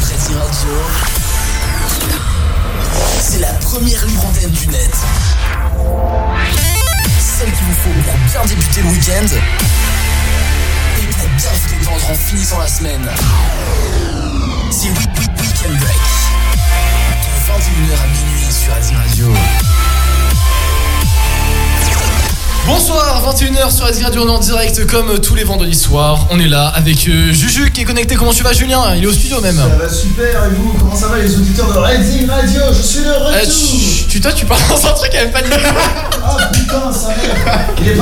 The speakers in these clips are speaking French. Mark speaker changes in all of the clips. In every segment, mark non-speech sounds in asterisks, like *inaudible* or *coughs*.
Speaker 1: Radio, c'est la première libre antenne du net. Celle qu'il vous faut pour bien débuter le week-end et pour bien vous détendre en finissant la semaine. C'est Week Week Weekend Break. De 21h à minuit sur Azure Radio. Bonsoir, 21h sur Asgard on est en direct comme tous les vendredis soirs. On est là avec euh, Juju qui est connecté. Comment tu vas, Julien Il est au studio même. Ah
Speaker 2: Ça va super, et vous Comment ça va les auditeurs de Redding Radio Je suis le retour
Speaker 1: Euh, tu- tu, toi, tu parles dans un truc avec pas de
Speaker 2: Ah putain, ça va Il est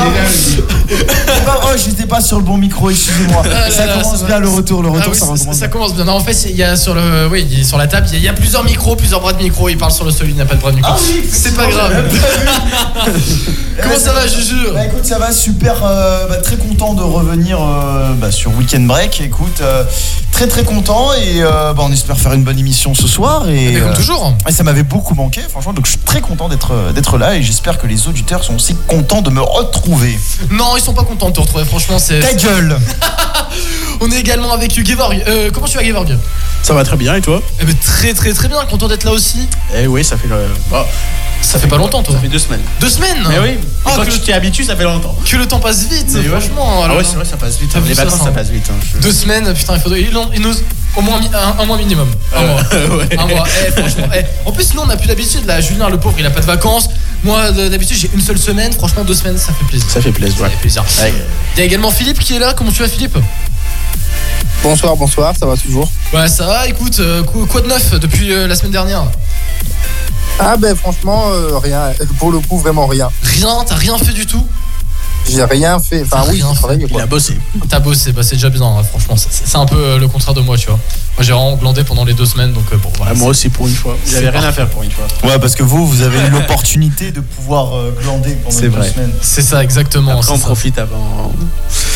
Speaker 2: pas Oh, j'étais pas sur le bon micro, excusez-moi.
Speaker 1: Ah là
Speaker 2: ça
Speaker 1: là,
Speaker 2: commence
Speaker 1: ça va.
Speaker 2: bien le retour, le
Speaker 1: Ah
Speaker 2: retour,
Speaker 1: oui,
Speaker 2: ça
Speaker 1: ça,
Speaker 2: recommence.
Speaker 1: ça commence bien. Non, en fait, il y a sur le, oui, il est sur la table, il y, a- il y a plusieurs micros, plusieurs bras de micro. Il parle sur le seul, il n'a pas de bras de micro.
Speaker 2: Ah oui,
Speaker 1: c'est pas
Speaker 2: effectivement,
Speaker 1: grave.
Speaker 2: j'avais
Speaker 1: *laughs* Comment ça va, Juju
Speaker 2: Bah écoute, ça va super, euh, bah, très content de revenir euh, bah, sur Weekend Break. Écoute, euh, très très content et euh, bah, on espère faire une bonne émission ce soir. Et,
Speaker 1: Mais
Speaker 2: euh,
Speaker 1: Eh ben, comme toujours.
Speaker 2: et ça m'avait beaucoup manqué, franchement, donc je suis très content d'être euh, d'être là et j'espère que les auditeurs sont aussi contents de me retrouver.
Speaker 1: Non, ils sont pas contents de te retrouver. Franchement, c'est.
Speaker 2: Ta gueule
Speaker 1: On est également avec Gevorg. Euh, comment tu vas, Gevorg
Speaker 3: Ça va très bien et toi
Speaker 1: eh ben, très très très bien. Content d'être là aussi.
Speaker 3: Eh oui, ça fait le- bah,
Speaker 1: Ça fait pas longtemps, toi.
Speaker 3: ça fait deux semaines.
Speaker 1: Deux semaines.
Speaker 3: Mais Eh oui,
Speaker 1: Ah,
Speaker 3: quand
Speaker 1: que-
Speaker 3: tu t'y habitues, ça fait longtemps.
Speaker 1: Que le temps passe vite,
Speaker 3: Mais ouais.
Speaker 1: franchement.
Speaker 3: Ah
Speaker 1: alors,
Speaker 3: ouais, c'est vrai, ça passe vite.
Speaker 1: T'as
Speaker 3: hein.
Speaker 1: vu
Speaker 3: Les
Speaker 1: ça,
Speaker 3: vacances,
Speaker 1: ça,
Speaker 3: ça
Speaker 1: hein.
Speaker 3: passe vite. hein. Je-
Speaker 1: Deux semaines, putain, il faudrait. ils l'ont- ils nous- au moins mi- un, un mois minimum. Un mois.
Speaker 3: Euh, *laughs* ouais.
Speaker 1: Un mois. Eh, franchement. eh. En plus, nous, on n'a plus l'habitude. Là, Julien, le pauvre, il a pas de vacances. Moi, de- d'habitude, j'ai une seule semaine. Franchement, deux semaines, ça fait plaisir.
Speaker 3: Ça fait plaisir,
Speaker 1: Ça
Speaker 3: ouais.
Speaker 1: fait plaisir. Il y a également Philippe qui est là. Comment tu vas, Philippe
Speaker 4: Bonsoir, bonsoir, ça va toujours
Speaker 1: Ouais, Bah, ça va. Écoute, euh, quoi quoi de neuf depuis euh, la semaine dernière
Speaker 4: Ah ben franchement, euh, rien. *laughs* Pour le coup, vraiment rien.
Speaker 1: Rien, t'as rien fait du tout.
Speaker 4: J'ai rien fait. Enfin oui,
Speaker 1: Rien
Speaker 4: j'ai travaillé
Speaker 3: Il
Speaker 4: quoi.
Speaker 3: a bossé.
Speaker 1: T'as bossé, bah, c'est déjà bien, hein, franchement. C'est- C'est c'est un peu euh, le contraire de moi, tu vois. Moi, j'ai vraiment glandé pendant les deux semaines, donc euh, bon, voilà.
Speaker 3: Ah, moi aussi pour une fois. J'avais rien à faire pour une fois.
Speaker 2: Ouais, parce que vous, vous avez eu
Speaker 3: *laughs*
Speaker 2: l'opportunité de pouvoir euh, glander pendant
Speaker 3: C'est
Speaker 2: deux
Speaker 3: vrai.
Speaker 2: semaines.
Speaker 1: C'est ça, exactement.
Speaker 3: Après, on
Speaker 1: c'est ça.
Speaker 3: profite avant.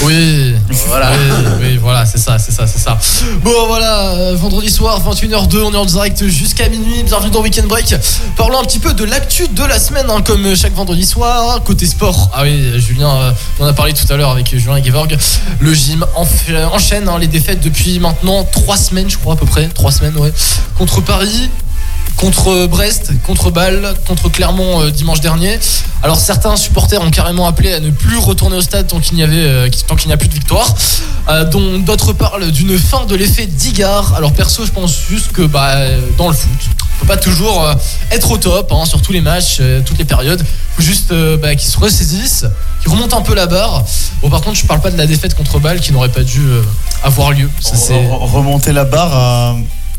Speaker 1: Oui, voilà. Oui, oui, voilà, c'est ça, c'est ça, c'est ça. Bon, voilà, euh, vendredi soir, 21h02, on est en direct jusqu'à minuit. Bienvenue dans Weekend Break. Parlons un petit peu de l'actu de la semaine, hein, comme chaque vendredi soir. Côté sport, ah oui, Julien, euh, on en a parlé tout à l'heure avec Julien Gevorg. Le gym enf- euh, enchaîne hein, les défaites depuis maintenant 3 semaines, je crois, à peu près. 3 semaines, ouais. Contre Paris, contre Brest, contre Bâle, contre Clermont euh, dimanche dernier. Alors certains supporters ont carrément appelé à ne plus retourner au stade tant qu'il n'y avait euh, tant qu'il n'y a plus de victoire. Euh, dont d'autres parlent d'une fin de l'effet Digard. Alors perso, je pense juste que bah euh, dans le foot, faut pas toujours euh, être au top hein, sur tous les matchs, euh, toutes les périodes. Faut juste euh, bah, qu'ils se ressaisissent, qu'ils remontent un peu la barre. Bon par contre, je parle pas de la défaite contre Bâle qui n'aurait pas dû euh, avoir lieu. Ça,
Speaker 2: Re-
Speaker 1: c'est-
Speaker 2: re- Remonter la barre à,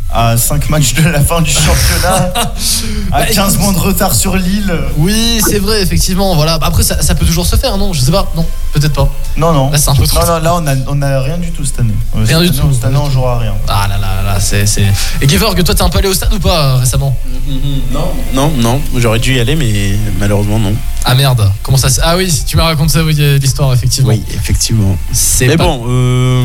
Speaker 2: à 5 matchs de la fin du
Speaker 1: *laughs*
Speaker 2: championnat, à
Speaker 1: Bah,
Speaker 2: 15
Speaker 1: écoute-
Speaker 2: points de retard sur Lille.
Speaker 1: Oui, c'est vrai, effectivement. Voilà. Bah, Après, ça, ça peut toujours se faire, non Je sais pas. Non, peut-être pas.
Speaker 2: Non, non.
Speaker 1: Là, c'est un peu trop.
Speaker 2: Non, non, là, on a, on a rien du tout cette année. Euh, cette
Speaker 1: Rien du
Speaker 2: année,
Speaker 1: tout.
Speaker 2: Cette année, on jouera à rien.
Speaker 1: Ah là là là, c'est. c'est- Et Gevorg, toi, t'es un peu allé au stade ou pas euh, récemment
Speaker 3: Non, non, non. J'aurais dû y aller, mais malheureusement, non.
Speaker 1: Ah merde, comment ça se- Ah oui, tu m'as raconté ça, oui, euh, l'histoire, effectivement.
Speaker 3: Oui, effectivement.
Speaker 1: c'est
Speaker 3: Mais
Speaker 1: pas-
Speaker 3: bon, euh,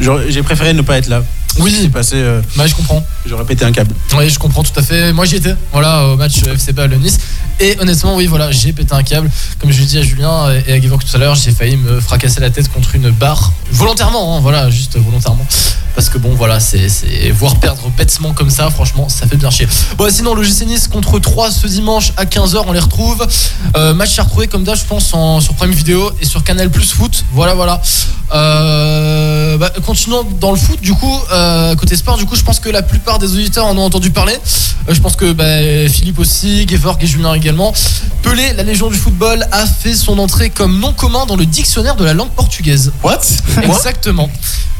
Speaker 3: j'aurais- j'ai préféré ne pas être là.
Speaker 1: Oui.
Speaker 3: J'ai passé. euh,
Speaker 1: Bah, je comprends.
Speaker 3: J'aurais pété un câble.
Speaker 1: Oui, je comprends tout à fait. Moi, j'y étais. Voilà, au match euh, FC Bâle Nice. Et honnêtement, oui, voilà, j'ai pété un câble. Comme je l'ai dit à Julien et à Gevorg tout à l'heure, j'ai failli me fracasser la tête contre une barre. Volontairement, hein, voilà, juste volontairement. Parce que bon, voilà, c'est c'est- voir perdre bêtement comme ça, franchement, ça fait bien chier. Bon, sinon, le GC Nice contre 3 ce dimanche à 15h, on les retrouve. Euh, match à retrouver comme d'hab, je pense, en- sur Prime Vidéo et sur Canal Plus Foot. Voilà, voilà. Euh, bah, continuons dans le foot, du coup, euh, côté sport, du coup, je pense que la plupart des auditeurs en ont entendu parler. Euh, je pense que bah, Philippe aussi, Gevorg et Julien également. Pelé, la légion du football, a fait son entrée comme nom commun dans le dictionnaire de la langue portugaise.
Speaker 2: What
Speaker 1: Exactement.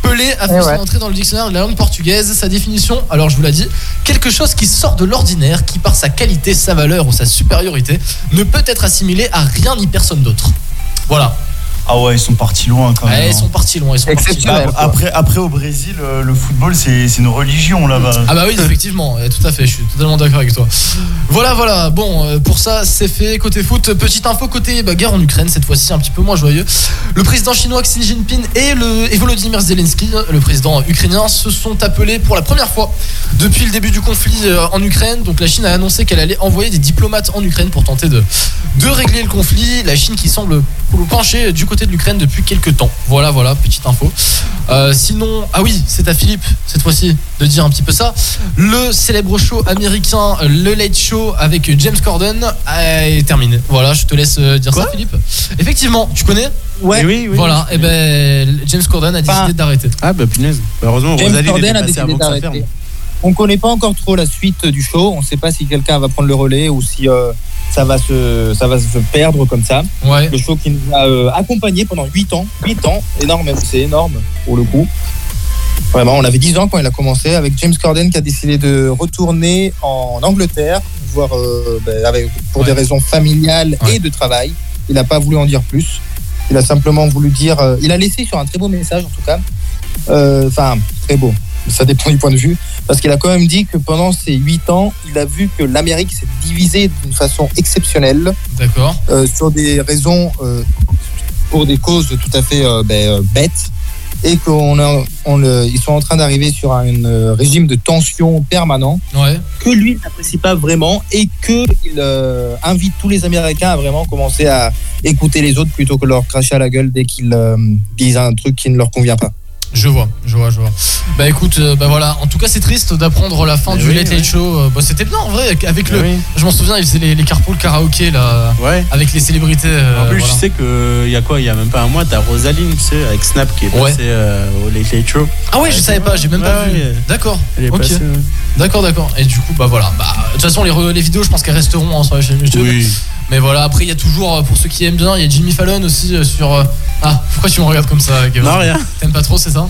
Speaker 1: Pelé a fait
Speaker 4: Eh
Speaker 1: son
Speaker 4: ouais.
Speaker 1: entrée dans le dictionnaire de la langue portugaise. Sa définition, alors je vous la dis, quelque chose qui sort de l'ordinaire, qui par sa qualité, sa valeur ou sa supériorité, ne peut être assimilé à rien ni personne d'autre. Voilà.
Speaker 2: Ah ouais, ils sont partis loin quand
Speaker 1: Ouais,
Speaker 2: même.
Speaker 1: ils sont partis loin. Ils sont partis
Speaker 4: Exceptionnel.
Speaker 1: loin.
Speaker 2: Bah, après, après, au Brésil, euh, le football, c'est c'est une religion là-bas.
Speaker 1: Ah bah oui, effectivement, euh, tout à fait, je suis totalement d'accord avec toi. Voilà, voilà, bon, euh, pour ça, c'est fait. Côté foot, petite info, côté bah, guerre en Ukraine, cette fois-ci un petit peu moins joyeux. Le président chinois Xi Jinping et, le, et Volodymyr Zelensky, le président ukrainien, se sont appelés pour la première fois depuis le début du conflit euh, en Ukraine. Donc la Chine a annoncé qu'elle allait envoyer des diplomates en Ukraine pour tenter de, de régler le conflit. La Chine qui semble penché du côté de l'Ukraine depuis quelques temps. Voilà, voilà, petite info. Euh, sinon, ah oui, c'est à Philippe, cette fois-ci, de dire un petit peu ça. Le célèbre show américain, le Late Show avec James Corden, euh, est terminé. Voilà, je te laisse euh, dire
Speaker 5: Quoi
Speaker 1: ça, Philippe. Effectivement, tu connais
Speaker 5: Mais Eh Oui, oui.
Speaker 1: Voilà, et ben James Corden a décidé
Speaker 5: Bah.
Speaker 1: d'arrêter.
Speaker 5: Ah bah punaise. Bah, Heureusement,
Speaker 6: James
Speaker 5: Rosalie
Speaker 6: Corden
Speaker 5: l'était
Speaker 6: a
Speaker 5: passé
Speaker 6: décidé
Speaker 5: avant que ça
Speaker 6: d'arrêter.
Speaker 5: ferme.
Speaker 6: On connaît pas encore trop la suite du show. On ne sait pas si quelqu'un va prendre le relais ou si euh, ça, va se, ça va se perdre comme ça.
Speaker 1: Ouais.
Speaker 6: Le show qui nous a euh, accompagnés pendant 8 ans. 8 ans, énorme, c'est énorme pour le coup. Vraiment, on avait 10 ans quand il a commencé avec James Corden qui a décidé de retourner en Angleterre, voire euh, ben, avec- pour
Speaker 1: Ouais.
Speaker 6: des raisons familiales
Speaker 1: Ouais.
Speaker 6: et de travail. Il n'a pas voulu en dire plus. Il a simplement voulu dire. euh, il a laissé sur un très beau message en tout cas. Euh, Enfin, très beau. Ça dépend du point de vue. Parce qu'il a quand même dit que pendant ces 8 ans, il a vu que l'Amérique s'est divisée d'une façon exceptionnelle
Speaker 1: ben, D'accord.
Speaker 6: euh, sur des raisons, euh, pour des causes tout à fait euh, ben, euh, bêtes, et qu'on a- on, euh, ils sont en train d'arriver sur un euh, régime de tension permanent
Speaker 1: Ouais.
Speaker 6: que lui il n'apprécie pas vraiment et que il euh, invite tous les Américains à vraiment commencer à écouter les autres plutôt que leur cracher à la gueule dès qu'ils euh, disent un truc qui ne leur convient pas.
Speaker 1: Je vois, je vois, je vois. Bah écoute, euh, bah voilà. En tout cas, c'est triste d'apprendre la fin
Speaker 5: Mais
Speaker 1: du
Speaker 5: oui,
Speaker 1: Late Late
Speaker 5: oui.
Speaker 1: Show. Euh, Bah, c'était bien en vrai. Avec le,
Speaker 5: Ah oui.
Speaker 1: je m'en souviens, ils faisaient les, les carpools karaoké là,
Speaker 5: Ouais.
Speaker 1: avec les célébrités. euh,
Speaker 5: En plus,
Speaker 1: voilà.
Speaker 5: je sais que il y a quoi Il y a même pas un mois, t'as Rosaline, tu sais, avec Snap qui est
Speaker 1: Ouais.
Speaker 5: passée euh, au Late Late Show.
Speaker 1: Ah ouais, je savais pas, j'ai même pas
Speaker 5: Ouais,
Speaker 1: vu.
Speaker 5: ouais.
Speaker 1: D'accord.
Speaker 5: Elle est
Speaker 1: Ok.
Speaker 5: passée. ouais.
Speaker 1: D'accord, d'accord. Et du coup, bah voilà. Bah, de toute façon, les, re- les vidéos, je pense qu'elles resteront hein, sur la chaîne YouTube.
Speaker 5: Oui.
Speaker 1: Mais voilà, après, il y a toujours, euh, pour ceux qui aiment bien, il y a Jimmy Fallon aussi euh, sur. euh, Ah, pourquoi tu me regardes comme ça, Kevin
Speaker 5: Non, rien.
Speaker 1: T'aimes pas trop, c'est ça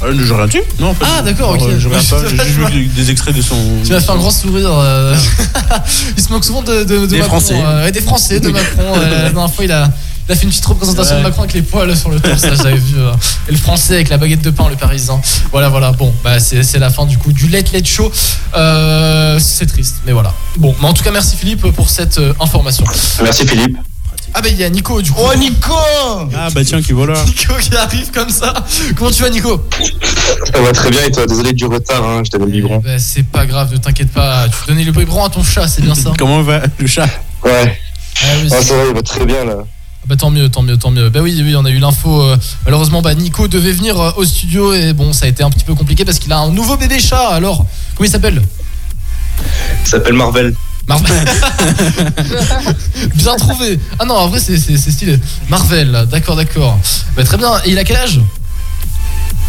Speaker 3: Ah,
Speaker 5: Euh, je regarde dessus Non, en fait,
Speaker 1: Ah,
Speaker 5: je-
Speaker 1: d'accord, ok. *laughs*
Speaker 5: Je regarde pas, j'ai juste vu des- des extraits de son.
Speaker 1: Tu m'as fait un grand sourire. euh, *laughs* il se moque souvent de, de- de
Speaker 5: Des
Speaker 1: Macron.
Speaker 5: Français.
Speaker 1: euh, et des Français, de Macron. euh, la dernière fois, il a, il a fait une petite représentation de
Speaker 5: Ouais.
Speaker 1: Macron avec les poils sur le torse, ça j'avais vu. euh. et le Français avec la baguette de pain, le Parisien. Voilà, voilà. Bon, bah, c'est c'est la fin du coup du Let Let Show. Euh, c'est triste, mais voilà. Bon, mais en tout cas, merci Philippe pour cette euh, information.
Speaker 7: Merci Philippe.
Speaker 1: Ah, bah, il y a Nico du coup.
Speaker 2: Oh Nico
Speaker 5: Ah, bah tiens, qui voilà.
Speaker 1: Nico qui arrive comme ça. Comment tu vas, Nico
Speaker 7: Ça va très bien et toi, désolé du retard, hein, je t'avais le biberon.
Speaker 1: Bah, C'est pas grave, ne t'inquiète pas. Tu donnais le biberon à ton chat, c'est bien ça.
Speaker 5: Comment va le chat
Speaker 7: Ouais,
Speaker 1: Ah oui,
Speaker 7: Ah,
Speaker 1: c'est-
Speaker 7: ça va, il va très bien là.
Speaker 1: Bah tant mieux, tant mieux, tant mieux. Bah oui, oui, on a eu l'info. euh, malheureusement, bah Nico devait venir euh, au studio et bon, ça a été un petit peu compliqué parce qu'il a un nouveau bébé chat. Alors, comment il s'appelle
Speaker 7: Il s'appelle Marvel.
Speaker 1: Marvel. *laughs* bien trouvé. Ah non, en vrai, c'est c'est- c'est stylé. Marvel, d'accord, d'accord. Bah très bien. Et il a quel âge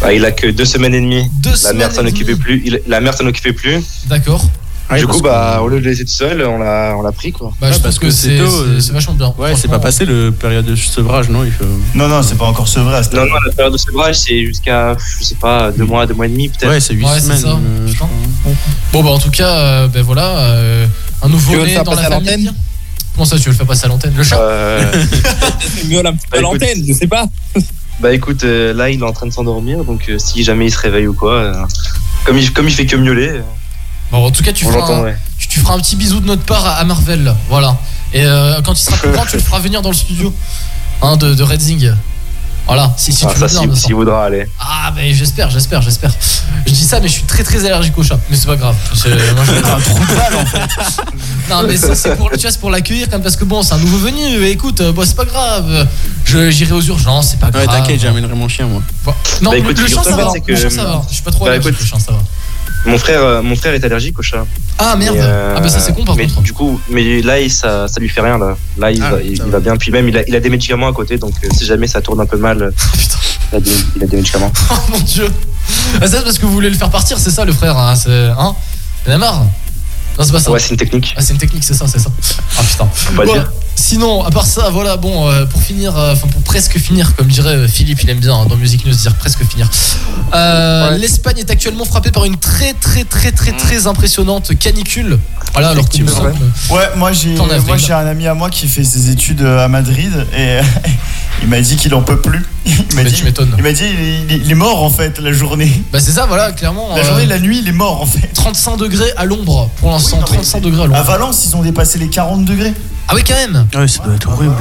Speaker 7: Ah, il a que deux semaines et demie.
Speaker 1: Deux
Speaker 7: La mère
Speaker 1: semaines
Speaker 7: s'en
Speaker 1: et demie.
Speaker 7: occupait plus. Il- La mère s'en occupait plus.
Speaker 1: D'accord.
Speaker 5: Ah,
Speaker 7: du coup, bah, au lieu de le laisser tout seul, on l'a, on l'a pris quoi.
Speaker 1: Bah
Speaker 5: Ouais,
Speaker 1: je pense
Speaker 5: Ah, parce
Speaker 1: que
Speaker 5: que c'est
Speaker 1: c'est
Speaker 5: tôt,
Speaker 1: c'est-
Speaker 5: euh,
Speaker 1: c'est vachement bien.
Speaker 5: Ouais, c'est pas
Speaker 1: Franchement,
Speaker 5: passé le période de sevrage, non il faut-
Speaker 2: Non, non, c'est pas encore sevré à ce
Speaker 7: Non, non, la période de ses bras, c'est jusqu'à, je sais pas, deux mois, deux mois et demi peut-être.
Speaker 5: Ouais, c'est 8
Speaker 1: Ouais, c'est
Speaker 5: semaines.
Speaker 1: ça,
Speaker 5: euh,
Speaker 1: putain.
Speaker 5: je
Speaker 1: Bon bah en tout cas, euh, bah voilà, euh, un nouveau
Speaker 6: Tu veux le
Speaker 1: né
Speaker 6: faire
Speaker 1: dans la
Speaker 6: passer à
Speaker 1: famille.
Speaker 6: l'antenne
Speaker 1: Comment ça, tu veux le faire passer à l'antenne Le chat
Speaker 7: Euh,
Speaker 6: C'est mieux un petit peu
Speaker 7: Bah,
Speaker 6: à
Speaker 7: écoute.
Speaker 6: l'antenne, je sais pas.
Speaker 7: bah écoute, euh, là, il est en train de s'endormir, donc euh, si jamais il se réveille ou quoi, euh, comme il, comme il fait que miauler, euh,
Speaker 1: Bon, en tout cas, tu
Speaker 7: on
Speaker 1: feras un-
Speaker 7: l'entend. Ouais.
Speaker 1: tu, tu feras un petit bisou de notre part à, à Marvel, voilà. Et euh, quand il sera plus grand, tu le feras venir dans le studio hein, de, de Red Zing. Voilà, si, si
Speaker 7: Ah,
Speaker 1: tu veux
Speaker 7: ça,
Speaker 1: bien,
Speaker 7: s'il
Speaker 1: Vincent.
Speaker 7: s'il voudra aller.
Speaker 1: Ah, mais j'espère, j'espère, j'espère. Je dis ça, mais je suis très très allergique au chat. Mais c'est pas grave. C'est- moi, je- non, mais ça, c'est pour, tu vois, c'est pour l'accueillir, quand même, parce que bon, c'est un nouveau venu. mais écoute, euh, bon, c'est pas grave. Je- J'irai aux urgences, c'est pas
Speaker 5: crois. Ouais,
Speaker 1: grave.
Speaker 5: t'inquiète, j'amènerai mon chien, moi.
Speaker 1: Ah, Bon. Non,
Speaker 7: Bah,
Speaker 1: le-
Speaker 7: écoute,
Speaker 1: le chien, ça
Speaker 7: figure-toi,
Speaker 1: va.
Speaker 7: c'est
Speaker 1: Le
Speaker 7: que-
Speaker 1: chien, ça va. Je suis pas trop
Speaker 7: Bah,
Speaker 1: allergique
Speaker 7: écoute.
Speaker 1: au chien, ça va.
Speaker 7: Mon frère, euh, mon frère est allergique au chat.
Speaker 1: Ah, merde.
Speaker 7: Mais, euh,
Speaker 1: Ah, bah, ça, c'est con, par
Speaker 7: mais
Speaker 1: contre.
Speaker 7: Du coup, mais là, il- ça, ça lui fait rien. Là, là il,
Speaker 5: Ah,
Speaker 7: va,
Speaker 5: ça
Speaker 7: il, il
Speaker 5: va.
Speaker 7: va bien. Puis même, il a, il a des médicaments à côté, donc euh, si jamais ça tourne un peu mal, euh,
Speaker 1: *laughs*
Speaker 7: il
Speaker 1: Ah, putain.
Speaker 7: a des, il a des médicaments.
Speaker 1: *laughs* Oh mon dieu ah, Ça c'est parce que vous voulez le faire partir, c'est ça le frère Hein, c'est... hein Il y en a marre Non, c'est pas ça.
Speaker 7: Ouais, c'est une technique.
Speaker 1: Ah, c'est une technique, c'est ça, c'est ça. Ah putain.
Speaker 7: Faut pas
Speaker 1: Bon,
Speaker 7: dire.
Speaker 1: sinon, à part ça, voilà, bon, euh, pour finir, euh, enfin pour presque finir, comme dirait euh, Philippe, il aime bien hein, dans Music News dire presque finir. Euh,
Speaker 6: Ouais.
Speaker 1: L'Espagne est actuellement frappée par une très très très très très impressionnante canicule. Voilà, alors qu'il me
Speaker 6: Effectivement.
Speaker 1: semble.
Speaker 2: Ouais, moi j'ai
Speaker 1: T'en as
Speaker 2: moi,
Speaker 1: fait,
Speaker 2: j'ai un ami à moi qui fait ses études euh, à Madrid et *laughs* il m'a dit qu'il en peut plus. *laughs* Il m'a
Speaker 1: Mais
Speaker 2: dit,
Speaker 1: tu m'étonnes.
Speaker 2: il, m'a dit il, il- il est mort en fait la journée.
Speaker 1: Bah c'est ça, voilà, clairement.
Speaker 2: La
Speaker 1: euh,
Speaker 2: journée, la nuit, il est mort en fait.
Speaker 1: 35 degrés à l'ombre pour l'instant,
Speaker 2: Oui, non, mais
Speaker 1: 35 degrés à
Speaker 2: À
Speaker 1: l'ombre.
Speaker 2: Valence, ils ont dépassé les 40 degrés.
Speaker 1: Ah oui, quand même.
Speaker 5: Ouais, ça doit être horrible.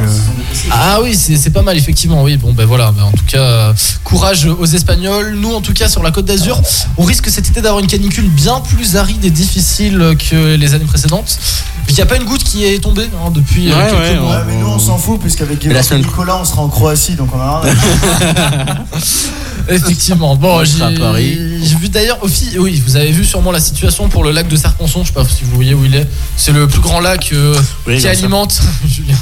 Speaker 1: Ah oui, c'est c'est pas mal, effectivement. Oui, bon, ben voilà. Ben, en tout cas, euh, courage aux Espagnols. Nous, en tout cas, sur la côte d'Azur, on risque cet été d'avoir une canicule bien plus aride et difficile que les années précédentes. Mais il n'y a pas une goutte qui est tombée hein, depuis euh,
Speaker 5: Ouais,
Speaker 1: quelques
Speaker 5: ouais,
Speaker 1: mois.
Speaker 2: Ouais, mais nous on s'en fout, puisqu'avec
Speaker 5: la
Speaker 2: Guillaume
Speaker 5: semaine-
Speaker 2: Nicolas, on sera en Croatie, donc on a rien. à-
Speaker 1: *laughs* Effectivement. Bon,
Speaker 5: On
Speaker 1: j'ai
Speaker 5: sera à Paris.
Speaker 1: j'ai vu d'ailleurs aussi. Oui, vous avez vu sûrement la situation pour le lac de Sarconson. Je sais pas si vous voyez où il est. C'est le plus grand lac euh,
Speaker 5: Oui,
Speaker 1: qui
Speaker 5: bien sûr.
Speaker 1: alimente. *laughs* Julien.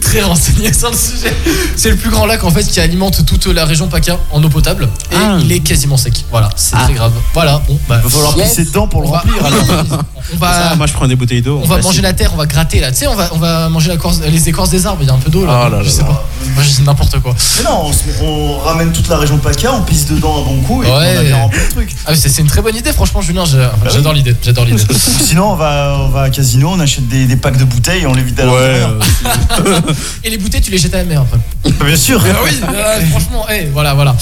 Speaker 1: Très renseigné sur le sujet. C'est le plus grand lac en fait qui alimente toute la région PACA en eau potable et
Speaker 5: Ah.
Speaker 1: il est quasiment sec. Voilà, c'est très grave. Voilà. Bon, bah,
Speaker 2: Il va falloir
Speaker 8: Yes.
Speaker 2: pisser dedans pour le
Speaker 1: on va,
Speaker 2: remplir. alors.
Speaker 1: *laughs* on va-
Speaker 5: Ça, moi je prends des bouteilles d'eau.
Speaker 1: on va
Speaker 5: facile.
Speaker 1: manger la terre, on va gratter là. Tu sais, on va, on va manger la corse- les écorces des arbres. Il y a un peu d'eau là.
Speaker 5: Ah là
Speaker 1: je
Speaker 5: là
Speaker 1: sais
Speaker 5: là.
Speaker 1: pas. Moi, je dis n'importe quoi.
Speaker 2: Mais non, on, se met- on ramène toute la région PACA, on pisse dedans un bon coup et
Speaker 1: Ouais.
Speaker 2: on a bien rempli le truc.
Speaker 1: Ah, mais c'est c'est une très bonne idée, franchement, Julien. j'ai- J'adore l'idée. J'adore
Speaker 5: *laughs*
Speaker 1: l'idée.
Speaker 2: Ou Sinon, on va, on va à casino, on achète des, des packs de bouteilles et on les vide à
Speaker 5: Ouais,
Speaker 2: l'intérieur.
Speaker 5: euh,
Speaker 1: Et les bouteilles, tu les jettes à la mer après.
Speaker 2: Bah, Bien sûr.
Speaker 1: Ah
Speaker 2: *laughs*
Speaker 1: oui, euh, franchement, eh, voilà, voilà.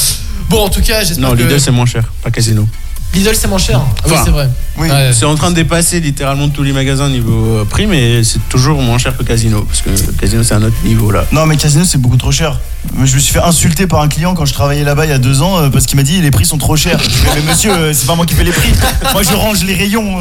Speaker 1: Bon, en tout cas, j'espère
Speaker 5: non,
Speaker 1: que
Speaker 5: Lidl c'est moins cher, pas Casino.
Speaker 1: Lidl, c'est moins cher. Ah oui,
Speaker 5: Enfin,
Speaker 1: c'est vrai.
Speaker 2: Oui.
Speaker 1: Ouais.
Speaker 5: C'est en train de dépasser littéralement tous les magasins niveau euh, prix, mais c'est toujours moins cher que Casino, parce que Casino c'est un autre niveau là.
Speaker 2: Non, mais casino, c'est beaucoup trop cher. Moi, Je me suis fait insulter par un client quand je travaillais là-bas il y a deux ans euh, parce qu'il m'a dit les prix sont trop chers. Je lui ai dit, mais monsieur, euh, c'est pas moi qui fais les
Speaker 1: *laughs*
Speaker 2: prix. *laughs* Moi, je range les rayons.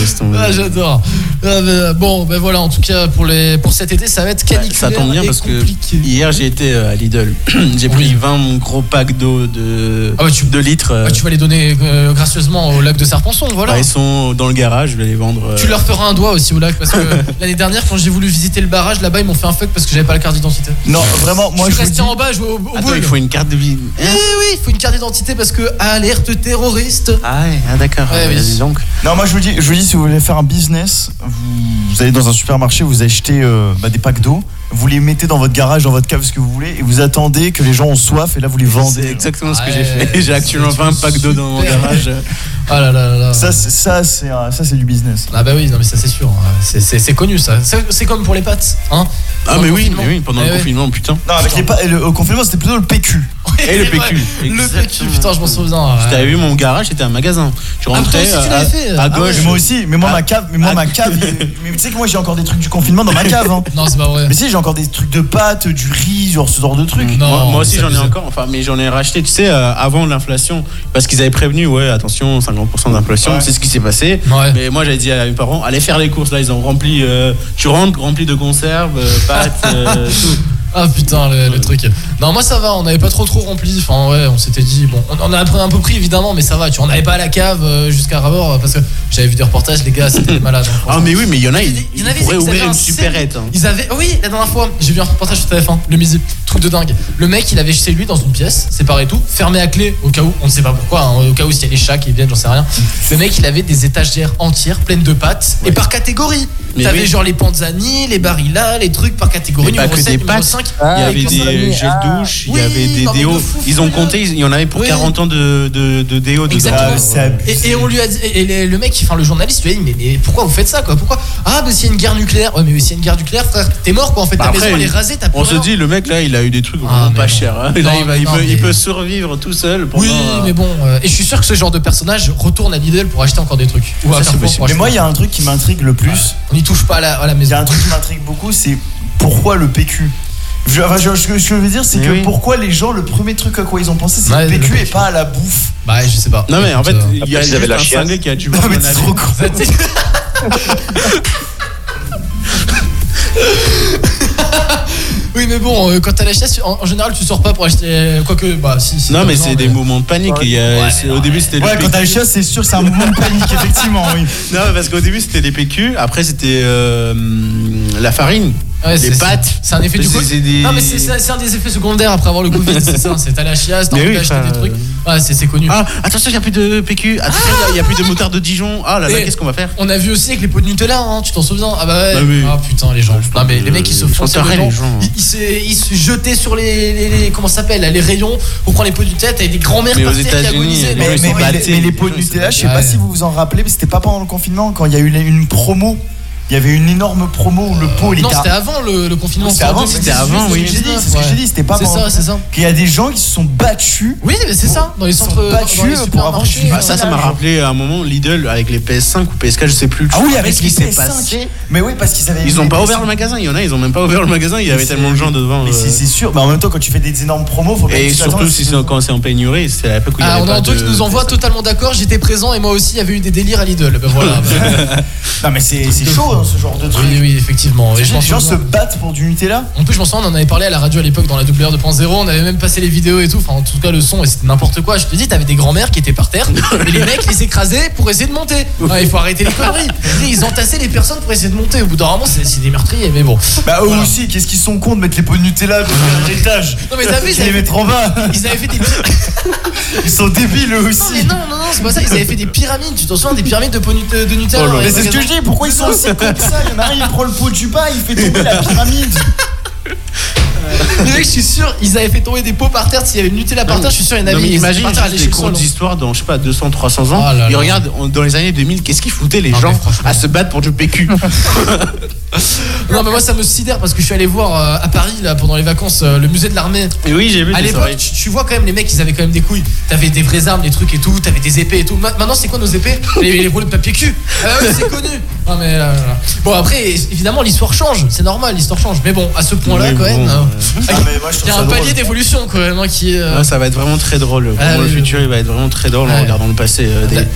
Speaker 5: Laisse tomber.
Speaker 1: Ah, j'adore. Ah, bah, bon, ben voilà, en tout cas, pour, les... pour cet été, ça va être caniculaire.
Speaker 5: Ça tombe bien
Speaker 1: et
Speaker 5: parce que-
Speaker 1: compliqué.
Speaker 5: Hier j'ai été euh, à Lidl, *clears throat* j'ai pris 20 gros packs d'eau de,
Speaker 1: Ah ouais, tu-
Speaker 5: de litres. euh,
Speaker 1: Ah, tu vas les donner euh, gracieusement au lac de Serpenson, voilà.
Speaker 5: bah, ils sont dans le garage, je vais les vendre. euh,
Speaker 1: Tu leur feras un doigt aussi au lac parce que
Speaker 5: *laughs*
Speaker 1: l'année dernière quand j'ai voulu visiter le barrage là-bas ils m'ont fait un fuck parce que j'avais pas la carte d'identité.
Speaker 2: Non, vraiment, moi, je
Speaker 1: je suis
Speaker 2: vous
Speaker 1: resté
Speaker 2: dis-
Speaker 1: en bas, je jouais au, au
Speaker 5: Attends,
Speaker 1: bowling.
Speaker 5: il faut une carte de vie.
Speaker 1: Eh oui, il faut une carte d'identité parce que alerte terroriste.
Speaker 5: Ah ouais, ah, d'accord.
Speaker 1: Ouais,
Speaker 5: euh,
Speaker 1: oui.
Speaker 5: dis donc.
Speaker 2: Non, moi je vous dis, je vous dis, si vous voulez faire un business, vous, vous allez dans un supermarché, vous achetez euh, bah, des packs d'eau, vous les mettez dans votre garage, dans votre cave, ce que vous voulez, et vous attendez que les gens ont soif, et là vous les
Speaker 5: C'est
Speaker 2: vendez.
Speaker 5: exactement ce que
Speaker 1: Ouais,
Speaker 5: j'ai fait. *laughs*
Speaker 1: c'est
Speaker 5: J'ai actuellement
Speaker 1: une
Speaker 5: 20 packs d'eau dans mon
Speaker 1: super-
Speaker 5: garage.
Speaker 1: *laughs* Ah là là là. là.
Speaker 2: Ça, c'est- ça, c'est euh, ça, c'est du business.
Speaker 1: ah bah oui, non mais ça c'est sûr, c'est- c'est c'est connu ça. C'est c'est comme pour les pâtes, hein.
Speaker 5: Ah,
Speaker 1: Pendant
Speaker 5: mais
Speaker 1: le
Speaker 5: oui,
Speaker 1: confinement.
Speaker 5: mais oui, pendant
Speaker 1: Eh
Speaker 5: le
Speaker 1: ouais.
Speaker 5: confinement, putain.
Speaker 2: Non, avec les
Speaker 1: *laughs*
Speaker 2: pa- et le- au confinement, c'était plutôt le PQ.
Speaker 5: Et le
Speaker 1: C'est vrai.
Speaker 5: PQ.
Speaker 1: Le PQ,
Speaker 5: Exactement.
Speaker 1: putain, je m'en souviens. ouais.
Speaker 5: T'avais vu mon garage, c'était un magasin. Tu
Speaker 1: Ah, toi
Speaker 5: rentrais
Speaker 1: aussi, tu
Speaker 5: euh,
Speaker 1: l'avais
Speaker 5: à,
Speaker 1: fait.
Speaker 5: à
Speaker 1: Ah
Speaker 5: gauche.
Speaker 2: Mais moi aussi, mais moi
Speaker 5: Ah.
Speaker 2: ma cave, mais moi ma cave, il- mais tu sais que moi j'ai encore des trucs du confinement dans ma
Speaker 5: *laughs*
Speaker 2: cave. hein.
Speaker 1: Non, c'est pas vrai.
Speaker 2: Mais si, j'ai encore des trucs de pâtes, du riz, genre ce genre de trucs.
Speaker 1: Non,
Speaker 5: moi, moi
Speaker 1: mais
Speaker 5: aussi
Speaker 1: ça
Speaker 5: j'en ai
Speaker 1: faisait-
Speaker 5: encore, enfin, mais j'en ai racheté, tu sais, euh, avant l'inflation, parce qu'ils avaient prévenu, ouais, attention, 50% d'inflation,
Speaker 2: Ouais.
Speaker 5: c'est ce qui s'est passé.
Speaker 1: Ouais.
Speaker 5: Mais moi j'avais dit à mes parents, allez faire les courses, là, ils ont rempli, euh, tu rentres, rempli de conserves, euh, pâtes,
Speaker 1: *laughs*
Speaker 5: euh, tout.
Speaker 1: Ah putain le, le truc. Non moi ça va, on n'avait pas trop trop rempli. Enfin ouais, on s'était dit bon, on, on a pris un peu pris évidemment, mais ça va. Tu on n'avait pas à la cave euh, jusqu'à Rabord parce que j'avais vu des reportages les
Speaker 5: *laughs*
Speaker 1: gars, c'était des malades. hein,
Speaker 5: Ah,
Speaker 1: franchement.
Speaker 5: mais oui, mais il y en a,
Speaker 1: Il y
Speaker 5: ils,
Speaker 1: en avait,
Speaker 5: ils pourraient
Speaker 1: ils avaient
Speaker 5: ouvrir
Speaker 1: un
Speaker 5: une supérette. hein.
Speaker 1: Ils avaient oui la dernière fois j'ai vu un reportage sur TF1 le midi truc de dingue le mec il avait chez lui dans une pièce séparé et tout fermé à clé au cas où on ne sait pas pourquoi hein, au cas où s'il y a des chats qui viennent j'en sais rien le mec il avait des étagères entières pleines de pâtes et
Speaker 5: Ouais.
Speaker 1: par catégorie
Speaker 5: Mais
Speaker 1: t'avais
Speaker 5: oui.
Speaker 1: genre les panzani les barilla les trucs par catégorie
Speaker 5: Mais pas
Speaker 1: numéro
Speaker 5: que
Speaker 1: 7
Speaker 5: des
Speaker 1: numéro
Speaker 5: pâtes.
Speaker 1: 5
Speaker 8: Ah,
Speaker 5: Il y avait
Speaker 8: avec
Speaker 1: des
Speaker 5: des
Speaker 8: Consolini,
Speaker 5: gels
Speaker 8: ah.
Speaker 5: douche, il
Speaker 1: Oui,
Speaker 5: y avait des
Speaker 1: non, mais de
Speaker 5: déos.
Speaker 1: fou,
Speaker 5: Ils
Speaker 1: fou,
Speaker 5: ont
Speaker 1: fou,
Speaker 5: compté, il y en avait pour
Speaker 1: Oui.
Speaker 5: 40 ans de, de, de déos. dedans.
Speaker 1: Exactement.
Speaker 2: Ah, c'est abusé.
Speaker 1: Et, et on lui a dit, et, et les- le mec, enfin le journaliste lui a dit, mais, mais pourquoi vous faites ça quoi Pourquoi Ah, mais s'il y a une guerre nucléaire, ouais, mais s'il y a une guerre nucléaire, frère, t'es mort quoi en fait,
Speaker 5: Bah
Speaker 1: ta
Speaker 5: après,
Speaker 1: maison elle est
Speaker 5: il-
Speaker 1: rasée, t'as plus
Speaker 5: On se
Speaker 1: rien.
Speaker 5: dit, le mec là, il a eu des trucs
Speaker 1: Ah,
Speaker 5: vraiment
Speaker 1: mais
Speaker 5: pas
Speaker 1: non.
Speaker 5: chers. hein. Là,
Speaker 1: Non,
Speaker 5: il, va-
Speaker 1: mais
Speaker 5: il
Speaker 1: non,
Speaker 5: peut, il
Speaker 1: mais-
Speaker 5: peut survivre tout seul. Pendant,
Speaker 1: Oui, mais bon, euh, et je suis sûr que ce genre de personnage retourne à Lidl pour acheter encore des trucs. Ou
Speaker 5: Ça,
Speaker 1: à
Speaker 5: c'est
Speaker 1: Carrefour pour
Speaker 5: possible.
Speaker 2: Mais
Speaker 1: acheter.
Speaker 2: moi, il y a un truc qui m'intrigue le plus.
Speaker 1: on n'y touche pas à la, à la
Speaker 2: Il y
Speaker 1: maison.
Speaker 2: a un truc qui m'intrigue beaucoup, c'est pourquoi le PQ je, enfin, je- ce que je veux dire, c'est
Speaker 5: Mais
Speaker 2: que
Speaker 5: oui.
Speaker 2: pourquoi les gens, le premier truc à quoi ils ont pensé, c'est
Speaker 1: Ouais,
Speaker 2: le
Speaker 1: le
Speaker 2: PQ et
Speaker 1: PQ.
Speaker 2: pas à la bouffe.
Speaker 1: Bah, je sais
Speaker 2: Ah,
Speaker 1: pas.
Speaker 5: Non, mais en fait,
Speaker 1: Écoute, euh,
Speaker 5: il y a
Speaker 9: Après, ils
Speaker 5: juste
Speaker 9: avaient la
Speaker 5: un
Speaker 9: chiasse.
Speaker 5: cinglé qui
Speaker 2: *laughs*
Speaker 1: *laughs*
Speaker 5: a dû
Speaker 2: Non,
Speaker 5: voir
Speaker 2: Ah, mais
Speaker 5: mon
Speaker 2: c'est
Speaker 5: avis.
Speaker 2: trop con.
Speaker 1: ça t'est- oui, mais bon, euh, quand t'as la chasse, en, en général, tu sors pas pour acheter. Quoique, bah, si. si
Speaker 5: Non,
Speaker 1: t'as
Speaker 5: mais
Speaker 1: besoin,
Speaker 5: c'est des mouvements de panique. il y a-
Speaker 1: Ouais,
Speaker 5: c'est-
Speaker 1: mais non,
Speaker 5: au début, c'était
Speaker 2: Ouais,
Speaker 5: le
Speaker 2: quand t'as le chien, c'est sûr, c'est un moment de
Speaker 5: *laughs*
Speaker 2: panique, effectivement, oui.
Speaker 5: Non, parce qu'au début, c'était des PQ. Après, c'était euh, la farine,
Speaker 1: Ouais,
Speaker 5: les
Speaker 1: c'est-
Speaker 5: pâtes.
Speaker 1: C'est un effet du
Speaker 5: C'est-
Speaker 1: coup.
Speaker 5: c'est des-
Speaker 1: Non, mais c'est- c'est c'est un des effets secondaires après avoir le Covid,
Speaker 5: *laughs*
Speaker 1: c'est ça. C'est à la chiasse, t'as
Speaker 5: Mais
Speaker 1: envie
Speaker 5: oui,
Speaker 1: d'acheter
Speaker 5: enfin, euh,
Speaker 1: des trucs. Ouais, c'est c'est connu.
Speaker 5: Ah, attention, il n'y a plus de PQ. Attention, il n'y a, plus de moutarde de Dijon. Ah là là,
Speaker 1: Et-
Speaker 5: qu'est-ce qu'on va faire
Speaker 1: Eh, On a vu aussi avec les pots de Nutella, hein, tu t'en souviens Ah bah ouais.
Speaker 5: Bah oui.
Speaker 1: Ah putain, les gens.
Speaker 5: Je
Speaker 1: Non, mais
Speaker 5: pense que-
Speaker 1: les mecs, ils se
Speaker 5: je
Speaker 1: fonçaient
Speaker 5: pense que
Speaker 1: dedans.
Speaker 5: les gens, hein.
Speaker 1: Ils, ils se, ils se jetaient sur les, les- les- comment ça s'appelle là, les rayons pour prendre les pots de Nutella. T'avais des grands-mères
Speaker 5: Mais
Speaker 1: par
Speaker 5: aux
Speaker 1: terre qui
Speaker 5: États-Unis,
Speaker 1: agonisaient.
Speaker 5: les
Speaker 2: Mais,
Speaker 5: gens, ils
Speaker 2: mais-
Speaker 5: sont
Speaker 2: mais
Speaker 5: battés,
Speaker 2: les, mais les
Speaker 5: les
Speaker 2: pots de
Speaker 5: gens, ils sont
Speaker 2: Nutella, je sais pas
Speaker 1: battés.
Speaker 2: si vous vous en rappelez, mais c'était pas pendant le confinement, quand il y a eu une promo. il y avait une énorme promo où le pot il
Speaker 1: Non,
Speaker 2: était
Speaker 1: c'était avant le, le confinement.
Speaker 2: C'était avant,
Speaker 1: c'était
Speaker 2: c'était
Speaker 5: avant,
Speaker 2: c'est ce que
Speaker 5: oui.
Speaker 2: j'ai dit, c'est ce que j'ai dit, c'était pas
Speaker 1: C'est
Speaker 2: pendant-
Speaker 1: ça, c'est ça.
Speaker 2: Qu'il y a des gens qui se sont battus
Speaker 1: Oui, mais c'est ça, dans les
Speaker 2: Ils sont
Speaker 1: centres dans-
Speaker 2: battus
Speaker 1: dans les
Speaker 2: pour
Speaker 1: supermarchés, euh,
Speaker 2: avoir-
Speaker 1: ouais.
Speaker 5: Bah, ça, ça m'a rappelé à un moment Lidl avec les PS5 ou PS4, je sais plus.
Speaker 2: Ah oui, avec
Speaker 5: ce
Speaker 2: les
Speaker 5: qui s'est
Speaker 2: PS5.
Speaker 5: passé.
Speaker 2: Mais oui, parce qu'ils avaient.
Speaker 5: Ils ont
Speaker 2: les
Speaker 5: pas
Speaker 2: PS5.
Speaker 5: ouvert le magasin. Il y en a, ils ont même pas ouvert le magasin. Il y
Speaker 2: Mais
Speaker 5: avait
Speaker 2: c'est-
Speaker 5: tellement de gens devant.
Speaker 2: Mais
Speaker 5: euh,
Speaker 2: c'est c'est sûr. Mais en même temps, quand tu fais des énormes promos, faut pas que
Speaker 5: Et
Speaker 2: tu
Speaker 5: surtout
Speaker 2: t'attendes.
Speaker 5: si c'est quand c'est en pénurie, c'est à l'époque où il y
Speaker 1: Ah,
Speaker 5: avait
Speaker 1: on a
Speaker 5: pas
Speaker 1: un deux
Speaker 5: de-
Speaker 1: qui nous envoie totalement d'accord, j'étais présent et moi aussi il y avait eu des délires à Lidl. Ben
Speaker 5: *laughs*
Speaker 1: voilà. bah.
Speaker 2: *laughs* Non, mais c'est c'est chaud hein, ce genre de truc.
Speaker 1: oui, oui, effectivement. Et
Speaker 2: Les
Speaker 1: je m'en
Speaker 2: gens se
Speaker 1: souviens.
Speaker 2: battent pour du Nutella
Speaker 1: En plus, je m'en souviens, on en avait parlé à la radio à l'époque dans la double R 2.0. On avait même passé les vidéos et tout. Enfin, en tout cas, le son, et c'était n'importe quoi. Je te dis, t'avais des grands-mères qui étaient par terre et
Speaker 2: *laughs*
Speaker 1: les mecs, ils s'écrasaient pour essayer de monter. Ah, il faut arrêter les conneries. Ils entassaient les personnes pour essayer de monter. Au bout d'un moment, c'est c'est des meurtriers, mais bon.
Speaker 2: Bah eux aussi, qu'est-ce qu'ils sont cons de mettre les pots de Nutella pour faire l'étage
Speaker 1: Non, mais t'as vu,
Speaker 2: Tu
Speaker 1: ils avaient-
Speaker 2: les mettre en bas
Speaker 1: Ils avaient fait des pyramides.
Speaker 2: Ils sont débiles eux
Speaker 1: Non, mais
Speaker 2: aussi
Speaker 1: non, non, non, c'est pas ça. Ils avaient fait des pyramides. Tu t'en souviens des pyramides de, pot nut- de Nutella
Speaker 5: Oh là
Speaker 1: dans les
Speaker 2: Mais c'est ce que je
Speaker 1: magasins.
Speaker 2: dis, pourquoi ils sont aussi cons que ça Il y en a un, il prend le pot du bas, il fait tomber la
Speaker 1: *laughs*
Speaker 2: pyramide
Speaker 1: Les mecs, je suis sûr, ils avaient fait tomber des pots par terre. S'il y avait une Nutella par
Speaker 5: Non,
Speaker 1: terre, je suis sûr, il y en avait.
Speaker 5: Non, mais
Speaker 1: ils étaient
Speaker 5: imagine
Speaker 1: par terre à
Speaker 5: juste les
Speaker 1: l'échelle
Speaker 5: cours
Speaker 1: sur le-
Speaker 5: d'histoire dans, je sais pas, 200, 300 ans.
Speaker 1: Ah là
Speaker 5: et
Speaker 1: là.
Speaker 5: regarde, on- dans les années 2000, qu'est-ce qu'ils foutaient les
Speaker 1: Non,
Speaker 5: gens
Speaker 1: mais franchement.
Speaker 5: à se battre pour du
Speaker 1: *laughs*
Speaker 5: PQ
Speaker 1: Non, mais moi, ça me sidère parce que je suis allé voir euh, à Paris, là, pendant les vacances, euh, le musée de l'armée.
Speaker 5: Et oui, j'ai vu
Speaker 1: À
Speaker 5: tes
Speaker 1: l'époque,
Speaker 5: soirées.
Speaker 1: tu, tu vois quand même les mecs, ils avaient quand même des couilles. T'avais des vraies armes, des trucs et tout, t'avais des épées et tout. Ma- Maintenant, c'est quoi nos épées *laughs* les, les rouleaux de papier cul. Ah oui, c'est connu. Non, mais là, là, là. Bon, après, évidemment, l'histoire change. C'est normal, l'histoire change. Mais bon, à ce point-là,
Speaker 5: Oui,
Speaker 1: quand même.
Speaker 5: bon,
Speaker 1: euh,
Speaker 2: Ah, mais moi, je
Speaker 1: Il
Speaker 2: trouve
Speaker 1: y a
Speaker 2: ça
Speaker 1: un
Speaker 2: drôle.
Speaker 1: palier d'évolution quand même hein, qui est. euh,
Speaker 5: Ah, ça va être vraiment très drôle.
Speaker 1: Ah,
Speaker 5: Vraiment,
Speaker 1: oui,
Speaker 5: le
Speaker 1: oui,
Speaker 5: futur, il va être vraiment très drôle
Speaker 1: Ouais.
Speaker 5: en regardant le passé euh, des-
Speaker 1: Ouais.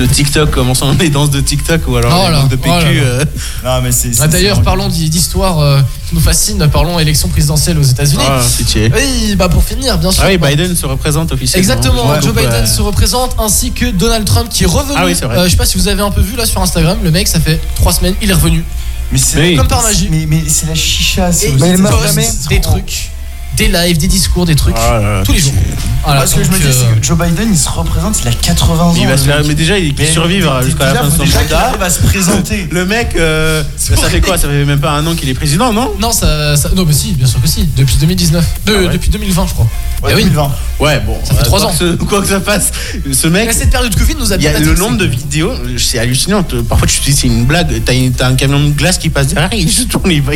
Speaker 5: de TikTok, comment sont les danses de TikTok ou alors
Speaker 1: Oh
Speaker 5: les
Speaker 1: là,
Speaker 5: danses de
Speaker 1: oh
Speaker 5: PQ.
Speaker 1: là là.
Speaker 5: euh,
Speaker 2: Non, mais c'est.
Speaker 1: ah,
Speaker 2: c'est-
Speaker 1: D'ailleurs,
Speaker 2: c'est-
Speaker 1: parlons d'hi- d'histoire euh, qui nous fascine, parlons élection présidentielle aux États-Unis.
Speaker 5: ah, pitié.
Speaker 1: Oui, bah pour finir, bien sûr.
Speaker 5: Ah oui, Biden se représente officiellement.
Speaker 1: Exactement,
Speaker 5: Ouais,
Speaker 1: Joe
Speaker 5: donc,
Speaker 1: Biden
Speaker 5: euh,
Speaker 1: se représente ainsi que Donald Trump qui est revenu.
Speaker 5: Ah oui, c'est vrai.
Speaker 1: Euh, je sais pas si vous avez un peu vu là sur Instagram, le mec ça fait trois semaines, il est revenu.
Speaker 2: Mais c'est.
Speaker 5: Oui.
Speaker 1: Comme par magie.
Speaker 2: Mais, mais c'est la chicha,
Speaker 1: Et
Speaker 2: c'est
Speaker 1: il
Speaker 2: aussi-
Speaker 10: il meurt
Speaker 1: poste
Speaker 10: jamais.
Speaker 1: des trucs, des lives, des discours, des trucs.
Speaker 5: ah là là.
Speaker 1: tous les jours. Voilà,
Speaker 2: Moi, ce que je me
Speaker 1: donc,
Speaker 2: dis, c'est
Speaker 1: euh,
Speaker 2: que Joe Biden, il se représente, il a 80 ans.
Speaker 5: Il va
Speaker 2: le
Speaker 5: se faire-
Speaker 2: mec.
Speaker 5: mais déjà, il
Speaker 2: Mais
Speaker 5: survivra
Speaker 2: déjà,
Speaker 5: jusqu'à la fin de
Speaker 2: faut
Speaker 5: son
Speaker 2: déjà qu'il
Speaker 5: mandat.
Speaker 2: arrive à se présenter.
Speaker 5: Le mec, euh, ça fait quoi Ça fait même pas un an qu'il est président, non
Speaker 1: Non, ça, ça- Non, mais si, bien sûr que si, depuis 2019. De-
Speaker 5: Ah ouais.
Speaker 1: Depuis 2020, je crois.
Speaker 2: Ouais,
Speaker 1: Eh oui.
Speaker 2: 2020.
Speaker 5: Ouais, bon.
Speaker 1: Ça fait
Speaker 5: euh,
Speaker 1: trois
Speaker 5: quoi
Speaker 1: ans.
Speaker 5: que ce- quoi que ça fasse, ce mec.
Speaker 1: Mais cette période de Covid nous a
Speaker 5: Il y
Speaker 1: bien
Speaker 5: a le
Speaker 1: attristés.
Speaker 5: nombre de vidéos, c'est hallucinant. Parfois, tu te dis, c'est une blague. T'as une- t'as un camion de glace qui passe derrière, il se tourne, il va,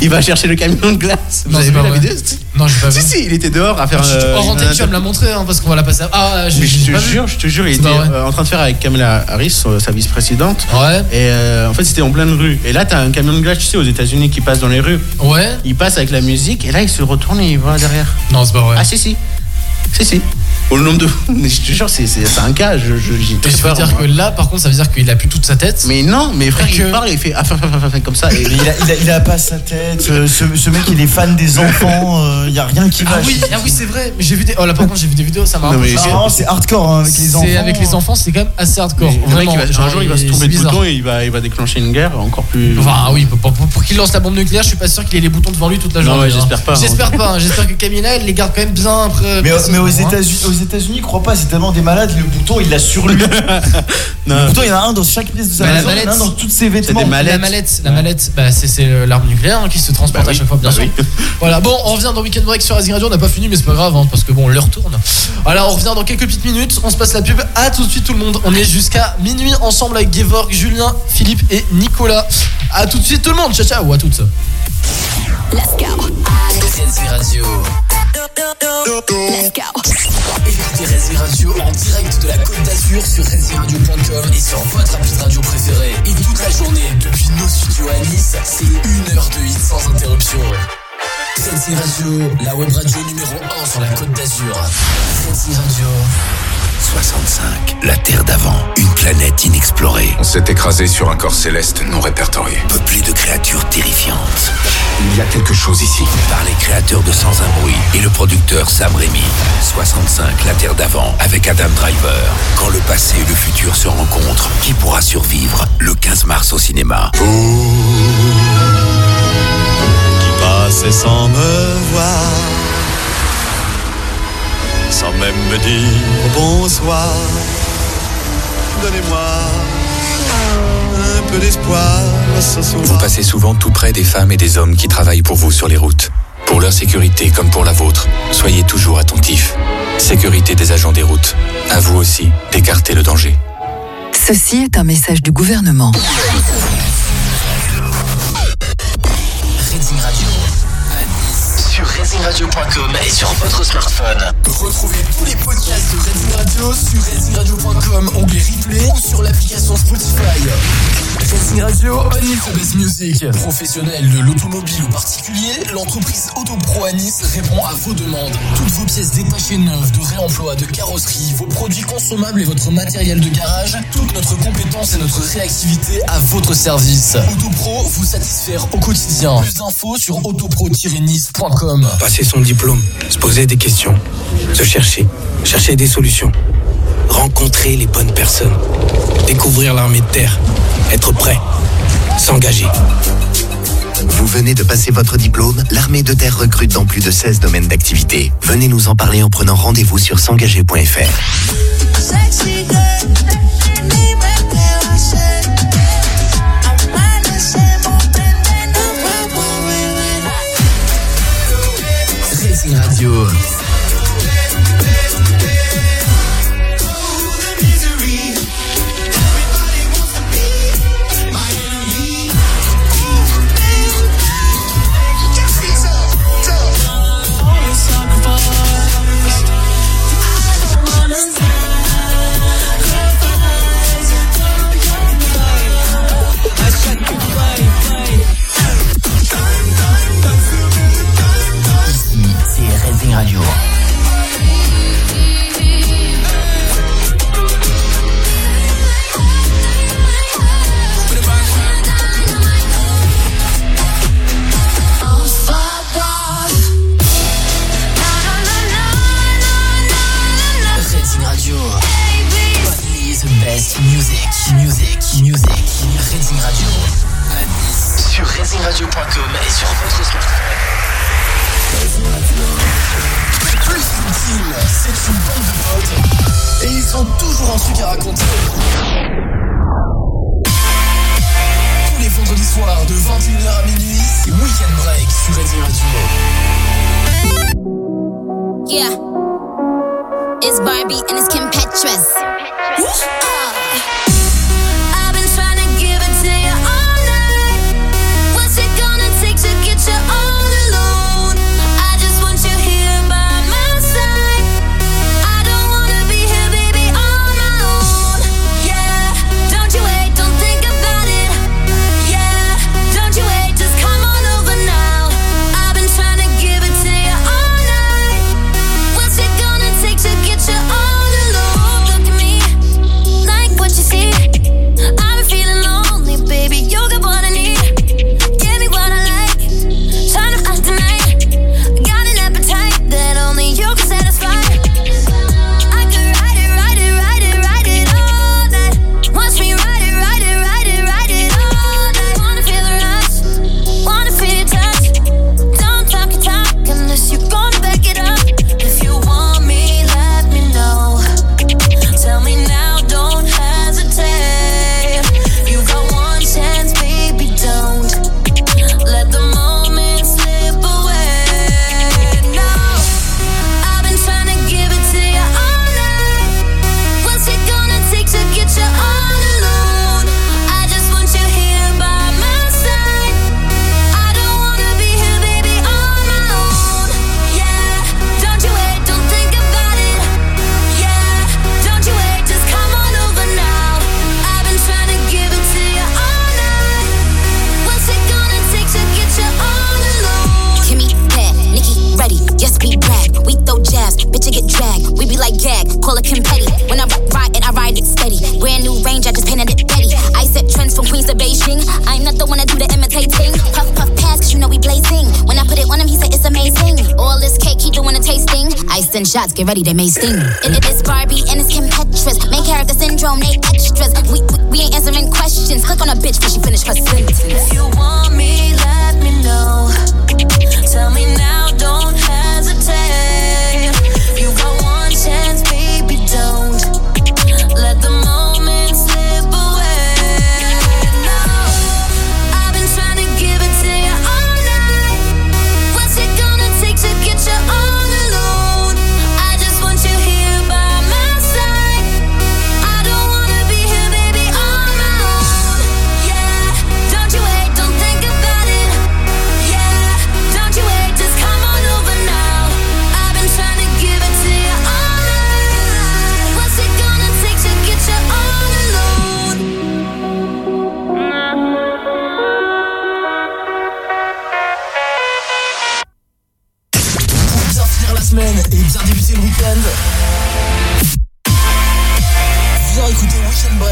Speaker 5: il va chercher le camion de glace. Vous
Speaker 1: Non,
Speaker 5: avez
Speaker 1: c'est
Speaker 5: vu
Speaker 1: pas
Speaker 5: la
Speaker 1: vrai.
Speaker 5: vidéo Si,
Speaker 1: Non, j'ai pas vu.
Speaker 5: si, si, il était dehors à faire. euh,
Speaker 1: en
Speaker 5: une-
Speaker 1: rentrée, tu vas me la montrer hein, parce qu'on va la passer. à- Ah, je
Speaker 5: Mais je
Speaker 1: j'ai
Speaker 5: te
Speaker 1: pas vu.
Speaker 5: jure, je te jure, il
Speaker 1: C'est
Speaker 5: était
Speaker 1: pas vrai.
Speaker 5: euh, en train de faire avec Kamala Harris, euh, sa vice-présidente.
Speaker 1: Ouais,
Speaker 5: Et euh, en fait, c'était en pleine rue. Et là, t'as un camion de glace, tu sais, aux États-Unis qui passe dans les rues.
Speaker 1: ouais.
Speaker 5: Il passe avec la musique, et là, il se retourne et il va derrière.
Speaker 1: Non, c'est pas vrai.
Speaker 5: Ah si si. Si si. Au nombre de... Mais je te jure, c'est c'est- c'est un cas, je, je, j'ai
Speaker 1: Et
Speaker 5: très
Speaker 1: ça veut
Speaker 5: peur.
Speaker 1: dire
Speaker 5: moi.
Speaker 1: que là, par contre, ça veut dire qu'il a plus toute sa tête.
Speaker 5: Mais non, mais frère,
Speaker 1: Et que-
Speaker 5: il parle, il fait... Ah, frère, frère, frère, frère, comme ça. Et...
Speaker 2: Mais
Speaker 1: *laughs*
Speaker 2: il a, il, a, il a pas sa tête. euh, ce, ce mec, il est fan des enfants. euh, Il y a rien qui va.
Speaker 1: Ah oui, ah oui, c'est vrai. Mais j'ai vu des. Oh là, par contre, j'ai vu des vidéos, ça m'a.
Speaker 5: Non,
Speaker 1: un peu
Speaker 5: mais-
Speaker 1: choqué.
Speaker 2: C'est marrant, c'est hardcore hein, avec les enfants.
Speaker 1: C'est avec les enfants, c'est quand même assez hardcore.
Speaker 5: Le mec,
Speaker 1: vraiment,
Speaker 5: il va-
Speaker 1: genre,
Speaker 5: un jour, il va se
Speaker 1: et
Speaker 5: tromper
Speaker 1: c'est
Speaker 5: de
Speaker 1: bizarre.
Speaker 5: bouton et il va, il va déclencher une guerre encore plus...
Speaker 1: Enfin, oui, pour, pour- pour qu'il lance la bombe nucléaire, je suis pas sûr qu'il ait les boutons devant lui toute la
Speaker 5: Non,
Speaker 1: journée.
Speaker 5: ouais, j'espère
Speaker 1: hein.
Speaker 5: pas, hein.
Speaker 1: J'espère pas. hein. J'espère que Camilla, elle les garde quand même bien après.
Speaker 2: Mais, mais aux
Speaker 1: Hein
Speaker 2: États-Unis, aux États-Unis, crois pas, c'est tellement des malades. Le bouton, il l'a sur
Speaker 1: *laughs*
Speaker 2: lui. le
Speaker 5: Non.
Speaker 2: bouton, il y en a un dans chaque pièce de sa
Speaker 1: Bah, la
Speaker 2: maison. Il y en a un
Speaker 1: mallette.
Speaker 2: dans toutes ses
Speaker 5: Ben, C'est
Speaker 2: vêtements.
Speaker 5: des
Speaker 1: La
Speaker 5: mallettes.
Speaker 1: mallette, la mallette, bah, c'est- c'est l'arme nucléaire hein, qui se transporte
Speaker 5: Bah
Speaker 1: à
Speaker 5: oui,
Speaker 1: chaque fois, bien
Speaker 5: bah
Speaker 1: sûr.
Speaker 5: oui.
Speaker 1: *laughs* Voilà, bon, on revient dans Weekend Break sur Azing Radio, on n'a pas fini, mais c'est pas grave, hein, parce que bon, l'heure tourne. Alors, on revient dans quelques petites minutes, on se passe la pub. À tout de suite, tout le monde. On est jusqu'à minuit ensemble avec Gevorg, Julien, Philippe et Nicolas. À tout de suite, tout le monde. Ciao, ciao, à toutes.
Speaker 11: Radio. Let's go. Écoutez Rési Radio en direct de la Côte d'Azur sur Radio.com et sur votre appli de radio préférée. Et toute la journée, depuis nos studios à Nice, c'est une heure de hit sans interruption. Rési Radio, la web radio numéro 1 sur la Côte d'Azur. Rési Radio.
Speaker 12: 65, la Terre d'avant, une planète inexplorée,
Speaker 13: On s'est écrasé sur un corps céleste non répertorié.
Speaker 12: peuplée de créatures terrifiantes,
Speaker 13: Il y a quelque chose ici.
Speaker 12: par les créateurs de Sans un bruit et le producteur Sam Remy. 65, la Terre d'avant, avec Adam Driver. Quand le passé et le futur se rencontrent, qui pourra survivre le 15 mars au cinéma
Speaker 14: qui passait sans me voir, sans même me dire bonsoir. Donnez-moi un peu d'espoir ce
Speaker 12: Vous
Speaker 14: soir.
Speaker 12: passez souvent tout près des femmes et des hommes qui travaillent pour vous sur les routes. Pour leur sécurité comme pour la vôtre, soyez toujours attentifs. Sécurité des agents des routes. À vous aussi d'écarter le danger.
Speaker 15: Ceci est un message du gouvernement.
Speaker 11: sur RaisingRadio.com et sur votre smartphone. Retrouvez tous les podcasts de Raising Radio sur RaisingRadio.com, onglet replay ou sur l'application Spotify. Racing Radio, on is the best music. Professionnel de l'automobile ou particulier, l'entreprise Autopro à Nice répond à vos demandes. Toutes vos pièces détachées neuves, de réemploi, de carrosserie, vos produits consommables et votre matériel de garage, toute notre compétence et notre réactivité à votre service. Autopro, vous satisfaire au quotidien. Plus d'infos sur autopro-nice.com.
Speaker 12: Passer son diplôme, se poser des questions, se chercher, chercher des solutions, rencontrer les bonnes personnes, découvrir l'armée de terre, être prêt, s'engager.
Speaker 16: Vous venez de passer votre diplôme, l'armée de terre recrute dans plus de 16 domaines d'activité. Venez nous en parler en prenant rendez-vous sur s'engager.fr.
Speaker 17: Sexy girl, dime qué va a hacer. Amanecemos, prenden a fuego,
Speaker 11: Racing Radio. Ici, c'est Racing Radio. Racing Radio. Only the best music, music, music. Racing Radio. À Nice, Sur RacingRadio.com et sur votre smartphone. Plus utile, c'est une bande de potes et ils ont toujours un truc à raconter. Tous les vendredis soirs de 21h à minuit, c'est Weekend Break sur Radio Radio.
Speaker 18: Yeah. It's Barbie and it's Kim Petras. uh, I've been trying to give it to you all night. What's it gonna take to get you all alone? I just want you here by my side. I don't wanna be here, baby, on my own. Yeah, don't you wait, don't think about it. Yeah, don't you wait, just come on over now. I've been trying to give it to you all night. What's it gonna take to get you all alone? Look at me, like what you see. I've been feeling lonely, baby. You're the one I need. Give me what I like. Trying to find tonight. Got an appetite that only you can satisfy. I could write it, write it, write it, write it all night. Watch me write it, write it, write it, write it all night. Wanna feel the rush, wanna feel your touch. Don't talk and talk unless you're gonna back it up. If you want me, let me know. Tell me now, don't hesitate. You got one chance, baby, don't let the moment slip away. No, I've been trying to give it to you all night. What's it gonna take to get you all alone? I just want you here by my side. I don't wanna be here, baby, on my own. Yeah, don't you wait, don't think about it. Yeah, don't you wait, just come on over now. I've been trying to give it to you all night. What's it gonna take to get you all alone?
Speaker 19: Kimmy, bad, Nikki, ready, yes, be rap. We throw jabs, bitch, you get dragged. We be like gag, call it confetti. When I ride, ride it, I ride it steady. Brand new range, I just painted it Betty. I set trends from Queens to Beijing. I'm not the one that do the imitating. Puff, puff, pass, cause you know we blazing. When I put it on him, he said it's amazing. All this cake, he doing a tasting. I send shots, get ready, they may sting. It, it is Barbie and it's Kim Petras. Main character syndrome, they extras. We, we, we ain't answering questions. Click on a bitch before she finish her sentence.
Speaker 18: If you want me, let me know. Tell me now, don't hesitate. You got one chance, baby, don't let the moment slip away. No, I've been trying to give it to you all night. What's it gonna take to get you all alone? I just want you here by my side. I don't wanna be here, baby, on my own. Yeah, don't you wait, don't think about it. Yeah.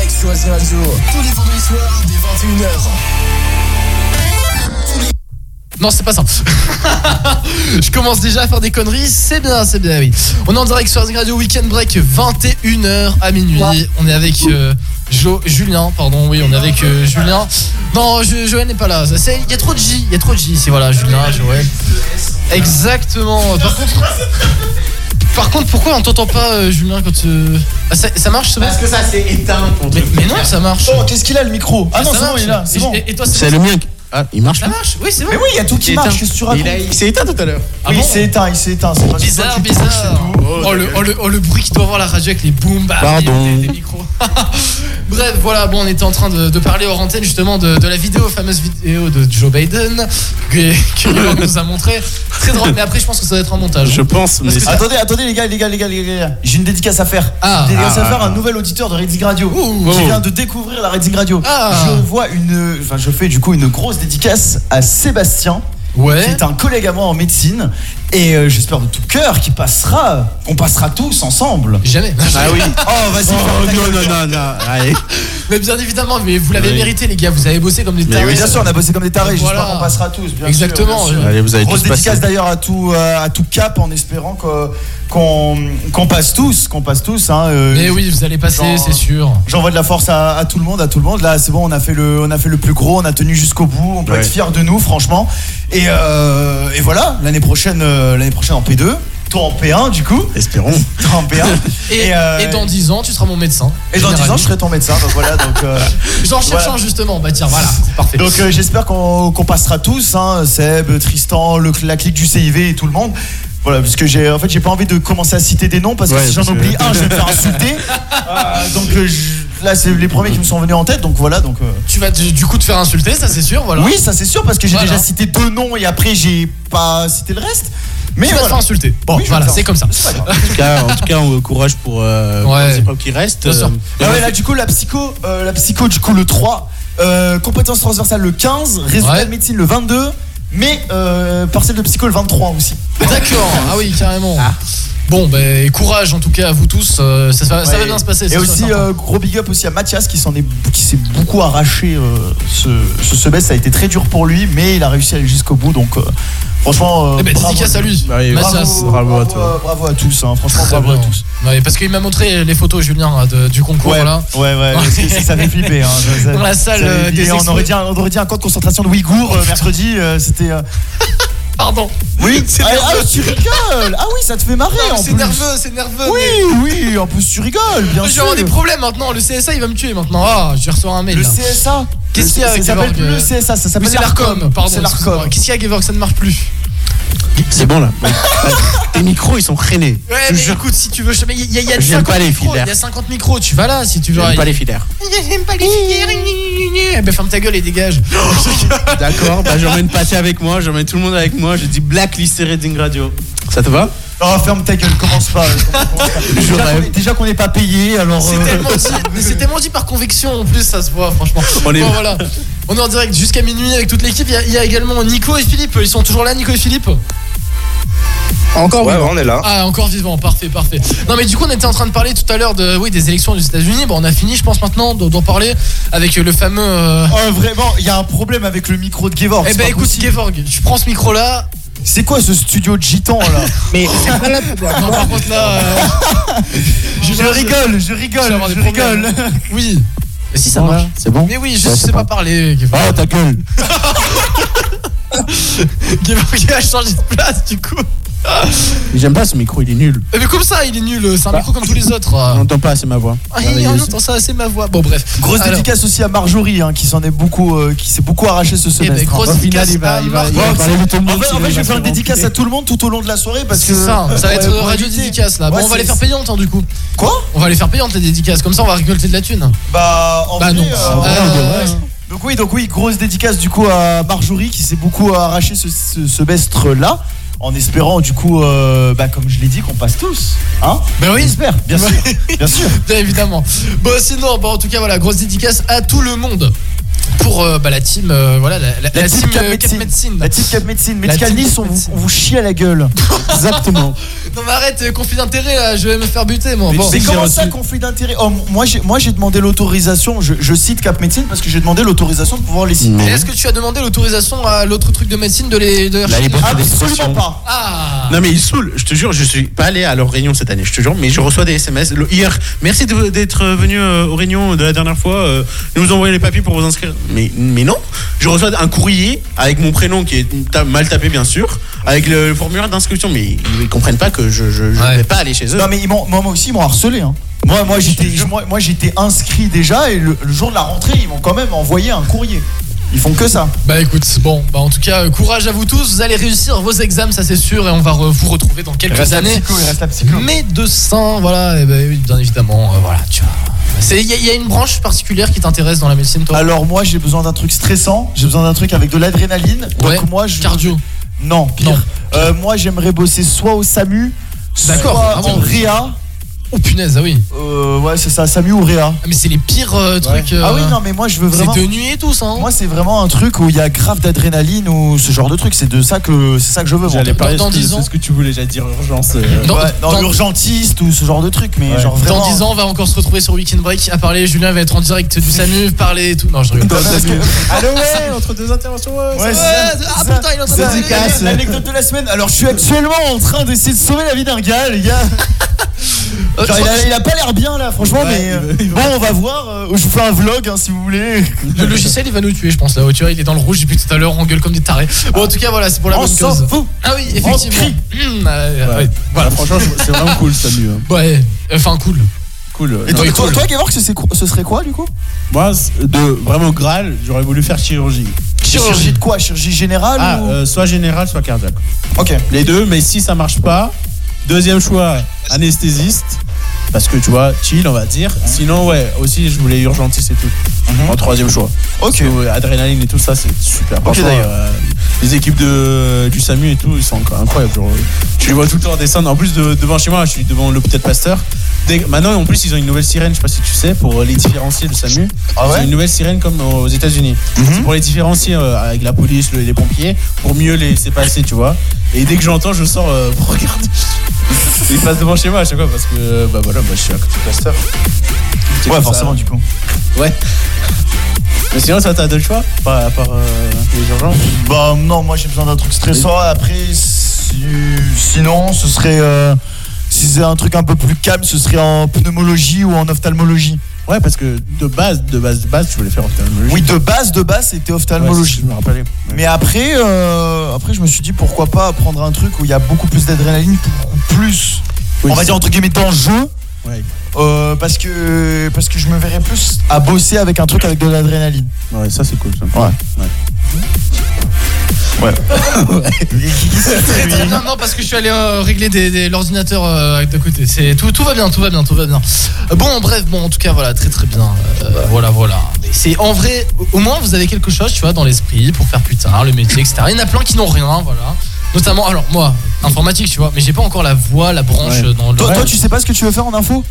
Speaker 11: sur SC Radio, tous les vendredis soirs dès 21h.
Speaker 1: Non, c'est
Speaker 2: *laughs*
Speaker 1: pas ça. je commence déjà à faire des conneries. C'est bien, c'est bien, oui. On est en direct sur Rzing Radio Weekend Break, 21h à minuit. On est avec euh, Jo- Julien, pardon, oui, on est avec euh, Julien. Non, Jo- Joël n'est pas là. Ça, c'est- Il y a trop de J, il y a trop de J ici, voilà, Julien, Joël. Exactement. Par contre, par contre pourquoi on t'entend pas, euh, Julien, quand. euh, ah, ça, ça marche, ce Parce que ça, c'est éteint Mais, mais non, ça marche.
Speaker 2: Oh, qu'est-ce qu'il a le micro Ah non, c'est bon, il est là, c'est bon.
Speaker 1: Et, et toi,
Speaker 3: C'est
Speaker 1: bon
Speaker 3: le mien. qui- Ah, il marche
Speaker 1: Ça
Speaker 3: là
Speaker 1: marche, oui, c'est vrai.
Speaker 2: Mais oui, il y a tout qui
Speaker 3: Il est
Speaker 2: marche,
Speaker 3: éteint.
Speaker 2: qu'est-ce que tu
Speaker 3: Il
Speaker 2: racontes
Speaker 3: a- il s'est éteint tout à l'heure.
Speaker 1: Ah
Speaker 2: Oui,
Speaker 1: bon
Speaker 2: il s'est éteint, il s'est éteint. C'est parce que toi,
Speaker 1: Bizarre,
Speaker 2: tu
Speaker 1: bizarre.
Speaker 2: bouges, c'est tout.
Speaker 1: Oh, le, oh, le- oh, le bruit qui doit avoir la radio avec les boom bam,
Speaker 2: Pardon.
Speaker 1: les- les micros. Bref, voilà, bon, on était en train de, de parler hors antenne justement de, de la vidéo, fameuse vidéo de Joe Biden que,
Speaker 2: *laughs*
Speaker 1: que Laurent nous a montré. Très drôle, mais après, je pense que ça va être un montage.
Speaker 3: Je pense, mais
Speaker 1: Parce que ça-
Speaker 2: Attendez, attendez les gars, les gars, les gars, les gars, les gars. j'ai une dédicace à faire.
Speaker 1: Ah.
Speaker 2: J'ai une dédicace
Speaker 1: Ah,
Speaker 2: à faire
Speaker 1: ah,
Speaker 2: à un nouvel auditeur de Redding Radio
Speaker 1: Ouh.
Speaker 2: qui
Speaker 1: Oh.
Speaker 2: vient de découvrir la Redding Radio.
Speaker 1: Ah.
Speaker 2: Je vois une, enfin je fais du coup une grosse dédicace à Sébastien.
Speaker 1: Ouais.
Speaker 2: Qui est un collègue à moi en médecine et euh, j'espère de tout cœur qu'il passera, qu'on passera tous ensemble.
Speaker 1: Jamais.
Speaker 3: Ah oui.
Speaker 2: Oh vas-y.
Speaker 3: Oh, non, non, non, non. Allez.
Speaker 1: *laughs* Mais bien évidemment, mais vous l'avez
Speaker 3: Oui.
Speaker 1: mérité, les gars, vous avez bossé comme des
Speaker 2: Mais
Speaker 1: tarés.
Speaker 2: oui, bien sûr, on a bossé comme des tarés.
Speaker 1: Voilà.
Speaker 2: J'espère qu'on passera tous. Bien
Speaker 1: Exactement,
Speaker 2: Sûr, bien sûr.
Speaker 1: oui. Allez,
Speaker 3: vous allez
Speaker 2: Grosse
Speaker 3: tous passer.
Speaker 2: dédicace d'ailleurs à tout euh, à tout cap en espérant que- qu'on qu'on passe tous, qu'on passe tous. Hein, euh,
Speaker 1: Mais oui, vous allez passer,
Speaker 2: Genre-
Speaker 1: c'est sûr.
Speaker 2: J'envoie de la force à, à tout le monde, à tout le monde. Là, c'est bon, on a fait le, on a fait le plus gros, on a tenu jusqu'au bout. On peut
Speaker 3: Ouais.
Speaker 2: être fier de nous, franchement. Et, euh, et voilà, l'année prochaine, euh, l'année prochaine en P2, toi en P1 du coup,
Speaker 3: Espérons.
Speaker 2: toi en P1.
Speaker 1: *laughs* Et,
Speaker 2: euh,
Speaker 1: et dans 10 ans, tu seras mon médecin.
Speaker 2: et dans 10 ans, je
Speaker 1: généraliste.
Speaker 2: serai ton médecin. Donc voilà, donc.
Speaker 1: *laughs*
Speaker 2: euh,
Speaker 1: Genre
Speaker 2: voilà.
Speaker 1: cherchant, justement. Bah tiens,
Speaker 2: *laughs*
Speaker 1: voilà, c'est parfait.
Speaker 2: Donc euh, j'espère qu'on qu'on passera tous, hein, Seb, Tristan, le- la clique du CIV et tout le monde. Voilà, parce que j'ai en fait j'ai pas envie de commencer à citer des noms parce que
Speaker 3: Ouais,
Speaker 2: si j'en
Speaker 3: parce que- Ah,
Speaker 2: oublie un, je vais me faire
Speaker 3: *laughs*
Speaker 2: insulter. Euh, donc euh, je- là c'est les premiers qui me sont venus en tête, donc voilà donc. euh,
Speaker 1: tu vas du du coup te faire insulter, ça c'est sûr, voilà.
Speaker 2: Oui, ça c'est sûr parce que j'ai
Speaker 1: Voilà.
Speaker 2: déjà cité deux noms et après j'ai pas cité le reste. Mais
Speaker 1: tu vas te
Speaker 2: voilà.
Speaker 1: faire insulter. Bon,
Speaker 2: Oui, je vais
Speaker 1: voilà,
Speaker 2: le faire.
Speaker 1: c'est comme ça.
Speaker 2: C'est pas grave.
Speaker 3: En tout cas, en tout cas, on- courage pour, euh, pour
Speaker 1: Ouais.
Speaker 3: les épreuves qui restent.
Speaker 1: Bien sûr.
Speaker 2: Ah ouais, là du coup la psycho, euh, la psycho du coup le 3, euh, compétence transversale le 15, résultat
Speaker 1: Ouais.
Speaker 2: de médecine le 22, mais euh, partiel de psycho le 23 aussi.
Speaker 1: D'accord, ah oui, carrément. Bon, ben courage en tout cas à vous tous, euh, ça, va- ça
Speaker 2: Ouais.
Speaker 1: va bien se passer.
Speaker 2: Et
Speaker 1: c'est sûr
Speaker 2: aussi
Speaker 1: certain.
Speaker 2: euh, gros big up aussi à Mathias qui s'en est qui s'est beaucoup arraché euh, ce ce semestre, ça a été très dur pour lui mais il a réussi à aller jusqu'au bout donc euh, franchement euh,
Speaker 1: Eh ben,
Speaker 2: bravo.
Speaker 1: dédicace à lui,
Speaker 3: Bah oui,
Speaker 1: Mathias.
Speaker 2: Bravo,
Speaker 3: Bravo à
Speaker 2: bravo
Speaker 3: toi.
Speaker 2: à- bravo à tous hein, franchement
Speaker 1: Très
Speaker 2: bravo à
Speaker 1: bien.
Speaker 2: tous.
Speaker 1: Ouais, parce qu'il m'a montré les photos, Julien, hein, de- du concours
Speaker 2: Ouais,
Speaker 1: là.
Speaker 2: ouais,
Speaker 1: *laughs*
Speaker 2: ouais, parce que ça, ça fait flipper. Hein. Ça- ça-
Speaker 1: Dans la
Speaker 2: ça
Speaker 1: salle
Speaker 2: fait
Speaker 1: euh,
Speaker 2: flipper.
Speaker 1: des
Speaker 2: on,
Speaker 1: expos-
Speaker 2: aurait dit, un- on aurait dit un camp de concentration de Ouïghours euh, mercredi, euh, c'était. euh,
Speaker 1: *laughs* Pardon.
Speaker 2: Oui,
Speaker 1: *laughs* c'est
Speaker 2: ah,
Speaker 1: nerveux.
Speaker 2: ah, tu rigoles Ah oui, ça te fait marrer
Speaker 1: Non,
Speaker 2: en
Speaker 1: c'est
Speaker 2: plus.
Speaker 1: nerveux, c'est nerveux.
Speaker 2: Oui,
Speaker 1: mais-
Speaker 2: oui, en plus tu rigoles, bien
Speaker 1: Je vais
Speaker 2: sûr.
Speaker 1: avoir des problèmes maintenant, le CSA il va me tuer maintenant. Ah, je vais recevoir un mail.
Speaker 2: Le
Speaker 1: là.
Speaker 2: CSA
Speaker 1: Qu'est-ce
Speaker 2: Le-
Speaker 1: qu'il y a
Speaker 2: Ça
Speaker 1: avec
Speaker 2: s'appelle
Speaker 1: Georg,
Speaker 2: plus
Speaker 1: euh,
Speaker 2: le CSA, ça
Speaker 1: Oui,
Speaker 2: s'appelle
Speaker 1: c'est l'ARCOM, pardon.
Speaker 2: C'est l'ARCOM.
Speaker 1: excuse-moi. Qu'est-ce qu'il y a, Gevorg, ça ne marche plus
Speaker 3: C'est bon là. *laughs* Tes micros, ils
Speaker 2: *laughs*
Speaker 3: sont freinés.
Speaker 1: Ouais,
Speaker 3: Je
Speaker 1: mais
Speaker 3: jure.
Speaker 1: écoute, si tu veux, je- mais il y a, il y a
Speaker 3: J'aime
Speaker 1: 50
Speaker 3: pas les
Speaker 1: micros,
Speaker 3: filaires.
Speaker 1: il y a 50 micros, tu vas là si tu veux.
Speaker 3: J'aime pas les filaires.
Speaker 1: *laughs* J'aime pas les filaires. Eh ben ferme ta gueule et dégage.
Speaker 3: D'accord,
Speaker 2: *laughs*
Speaker 3: bah j'emmène Pathé avec moi, j'emmène tout le monde avec moi, je dis Blacklist et Reading Radio. Ça te va
Speaker 2: Oh, ferme ta gueule, commence pas. commence
Speaker 3: *laughs*
Speaker 2: pas. Déjà qu'on est- Déjà qu'on n'est pas payé, alors.
Speaker 1: C'est
Speaker 2: euh,
Speaker 1: tellement dit, mais c'est tellement dit par conviction en plus, ça se voit franchement.
Speaker 3: On est-
Speaker 1: Bon, voilà. On est en direct jusqu'à minuit avec toute l'équipe. Il y a- il y, a également Nico et Philippe. Ils sont toujours là, Nico et Philippe.
Speaker 4: Encore
Speaker 7: Ouais,
Speaker 4: oui.
Speaker 7: on est là.
Speaker 1: Ah, encore vivant, parfait, parfait. Non, mais du coup, on était en train de parler tout à l'heure de, oui, des élections aux États-Unis. Bon, on a fini, je pense, maintenant d'en d'en parler avec le fameux. euh,
Speaker 2: Oh, vraiment, il y a un problème avec le micro de Gevorg.
Speaker 1: Eh
Speaker 2: c'est
Speaker 1: ben
Speaker 2: pas
Speaker 1: écoute,
Speaker 2: possible.
Speaker 1: Gevorg, tu prends ce micro là.
Speaker 2: c'est quoi ce studio de gitan là
Speaker 4: *laughs* Mais c'est pas là pour voir.
Speaker 1: Non, par contre là. euh,
Speaker 2: *laughs* Je rigole, je
Speaker 1: Je vais
Speaker 2: rigole,
Speaker 1: avoir des
Speaker 2: je rigole.
Speaker 1: problèmes. *laughs* Oui. Mais si ça marche.
Speaker 3: C'est bon
Speaker 1: Mais oui, je
Speaker 3: Ouais,
Speaker 1: sais
Speaker 3: c'est
Speaker 1: pas
Speaker 3: bon.
Speaker 1: parler. Gevorg.
Speaker 3: Oh ta gueule
Speaker 1: *laughs* Gevorg a changé de place du coup.
Speaker 3: J'aime pas ce micro, il est nul.
Speaker 1: Eh, Mais comme ça, il est nul.
Speaker 2: Bah.
Speaker 1: C'est un micro comme tous les autres. euh.
Speaker 3: On n'entend pas assez ma voix.
Speaker 1: Ah, il- on entend ça, c'est ma voix. Bon, bref.
Speaker 2: Grosse
Speaker 1: Alors,
Speaker 2: dédicace aussi à Marjorie hein, qui s'en est beaucoup, euh, qui s'est beaucoup arraché ce
Speaker 1: eh
Speaker 2: semestre.
Speaker 1: ben, grosse
Speaker 2: hein.
Speaker 1: dédicace à Marc.
Speaker 2: il va-
Speaker 1: Ouais,
Speaker 2: En fait, en fait, je vais faire une dédicace à
Speaker 3: dédicace
Speaker 2: tout le monde tout au long de la soirée parce que
Speaker 1: C'est ça, ça va être
Speaker 2: pour
Speaker 1: radio
Speaker 2: éviter.
Speaker 1: dédicace là. Bon,
Speaker 2: Ouais,
Speaker 1: on va
Speaker 2: c'est-
Speaker 1: les faire payantes hein, du coup.
Speaker 2: Quoi
Speaker 1: On va les faire payantes les dédicaces, comme ça on va récolter de la thune.
Speaker 2: Bah, en
Speaker 1: Bah
Speaker 2: fait,
Speaker 1: non.
Speaker 2: euh,
Speaker 1: Euh,
Speaker 2: ouais. Donc oui, donc oui, grosse dédicace du coup à Marjorie qui s'est beaucoup arraché ce, ce semestre là. En espérant du coup, euh, bah, comme je l'ai dit, qu'on passe tous, hein
Speaker 1: Bah oui.
Speaker 2: J'espère, bien
Speaker 1: *laughs*
Speaker 2: sûr, bien sûr.
Speaker 1: bah, Bien évidemment. Bon, sinon, bon, en tout cas, voilà, grosse dédicace à tout le monde. pour euh, bah, la team, euh, voilà, la, la- la
Speaker 2: team
Speaker 1: team
Speaker 2: Cap
Speaker 1: euh, Cap
Speaker 2: Médecine.
Speaker 1: Médecine.
Speaker 2: La team Cap Médecine.
Speaker 1: La
Speaker 2: Medical
Speaker 1: team
Speaker 2: Nice,
Speaker 1: Cap
Speaker 2: on vous, on vous chie à la
Speaker 1: *laughs*
Speaker 2: gueule. Exactement.
Speaker 1: Non mais arrête, euh, conflit d'intérêt là, je vais me faire buter moi.
Speaker 2: Mais
Speaker 1: Bon.
Speaker 2: c'est comment ça, conflit d'intérêt Oh, Moi, j'ai- moi, j'ai demandé l'autorisation. Je, je cite Cap Médecine parce que j'ai demandé l'autorisation de pouvoir les citer.
Speaker 1: Et Est-ce que tu as demandé l'autorisation à l'autre truc de médecine de les de les
Speaker 3: Là, il est pas sur des
Speaker 2: Absolument
Speaker 3: situations.
Speaker 2: pas.
Speaker 1: Ah
Speaker 3: Non mais ils saoulent, je te jure, je suis pas allé à leur réunion cette année, je te jure, mais je reçois des SMS Le- hier. Merci de- d'être venu euh, aux réunions de la dernière fois, euh, nous envoyer les papiers pour vous inscrire. Mais, mais non, je reçois un courrier avec mon prénom qui est ta- mal tapé bien sûr, avec le formulaire d'inscription, mais ils, ils comprennent pas que je, je, je vais pas aller chez eux.
Speaker 2: Non mais ils m'ont- moi, moi aussi ils m'ont harcelé. hein. Moi, moi j'étais, moi, moi, j'étais inscrit déjà et le, le jour de la rentrée ils m'ont quand même envoyé un courrier. Ils font que ça.
Speaker 1: Bah écoute, bon, bah en tout cas, euh, courage à vous tous, vous allez réussir vos examens, ça c'est sûr, et on va re- vous retrouver dans quelques
Speaker 2: Reste la
Speaker 1: années.
Speaker 2: psycho, il reste la psycho.
Speaker 1: Médecin, voilà, et bah oui, bien évidemment, euh, voilà, tu vois. C'est- Il y, a- il y a une branche particulière qui t'intéresse dans la médecine, toi
Speaker 2: Alors moi j'ai besoin d'un truc stressant, j'ai besoin d'un truc avec de l'adrénaline.
Speaker 1: Ouais.
Speaker 2: Donc moi je
Speaker 1: Cardio.
Speaker 2: non pire. Euh, moi j'aimerais bosser soit au SAMU,
Speaker 1: D'accord,
Speaker 2: soit
Speaker 1: vraiment.
Speaker 2: en RIA.
Speaker 1: Oh punaise, ah oui.
Speaker 2: Euh, ouais c'est ça, SAMU ou RIA.
Speaker 1: Ah, Mais c'est les pires euh, trucs.
Speaker 2: Ah oui
Speaker 1: euh,
Speaker 2: non mais moi je veux vraiment.
Speaker 1: C'est de nuit et tout ça. hein.
Speaker 2: Moi c'est vraiment un truc où il y a grave d'adrénaline ou ce genre de truc. C'est de ça que c'est ça que je veux. moi.
Speaker 5: J'allais parler,
Speaker 1: dans
Speaker 5: c'est
Speaker 1: 10 ans.
Speaker 5: c'est ce que tu voulais déjà dire, urgence. euh,
Speaker 1: Dans-
Speaker 2: Ouais, dans
Speaker 1: dans-
Speaker 2: l'urgentiste ou ce genre de truc, mais
Speaker 5: Ouais.
Speaker 2: genre vraiment.
Speaker 1: Dans 10 ans, on va encore se retrouver sur Weekend Break à parler. Julien va être en direct du SAMU, parler et tout. Non, je rigole.
Speaker 2: Dans le SAMU.
Speaker 5: Allô, ouais, entre deux interventions, ouais.
Speaker 2: Ouais,
Speaker 5: ça va.
Speaker 2: c'est
Speaker 1: ah putain, il est en train
Speaker 2: ça,
Speaker 1: de-
Speaker 2: l'anecdote- L'anecdote de la semaine. Alors, je suis actuellement en train d'essayer de sauver la vie d'un gars, les *laughs* gars.
Speaker 1: Euh,
Speaker 2: Genre, il, a, il a pas l'air bien là, franchement,
Speaker 5: Ouais,
Speaker 2: mais
Speaker 5: il
Speaker 2: euh,
Speaker 5: veut- il veut-
Speaker 2: bon, on va voir. euh, je vous fais un vlog hein, si vous voulez.
Speaker 1: Le logiciel il va nous tuer je pense là tu vois il est dans le rouge depuis tout à l'heure on gueule comme des tarés Bon en tout cas voilà c'est pour la
Speaker 2: On
Speaker 1: bonne
Speaker 2: s'en
Speaker 1: cause
Speaker 2: fout.
Speaker 1: Ah oui
Speaker 2: On
Speaker 1: effectivement
Speaker 2: crie.
Speaker 1: Mmh, euh, ouais.
Speaker 5: Voilà, Bah, franchement, je- c'est vraiment cool, Samu. hein.
Speaker 1: Ouais enfin cool
Speaker 5: Cool. euh,
Speaker 2: Et
Speaker 1: Non,
Speaker 2: toi,
Speaker 1: il est
Speaker 2: toi,
Speaker 1: cool. *laughs*
Speaker 2: toi, Gavork, ce, c'est quoi- ce serait quoi du coup
Speaker 5: Moi, c'est- de vraiment Graal, j'aurais voulu faire chirurgie.
Speaker 2: Chirurgie de quoi Chirurgie générale
Speaker 5: Ah,
Speaker 2: ou...
Speaker 5: euh, soit générale, soit cardiaque.
Speaker 2: Ok.
Speaker 5: Les deux, mais si ça marche pas, deuxième choix, anesthésiste. Parce que tu vois, chill, on va dire. Sinon, ouais, aussi, je voulais urgentiste et tout. En troisième choix.
Speaker 2: Mhm. Ok.
Speaker 5: Parce que, ouais, adrénaline et tout ça, c'est super. Franchement,
Speaker 2: d'ailleurs.
Speaker 5: euh, les équipes de, du SAMU et tout, ils sont encore incroyables. Genre, tu les vois tout le temps descendre. En plus, de- devant chez moi, je suis devant l'hôpital Pasteur. Dès- maintenant, en plus, ils ont une nouvelle sirène, je sais pas si tu sais, pour les différencier, le SAMU.
Speaker 2: Ah ouais Mhm.
Speaker 5: Ils ont une nouvelle sirène comme aux États-Unis. C'est pour les différencier euh, avec la police, le- les pompiers, pour mieux les laisser passer, tu vois. Et dès que j'entends, je sors euh, *laughs* pour regarder. ils passent devant chez moi à chaque fois parce que, euh, bah voilà, moi je suis à côté de Pasteur. C'est
Speaker 2: Ouais,
Speaker 5: comme ça.
Speaker 2: forcément, du coup.
Speaker 5: Ouais. Mais sinon, ça t'as d'autres choix Pas à part euh, les urgences
Speaker 2: Bah, non, moi j'ai besoin d'un truc stressant. Après, si- sinon, ce serait. euh, Si c'est un truc un peu plus calme, ce serait en pneumologie ou en ophtalmologie.
Speaker 5: Ouais, parce que de base, de base, de base, tu voulais faire ophtalmologie.
Speaker 2: Oui, de base, de base, c'était
Speaker 5: ophtalmologie.
Speaker 2: ophtalmologie.
Speaker 5: je me rappelais.
Speaker 2: Mais après, euh, après, je me suis dit pourquoi pas prendre un truc où il y a beaucoup plus d'adrénaline, beaucoup plus,
Speaker 5: Oui,
Speaker 2: on va
Speaker 5: c'est-
Speaker 2: dire entre guillemets, d'enjeu.
Speaker 5: Ouais.
Speaker 2: Euh, parce que parce que je me verrais plus à bosser avec un truc avec de l'adrénaline.
Speaker 5: Ouais, ça c'est cool. Ça.
Speaker 2: Ouais.
Speaker 3: *laughs*
Speaker 2: *laughs*
Speaker 1: Très,
Speaker 2: hein.
Speaker 1: très bien, non parce que je suis allé euh, régler des, des- l'ordinateur euh, à côté c'est tout tout va bien tout va bien tout va bien Euh, Bon bref bon en tout cas voilà très très bien Euh, voilà voilà Mais c'est en vrai au- au moins vous avez quelque chose tu vois dans l'esprit pour faire plus tard le métier etc il y en a plein qui n'ont rien voilà notamment alors moi informatique tu vois mais j'ai pas encore la voix la branche
Speaker 5: Ouais.
Speaker 1: euh, dans le
Speaker 2: Toi, toi, tu sais pas ce que tu veux faire en info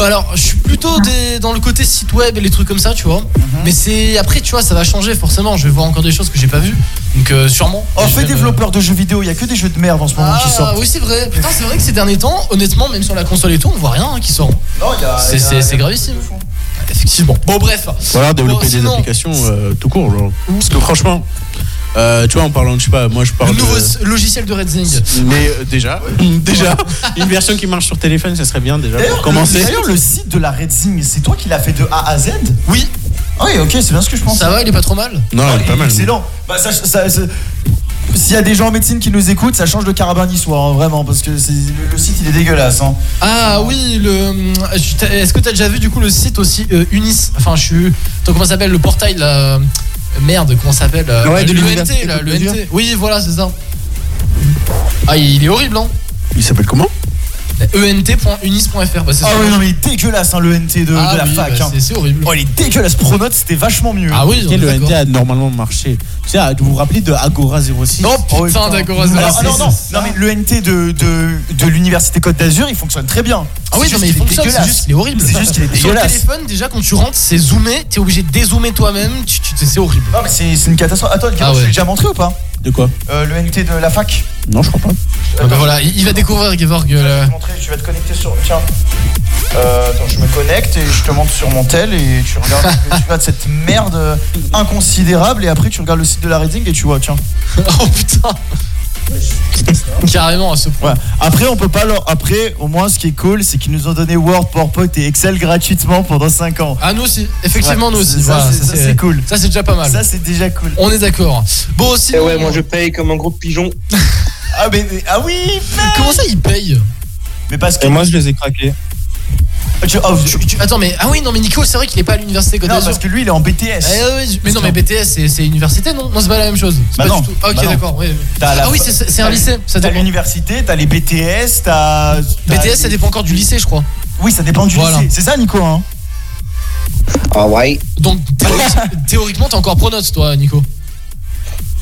Speaker 1: Alors, je suis plutôt des- dans le côté site web et les trucs comme ça, tu vois.
Speaker 2: Mhm.
Speaker 1: Mais c'est après, tu vois, ça va changer forcément. Je vais voir encore des choses que j'ai pas vues. Donc, euh, sûrement.
Speaker 2: En
Speaker 1: Je
Speaker 2: fait,
Speaker 1: vais me-
Speaker 2: Oh, développeur de jeux vidéo, il y a que des jeux de merde en ce moment qui
Speaker 1: Ah,
Speaker 2: sortent.
Speaker 1: oui, c'est vrai. Putain, c'est vrai que ces derniers temps, honnêtement, même sur la console et tout, on voit rien hein, qui sort.
Speaker 2: Non, il y a.
Speaker 1: C'est-
Speaker 2: il y a-
Speaker 1: C'est c'est gravissime. Effectivement. Bon, bref.
Speaker 3: Voilà, développer
Speaker 1: Bon, sinon,
Speaker 3: des applications euh, tout court. genre.
Speaker 5: Mmh.
Speaker 3: Parce que franchement, euh, tu vois, en parlant, je sais pas, moi je
Speaker 1: Le
Speaker 3: parle. *laughs*
Speaker 1: nouveau
Speaker 3: de-
Speaker 1: s- logiciel de Red Zing.
Speaker 3: Mais euh, déjà, *laughs* déjà, une version qui marche sur téléphone, ça serait bien déjà pour
Speaker 2: D'ailleurs,
Speaker 3: commencer.
Speaker 2: le- D'ailleurs, le site de la Red Zing, c'est toi qui l'as fait de A à Z
Speaker 1: Oui,
Speaker 2: Ah Oui, ok, c'est bien ce que je pensais.
Speaker 1: ça va, il est pas trop mal.
Speaker 3: Non,
Speaker 2: Ah,
Speaker 3: elle est pas mal.
Speaker 2: Excellent. Bah, ça- ça- ça- S'il y a des gens en médecine qui nous écoutent, ça change de carabin niçois, hein, vraiment, parce que c'est- le, le site il est dégueulasse. hein.
Speaker 1: Ah oui, le. hum, je t'ai- Est-ce que t'as déjà vu du coup le site aussi euh, Unis Enfin, je suis. Attends, comment ça s'appelle le portail là euh, Merde, comment ça s'appelle euh,
Speaker 4: Ouais, de
Speaker 1: Le
Speaker 4: l'université
Speaker 1: NT, là,
Speaker 4: Côte
Speaker 1: le
Speaker 4: d'Azur.
Speaker 1: NT. Oui, voilà, c'est ça. Ah, il est horrible, hein Ben, E
Speaker 3: Il s'appelle comment
Speaker 1: ent.unis.fr. Bah, c'est
Speaker 2: Ah
Speaker 1: ça.
Speaker 2: ouais, non, mais il est dégueulasse hein, le NT de,
Speaker 1: Ah
Speaker 2: de la
Speaker 1: oui,
Speaker 2: fac.
Speaker 1: bah,
Speaker 2: hein.
Speaker 1: c'est- c'est horrible.
Speaker 2: Oh, il est dégueulasse. Pronote, c'était vachement mieux.
Speaker 1: Ah oui,
Speaker 5: Ok, le NT a normalement marché. Tu sais, vous vous rappelez de Agora 06
Speaker 1: Non, putain, d'Agora 06.
Speaker 2: Oh, Alors, ah non, non, non, mais le NT de, de, de l'université Côte d'Azur, il fonctionne très bien.
Speaker 1: Ah oui,
Speaker 2: C'est juste
Speaker 1: non, mais il
Speaker 2: qu'il est
Speaker 1: fonctionne, c'est
Speaker 2: dégueulasse.
Speaker 1: juste qu'il est horrible.
Speaker 2: C'est juste qu'il est
Speaker 1: *laughs* Sur le
Speaker 2: dégueulasse.
Speaker 1: téléphone, déjà, quand tu rentres, c'est zoomé, t'es obligé de dézoomer toi-même, tu- tu- c'est horrible.
Speaker 2: Ah, mais c'est c'est une catastrophe. Attends,
Speaker 1: Ah
Speaker 2: je
Speaker 1: ouais.
Speaker 2: l'ai déjà montré ou pas
Speaker 5: De quoi
Speaker 2: Euh, Le NT de la fac
Speaker 5: Non, je crois pas.
Speaker 1: Ah bah voilà, il il va découvrir Gevorg. là.
Speaker 2: montrer, tu vas te connecter sur. Tiens. Euh, attends, je me connecte et je te montre sur mon tel et tu regardes,
Speaker 1: *laughs*
Speaker 2: tu regardes cette merde euh, inconsidérable et après tu regardes le site de la Reading et tu vois, tiens.
Speaker 1: *laughs* oh putain Carrément à ce
Speaker 2: point. Après, on peut pas leur. Après, au moins, ce qui est cool, c'est qu'ils nous ont donné Word, PowerPoint et Excel gratuitement pendant 5 ans.
Speaker 1: Ah, nous aussi, effectivement,
Speaker 2: Ouais,
Speaker 1: nous aussi.
Speaker 2: c'est- ça,
Speaker 1: Voilà,
Speaker 2: c'est- ça, c'est cool.
Speaker 1: Ça, c'est déjà pas mal.
Speaker 2: Ça, c'est déjà cool.
Speaker 1: On est d'accord. Bon, aussi.
Speaker 7: Eh ouais, moi je paye comme un gros
Speaker 1: *laughs*
Speaker 7: pigeon.
Speaker 2: Ah, mais, mais- ah oui, mais-
Speaker 1: Comment ça, ils payent
Speaker 2: Mais parce que.
Speaker 4: moi, je les ai craqués.
Speaker 2: Tu- oh, tu-
Speaker 1: Tu- Attends, mais. Ah oui, non, mais Nico, c'est vrai qu'il est pas à l'université Côte
Speaker 2: Non,
Speaker 1: d'Azur.
Speaker 2: parce que lui, il est en BTS.
Speaker 1: Eh oui, mais non, mais BTS, c'est- c'est université, non Non, c'est pas la même chose. C'est
Speaker 2: Bah
Speaker 1: pas
Speaker 2: non,
Speaker 1: du tout. Ah, ok,
Speaker 2: bah non.
Speaker 1: d'accord. oui.
Speaker 2: T'as la-
Speaker 1: Ah oui, c'est- c'est c'est un
Speaker 2: t'as-
Speaker 1: lycée. Ça
Speaker 2: T'as
Speaker 1: dépend.
Speaker 2: l'université, t'as les BTS, t'as. t'as
Speaker 1: BTS, ça
Speaker 2: les-
Speaker 1: dépend encore du lycée, je crois.
Speaker 2: Oui, ça dépend du
Speaker 1: Voilà.
Speaker 2: lycée. C'est ça, Nico, hein
Speaker 7: Ah ouais.
Speaker 1: Donc, théori- *laughs* théoriquement, t'es encore pronote, toi, Nico.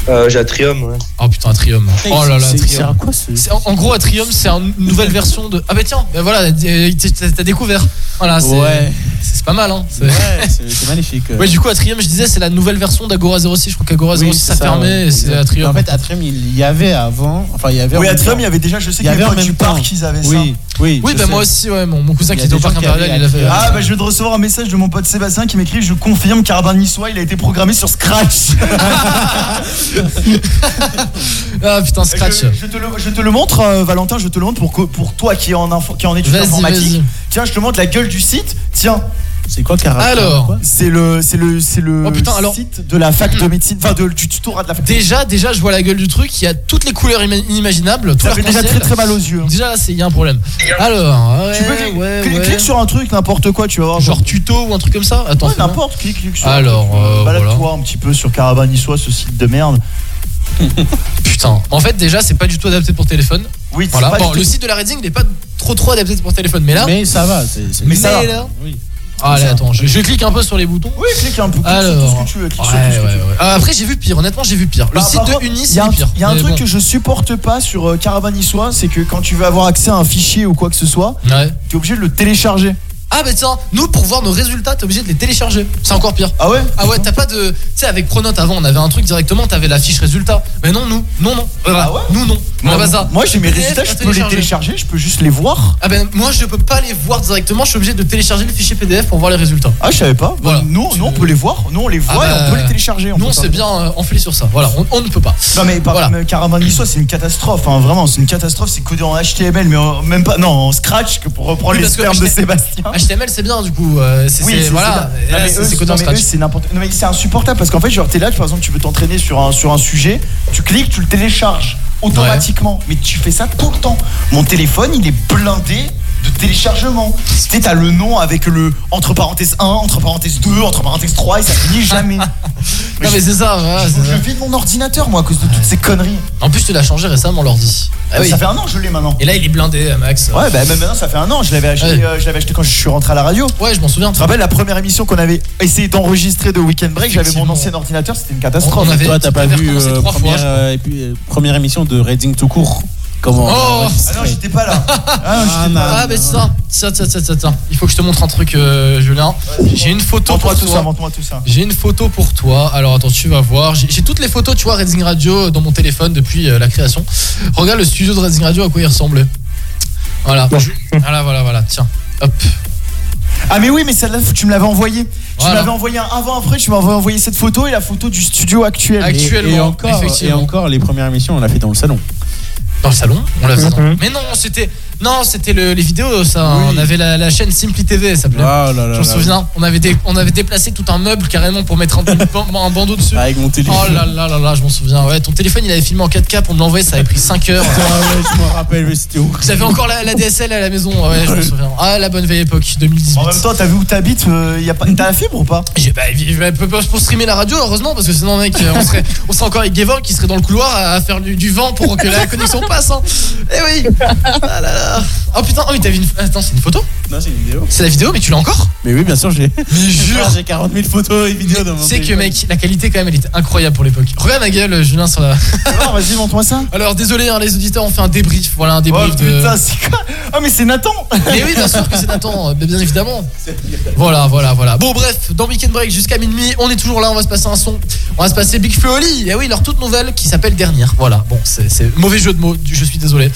Speaker 7: Euh, J'ai Atrium, ouais.
Speaker 1: Oh putain, Atrium. Oh là là,
Speaker 5: C'est- c'est à
Speaker 1: Atrium.
Speaker 5: quoi ce
Speaker 1: C'est- En, en gros, Atrium, c'est une
Speaker 5: *laughs*
Speaker 1: nouvelle version de. Ah bah tiens, bah voilà, euh, t'as t'as découvert. Voilà, c'est
Speaker 5: Ouais.
Speaker 1: c'est- c'est pas mal, hein. c'est-
Speaker 5: Ouais, c'est c'est magnifique. euh.
Speaker 1: Ouais, du coup, Atrium, je disais, c'est la nouvelle version d'Agora 06. Je crois qu'Agora
Speaker 5: Oui,
Speaker 1: 06, ça,
Speaker 5: c'est ça,
Speaker 1: fermait
Speaker 5: ouais,
Speaker 1: et c'est
Speaker 5: exact.
Speaker 1: Atrium.
Speaker 5: En fait, Atrium, il y avait avant. Enfin, il y avait. en
Speaker 2: Oui,
Speaker 5: même
Speaker 2: Atrium,
Speaker 5: temps.
Speaker 2: il y avait déjà, je sais
Speaker 5: Il
Speaker 2: qu'il
Speaker 5: y
Speaker 2: y
Speaker 5: avait en
Speaker 2: avait du
Speaker 5: même temps.
Speaker 2: parc, ils avaient ça.
Speaker 5: Oui, oui.
Speaker 1: oui,
Speaker 5: je
Speaker 1: bah
Speaker 5: sais.
Speaker 1: moi aussi, ouais, mon, mon cousin
Speaker 5: Il y
Speaker 1: qui
Speaker 5: a
Speaker 1: était au
Speaker 5: des gens
Speaker 1: parc
Speaker 5: qui avaient
Speaker 1: impérial, il a fait. euh,
Speaker 2: Ah bah je viens de recevoir un message de mon pote Sébastien qui m'écrit je confirme Carabin Niçois il a été programmé sur Scratch. *laughs*
Speaker 1: Ah putain, Scratch.
Speaker 2: Je, je te le, je te le montre euh, Valentin, je te le montre pour, que- pour toi qui est en, info, qui est en études
Speaker 1: Vas-y,
Speaker 2: informatiques.
Speaker 1: vas-y.
Speaker 2: Tiens, je te montre la gueule du site. Tiens,
Speaker 5: C'est quoi Caracas
Speaker 1: Alors.
Speaker 5: quoi
Speaker 2: c'est le c'est le c'est le
Speaker 1: Oh, putain, alors-
Speaker 2: site de la fac de médecine, enfin de- du tutorat de la fac.
Speaker 1: Déjà, déjà, je vois la gueule du truc. Il y a toutes les couleurs ima- inimaginables. Tout
Speaker 2: ça fait déjà très
Speaker 1: l'arc-en-ciel.
Speaker 2: très mal aux yeux.
Speaker 5: hein.
Speaker 1: Déjà, là, c'est- il y a un problème. Alors, ouais,
Speaker 2: tu peux cli-
Speaker 1: ouais,
Speaker 2: cli-
Speaker 1: ouais.
Speaker 2: clique sur un truc n'importe quoi, tu vas voir
Speaker 1: genre tuto ou un truc comme ça. Attends,
Speaker 2: Ouais,
Speaker 1: fais voir.
Speaker 2: n'importe, clique, clique sur.
Speaker 1: Alors, euh,
Speaker 2: Balade-toi
Speaker 1: voilà.
Speaker 2: un petit peu sur Carabin Niçois, ce site de merde.
Speaker 1: *laughs* Putain. En fait, déjà, c'est pas du tout adapté pour téléphone.
Speaker 2: Oui, c'est
Speaker 1: Voilà.
Speaker 2: pas
Speaker 1: Bon,
Speaker 2: du
Speaker 1: le
Speaker 2: tout-
Speaker 1: site de la Reading n'est pas trop trop adapté pour téléphone, mais là.
Speaker 5: Mais ça va. c'est- c'est-
Speaker 2: *laughs* Mais ça va.
Speaker 1: là.
Speaker 5: Oui.
Speaker 1: Ah, allez, attends, je, je clique un peu sur les boutons.
Speaker 2: Oui, clique un peu clique sur tout
Speaker 1: Alors.
Speaker 2: ce que tu veux, clique sur tout
Speaker 1: Ouais,
Speaker 2: ce que
Speaker 1: ouais,
Speaker 2: tu veux.
Speaker 1: ouais. Ah, après, j'ai vu pire. Honnêtement, j'ai vu pire. Le
Speaker 2: Bah,
Speaker 1: site
Speaker 2: par
Speaker 1: de
Speaker 2: contre,
Speaker 1: Unis,
Speaker 2: il y
Speaker 1: c'est
Speaker 2: a un,
Speaker 1: pire.
Speaker 2: il y a un
Speaker 1: Mais
Speaker 2: truc
Speaker 1: bon.
Speaker 2: que je supporte pas sur euh, Caravan Niçois, c'est que quand tu veux avoir accès à un fichier ou quoi que ce soit,
Speaker 1: Ouais.
Speaker 2: t'es obligé de le télécharger.
Speaker 1: Ah, bah tiens, nous, pour voir nos résultats, t'es obligé de les télécharger. C'est encore pire.
Speaker 2: Ah ouais
Speaker 1: Ah ouais, t'as pas de. Tu sais, avec Pronote avant, on avait un truc directement, t'avais la fiche résultat. Mais non, nous, non, non. Voilà.
Speaker 2: Ah ouais
Speaker 1: nous, non. On a pas ça.
Speaker 2: Moi j'ai mes
Speaker 1: Bref,
Speaker 2: résultats,
Speaker 1: à
Speaker 2: je peux les télécharger, je peux juste les voir.
Speaker 1: Ah ben, moi, je peux pas les voir directement, je suis obligé de télécharger le fichier PDF pour voir les résultats.
Speaker 2: Ah je savais pas. Bah,
Speaker 1: Voilà.
Speaker 2: Nous,
Speaker 1: Tu
Speaker 2: nous, on
Speaker 1: le-
Speaker 2: peut les voir, nous on les voit
Speaker 1: Ah
Speaker 2: et on
Speaker 1: bah,
Speaker 2: peut les télécharger. hein.
Speaker 1: Nous, on
Speaker 2: peut
Speaker 1: s'est
Speaker 2: pas-
Speaker 1: bien euh, enflé sur ça. Voilà, on, on ne peut pas.
Speaker 2: Non mais par
Speaker 1: Voilà.
Speaker 2: mais Caravan Niçois c'est une catastrophe, hein, vraiment c'est une catastrophe, c'est codé en HTML mais en- même pas, non en Scratch que pour reprendre
Speaker 1: Oui,
Speaker 2: les
Speaker 1: parce que
Speaker 2: termes de
Speaker 1: HTML
Speaker 2: Sébastien.
Speaker 1: HTML, c'est bien, du coup. euh, c'est,
Speaker 2: Hein Oui,
Speaker 1: c'est-
Speaker 2: c'est-
Speaker 1: voilà.
Speaker 2: c'est- non,
Speaker 1: Là,
Speaker 2: mais
Speaker 1: c'est,
Speaker 2: eux,
Speaker 1: c'est codé en
Speaker 2: non, mais
Speaker 1: Scratch.
Speaker 2: eux, c'est n'importe non, mais c'est insupportable parce qu'en fait, genre, t'es là, par exemple, tu veux t'entraîner sur un, sur un sujet, tu cliques, tu le télécharges automatiquement. Mais tu fais ça tout le temps. Mon téléphone, il est blindé de téléchargement. Tu sais, t'as le nom avec le entre parenthèses 1, entre parenthèses 2, entre parenthèses 3 et ça finit
Speaker 1: *laughs*
Speaker 2: jamais.
Speaker 1: non, mais c'est ça, voilà,
Speaker 2: je,
Speaker 1: c'est
Speaker 2: je
Speaker 1: ça.
Speaker 2: vide mon ordinateur, moi, à cause de toutes ces conneries.
Speaker 1: En plus, tu l'as changé récemment, l'ordi. Ah oui.
Speaker 2: Ça fait un an que je l'ai maintenant.
Speaker 1: Et là, il est blindé, euh, Max.
Speaker 2: Ouais, bah même maintenant, ça fait un an. Je l'avais acheté,
Speaker 1: Ouais.
Speaker 2: euh, je l'avais acheté quand je suis rentré à la radio.
Speaker 1: Ouais, je m'en souviens.
Speaker 2: Tu te rappelles la première émission qu'on avait essayé d'enregistrer de Weekend Break J'avais mon
Speaker 1: Effectivement.
Speaker 2: ancien ordinateur, c'était une catastrophe.
Speaker 1: On avait-
Speaker 5: Toi, t'as pas
Speaker 1: t'avais
Speaker 5: vu
Speaker 1: recommencé
Speaker 5: euh,
Speaker 1: trois fois,
Speaker 5: première,
Speaker 1: je crois.
Speaker 5: euh, et puis, euh, première émission de Reading tout court Comment
Speaker 1: Oh
Speaker 2: Ah non, j'étais pas
Speaker 1: *laughs*
Speaker 2: là. Ah non,
Speaker 5: Ah,
Speaker 2: j'étais pas
Speaker 5: non.
Speaker 2: là.
Speaker 1: Ah bah ça, ça, ça, ça, ça, ça. Il faut que je te montre un truc, euh, Julien. J'ai une photo
Speaker 2: Montre-moi
Speaker 1: pour
Speaker 2: tout ça,
Speaker 1: toi.
Speaker 2: montre-moi tout ça.
Speaker 1: J'ai une photo pour toi. Alors attends, tu vas voir. J'ai j'ai toutes les photos, tu vois, Redzing Radio euh, dans mon téléphone depuis euh, la création. Regarde le studio de Redzing Radio à quoi il ressemblait. Voilà. voilà, voilà, voilà. Tiens. Hop.
Speaker 2: Ah mais oui, mais celle-là, tu me l'avais envoyé. Tu
Speaker 1: Voilà.
Speaker 2: m'avais envoyé un avant-après, tu m'avais envoyé cette photo et la photo du studio actuel.
Speaker 1: Actu-
Speaker 5: Et, et
Speaker 1: Actuellement,
Speaker 5: encore, et
Speaker 1: effectivement.
Speaker 5: encore, les premières émissions, on l'a fait dans le salon.
Speaker 1: Dans le salon, on l'a fait. dans-
Speaker 5: Mm-hmm.
Speaker 1: Mais non, c'était non, c'était le- les vidéos ça. On avait la, la chaîne Simply TV, ça s'appelait.
Speaker 5: Ah là là
Speaker 1: Je
Speaker 5: là.
Speaker 1: me souviens, on avait, dé- on avait déplacé tout un meuble carrément pour mettre un, *laughs* un bandeau dessus.
Speaker 5: Avec mon Ah, téléphone.
Speaker 1: Oh là là là là, je m'en souviens. Ouais, ton téléphone il avait filmé en 4K pour me l'envoyer, ça avait pris 5
Speaker 5: *laughs*
Speaker 1: heures.
Speaker 5: Ah ouais, je me rappelle, mais c'était horrible.
Speaker 1: J'avais encore la, la DSL à la maison, ouais, je me souviens. Ah, la bonne vieille époque, 2018.
Speaker 2: En même temps, t'as vu où t'habites euh, y a pas... T'as la fibre ou pas
Speaker 1: J'ai- bah, vi- bah, peu- peu- pour streamer la radio, heureusement, parce que sinon, mec, euh, on serait, on serait encore avec Gevor qui serait dans le couloir à, à faire du, du vent pour que la connexion passe. hein. Eh oui Ah là là, euh, Oh putain, oh, mais t'avais une. Attends, c'est une photo
Speaker 5: Non, c'est une vidéo.
Speaker 1: C'est la vidéo, mais tu l'as encore
Speaker 5: Mais oui, bien sûr, j'ai.
Speaker 1: Mais jure
Speaker 5: J'ai 40 000 photos et vidéos dans mon
Speaker 1: C'est que
Speaker 5: téléphone.
Speaker 1: mec, la qualité quand même, elle était incroyable pour l'époque. Regarde ma gueule, Julien, sur la.
Speaker 2: Alors, vas-y, montre-moi ça.
Speaker 1: *laughs* Alors, désolé, hein, les auditeurs, on fait un débrief. Voilà, un débrief
Speaker 2: Oh,
Speaker 1: de.
Speaker 2: putain, c'est quoi Ah, mais c'est Nathan
Speaker 1: Mais oui, bien sûr que c'est Nathan, euh, mais bien évidemment. Voilà, voilà, voilà. Bon, bref, dans Weekend Break jusqu'à minuit, on est toujours là, on va se passer un son. On va se passer Big Flo Oli, et oui, leur toute nouvelle qui s'appelle Dernière. Voilà, bon, c'est c'est mauvais jeu de mots, du- je suis désolé.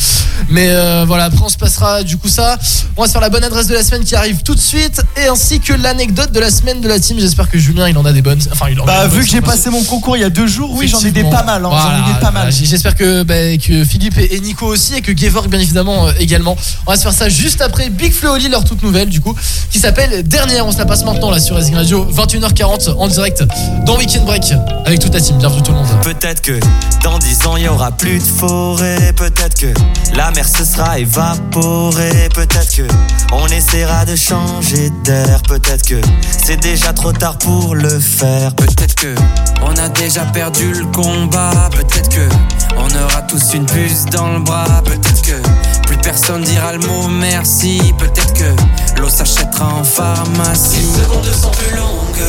Speaker 1: Mais euh, voilà, après on se passera du coup ça. On va se faire la bonne adresse de la semaine qui arrive tout de suite, et ainsi que l'anecdote de la semaine de la team. J'espère que Julien, il en a des bonnes. Enfin, il en a
Speaker 2: Bah,
Speaker 1: des bonnes,
Speaker 2: vu que j'ai
Speaker 1: c'est pas-
Speaker 2: passé mon concours il y a deux jours, oui, j'en ai des
Speaker 1: Effectivement.
Speaker 2: pas mal. hein,
Speaker 1: Voilà,
Speaker 2: j'en ai des pas mal.
Speaker 1: voilà, J'espère que, bah, que Philippe et et Nico aussi, et que Gevorg, bien évidemment, euh, également. On va se faire ça juste après Big Flo et Oli, leur toute nouvelle, du coup, qui s'appelle Dernière. On se la passe maintenant, là, sur Racing Radio, 21h40, en direct, dans Weekend Break, avec toute la team. Bienvenue tout le monde.
Speaker 20: Peut-être que dans 10 ans il y aura plus de forêt. Peut-être que la mer se sera évaporée. Peut-être que on essaiera de changer d'air. Peut-être que c'est déjà trop tard pour le faire. Peut-être que on a déjà perdu le combat. Peut-être que on aura tous une puce dans le bras. Peut-être que plus personne dira le mot merci. Peut-être que l'eau s'achètera en pharmacie. Les secondes sont plus longues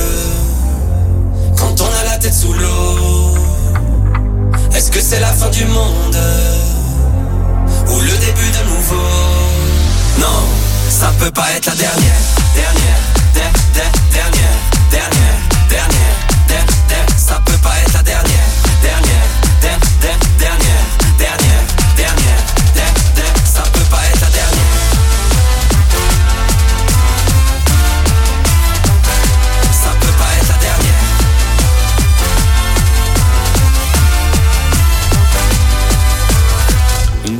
Speaker 20: quand on a la tête sous l'eau. Est-ce que c'est la fin du monde ou le début de nouveau Non, ça peut pas être la dernière, dernière, der- der- dernière, dernière, dernière, der- der- ça peut pas être la dernière, dernière, der- der- dernière, dernière, dernière, der- der- ça peut pas être la dernière. Ça peut pas être la dernière. Une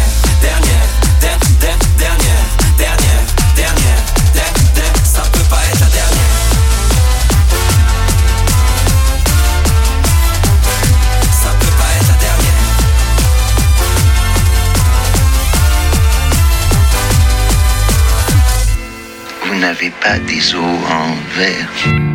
Speaker 20: dernière, der- der- dernière, dernière, dernière, der- der- ça peut pas être la dernière. Ça peut pas être la dernière.
Speaker 21: Vous n'avez pas des os en verre.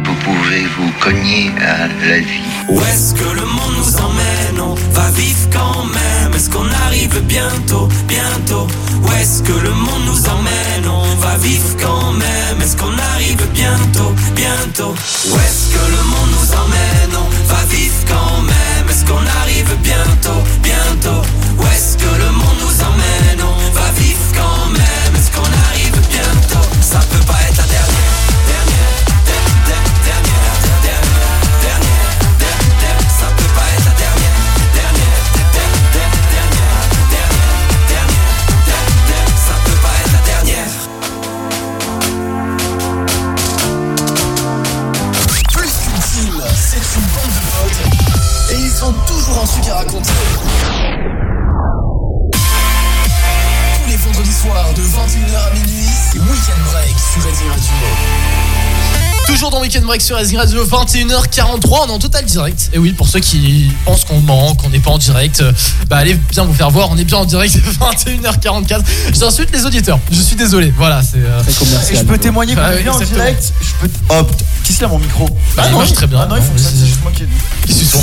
Speaker 21: Vous pouvez vous cogner à la vie.
Speaker 20: Où est-ce que le monde nous emmène On va vivre quand même. Est-ce qu'on arrive bientôt, bientôt Où est-ce que le monde nous emmène On va vivre quand même. Est-ce qu'on arrive bientôt, bientôt Où est-ce que le monde nous emmène On va vivre quand même. Est-ce qu'on arrive bientôt, bientôt Où est-ce que le monde nous emmène On va vivre quand même. Est-ce qu'on arrive bientôt Ça peut pas être la dernière. Dernière, der- der- dernière, dernière, dernière, der- der- ça peut pas être la dernière, dernière, der- der- dernière, dernière, dernière, der- der- ça peut pas être la dernière.
Speaker 11: Plus qu'une team, c'est une bande de potes et ils ont toujours un truc à raconter. Tous les vendredis soirs de 21h à minuit, c'est Weekend Break sur Resi Radio.
Speaker 1: Toujours dans Weekend Break sur Racing Radio, 21h43, on est en total direct. Et oui, pour ceux qui pensent qu'on manque, qu'on n'est pas en direct, euh, bah allez bien vous faire voir, on est bien en direct, *laughs* 21h44. J'insulte les auditeurs, je suis désolé. Voilà, c'est. euh,
Speaker 2: Et je peux témoigner qu'on
Speaker 1: Ah
Speaker 2: est
Speaker 1: oui,
Speaker 2: bien en
Speaker 1: exactement.
Speaker 2: direct. Je peux. Hop, qui c'est là mon micro
Speaker 1: Bah, il marche très bien.
Speaker 2: Ah non, il faut que ça, c'est juste moi qui
Speaker 1: *laughs*
Speaker 2: ai dit.
Speaker 1: Qu'est-ce qu'ils sont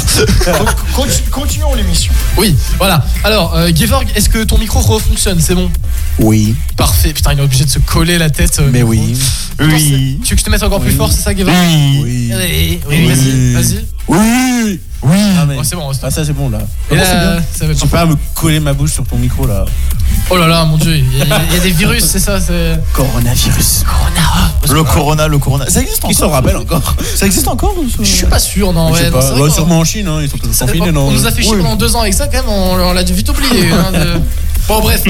Speaker 2: Donc, continu- Continuons l'émission.
Speaker 1: Oui, voilà. Alors, euh, Gevorg, est-ce que ton micro refonctionne C'est bon
Speaker 3: Oui.
Speaker 1: Parfait. Putain, il est obligé de se coller la tête. euh,
Speaker 3: Mais oui.
Speaker 1: Oui. Tu veux que je te mette encore plus fort, c'est ça, Gevorg
Speaker 5: Oui.
Speaker 1: Oui. Oui, vas-y, vas-y. Oh,
Speaker 5: Oui Oui
Speaker 1: c'est bon,
Speaker 5: Ah ça c'est bon là. Ah,
Speaker 1: Et là,
Speaker 5: c'est bien.
Speaker 1: ça va être
Speaker 5: Tu peux pas me coller ma bouche sur ton micro là.
Speaker 1: Oh là là, mon dieu, il y, a- il y a des virus, c'est ça c'est-
Speaker 2: Coronavirus.
Speaker 1: Corona.
Speaker 2: Le corona, le corona. Ça existe encore Ils s'en rappellent *laughs* encore. Ça existe encore ou
Speaker 1: Je suis pas sûr, non.
Speaker 5: Je
Speaker 1: ouais,
Speaker 5: sais
Speaker 1: non, c'est
Speaker 5: pas,
Speaker 1: vrai
Speaker 5: ouais,
Speaker 1: qu'on-
Speaker 5: sûrement en Chine, hein, ils sont tous confinés, non
Speaker 1: On nous a fait chier pendant deux ans avec ça quand même, on, on l'a vite oublié. hein, de- Bon bref.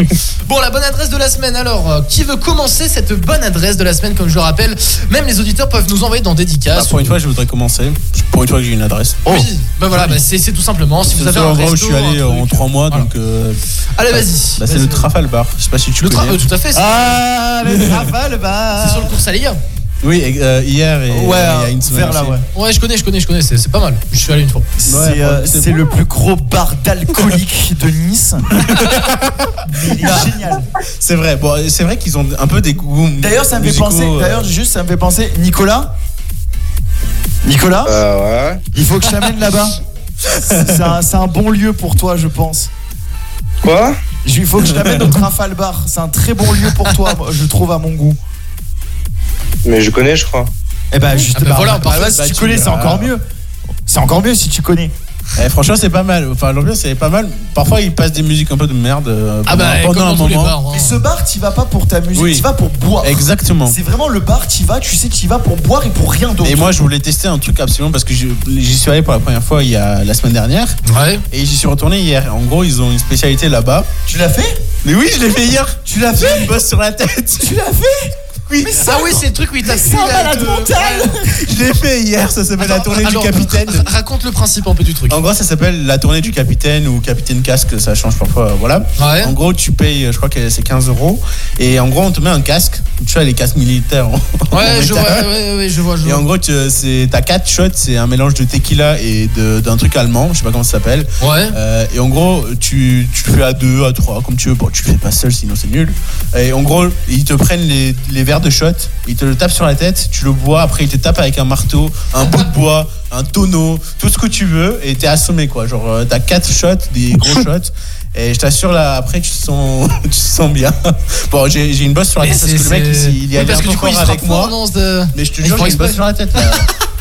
Speaker 1: Bon la bonne adresse de la semaine alors, euh, qui veut commencer cette bonne adresse de la semaine comme je le rappelle, même les auditeurs peuvent nous envoyer
Speaker 5: *laughs*
Speaker 1: dans
Speaker 5: Bah,
Speaker 1: dédicace.
Speaker 5: pour une fois, je voudrais commencer. Pour une fois que j'ai une adresse. Oh.
Speaker 1: Oui, bah voilà, bah, c'est c'est tout simplement si vous
Speaker 5: C'est
Speaker 1: avez
Speaker 5: un
Speaker 1: un
Speaker 5: endroit où je
Speaker 1: resto,
Speaker 5: suis allé
Speaker 1: un truc.
Speaker 5: en 3 mois, donc. euh,
Speaker 1: Allez,
Speaker 5: bah,
Speaker 1: vas-y,
Speaker 5: bah, c'est
Speaker 1: vas-y,
Speaker 5: le
Speaker 1: vas-y.
Speaker 5: Trafal Bar. Je sais pas si tu
Speaker 1: Le tra-
Speaker 5: connais.
Speaker 1: euh, tout à fait. c'est-
Speaker 2: Ah, le Trafal Bar
Speaker 5: bah.
Speaker 1: C'est sur le cours hein. Salia.
Speaker 5: Oui, et, euh, hier et
Speaker 2: Ouais,
Speaker 5: euh, il y a une semaine.
Speaker 2: vers là,
Speaker 5: aussi.
Speaker 2: ouais.
Speaker 1: Ouais, je connais, je connais, je connais, c'est c'est pas mal. Je suis allé une fois.
Speaker 2: C'est euh,
Speaker 1: c'est
Speaker 2: c'est le plus gros bar
Speaker 1: *laughs*
Speaker 2: d'alcoolique de Nice. Mais il est génial.
Speaker 5: C'est vrai. Bon, euh, c'est vrai qu'ils ont un peu des goûts.
Speaker 2: D'ailleurs, ça me fait
Speaker 5: musicaux,
Speaker 2: penser.
Speaker 5: euh,
Speaker 2: D'ailleurs, juste, ça me fait penser. Nicolas Nicolas
Speaker 22: Euh, ouais.
Speaker 2: Il faut que je
Speaker 22: *laughs*
Speaker 2: t'amène là-bas. C'est un, c'est un bon lieu pour toi, je pense.
Speaker 22: Quoi
Speaker 2: Il faut que
Speaker 22: *laughs*
Speaker 2: je t'amène au Trafal Bar. C'est un très bon lieu pour toi, moi, je trouve, à mon goût.
Speaker 22: Mais je connais, je crois.
Speaker 2: Eh
Speaker 7: ben,
Speaker 2: bah, juste,
Speaker 22: Ah bah
Speaker 1: ben
Speaker 2: bah,
Speaker 22: voilà,
Speaker 2: bah,
Speaker 22: parfait,
Speaker 2: bah, si
Speaker 22: bah,
Speaker 2: tu
Speaker 22: tu
Speaker 2: connais, c'est
Speaker 22: verras.
Speaker 2: encore mieux. C'est encore mieux si tu connais.
Speaker 5: eh, franchement, c'est pas mal. Enfin, l'ambiance est pas mal. Parfois, ils passent des musiques un peu de merde euh,
Speaker 2: Ah
Speaker 5: pendant,
Speaker 2: bah,
Speaker 5: pendant un moment.
Speaker 2: Mais ce bar, t'y vas pas pour ta musique,
Speaker 5: Oui.
Speaker 2: t'y vas pour boire.
Speaker 5: Exactement.
Speaker 2: C'est vraiment le bar, t'y vas, tu sais, t'y vas pour boire et pour rien d'autre.
Speaker 5: Et moi, je voulais tester un truc absolument parce que je- j'y suis allé pour la première fois il y a la semaine dernière.
Speaker 1: Ouais.
Speaker 5: Et j'y suis retourné hier. En gros, ils ont une spécialité là-bas.
Speaker 2: Tu l'as fait
Speaker 5: Mais oui, je l'ai fait hier.
Speaker 2: Tu l'as
Speaker 5: fait Une bosse sur la tête.
Speaker 2: Tu l'as fait
Speaker 5: Oui.
Speaker 1: Ah oui, c'est le truc où il t'a fait
Speaker 5: un
Speaker 1: la-
Speaker 5: malade
Speaker 1: de-
Speaker 5: mental. Je l'ai fait hier. Ça s'appelle la tournée
Speaker 1: alors,
Speaker 5: du capitaine.
Speaker 1: Raconte le principe un peu du truc.
Speaker 5: En gros, ça s'appelle la tournée du capitaine ou capitaine casque, ça change parfois, euh, voilà. En gros, tu payes, euh, je crois que c'est 15 euros, et en gros, on te met un casque. Tu vois, les casques militaires. en- en *laughs*
Speaker 1: Ouais, je vois,
Speaker 5: métal.
Speaker 1: ouais, ouais, ouais, je vois, je
Speaker 5: Et
Speaker 1: vois.
Speaker 5: en gros, tu- c'est t'as quatre shots, c'est un mélange de tequila et de- d'un truc allemand, je sais pas comment ça s'appelle. Euh,
Speaker 1: Ouais.
Speaker 5: et en gros, tu, tu le fais à deux, à trois, comme tu veux. Bon, tu le fais pas seul, sinon c'est nul. Et en gros, ils te prennent les, les verres de shot, ils te le tapent sur la tête, tu le bois, après ils te tapent avec un marteau, un bout de bois, un tonneau, tout ce que tu veux, et t'es assommé quoi. Genre, euh, t'as quatre shots, des
Speaker 1: *laughs*
Speaker 5: gros shots. Et je t'assure là, après tu te sens, *laughs* tu te sens bien. Bon, j'ai j'ai une bosse sur la
Speaker 1: Mais
Speaker 5: tête parce que le
Speaker 1: c'est-
Speaker 5: mec,
Speaker 1: c'est-
Speaker 5: il, il y
Speaker 1: Oui,
Speaker 5: a
Speaker 1: parce que du coup, il se
Speaker 5: avec
Speaker 1: frappe
Speaker 5: moi.
Speaker 1: fort, non, de-
Speaker 5: Mais je te
Speaker 1: Il
Speaker 5: jure,
Speaker 1: prend
Speaker 5: j'ai une
Speaker 1: exprès.
Speaker 5: bosse sur la
Speaker 1: *laughs*
Speaker 5: tête. là.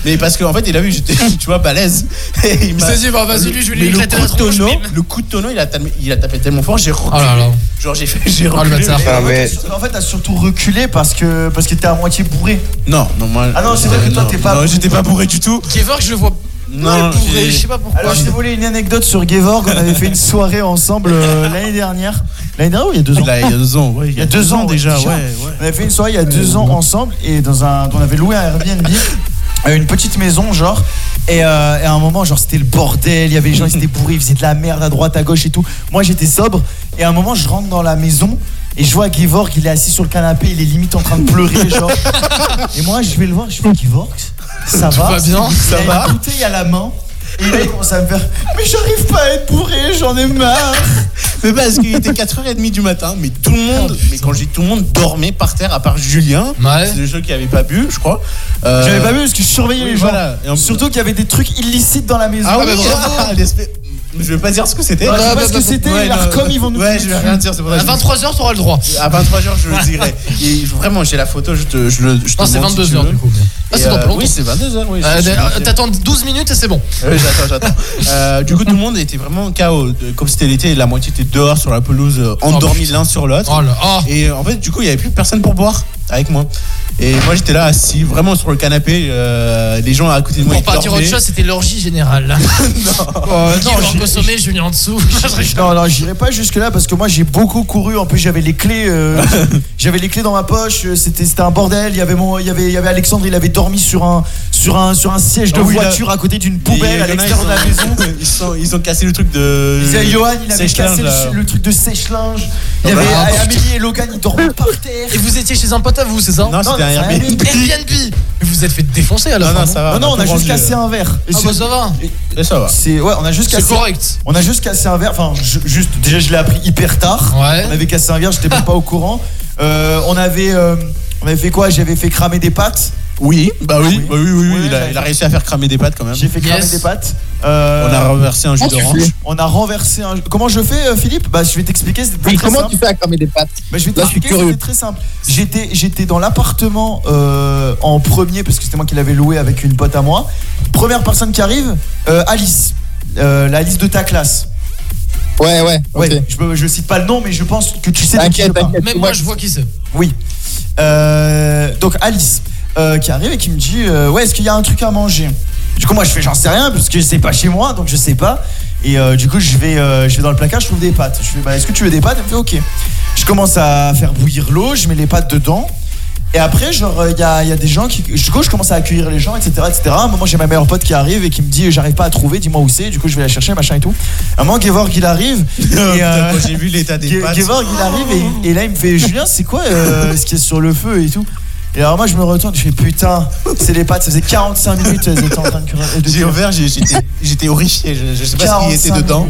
Speaker 5: Mais parce qu'en fait, il a vu, j'étais, tu vois, balèze. *laughs* Et il m'a-
Speaker 1: s'est dit, bah, vas-y, lui, je vais lui
Speaker 5: Mais
Speaker 1: éclater
Speaker 5: le
Speaker 1: la
Speaker 5: coup de
Speaker 1: tronche,
Speaker 5: tonneau,
Speaker 1: bim. Oh
Speaker 5: Le coup de tonneau, il a, tam- il a tapé tellement fort, j'ai reculé.
Speaker 1: là. Oh,
Speaker 5: Genre, j'ai fait, *laughs* j'ai
Speaker 2: Ah, le
Speaker 5: reculé.
Speaker 2: bâtard. Ah, mais- En fait, t'as surtout reculé parce que parce que t'es à moitié bourré.
Speaker 5: Non, non, moi.
Speaker 2: Ah non, c'est vrai que toi,
Speaker 5: non,
Speaker 2: t'es pas
Speaker 5: Non,
Speaker 2: bourré.
Speaker 5: j'étais pas bourré du tout.
Speaker 1: Gevorg, je le vois.
Speaker 5: Non,
Speaker 1: il est bourré,
Speaker 5: j'ai-
Speaker 1: je sais pas pourquoi.
Speaker 2: Alors, je t'ai volé une anecdote sur Gevorg. On avait fait une soirée ensemble euh, l'année dernière. L'année dernière ou il y a deux ans
Speaker 5: Là, il y a deux ans, ouais.
Speaker 2: Il y a deux ans déjà, ouais. On avait fait une soirée il y a deux ans ensemble et dans un, on avait loué un
Speaker 1: *laughs*
Speaker 2: Airbnb, euh, une petite maison, genre. Et, euh, et à un moment, genre, c'était le bordel. Il y avait les gens, ils étaient bourrés, ils faisaient de la merde à droite, à gauche et tout. Moi, j'étais sobre. Et à un moment, je rentre dans la maison et je vois Gevorg, il est assis sur le canapé, il est limite en train de pleurer,
Speaker 1: *laughs*
Speaker 2: genre. Et moi, je vais le voir, je fais Gevorg, ça
Speaker 1: Tout
Speaker 2: va
Speaker 1: va bien, ça
Speaker 2: Il a
Speaker 1: va
Speaker 2: une bouteille à la main. Et là, il commence à me faire Mais j'arrive pas à être bourré, j'en ai marre.
Speaker 5: Mais parce qu'il
Speaker 2: *laughs*
Speaker 5: était 4h30 du matin, mais tout le
Speaker 2: Oh,
Speaker 5: monde, mais quand je dis tout le monde, dormait par terre, à part Julien. C'est le jeu qui avait pas bu, je crois. Euh,
Speaker 2: J'avais pas vu parce que je surveillais
Speaker 5: oui,
Speaker 2: les gens.
Speaker 5: voilà. Et en-
Speaker 2: Surtout qu'il y avait des trucs illicites dans la maison.
Speaker 5: Ah, oui, ah, l'espèce- je vais pas dire ce que c'était.
Speaker 2: Ouais, je sais pas ce que c'était,
Speaker 5: Ouais,
Speaker 2: et
Speaker 5: non,
Speaker 2: l'Arcom, ils vont nous
Speaker 5: Ouais,
Speaker 2: filer
Speaker 5: je vais
Speaker 2: dessus.
Speaker 5: rien dire, c'est pour ça.
Speaker 2: À
Speaker 5: que je-
Speaker 1: 23h, t'auras le droit.
Speaker 5: À 23h, je
Speaker 1: *laughs*
Speaker 5: le dirai. Et vraiment, j'ai la photo, je te, je le, je te
Speaker 1: Non, c'est
Speaker 5: montre si
Speaker 1: 22
Speaker 5: tu
Speaker 1: heures,
Speaker 5: veux.
Speaker 1: du coup. Ah,
Speaker 5: Et,
Speaker 1: c'est dans
Speaker 5: euh,
Speaker 1: pas longtemps.
Speaker 5: Oui, c'est 22h, oui.
Speaker 1: Euh,
Speaker 5: je- je-
Speaker 1: euh, T'attends 12 minutes et c'est bon.
Speaker 5: oui, j'attends,
Speaker 2: *laughs*
Speaker 5: j'attends. Euh, du coup, tout le monde était vraiment KO. De- Comme c'était l'été, la moitié était dehors sur la pelouse, euh, endormis l'un sur l'autre.
Speaker 2: Oh
Speaker 5: Et euh, en fait, du coup, il n'y avait plus personne pour boire avec moi. Et moi, j'étais là assis vraiment sur le canapé. euh, les gens à côté de moi.
Speaker 1: Pour
Speaker 5: ils
Speaker 1: pas dire autre
Speaker 5: dormaient.
Speaker 1: chose, c'était
Speaker 5: *laughs*
Speaker 1: l'orgie générale. Oh,
Speaker 5: Euh,
Speaker 1: non, j'ai consommé, Julien en *laughs* dessous.
Speaker 2: *laughs* Non, non, j'irai pas jusque-là parce que moi j'ai beaucoup couru. En plus, j'avais les clés,
Speaker 5: *laughs*
Speaker 2: euh, j'avais les clés dans ma poche. euh, C'était, c'était un bordel. Il y avait mon, il y avait, il y avait Alexandre. Il avait dormi sur un, sur un, sur un siège de
Speaker 5: Ah oui, là.
Speaker 2: voiture à côté d'une
Speaker 5: Et il
Speaker 2: poubelle
Speaker 5: y en
Speaker 2: à
Speaker 5: a,
Speaker 2: l'extérieur
Speaker 5: ils
Speaker 2: de la
Speaker 5: ont-
Speaker 2: maison.
Speaker 5: *laughs* ils, sont- ils ont cassé le truc de.
Speaker 2: Il y avait Johan, il avait
Speaker 5: Sèche-linge,
Speaker 2: cassé
Speaker 5: là.
Speaker 2: le, le truc de sèche-linge. Il y
Speaker 5: Ah
Speaker 2: avait
Speaker 5: bah,
Speaker 2: A-
Speaker 5: putain.
Speaker 2: Amélie et Logan, ils dormaient par terre.
Speaker 1: Et vous étiez chez un pote à vous, c'est ça
Speaker 5: Non, c'était un
Speaker 2: c'est
Speaker 5: Airbnb.
Speaker 2: *laughs*
Speaker 1: Airbnb. Mais vous êtes fait défoncer à la
Speaker 5: Non,
Speaker 1: fin.
Speaker 5: non, ça va,
Speaker 2: Non, non, on a
Speaker 5: tout
Speaker 2: juste
Speaker 5: rangé.
Speaker 2: cassé un verre.
Speaker 1: Ah bah ça va.
Speaker 5: Et ça va.
Speaker 2: C'est ouais, on a juste
Speaker 1: C'est
Speaker 2: cassé.
Speaker 1: correct.
Speaker 2: On a juste cassé un verre. Enfin, je- juste déjà je l'ai appris hyper tard. On avait cassé un verre, j'étais même pas au courant. Euh, on avait euh, on avait fait quoi J'avais fait cramer des pâtes.
Speaker 5: Oui, bah oui, bah oui, oui, oui, il, a, il a réussi à faire cramer des pattes quand même.
Speaker 2: J'ai fait cramer des pâtes. Euh,
Speaker 5: On a renversé un jus
Speaker 2: Ah, tu
Speaker 5: d'orange.
Speaker 2: fais. On a renversé un. Comment je fais, euh, Philippe Bah, je vais t'expliquer. c'est
Speaker 4: Oui,
Speaker 2: très
Speaker 4: comment
Speaker 2: simple.
Speaker 4: tu fais à cramer des pâtes Là,
Speaker 2: Bah, je vais
Speaker 4: je suis
Speaker 2: t'expliquer,
Speaker 4: curieux.
Speaker 2: c'était très simple. J'étais, j'étais dans l'appartement euh, en premier, parce que c'était moi qui l'avais loué avec une pote à moi. Première personne qui arrive, euh, Alice. Euh, la Alice de ta classe.
Speaker 4: Ouais, ouais.
Speaker 2: Ouais, je, peux- je cite pas le nom, mais je pense que tu sais. de qui
Speaker 4: T'inquiète,
Speaker 2: je parle.
Speaker 4: t'inquiète, Même c'est moi, moi je
Speaker 1: vois qui c'est.
Speaker 2: Oui. Euh, donc Alice euh, qui arrive et qui me dit euh, ouais est-ce qu'il y a un truc à manger. Du coup moi je fais j'en sais rien parce que c'est pas chez moi donc je sais pas. Et euh, du coup je vais euh, je vais dans le placard je trouve des pâtes. Je fais bah est-ce que tu veux des pâtes Elle me fait ok. Je commence à faire bouillir l'eau, je mets les pâtes dedans. Et après, genre, il y a, y a des gens qui. Du coup, je commence à accueillir les gens, etc. etc. À un moment, j'ai ma meilleure pote qui arrive et qui me dit euh, J'arrive pas à trouver, dis-moi où c'est. Du coup, je vais la chercher, machin et tout. À un moment, Gevorg,
Speaker 5: *laughs*
Speaker 2: il arrive. et, euh,
Speaker 5: Oh, j'ai vu l'état des
Speaker 2: Ge-
Speaker 5: pattes.
Speaker 2: Gevorg, il arrive et, et là, il me fait Julien, c'est quoi euh, ce qu'il y a sur le feu et tout et alors moi je me retourne, je fais putain, c'est les pâtes, ça faisait 45 minutes, elles étaient en train de cuire.
Speaker 5: J'ai ouvert, j'ai- j'étais j'étais horrifié, je, je sais pas ce qui était
Speaker 2: 45
Speaker 5: dedans.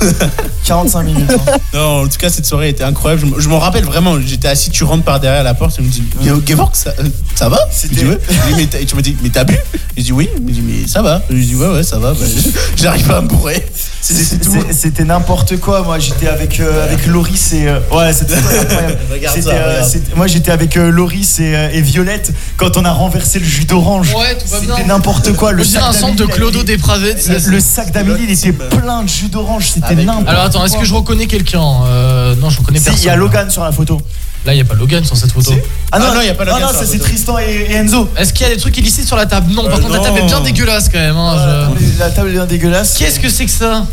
Speaker 2: *laughs* 45 minutes. hein.
Speaker 5: Non, en tout cas, cette soirée était incroyable. Je m- Je m'en rappelle vraiment. J'étais assis, tu rentres par derrière la porte. Je me dis, Ge- Gevorg, ça, euh, ça va Il dit, ouais. Il dit, mais t'as- et tu me dis, mais t'as bu Je dis, oui. Il me dit, mais ça va Je dis, ouais, ouais, ça va. Bah, *laughs* J'arrive pas à me bourrer. C'est- c'est tout.
Speaker 2: C'est- C'était n'importe quoi. Moi, j'étais avec euh, avec Loris et euh, ouais, c'était incroyable.
Speaker 5: Regarde
Speaker 2: C'était,
Speaker 5: ça,
Speaker 2: euh,
Speaker 5: regarde.
Speaker 2: c'était- moi, j'étais avec euh, Loris et, euh, et Violette quand on a renversé le jus d'orange.
Speaker 1: Ouais, tout va bien.
Speaker 2: C'était n'importe quoi. Le
Speaker 1: On dirait
Speaker 2: sac
Speaker 1: un centre de
Speaker 2: d'Amélie,
Speaker 1: Clodo dépravé. tu sais,
Speaker 2: Le,
Speaker 1: c'est-
Speaker 2: le sac d'Amélie, il était plein de jus d'orange. C'était n'importe.
Speaker 1: Alors attends, est-ce que je reconnais quelqu'un Euh, Non, je reconnais
Speaker 2: Si,
Speaker 1: personne.
Speaker 2: il y a Logan sur la photo.
Speaker 1: Là, il n'y a pas Logan sur cette photo.
Speaker 2: Ah non, Ah non, il y a pas Logan non, sur ça, la c'est photo. Tristan et, Enzo.
Speaker 1: Est-ce qu'il y a des trucs illicites sur la table Non, par
Speaker 2: Euh,
Speaker 1: contre, la table est
Speaker 2: non.
Speaker 1: bien dégueulasse quand même. hein, je-
Speaker 2: La table est bien dégueulasse.
Speaker 1: Qu'est-ce que c'est que ça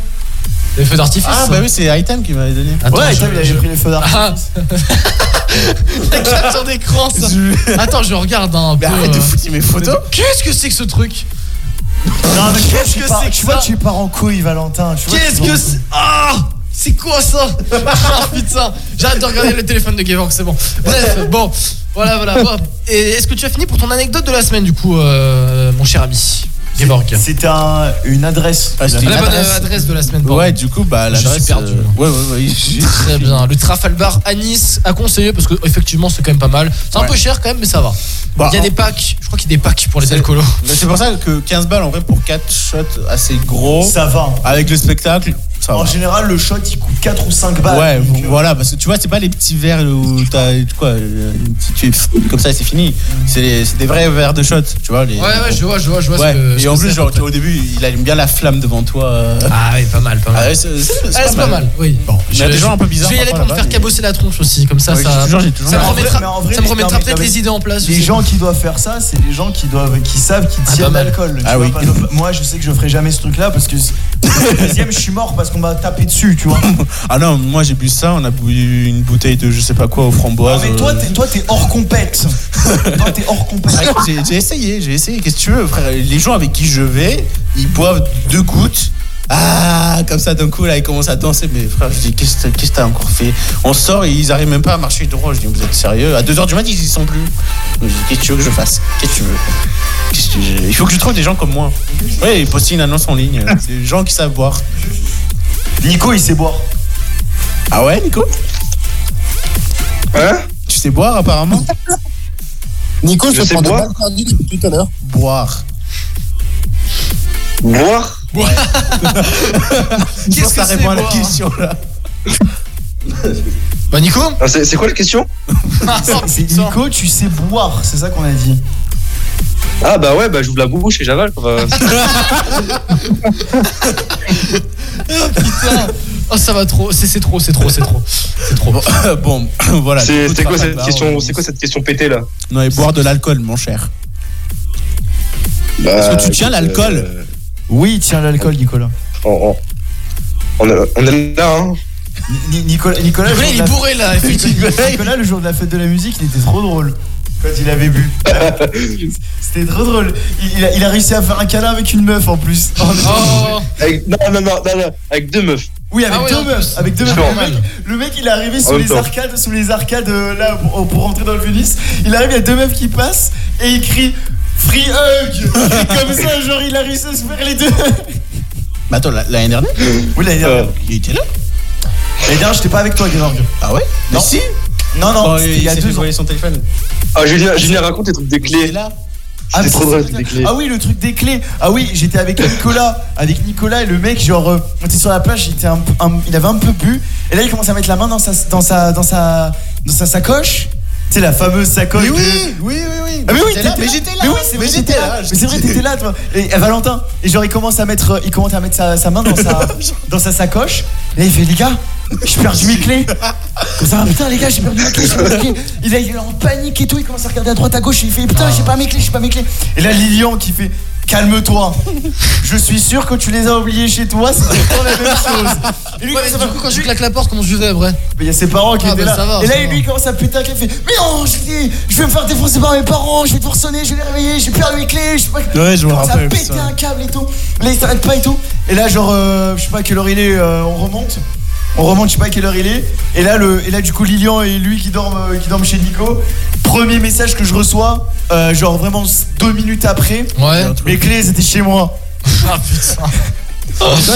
Speaker 1: Les feux d'artifice hein.
Speaker 5: Ah, bah oui, c'est Item qui m'avait donné. Ah,
Speaker 1: Attends,
Speaker 2: ouais,
Speaker 1: je-
Speaker 2: Tom, il avait
Speaker 1: je- Ah.
Speaker 2: pris les feux
Speaker 1: *laughs*
Speaker 2: d'artifice.
Speaker 1: La capture d'écran,
Speaker 2: *laughs*
Speaker 1: ça. Attends, je regarde hein, un peu. euh.
Speaker 2: arrête de foutre
Speaker 5: mes photos.
Speaker 1: Qu'est-ce que c'est que ce truc
Speaker 2: Non, mais
Speaker 1: qu'est-ce
Speaker 2: tu
Speaker 1: que
Speaker 2: pars-
Speaker 1: c'est que
Speaker 2: Tu vois,
Speaker 1: ça
Speaker 2: tu pars en couille, Valentin. tu vois, tu
Speaker 1: Qu'est-ce
Speaker 2: pars en
Speaker 1: que
Speaker 2: couille.
Speaker 1: c'est Ah C'est quoi ça *laughs* Ah putain J'arrête de regarder le téléphone de Gavorg, c'est bon. Bref, bon, voilà, voilà. bon. Et est-ce que tu as fini pour ton anecdote de la semaine, du coup, euh, mon cher ami Gavorg
Speaker 2: C'était un- une adresse.
Speaker 1: c'était Ah, une La bonne adresse. adresse de la semaine, pardon.
Speaker 5: Ouais, du coup, bah,
Speaker 1: Je suis
Speaker 5: l'adresse.
Speaker 1: perdu,
Speaker 5: euh, Ouais, ouais, ouais. j'ai-
Speaker 1: Très bien. Le Trafalgar à Nice à conseiller parce que effectivement c'est quand même pas mal. C'est un
Speaker 5: Ouais.
Speaker 1: peu cher quand même mais ça va.
Speaker 5: Bah,
Speaker 1: il y a
Speaker 5: en-
Speaker 1: des packs, je crois qu'il y a des packs pour les
Speaker 5: C'est-
Speaker 1: alcoolos.
Speaker 5: Mais C'est pour ça que 15 balles en vrai pour 4 shots assez gros.
Speaker 2: Ça va.
Speaker 5: Avec le spectacle, ça
Speaker 2: En
Speaker 5: va.
Speaker 2: général, le shot il coûte 4 ou 5 balles.
Speaker 5: ouais, bon, voilà, parce que tu vois, c'est pas les petits verres où t'as quoi, euh, une petite- tu es- comme ça, c'est fini. C'est les- c'est des vrais verres de shot, tu vois. Les,
Speaker 1: Ouais ouais je vois je vois je vois.
Speaker 5: Ouais,
Speaker 1: ce que, ce
Speaker 5: et en
Speaker 1: que
Speaker 5: plus,
Speaker 1: c'est.
Speaker 5: genre, tu vois, au début, il allume bien la flamme devant toi. euh.
Speaker 1: Ah ouais pas mal pas mal.
Speaker 5: Ah ouais, c'est- c'est- c'est
Speaker 1: Ah, c'est pas mal. Oui.
Speaker 5: Bon, il y a
Speaker 1: Je-
Speaker 5: des gens un peu
Speaker 1: je-
Speaker 5: bizarres.
Speaker 1: Je vais y aller
Speaker 5: parfois,
Speaker 1: pour me
Speaker 5: là-bas,
Speaker 1: faire cabosser la tronche aussi comme ça
Speaker 5: Ouais,
Speaker 1: ça.
Speaker 5: j'ai toujours- j'ai toujours-
Speaker 1: ça me
Speaker 5: Mais en
Speaker 1: remettra
Speaker 2: Mais en vrai,
Speaker 1: ça me
Speaker 2: mais- non,
Speaker 1: remettra
Speaker 2: mais-
Speaker 1: peut-être
Speaker 2: non, mais-
Speaker 1: les idées en place. je
Speaker 2: Les
Speaker 1: sais
Speaker 2: gens
Speaker 1: *laughs*
Speaker 2: qui doivent faire ça, c'est les gens qui doivent, qui savent, qui
Speaker 1: Ah,
Speaker 2: tiennent
Speaker 1: pas mal.
Speaker 2: l'alcool. tu
Speaker 5: Ah
Speaker 2: vois,
Speaker 5: oui.
Speaker 2: par exemple, Moi, je sais que je ferai jamais ce truc-là parce que si- le deuxième, je suis mort parce qu'on m'a tapé dessus, tu vois.
Speaker 5: Ah non, moi j'ai bu ça, on a bu une bouteille de je sais pas quoi aux
Speaker 2: Ah,
Speaker 5: framboises.
Speaker 2: mais toi,
Speaker 5: euh.
Speaker 2: t'es, toi, t'es hors
Speaker 5: *laughs*
Speaker 2: compète. toi, t'es hors compète.
Speaker 5: Ah, écoute, j'ai j'ai essayé, j'ai essayé. Qu'est-ce que tu veux, frère Les gens avec qui je vais, ils boivent deux gouttes. Ah, comme ça, d'un coup, là, ils commencent à danser. Mais frère, je dis, qu'est-ce que t'as- qu'est-ce que t'as encore fait On sort et ils arrivent même pas à marcher droit. Je dis, vous êtes sérieux À 2h du matin, ils y sont plus. Je dis, qu'est-ce que tu veux que je fasse Qu'est-ce que tu veux Qu'est-ce que je- Il faut que je trouve des gens comme moi. Ouais, ils postent une annonce en
Speaker 2: *laughs*
Speaker 5: ligne. C'est des gens qui savent boire.
Speaker 2: Nico, il sait boire.
Speaker 5: Ah ouais, Nico
Speaker 22: Hein
Speaker 5: Tu sais boire, apparemment
Speaker 4: Nico
Speaker 22: Je
Speaker 4: se
Speaker 22: sais
Speaker 4: prend des
Speaker 22: boire.
Speaker 4: balles perdues depuis tout à l'heure.
Speaker 5: Boire.
Speaker 22: Boire
Speaker 5: Je pense
Speaker 1: Qu'est-ce
Speaker 5: que
Speaker 1: que
Speaker 5: ça
Speaker 1: c'est
Speaker 5: répond à la
Speaker 1: boire
Speaker 5: question,
Speaker 1: *laughs*
Speaker 5: là.
Speaker 1: pas. Bah Nico
Speaker 22: Ah, C'est c'est quoi la question
Speaker 1: Ah,
Speaker 2: C'est
Speaker 1: putain.
Speaker 2: Nico, tu sais boire, c'est ça qu'on a dit.
Speaker 22: Ah bah ouais, bah j'ouvre la bouche et j'avale.
Speaker 7: *laughs*
Speaker 22: quoi. Bah,
Speaker 1: Putain. Oh ça va trop, c'est c'est trop, c'est trop, c'est trop. C'est trop.
Speaker 5: bon, voilà.
Speaker 22: c'est-
Speaker 5: du coup,
Speaker 22: C'était quoi
Speaker 5: Trafalgar,
Speaker 22: cette question
Speaker 5: on-
Speaker 22: C'est quoi cette question pétée là
Speaker 5: Non, et boire de l'alcool, mon cher.
Speaker 22: Bah,
Speaker 5: Est-ce que tu tiens
Speaker 22: écoute,
Speaker 5: l'alcool
Speaker 22: euh,
Speaker 2: Oui, tiens l'alcool, Nicolas.
Speaker 22: on, on- on est- on est là, hein
Speaker 2: Ni- Nicolas, Nicolas, le
Speaker 1: Nicolas,
Speaker 2: jour
Speaker 1: il
Speaker 2: de
Speaker 1: est
Speaker 2: la-
Speaker 1: bourré là, effectivement.
Speaker 2: Nicolas, le jour de la fête de la musique, il était trop drôle quand il avait bu. C'était trop drôle. Il, il a, il a réussi à faire un câlin avec une meuf en plus. Oh, non.
Speaker 1: Oh.
Speaker 22: Avec- non, non, non, non, non, avec deux meufs.
Speaker 2: Oui, avec
Speaker 1: Ah ouais,
Speaker 2: deux
Speaker 1: en
Speaker 2: meufs. Avec deux meufs.
Speaker 22: Genre.
Speaker 2: Le mec, le mec, il est arrivé sous
Speaker 22: même
Speaker 2: les
Speaker 22: temps.
Speaker 2: arcades, sous les arcades euh, là pour, pour rentrer dans le Venise. Il arrive, il y a deux meufs qui passent et il crie Free
Speaker 5: *laughs*
Speaker 2: Hug. Et comme ça, genre, il a réussi à se faire les deux.
Speaker 5: Bah attends, la- l'année dernière,
Speaker 22: Euh.
Speaker 2: Oui, l'année dernière.
Speaker 5: il était là
Speaker 2: L'année dernière, Eh j'étais pas avec toi, Georg.
Speaker 5: Ah ouais Mais
Speaker 2: Non.
Speaker 5: si
Speaker 2: Non, non,
Speaker 5: Oh,
Speaker 2: c'était il y a
Speaker 5: s'est fait
Speaker 2: deux ans.
Speaker 5: voler son téléphone.
Speaker 22: Ah, Julien, Julien raconte les trucs des
Speaker 5: Il était
Speaker 22: clés.
Speaker 5: là.
Speaker 2: Ah, mais
Speaker 22: trop
Speaker 2: c'est
Speaker 22: drôle,
Speaker 2: ça,
Speaker 22: des
Speaker 2: ça.
Speaker 22: clés.
Speaker 2: Ah oui, le truc des clés. Ah oui, j'étais avec Nicolas, avec Nicolas et le mec, genre, euh, on était sur la plage, il, était un- un- il avait un peu bu, et là il commence à mettre la main dans sa, dans sa, dans sa, dans sa sacoche. sais, la fameuse sacoche.
Speaker 5: Mais oui,
Speaker 2: de-
Speaker 5: oui, oui, oui.
Speaker 2: Ah, mais oui,
Speaker 5: J'étais là,
Speaker 2: t'étais
Speaker 5: mais j'étais là,
Speaker 2: Mais oui, c'est vrai,
Speaker 5: mais
Speaker 2: j'étais
Speaker 5: j'étais
Speaker 2: là.
Speaker 5: là,
Speaker 2: Mais c'est vrai, t'étais là, toi. Et euh, Valentin, et genre, il commence à mettre, euh, il commence à mettre sa, sa main dans
Speaker 1: *laughs*
Speaker 2: sa, dans sa sacoche. Et là, il fait, les gars, j'ai perdu mes clés. Comme ça, putain, les gars, j'ai perdu mes clés, j'ai perdu mes clés. Et là, il est en panique et tout, il commence à regarder à droite, à gauche, et il fait, putain, j'ai pas mes clés, j'ai pas mes clés. Et là, Lilian qui fait, calme-toi. Je suis sûr que tu les as oubliés chez toi, c'est pas la même chose. Et lui,
Speaker 1: Ouais, mais du coup, quand je claque la porte, comment je vais après
Speaker 2: Mais il y a ses parents Oh, qui
Speaker 1: Ah,
Speaker 2: étaient
Speaker 1: bah,
Speaker 2: là.
Speaker 1: ça va,
Speaker 2: et là,
Speaker 1: ça
Speaker 2: il
Speaker 1: va.
Speaker 2: lui il commence à putain qu'il fait Mais
Speaker 1: oh,
Speaker 2: non, je, dis, je vais me faire défoncer
Speaker 1: *laughs*
Speaker 2: par mes parents, je vais devoir sonner, je vais les réveiller, j'ai perdu mes clés, je sais pas.
Speaker 5: Ouais, je me
Speaker 2: Il commence
Speaker 5: rappelle,
Speaker 2: à péter
Speaker 5: putain.
Speaker 2: un câble et tout. Là, il s'arrête pas et tout. Et là, genre, euh, je sais pas à quelle heure il est, euh, on remonte. On remonte, je sais pas à quelle heure il est. Et là, le, et là du coup, Lilian et lui qui dorment, euh, qui dorment chez Nico. Premier message que je reçois, euh, genre vraiment deux minutes après.
Speaker 1: Ouais.
Speaker 2: Mes clés, elles étaient chez moi.
Speaker 1: Ah putain.
Speaker 5: *laughs*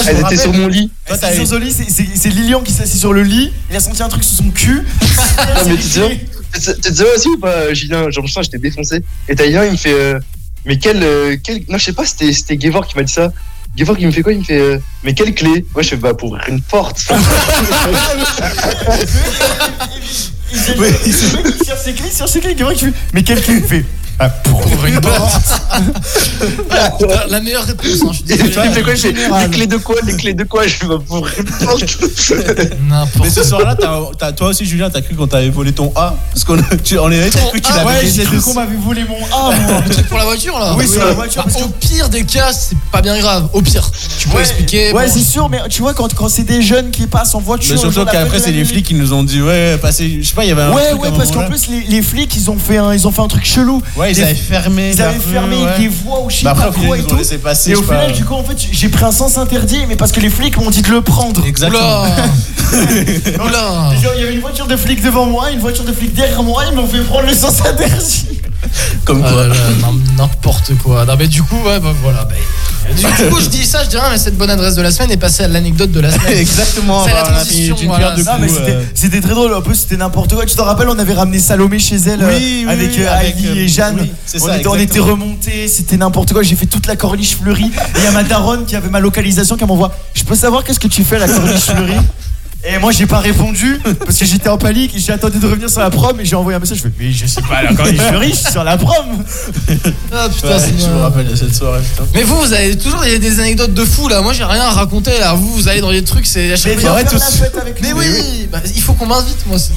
Speaker 2: Elle était sur mon
Speaker 22: lit.
Speaker 2: Elle s'est assise sur son lit, c'est- c'est c'est Lilian qui s'est assis sur le lit, il a senti un truc sous son cul.
Speaker 22: *laughs* Non, Ah, mais tu te souviens- tu te- tu te souviens aussi ou pas, Julien Genre, putain, j'étais défoncé. Et t'as Lilian, il me fait. euh, mais quel, euh, quel. Non, je sais pas, c'était c'était Gevor qui m'a dit ça. Gevor, il me fait quoi Il me fait. euh, mais quelle clé Moi, je fais, bah, pour ouvrir une porte.
Speaker 2: Oui, c'est vrai qu'il cherche ses clés, il cherche ses clés, il y en a qui fait, Mais quelle clé il fait Ah, pour ouvrir *laughs* une porte
Speaker 1: Ah, Putain, La meilleure réponse, hein, je suis
Speaker 22: Et
Speaker 1: désolé.
Speaker 22: il me fait quoi Je fais, les clés de quoi Les clés de quoi Je fais, bah, pour ouvrir une porte.
Speaker 1: N'importe
Speaker 5: Mais ce soir-là, t'as- t'as- toi aussi, Julien, t'as cru qu'on t'avait volé ton A. Parce qu'on tu- on est t'as cru qu'il
Speaker 2: Ah
Speaker 5: avait
Speaker 2: ouais,
Speaker 5: des
Speaker 2: j'ai cru
Speaker 5: trucs.
Speaker 2: qu'on m'avait volé mon
Speaker 5: *laughs*
Speaker 2: A, moi
Speaker 1: Le truc pour la voiture là
Speaker 2: Oui, c'est la voiture,
Speaker 1: Bah,
Speaker 2: parce
Speaker 1: Au pire des cas, c'est pas bien grave. Au pire, tu peux
Speaker 2: Ouais,
Speaker 1: expliquer.
Speaker 2: Ouais,
Speaker 1: bon,
Speaker 2: c'est sûr, mais tu vois, quand, quand c'est des jeunes qui passent en voiture.
Speaker 5: Mais surtout
Speaker 2: genre, la
Speaker 5: qu'après,
Speaker 2: fête de
Speaker 5: c'est
Speaker 2: la
Speaker 5: les
Speaker 2: nuit.
Speaker 5: flics qui nous ont dit, ouais, passez. Je sais pas, il y avait un.
Speaker 2: Ouais,
Speaker 5: truc à
Speaker 2: ouais,
Speaker 5: un
Speaker 2: parce qu'en
Speaker 5: moment-là.
Speaker 2: plus, les, les flics, ils ont, fait un, ils ont fait un truc chelou.
Speaker 5: Ouais, ils
Speaker 2: Des-
Speaker 5: avaient fermé.
Speaker 2: Ils
Speaker 5: la
Speaker 2: avaient
Speaker 5: rue,
Speaker 2: fermé
Speaker 5: ouais.
Speaker 2: des voies ou je sais
Speaker 5: Bah
Speaker 2: pas
Speaker 5: après, au final,
Speaker 2: quoi et
Speaker 5: ils ont
Speaker 2: tout.
Speaker 5: laissé passer,
Speaker 2: et
Speaker 5: je
Speaker 2: au
Speaker 5: sais
Speaker 2: final,
Speaker 5: pas.
Speaker 2: du coup, en fait, j'ai pris un sens interdit, mais parce que les flics m'ont dit de le prendre.
Speaker 5: *laughs* Exactement.
Speaker 1: Oula.
Speaker 2: *laughs* Donc,
Speaker 1: Oula.
Speaker 2: genre, il y avait une voiture de flic devant moi, une voiture de flic derrière moi, ils m'ont fait prendre le sens interdit.
Speaker 5: Comme
Speaker 1: Ah
Speaker 5: quoi.
Speaker 1: là là, non, N'importe quoi. Non, mais du coup, ouais, bah voilà. *laughs* bah, du
Speaker 2: *laughs*
Speaker 1: du coup, je dis ça, je dis rien, mais cette bonne adresse de la semaine est passée à l'anecdote de la semaine.
Speaker 5: Exactement.
Speaker 1: C'est la
Speaker 5: bah, on a pris
Speaker 1: transition.
Speaker 5: une
Speaker 1: voilà.
Speaker 5: pierre de
Speaker 2: Non,
Speaker 5: coups,
Speaker 2: mais c'était-
Speaker 5: euh,
Speaker 2: c'était très drôle, un peu c'était n'importe quoi. Tu t'en rappelles, on avait ramené Salomé chez elle euh,
Speaker 5: Oui, oui,
Speaker 2: avec
Speaker 5: oui,
Speaker 2: euh,
Speaker 5: avec,
Speaker 2: Ali
Speaker 5: euh,
Speaker 2: et Jeanne.
Speaker 5: oui, c'est
Speaker 2: on,
Speaker 5: ça,
Speaker 2: était, on était
Speaker 5: exactement.
Speaker 2: remontés, c'était n'importe quoi. J'ai fait toute la corniche fleurie. Et il y a ma daronne qui avait ma localisation qui m'envoie Je peux savoir qu'est-ce que tu fais à la corniche fleurie Et moi j'ai pas répondu parce que j'étais en panique. J'ai attendu de revenir sur la prom et j'ai envoyé un message. Je fais Mais je sais
Speaker 5: Bah,
Speaker 2: pas à la corniche fleurie, je suis sur la prom.
Speaker 1: Ah putain,
Speaker 5: ouais,
Speaker 1: c'est
Speaker 5: je
Speaker 1: bien.
Speaker 5: me rappelle de cette soirée, putain.
Speaker 1: Mais vous, vous avez toujours des, des anecdotes de fou là. Moi, j'ai rien à raconter là. Vous, vous allez dans des trucs, c'est à chaque
Speaker 2: Mais
Speaker 1: fois-
Speaker 2: viens
Speaker 5: arrête
Speaker 2: faire
Speaker 5: tout
Speaker 2: la
Speaker 5: de
Speaker 2: fête avec
Speaker 1: Mais
Speaker 2: nous.
Speaker 1: oui, bah, il faut qu'on m'invite, moi. c'est-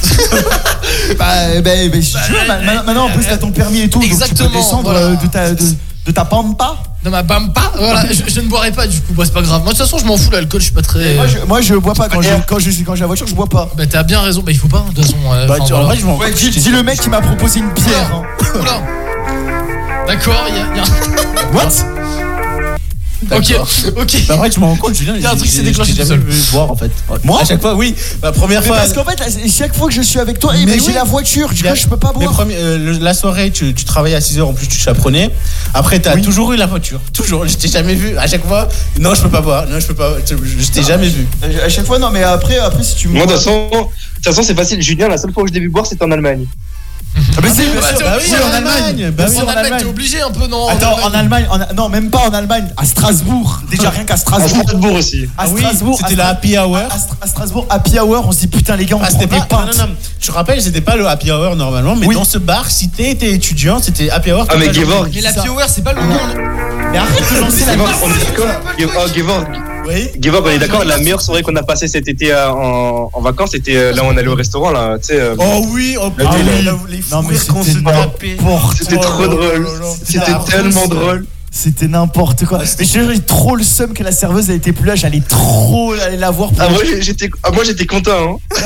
Speaker 2: Bah, bah, bah, si tu veux, ma- ma- maintenant en plus t'as ton permis et tout, donc tu peux
Speaker 1: Exactement,
Speaker 2: descendre
Speaker 1: voilà.
Speaker 2: euh, de ta de, de ta pampa.
Speaker 1: Dans ma bampa, voilà, je, je ne boirai pas du coup, bah, c'est pas grave. Moi, de toute façon, je m'en fous, l'alcool, je suis pas très.
Speaker 2: Moi je, moi je bois pas quand je quand je suis quand j'ai la voiture, je bois pas.
Speaker 1: Bah, t'as bien raison, bah, il faut pas, de toute façon. euh,
Speaker 5: Bah,
Speaker 1: enfin,
Speaker 5: tu- en
Speaker 1: voilà.
Speaker 5: vrai, je m'en
Speaker 2: Ouais, dis, dis le mec qui m'a proposé une bière. hein.
Speaker 1: Oula D'accord, il y a. y a-
Speaker 2: *laughs* What
Speaker 1: Ok, ok.
Speaker 5: Bah, en vrai, je me rends compte, Julien.
Speaker 1: Il y a un
Speaker 5: j'ai-
Speaker 1: truc qui s'est
Speaker 5: j'ai-
Speaker 1: déclenché
Speaker 5: j'ai
Speaker 1: tout
Speaker 5: jamais
Speaker 1: seul.
Speaker 5: vu boire en fait. Ouais.
Speaker 2: Moi
Speaker 5: À chaque fois, oui. La première
Speaker 2: Mais
Speaker 5: fois.
Speaker 2: parce qu'en fait, là, chaque fois que je suis avec toi, eh
Speaker 5: Mais
Speaker 2: ben, j'ai
Speaker 5: oui.
Speaker 2: la voiture, du
Speaker 5: La-
Speaker 2: coup je peux pas
Speaker 5: les
Speaker 2: boire.
Speaker 5: premiers- euh, le- la soirée, tu, tu travaillais à 6h, en plus tu chaperonnais. Après, t'as toujours eu la voiture. *laughs* Toujours. Je t'ai jamais vu. À chaque fois, non, je peux pas boire. Non, je peux pas. Je, je t'ai jamais vu.
Speaker 2: Euh, À chaque fois, non, mais après, après si tu me.
Speaker 22: Moi, de toute façon, de toute façon, c'est facile. Julien, la seule fois où je l'ai vu boire, c'était en Allemagne.
Speaker 2: Ah, mais c'est-
Speaker 1: Bah,
Speaker 2: bien sûr,
Speaker 1: t'es
Speaker 2: bah
Speaker 1: obligé
Speaker 2: oui, en Allemagne.
Speaker 5: Bah
Speaker 2: Bien
Speaker 1: Bah,
Speaker 2: sûr,
Speaker 1: en Allemagne, t'es obligé un peu, non
Speaker 2: Attends, en Allemagne, en- non, même pas en Allemagne, à Strasbourg. Ah, Déjà rien qu'à
Speaker 22: À
Speaker 2: Strasbourg.
Speaker 22: Strasbourg aussi.
Speaker 5: Ah
Speaker 2: À
Speaker 5: oui,
Speaker 2: Strasbourg,
Speaker 5: c'était
Speaker 2: à-
Speaker 5: la happy hour.
Speaker 2: À, Stra- à Strasbourg, happy hour, on se dit putain, les gars, on
Speaker 5: Ah,
Speaker 2: prend
Speaker 5: c'était
Speaker 2: des
Speaker 5: pas.
Speaker 2: pintes.
Speaker 5: Non, non, non. Je rappelle, c'était pas le happy hour normalement, mais
Speaker 2: Oui.
Speaker 5: dans ce bar, si t'étais étudiant, c'était happy hour.
Speaker 22: Ah,
Speaker 5: toute
Speaker 22: mais
Speaker 5: la journée.
Speaker 22: Gevorg,
Speaker 1: Mais la Power, c'est pas le nom.
Speaker 2: Mais arrête de lancer la
Speaker 22: Gevorg, on est d'accord. Ge- oh, Gevorg,
Speaker 5: Oui.
Speaker 22: Gevorg, on est d'accord. La meilleure soirée qu'on a passée cet été euh, en, en vacances, c'était euh, là où on allait au restaurant. Là, tu sais, euh,
Speaker 5: Oh oui, oh
Speaker 22: Ah
Speaker 5: putain,
Speaker 2: oui.
Speaker 5: là où les
Speaker 2: Non, mais
Speaker 5: fous qu'on se
Speaker 2: c'était n'importe
Speaker 5: tapait.
Speaker 2: quoi.
Speaker 22: c'était
Speaker 5: Oh,
Speaker 22: trop
Speaker 5: oh,
Speaker 22: drôle.
Speaker 5: oh, oh, oh.
Speaker 22: C'était
Speaker 5: Ah,
Speaker 22: tellement
Speaker 5: France,
Speaker 22: drôle.
Speaker 2: C'était n'importe
Speaker 5: Ah,
Speaker 2: quoi. Mais je te jure, j'ai trop le seum que la serveuse elle était plus là, j'allais trop aller la voir pour
Speaker 22: Ah, moi, j'ai- j'étais, ah, moi, j'étais content. Hein.
Speaker 2: *laughs*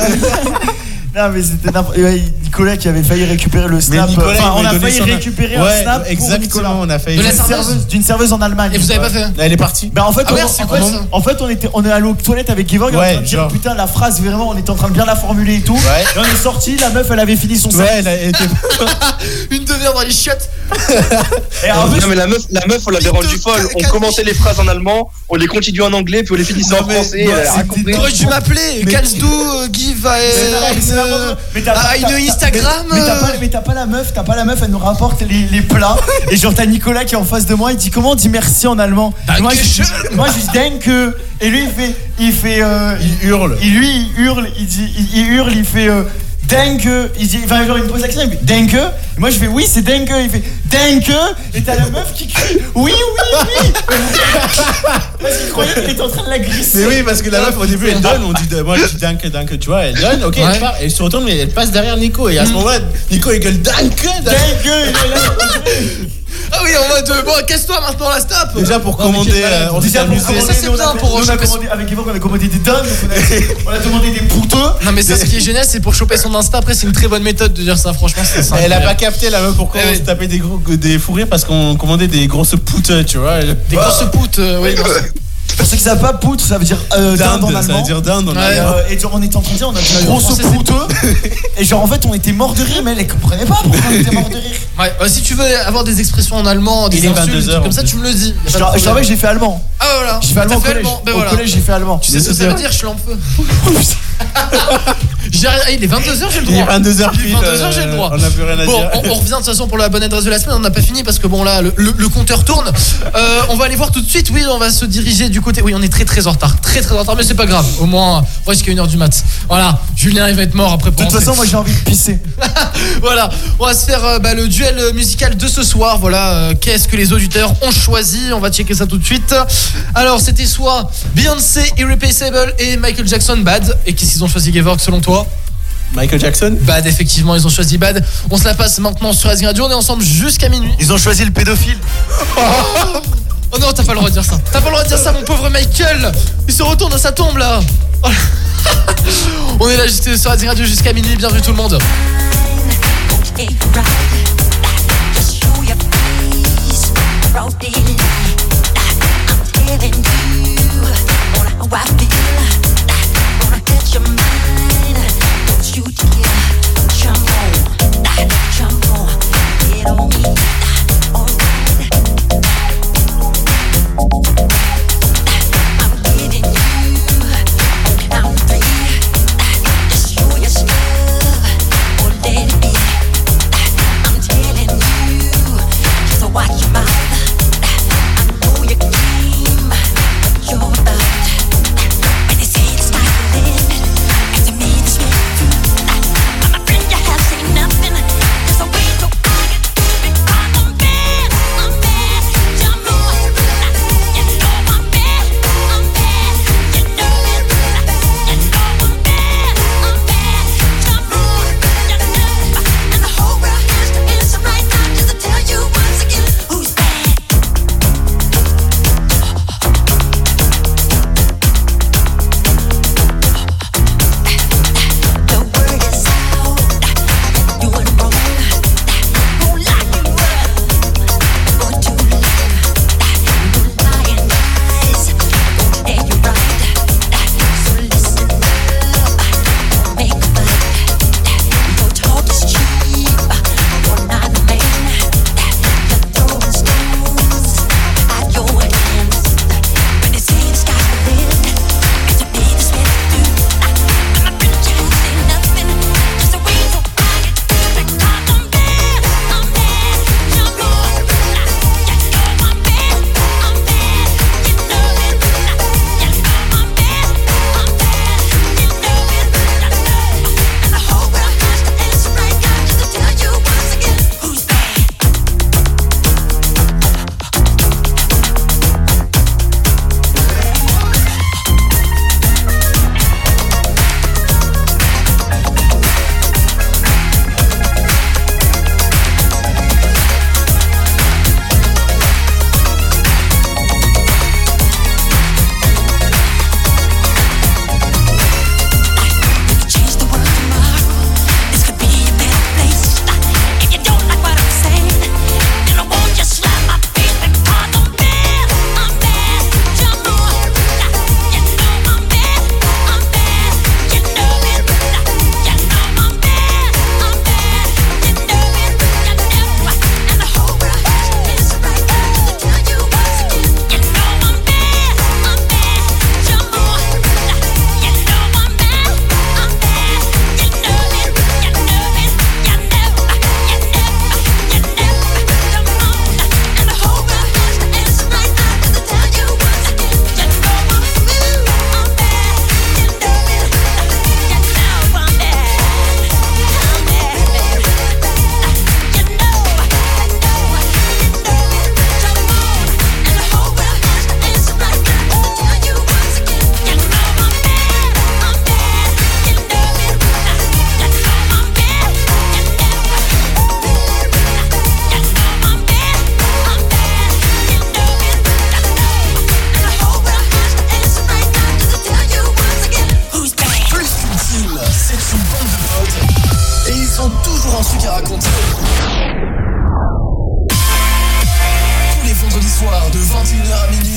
Speaker 2: Non mais c'était n'importe ouais, Nicolas qui avait failli récupérer le
Speaker 5: Mais
Speaker 2: snap.
Speaker 5: Nicolas,
Speaker 2: Enfin,
Speaker 5: il
Speaker 2: on
Speaker 5: m'a
Speaker 2: a
Speaker 5: donné
Speaker 2: failli
Speaker 5: son-
Speaker 2: récupérer
Speaker 5: ouais,
Speaker 2: un snap pour
Speaker 5: Exactement,
Speaker 2: Nicolas.
Speaker 5: on a failli.
Speaker 1: De la
Speaker 2: D'une
Speaker 1: serveuse
Speaker 2: serveuse- D'une serveuse en Allemagne.
Speaker 1: Et vous avez pas fait
Speaker 5: Elle est partie.
Speaker 2: Bah en fait,
Speaker 1: Ah
Speaker 2: on,
Speaker 1: merde, c'est
Speaker 2: en
Speaker 1: quoi,
Speaker 2: fait-
Speaker 1: ça
Speaker 2: en fait, on était on est allé aux toilettes avec Gevorg, on
Speaker 5: Ouais,
Speaker 2: était en train de dire,
Speaker 5: genre.
Speaker 2: putain la phrase vraiment, on était en train de bien la formuler et tout.
Speaker 5: Ouais.
Speaker 2: Et on est sorti, la meuf elle avait fini son sac.
Speaker 5: Ouais, elle a été.
Speaker 1: *laughs* Une demi-heure dans les chiottes.
Speaker 2: Et en fait,
Speaker 22: non, mais la meuf, la meuf, on l'avait
Speaker 1: Putain,
Speaker 22: rendue folle. On
Speaker 1: quatre-
Speaker 22: commençait les phrases en allemand, on les continuait en anglais, puis on les finissait en
Speaker 5: Non, mais-
Speaker 22: français.
Speaker 5: non,
Speaker 22: elle a
Speaker 5: c'était-
Speaker 22: compris.
Speaker 1: T'aurais dû m'appeler. Katsdo, euh, Give,
Speaker 2: Mais c'est n'importe quoi. Mais t'as pas-
Speaker 1: Ah, une
Speaker 2: t'as- t'as-
Speaker 1: Instagram,
Speaker 2: Mais, mais t'as
Speaker 1: euh.
Speaker 2: pas, mais t'as pas la meuf, t'as pas la meuf, elle nous rapporte les, les plats. et genre t'as Nicolas qui est en face de moi, il dit comment on dit merci en allemand. Et Moi je,
Speaker 1: Dankeschön.
Speaker 2: moi je dis danke. Et lui il fait, il fait, euh,
Speaker 5: Il hurle.
Speaker 2: il- lui il hurle, il dit, il, il hurle, il fait. Euh, Denke il, dit- enfin, genre, il me pose la question, il me dit Denke Et moi je fais oui, c'est Denke Il fait Denke Et t'as la meuf qui crie Oui, oui, oui *laughs* Parce qu'il croyait qu'il était en train de la glisser.
Speaker 5: Mais oui, parce que la meuf au début elle donne, on dit de- moi je dis dunk, dunk, tu vois, elle donne, ok,
Speaker 2: Ouais.
Speaker 5: elle part, elle se retourne, mais elle passe derrière Nico, et à ce moment-là, Nico il gueule dunk, dunk. *laughs*
Speaker 1: Ah oui, en mode euh, bon, casse-toi maintenant la stop. Ah
Speaker 5: Déjà pour commander, euh, on s'est amusé.
Speaker 1: Ça
Speaker 2: eh
Speaker 1: c'est bien pour
Speaker 2: on a
Speaker 1: choper son-
Speaker 2: commandé, Avec Evo, on a commandé des dindes, on *laughs* a, on a demandé des pouteux.
Speaker 1: Non mais ça ce qui est génial c'est pour choper son Insta après c'est une très bonne méthode de dire ça franchement c'est Eh ça.
Speaker 5: Elle a pas capté la meuf pourquoi on se tapait des, gros, des fous rires parce qu'on commandait des grosses poutes, tu vois. Des
Speaker 1: grosses poutes, oui.
Speaker 2: Pour ceux qui savent pas, poutre, ça veut dire euh, dinde, en allemand.
Speaker 5: ça veut dire dinde en
Speaker 2: Ouais,
Speaker 5: allemand.
Speaker 2: euh, et genre, on était en train de dire, on a
Speaker 5: Ouais,
Speaker 2: dit
Speaker 5: en
Speaker 2: grosse
Speaker 5: français, c'est-
Speaker 2: pouteux.
Speaker 1: *laughs*
Speaker 2: et genre, en fait, on était morts de rire, mais elle, elle comprenait pas pourquoi on était morts de rire.
Speaker 1: Ouais, euh, si tu veux avoir des expressions en allemand, des
Speaker 2: Il est
Speaker 1: insultes,
Speaker 2: 22
Speaker 1: des trucs
Speaker 2: heures,
Speaker 1: comme ça
Speaker 2: en
Speaker 1: tu me le dis. Y a
Speaker 2: Je te
Speaker 1: pas
Speaker 2: ra- je
Speaker 1: de
Speaker 2: te rappelle
Speaker 1: problème.
Speaker 2: que j'ai fait allemand.
Speaker 1: Ah voilà.
Speaker 2: J'ai fait allemand
Speaker 1: T'as
Speaker 2: au collège.
Speaker 1: allemand, ben
Speaker 2: Au
Speaker 1: voilà.
Speaker 2: collège, j'ai fait allemand.
Speaker 1: Tu sais ce que ça veut dire, je suis
Speaker 2: *laughs*
Speaker 1: en feu. J'ai rien- Il est 22h, j'ai le droit.
Speaker 5: Il est 22 heures
Speaker 1: Il est
Speaker 5: pile,
Speaker 1: 22 heures, j'ai le droit.
Speaker 5: euh, on n'a plus rien à
Speaker 1: Bon,
Speaker 5: dire.
Speaker 1: on, on revient de toute façon pour la bonne adresse de la semaine. On n'a pas fini parce que bon là, le, le- le compteur tourne. Euh, on va aller voir tout de suite. Oui, on va se diriger du côté. Oui, on est très très en retard, très très en retard, mais c'est pas grave. Au moins, voici qu'il est 1h du mat. Voilà, Julien il va être mort après.
Speaker 2: De toute façon, moi, j'ai envie de pisser.
Speaker 1: *laughs* voilà, on va se faire euh, bah, le duel euh, musical de ce soir. Voilà, euh, qu'est-ce que les auditeurs ont choisi On va checker ça tout de suite. Alors, c'était soit Beyoncé, Irreplaceable et Michael Jackson Bad. Et qu'est-ce qu'ils ont choisi, Gevorg, selon toi
Speaker 5: Michael Jackson
Speaker 1: Bad, effectivement, ils ont choisi Bad. On se la passe maintenant sur Azing Radio. On est ensemble jusqu'à minuit.
Speaker 2: Ils ont choisi le pédophile.
Speaker 1: Oh non, t'as pas le droit de dire ça. T'as pas le droit de dire ça, mon pauvre Michael. Il se retourne dans sa tombe là. *laughs* Oh là. On est là juste sur Azing Radio jusqu'à minuit. Bienvenue tout le monde.
Speaker 23: Ah,
Speaker 17: Watch your mouth.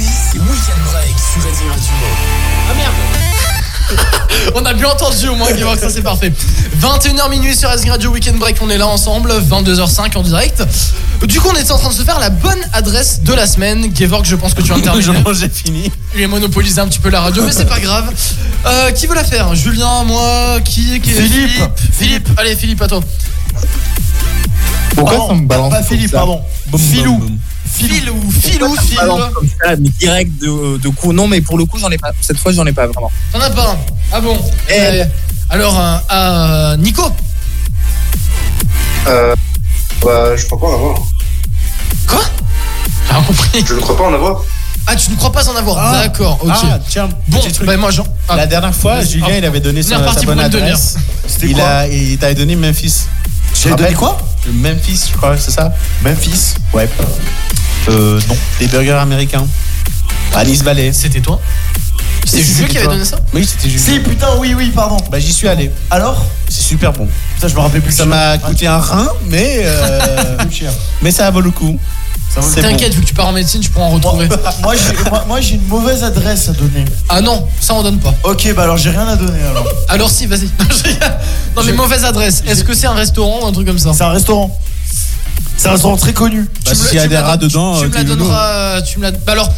Speaker 11: sur Rési Radio. Ah
Speaker 1: On a bien entendu au moins, Guévorg, ça c'est parfait. 21h minuit sur SG Radio Weekend Break, on est là ensemble, 22h05 en direct. Du coup, on était en train de se faire la bonne adresse de la semaine. Guévorg, je pense que tu
Speaker 5: *laughs*
Speaker 1: as terminé.
Speaker 5: j'ai fini.
Speaker 1: Il est monopolisé un petit peu la radio, mais c'est pas grave. Euh, qui veut la faire Julien, moi, qui, qui Philippe. Philippe Allez, Philippe, à toi.
Speaker 4: Pourquoi
Speaker 2: Pardon,
Speaker 4: ça me balance
Speaker 2: Pas Philippe, pardon. Filou.
Speaker 1: Filou, filou,
Speaker 4: Ça me balance comme ça, mais direct de, de coup. Non, mais pour le coup, j'en ai pas. Cette fois, j'en ai pas vraiment.
Speaker 1: T'en as pas un Ah bon
Speaker 5: Eh.
Speaker 1: Euh, Alors, euh, à Nico
Speaker 22: Euh, bah, je crois pas en avoir.
Speaker 1: Quoi T'as compris
Speaker 22: Je ne crois pas en avoir.
Speaker 1: Ah, tu ne crois pas en avoir
Speaker 5: Ah.
Speaker 1: D'accord, ok.
Speaker 5: Ah, tiens,
Speaker 1: bon,
Speaker 5: petit truc.
Speaker 1: bah moi, Jean. Ah.
Speaker 5: La dernière fois,
Speaker 1: Vas-y.
Speaker 5: Julien,
Speaker 1: Ah.
Speaker 5: il avait donné
Speaker 1: On est
Speaker 5: sa,
Speaker 1: reparti
Speaker 5: sa
Speaker 1: pour
Speaker 5: bonne
Speaker 1: une demi-heure.
Speaker 5: adresse.
Speaker 1: C'était
Speaker 5: Il
Speaker 1: quoi
Speaker 5: a, il t'avait donné Memphis.
Speaker 1: Tu
Speaker 5: te
Speaker 1: avais donné
Speaker 5: rappelles
Speaker 1: quoi
Speaker 5: Memphis, je crois, c'est ça Memphis Ouais. Euh, non. Des burgers américains. Alice Valley.
Speaker 1: C'était toi C'est Juju qui avait donné ça
Speaker 5: Oui, c'était Juju.
Speaker 2: Si, putain, oui, oui, pardon.
Speaker 5: Bah, j'y suis allé.
Speaker 2: Alors
Speaker 5: C'est super bon.
Speaker 2: Ça, je me rappelais plus.
Speaker 5: Ça m'a coûté un rein, mais.
Speaker 2: *laughs*
Speaker 5: euh, mais ça vaut le coup. C'est bon.
Speaker 1: T'inquiète, vu que tu pars en médecine, je pourrais en retrouver.
Speaker 2: *laughs* Moi, j'ai- moi- moi, j'ai une mauvaise adresse à donner.
Speaker 1: Ah non, ça on donne pas.
Speaker 2: Ok, bah alors j'ai rien à donner alors.
Speaker 1: Alors si, vas-y. *laughs* non, mais mauvaise adresse. Est-ce que c'est un restaurant ou un truc comme ça
Speaker 2: C'est un restaurant. C'est un restaurant très connu.
Speaker 5: Bah,
Speaker 1: Tu me-
Speaker 5: s'il y a
Speaker 1: tu me
Speaker 5: des
Speaker 1: la-
Speaker 5: rats dedans,
Speaker 1: Tu
Speaker 5: euh,
Speaker 1: me la
Speaker 5: dis-le nous.
Speaker 1: donneras. Tu me la. Bah alors,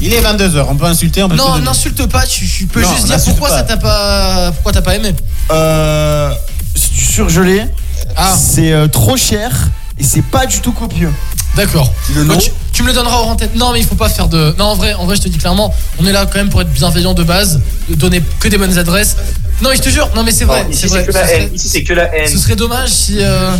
Speaker 5: Il est 22h, on peut insulter, on peut se
Speaker 1: non,
Speaker 5: donner.
Speaker 1: n'insulte pas. Tu, tu peux
Speaker 5: Non,
Speaker 1: juste dire
Speaker 5: n'insulte
Speaker 1: pourquoi
Speaker 5: pas.
Speaker 1: ça t'a pas. Pourquoi t'as pas aimé
Speaker 2: Euh, c'est du surgelé.
Speaker 1: Ah.
Speaker 2: C'est euh, trop cher et c'est pas du tout copieux.
Speaker 1: D'accord.
Speaker 2: Le nom
Speaker 1: Bah, tu, tu me le donneras hors tête. Non, mais il faut pas faire de. Non, en vrai, en vrai, je te dis clairement, on est là quand même pour être bienveillant de base, de donner que des bonnes adresses. Non, mais je te jure, non, mais c'est vrai.
Speaker 7: Non,
Speaker 1: c'est
Speaker 7: ici, c'est
Speaker 1: vrai.
Speaker 7: que la
Speaker 1: Ce serait-
Speaker 7: haine. Ici, c'est que la haine.
Speaker 1: Ce serait dommage si. euh,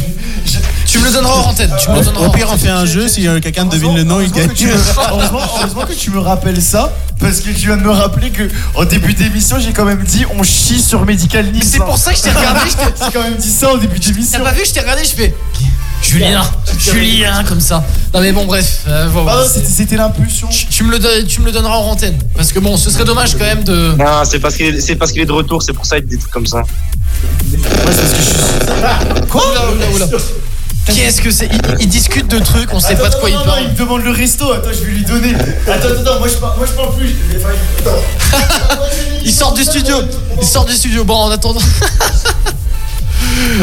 Speaker 1: Tu me le donneras hors antenne. Tu me le donneras
Speaker 5: Au
Speaker 1: hors
Speaker 5: pire, on fait un jeu, si euh, quelqu'un devine le nom, il gagne.
Speaker 2: Heureusement
Speaker 5: *laughs*
Speaker 2: que, tu me... heureusement- heureusement que tu me rappelles ça parce que tu viens de me rappeler que au début d'émission j'ai quand même dit on chie sur Medical Nice.
Speaker 1: Mais c'est pour ça que je t'ai regardé, je t'ai-
Speaker 2: J'ai quand même dit ça au début
Speaker 1: T'as
Speaker 2: d'émission.
Speaker 1: pas vu, je t'ai regardé, je fais. Julien, Julien, comme ça. Non mais bon, bref. euh, voilà,
Speaker 2: Pardon,
Speaker 1: c'est-
Speaker 2: Ah, c'était- c'était l'impulsion.
Speaker 1: tu, tu me le, don- tu me le donneras en antenne. Parce que bon, ce serait dommage quand même de.
Speaker 7: Non, c'est parce qu'il est, c'est parce qu'il est de retour, c'est pour ça qu'il dit des trucs comme ça.
Speaker 1: Quoi Oula, oula, oula. Qu'est-ce que c'est ils, ils discutent de trucs, on sait pas de quoi
Speaker 2: non,
Speaker 1: ils
Speaker 2: non,
Speaker 1: parlent.
Speaker 2: il me demande le resto, hein. attends, je vais lui donner. Attends, attends, attends, moi je parle, moi, je parle plus. Je vais faire- attends.
Speaker 1: Ils sortent du studio Ils sortent du studio, bon en attendant. *laughs*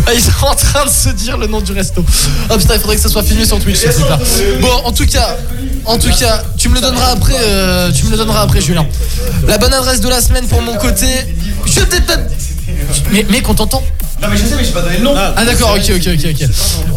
Speaker 1: Ah, Ils sont en train de se dire le nom du resto. Ah putain, il faudrait que ça soit filmé sur Twitch ce truc-là. Bon, en tout cas, en tout cas, tu me le donneras après, euh, tu me le donneras après, Julien. La bonne adresse de la semaine pour mon côté. Je t'ai pas. Mais, mais qu'on t'entend.
Speaker 2: Non, mais je sais, mais je vais pas donner le nom.
Speaker 1: Ah d'accord, ok, ok, ok, ok.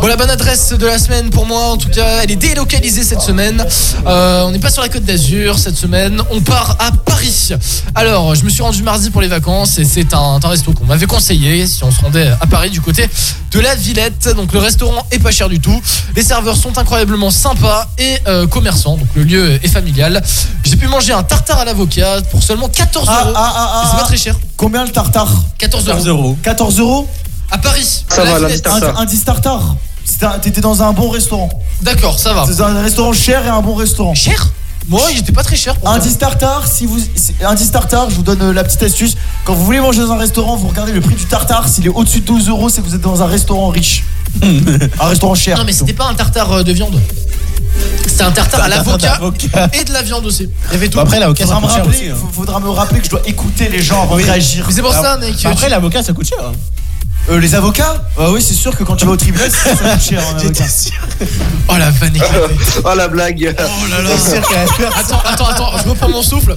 Speaker 1: Bon, la bonne adresse de la semaine pour moi, en tout cas, elle est délocalisée cette semaine. Euh, on n'est pas sur la côte d'Azur cette semaine, on part à Paris. Alors, je me suis rendu mardi pour les vacances et c'est un, un resto qu'on m'avait conseillé si on se rendait à Paris du côté de la Villette. Donc le restaurant est pas cher du tout, les serveurs sont incroyablement sympas et euh, commerçants, donc le lieu est familial. J'ai pu manger un tartare à l'avocat pour seulement 14
Speaker 2: Ah,
Speaker 1: euros.
Speaker 2: ah, ah,
Speaker 1: Et
Speaker 2: ah,
Speaker 1: c'est pas
Speaker 2: ah.
Speaker 1: très cher,
Speaker 2: Combien le tartare
Speaker 1: 14 euros.
Speaker 5: 15 euros.
Speaker 2: 14 euros
Speaker 1: À Paris,
Speaker 7: Ça
Speaker 1: à la
Speaker 7: va, la
Speaker 1: Villette.
Speaker 7: Tartare.
Speaker 2: Un, un 10 tartare. C'était un- T'étais dans un bon restaurant.
Speaker 1: D'accord, ça va.
Speaker 2: C'est un restaurant cher et un bon restaurant.
Speaker 1: Cher Moi, il était pas très cher. pour
Speaker 2: Un
Speaker 1: ça.
Speaker 2: 10 tartare, si vous, si- un 10 tartare, je vous donne euh, la petite astuce. Quand vous voulez manger dans un restaurant, vous regardez le prix du tartare. S'il est au-dessus de 12 euros, c'est que vous êtes dans un restaurant
Speaker 1: *laughs*
Speaker 2: riche. un restaurant cher.
Speaker 1: Non, mais c'était pas un tartare euh, de viande. C'était un tartare à l'avocat
Speaker 5: d'avocat.
Speaker 1: et de la viande aussi. Il y avait tout.
Speaker 5: Bah Après, l'avocat, ça
Speaker 2: faudra, me
Speaker 5: coûte cher aussi.
Speaker 2: rappeler,
Speaker 5: hein.
Speaker 2: fa- faudra me rappeler que je dois écouter les gens avant de réagir.
Speaker 1: Mais c'est pour ça, mec.
Speaker 5: Bah Après,
Speaker 1: tu-
Speaker 5: l'avocat, ça coûte cher.
Speaker 2: Euh, les avocats Ah oui, c'est sûr que quand tu vas au tribunal, ça coûte cher.
Speaker 5: *laughs*
Speaker 2: un avocat.
Speaker 1: Oh la vanne éclatée.
Speaker 7: *laughs* oh la blague.
Speaker 1: Oh là là. Attends, attends, attends, je reprends mon
Speaker 5: *laughs*
Speaker 1: souffle.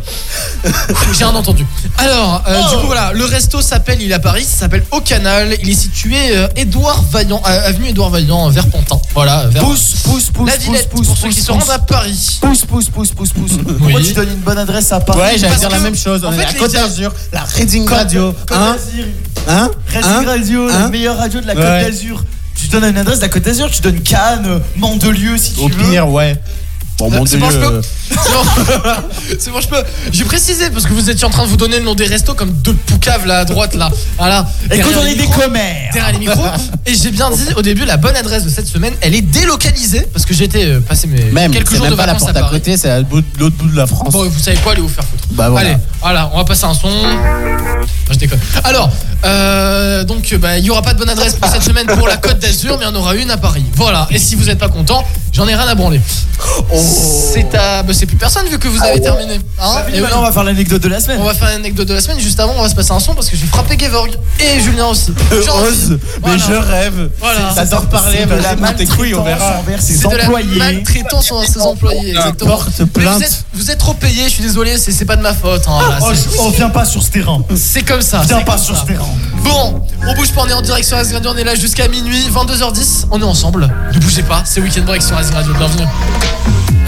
Speaker 1: J'ai rien entendu. Alors, euh,
Speaker 5: Oh.
Speaker 1: du coup, voilà, le resto s'appelle, il est à Paris, ça s'appelle Au Canal. Il est situé euh, Édouard Vaillant, euh, avenue Édouard Vaillant, euh, vers Pantin. Voilà, vers
Speaker 2: Pousse, pousse, pousse,
Speaker 1: la
Speaker 2: pousse,
Speaker 1: Villette,
Speaker 2: pousse,
Speaker 1: pour ceux qui
Speaker 2: pousse,
Speaker 1: se
Speaker 2: pousse.
Speaker 1: rendent à Paris.
Speaker 2: Pousse, pousse, pousse, pousse, pousse. Pourquoi tu donnes une bonne adresse à Paris
Speaker 5: Ouais, j'allais
Speaker 1: parce
Speaker 5: dire la
Speaker 1: que,
Speaker 5: même chose.
Speaker 1: en
Speaker 5: On
Speaker 1: fait,
Speaker 5: est à
Speaker 1: les
Speaker 5: Côte
Speaker 1: gars-
Speaker 5: d'Azur, la Reading
Speaker 2: Côte-
Speaker 5: Radio.
Speaker 2: Côte
Speaker 5: Hein
Speaker 2: d'Azur.
Speaker 5: Hein
Speaker 2: Racing
Speaker 5: Hein
Speaker 2: Radio, la
Speaker 5: Hein
Speaker 2: meilleure radio de la
Speaker 5: Ouais.
Speaker 2: Côte d'Azur. Tu donnes une adresse de la Côte d'Azur, tu donnes Cannes, Mandelieu si tu
Speaker 5: Au
Speaker 2: veux.
Speaker 5: pire, ouais. Bon, mon
Speaker 1: Euh, c'est
Speaker 5: Dieu,
Speaker 1: bon, je peux
Speaker 5: euh,
Speaker 1: C'est bon, *laughs* C'est bon, je peux. J'ai précisé parce que vous étiez en train de vous donner le nom des restos comme deux poucaves là à droite là. Voilà.
Speaker 2: Et quand
Speaker 1: Derrière
Speaker 2: on
Speaker 1: les
Speaker 2: est des
Speaker 1: micros-
Speaker 2: commères.
Speaker 1: Derrière les micros. Et j'ai bien dit au début, la bonne adresse de cette semaine, elle est délocalisée parce que j'étais euh, passé mes
Speaker 5: Même,
Speaker 1: quelques
Speaker 5: c'est
Speaker 1: jours de
Speaker 5: même pas la
Speaker 1: vacances
Speaker 5: porte
Speaker 1: à
Speaker 5: à
Speaker 1: Paris.
Speaker 5: côté, c'est à bout- l'autre bout de la France.
Speaker 1: Bon, vous savez quoi, allez vous faire foutre.
Speaker 5: Bah voilà.
Speaker 1: Allez, voilà, on va passer un son. Non, je déconne. Alors, euh, donc, euh, bah, il y n'y aura pas de bonne adresse pour cette semaine pour la Côte d'Azur, mais il y en aura une à Paris. Voilà, et si vous n'êtes pas content, J'en ai rien à branler. C'est à. bah, c'est plus personne vu que vous
Speaker 2: Oh. Ah
Speaker 1: avez
Speaker 2: ouais.
Speaker 1: terminé.
Speaker 2: Bah oui,
Speaker 1: Eh
Speaker 2: maintenant, on va faire l'anecdote de la semaine.
Speaker 1: On va faire l'anecdote de la semaine. Juste avant, on va se passer un son parce que j'ai frappé Gevorg et Julien aussi.
Speaker 2: Euh,
Speaker 5: Heureuse, *laughs* mais
Speaker 1: Voilà.
Speaker 5: je rêve.
Speaker 1: Voilà.
Speaker 5: J'adore parler,
Speaker 1: C'est de
Speaker 5: mais
Speaker 1: la
Speaker 5: tes couilles, on verra.
Speaker 1: C'est de la maltraitance envers ses employés. Exactement.
Speaker 5: Porte
Speaker 1: Mais
Speaker 5: plainte.
Speaker 1: Vous êtes, vous êtes trop payé, je suis désolé, c'est c'est pas de ma faute. hein, voilà,
Speaker 2: Oh,
Speaker 1: c'est-
Speaker 2: je- on vient pas sur ce terrain.
Speaker 1: C'est comme ça.
Speaker 2: Viens
Speaker 1: c'est
Speaker 2: pas
Speaker 1: comme
Speaker 2: sur
Speaker 1: ça.
Speaker 2: ce terrain.
Speaker 1: Bon, on bouge pas, on est en direct sur Rise Radio, on est là jusqu'à minuit, 22h10, on est ensemble. Ne bougez pas, c'est Weekend Break sur Rise Radio, bienvenue.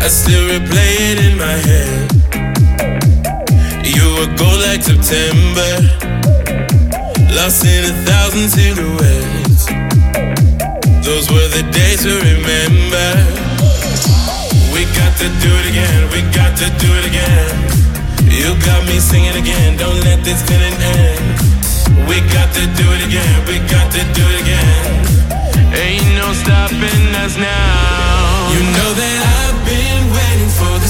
Speaker 24: I still replay it in my head. You were gold like September, lost in a thousand silhouettes. Those were the days to remember. We got to do it again, we got to do it again. You got me singing again, don't let this feeling end. We got to do it again, we got to do it again. Ain't no stopping us now. You know that I've been waiting for the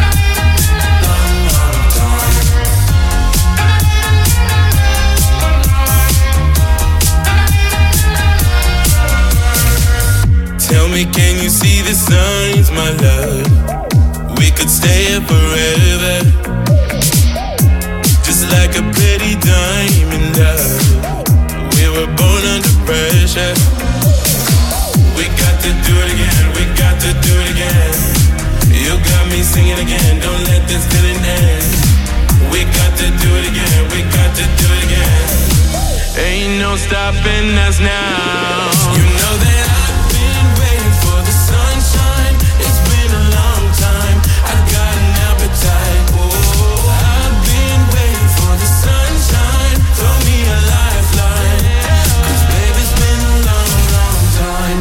Speaker 24: Long, long time. Tell me, can you see the signs, my love? We could stay here forever. Just like a pretty diamond dust. We were born under pressure. We got to do it again, we got to do it again. You got me singing again, don't let this feeling end. We got to do it again, we got to do it again. Ain't no stopping us now. You know that I've been waiting for the sunshine. It's been a long time. I've got an appetite. Oh, I've been waiting for the sunshine. Throw me a lifeline. Cause baby, it's been a long, long time.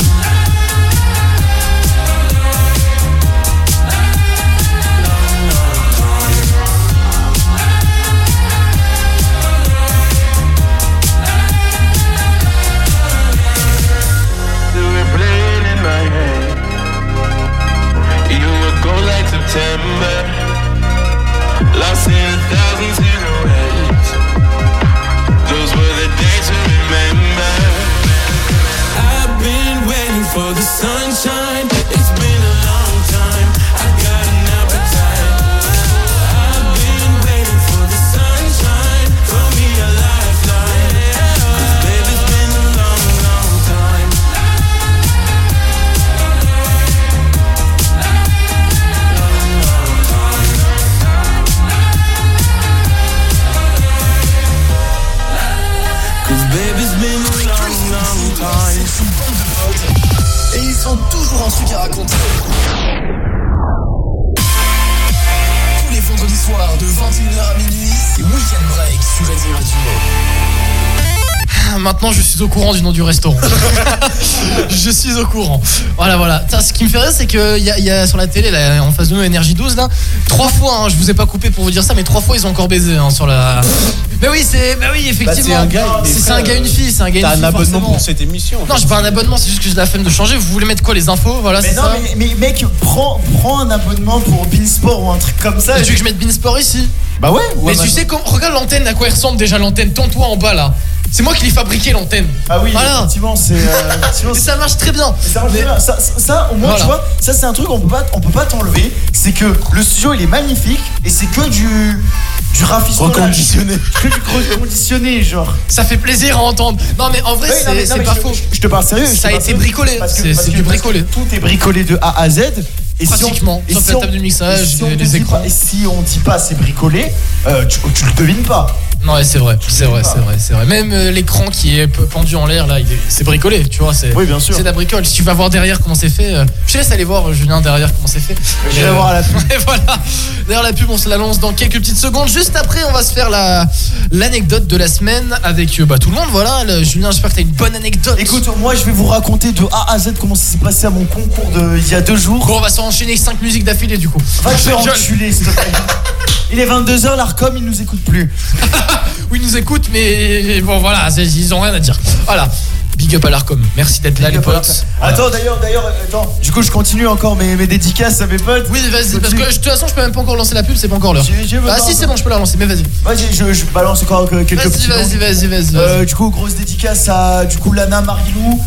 Speaker 24: Long, long time. to replay it in my head. You would go like September, lost in a thousand silhouettes. Those were the days to remember. I've been waiting for the sunshine. It's been a long time. I've got an appetite. I've been waiting for the sunshine. Throw me a lifeline. 'Cause baby, it's been a long, long time. Cause baby's been a long, long time.
Speaker 11: Et ils ont toujours un truc à raconter. Tous les vendredis soirs de 21h à minuit, c'est Weekend Break sur Réseau Radio.
Speaker 1: Ah, Maintenant, je suis au courant du nom
Speaker 2: *laughs*
Speaker 1: du restaurant. je suis au courant. Voilà, voilà. Tiens, ce qui me fait rire, c'est qu'il y, a- il y a sur la télé, là, en face de nous, Énergie 12, là, trois fois, hein, je vous ai pas coupé pour vous dire ça, mais trois fois, ils ont encore baisé hein, sur la. Mais oui, c'est. Bah oui, effectivement.
Speaker 5: c'est un gars, mais
Speaker 1: C'est- c'est un
Speaker 5: frère,
Speaker 1: gars, une fille. C'est un gars, une
Speaker 5: T'as un
Speaker 1: fille,
Speaker 5: abonnement
Speaker 1: forcément.
Speaker 5: pour cette émission.
Speaker 1: Non, j'ai pas un abonnement, c'est juste que j'ai la flemme de changer. Vous voulez mettre quoi les infos Voilà,
Speaker 2: Mais
Speaker 1: c'est
Speaker 2: non,
Speaker 1: ça.
Speaker 2: mais, mais mec, prends, prends un abonnement pour Beansport ou un truc comme ça.
Speaker 1: Mais tu veux que je mette Beansport ici
Speaker 2: Bah ouais.
Speaker 1: Mais tu sais, quand- regarde l'antenne, à quoi elle ressemble déjà l'antenne Tends-toi en bas là. C'est moi qui l'ai fabriqué l'antenne.
Speaker 2: Ah oui,
Speaker 1: voilà.
Speaker 2: effectivement, c'est.
Speaker 1: *laughs*
Speaker 2: euh, effectivement,
Speaker 1: Et ça marche très bien.
Speaker 2: Ça, marche très bien. ça, ça- ça, au moins,
Speaker 1: Voilà.
Speaker 2: tu vois, ça c'est un truc on peut pas, on peut pas t'enlever. C'est que le studio il est magnifique et c'est que du du rafistolage.
Speaker 5: Reconditionné.
Speaker 2: *laughs* Que du reconditionné, genre.
Speaker 1: Ça fait plaisir à entendre. Non, mais en vrai,
Speaker 2: Oui, non, mais-
Speaker 1: c'est
Speaker 2: non,
Speaker 1: c'est
Speaker 2: mais
Speaker 1: pas
Speaker 2: je-
Speaker 1: faux.
Speaker 2: Je, je te parle sérieux. je te
Speaker 1: Ça a
Speaker 2: parle
Speaker 1: été
Speaker 2: sérieux.
Speaker 1: bricolé.
Speaker 2: Parce que-
Speaker 1: C'est
Speaker 2: parce
Speaker 1: c'est
Speaker 2: que-
Speaker 1: du
Speaker 2: parce que
Speaker 1: bricolé.
Speaker 2: Tout est bricolé de A à Z. Et si on-
Speaker 1: Pratiquement,
Speaker 2: et
Speaker 1: sauf
Speaker 2: si
Speaker 1: la
Speaker 2: on-
Speaker 1: table de mixage,
Speaker 2: et si
Speaker 1: les-
Speaker 2: on te
Speaker 1: les
Speaker 2: dit
Speaker 1: écrans.
Speaker 2: pas- Et si on dit pas c'est bricolé, euh, tu, tu le devines pas.
Speaker 1: Non, ouais, c'est vrai, c'est vrai, c'est vrai, c'est vrai. Même euh, l'écran qui est peu- pendu en l'air là, il est- c'est bricolé, tu vois. c'est-
Speaker 2: Oui, bien sûr.
Speaker 1: C'est de la bricole. Si tu vas voir derrière comment c'est fait, euh, je te laisse aller voir euh, Julien derrière comment c'est fait.
Speaker 2: J'irai
Speaker 1: Euh,
Speaker 2: voir à la pub.
Speaker 1: *laughs* Et voilà. D'ailleurs, la pub, on se la lance dans quelques petites secondes. Juste après, on va se faire la l'anecdote de la semaine avec euh, bah, tout le monde. Voilà, Le- Julien, j'espère que t'as une bonne anecdote.
Speaker 2: Écoute, moi je vais vous raconter de A à Z comment ça s'est passé à mon concours de il y a deux jours.
Speaker 1: Bon, on va s'enchaîner 5 musiques d'affilée du coup.
Speaker 2: Va te faire enculer, s'il te
Speaker 1: *laughs*
Speaker 2: plaît. Il est 22h, l'ARCOM il nous écoute plus.
Speaker 1: oui, ils nous écoutent, mais bon, voilà, c'est- ils ont rien à dire. Voilà. Big up à l'Arcom. Merci d'être là, les potes.
Speaker 2: Attends, d'ailleurs, d'ailleurs, euh, attends. Du coup, je continue encore mes, mes dédicaces à mes potes.
Speaker 1: Oui, vas-y, parce que je- de toute façon, je peux même pas encore lancer la pub, c'est pas encore l'heure. Ah, si, c'est bon, je peux la lancer, mais vas-y.
Speaker 2: Vas-y, je, je balance encore euh, quelques
Speaker 1: Vas-y,
Speaker 2: petits
Speaker 1: vas-y,
Speaker 2: noms.
Speaker 1: vas-y, vas-y,
Speaker 2: Euh,
Speaker 1: vas-y.
Speaker 2: du coup, grosse dédicace à du coup Lana, Marilou.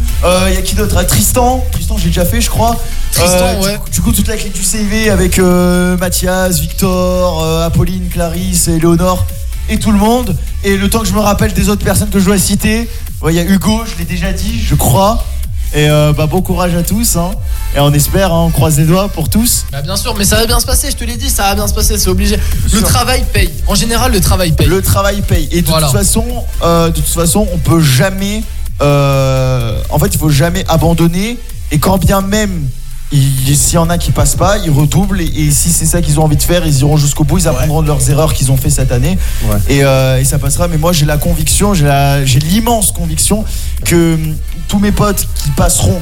Speaker 2: Il y a qui d'autre À Tristan. Tristan, j'ai déjà fait, je crois.
Speaker 1: Tristan,
Speaker 2: du
Speaker 1: ouais.
Speaker 2: coup- Du, coup, toute la clique du CV avec euh, Mathias, Victor, euh, Apolline, Clarisse, Léonore et tout le monde. Et le temps que je me rappelle des autres personnes que je dois citer, ouais, il y a Hugo, je l'ai déjà dit, je crois. Et euh, bah, bon courage à tous. hein. Et on espère, hein, on croise les doigts pour tous.
Speaker 1: Bah, bien sûr, mais ça va bien se passer, je te l'ai dit, ça va bien se passer, c'est obligé. Le
Speaker 2: sûr.
Speaker 1: travail paye. En général, le travail paye.
Speaker 2: Le travail paye. Et de
Speaker 1: Voilà.
Speaker 2: toute façon, euh, de toute façon, on peut jamais. euh, en fait, il faut jamais abandonner. Et quand bien même. il- S'il y en a qui passent pas, ils redoublent et, et si c'est ça qu'ils ont envie de faire, ils iront jusqu'au bout, ils apprendront de leurs erreurs qu'ils ont fait cette année et, euh, et ça passera. Mais moi j'ai la conviction, j'ai la- j'ai l'immense conviction que hum, tous mes potes qui passeront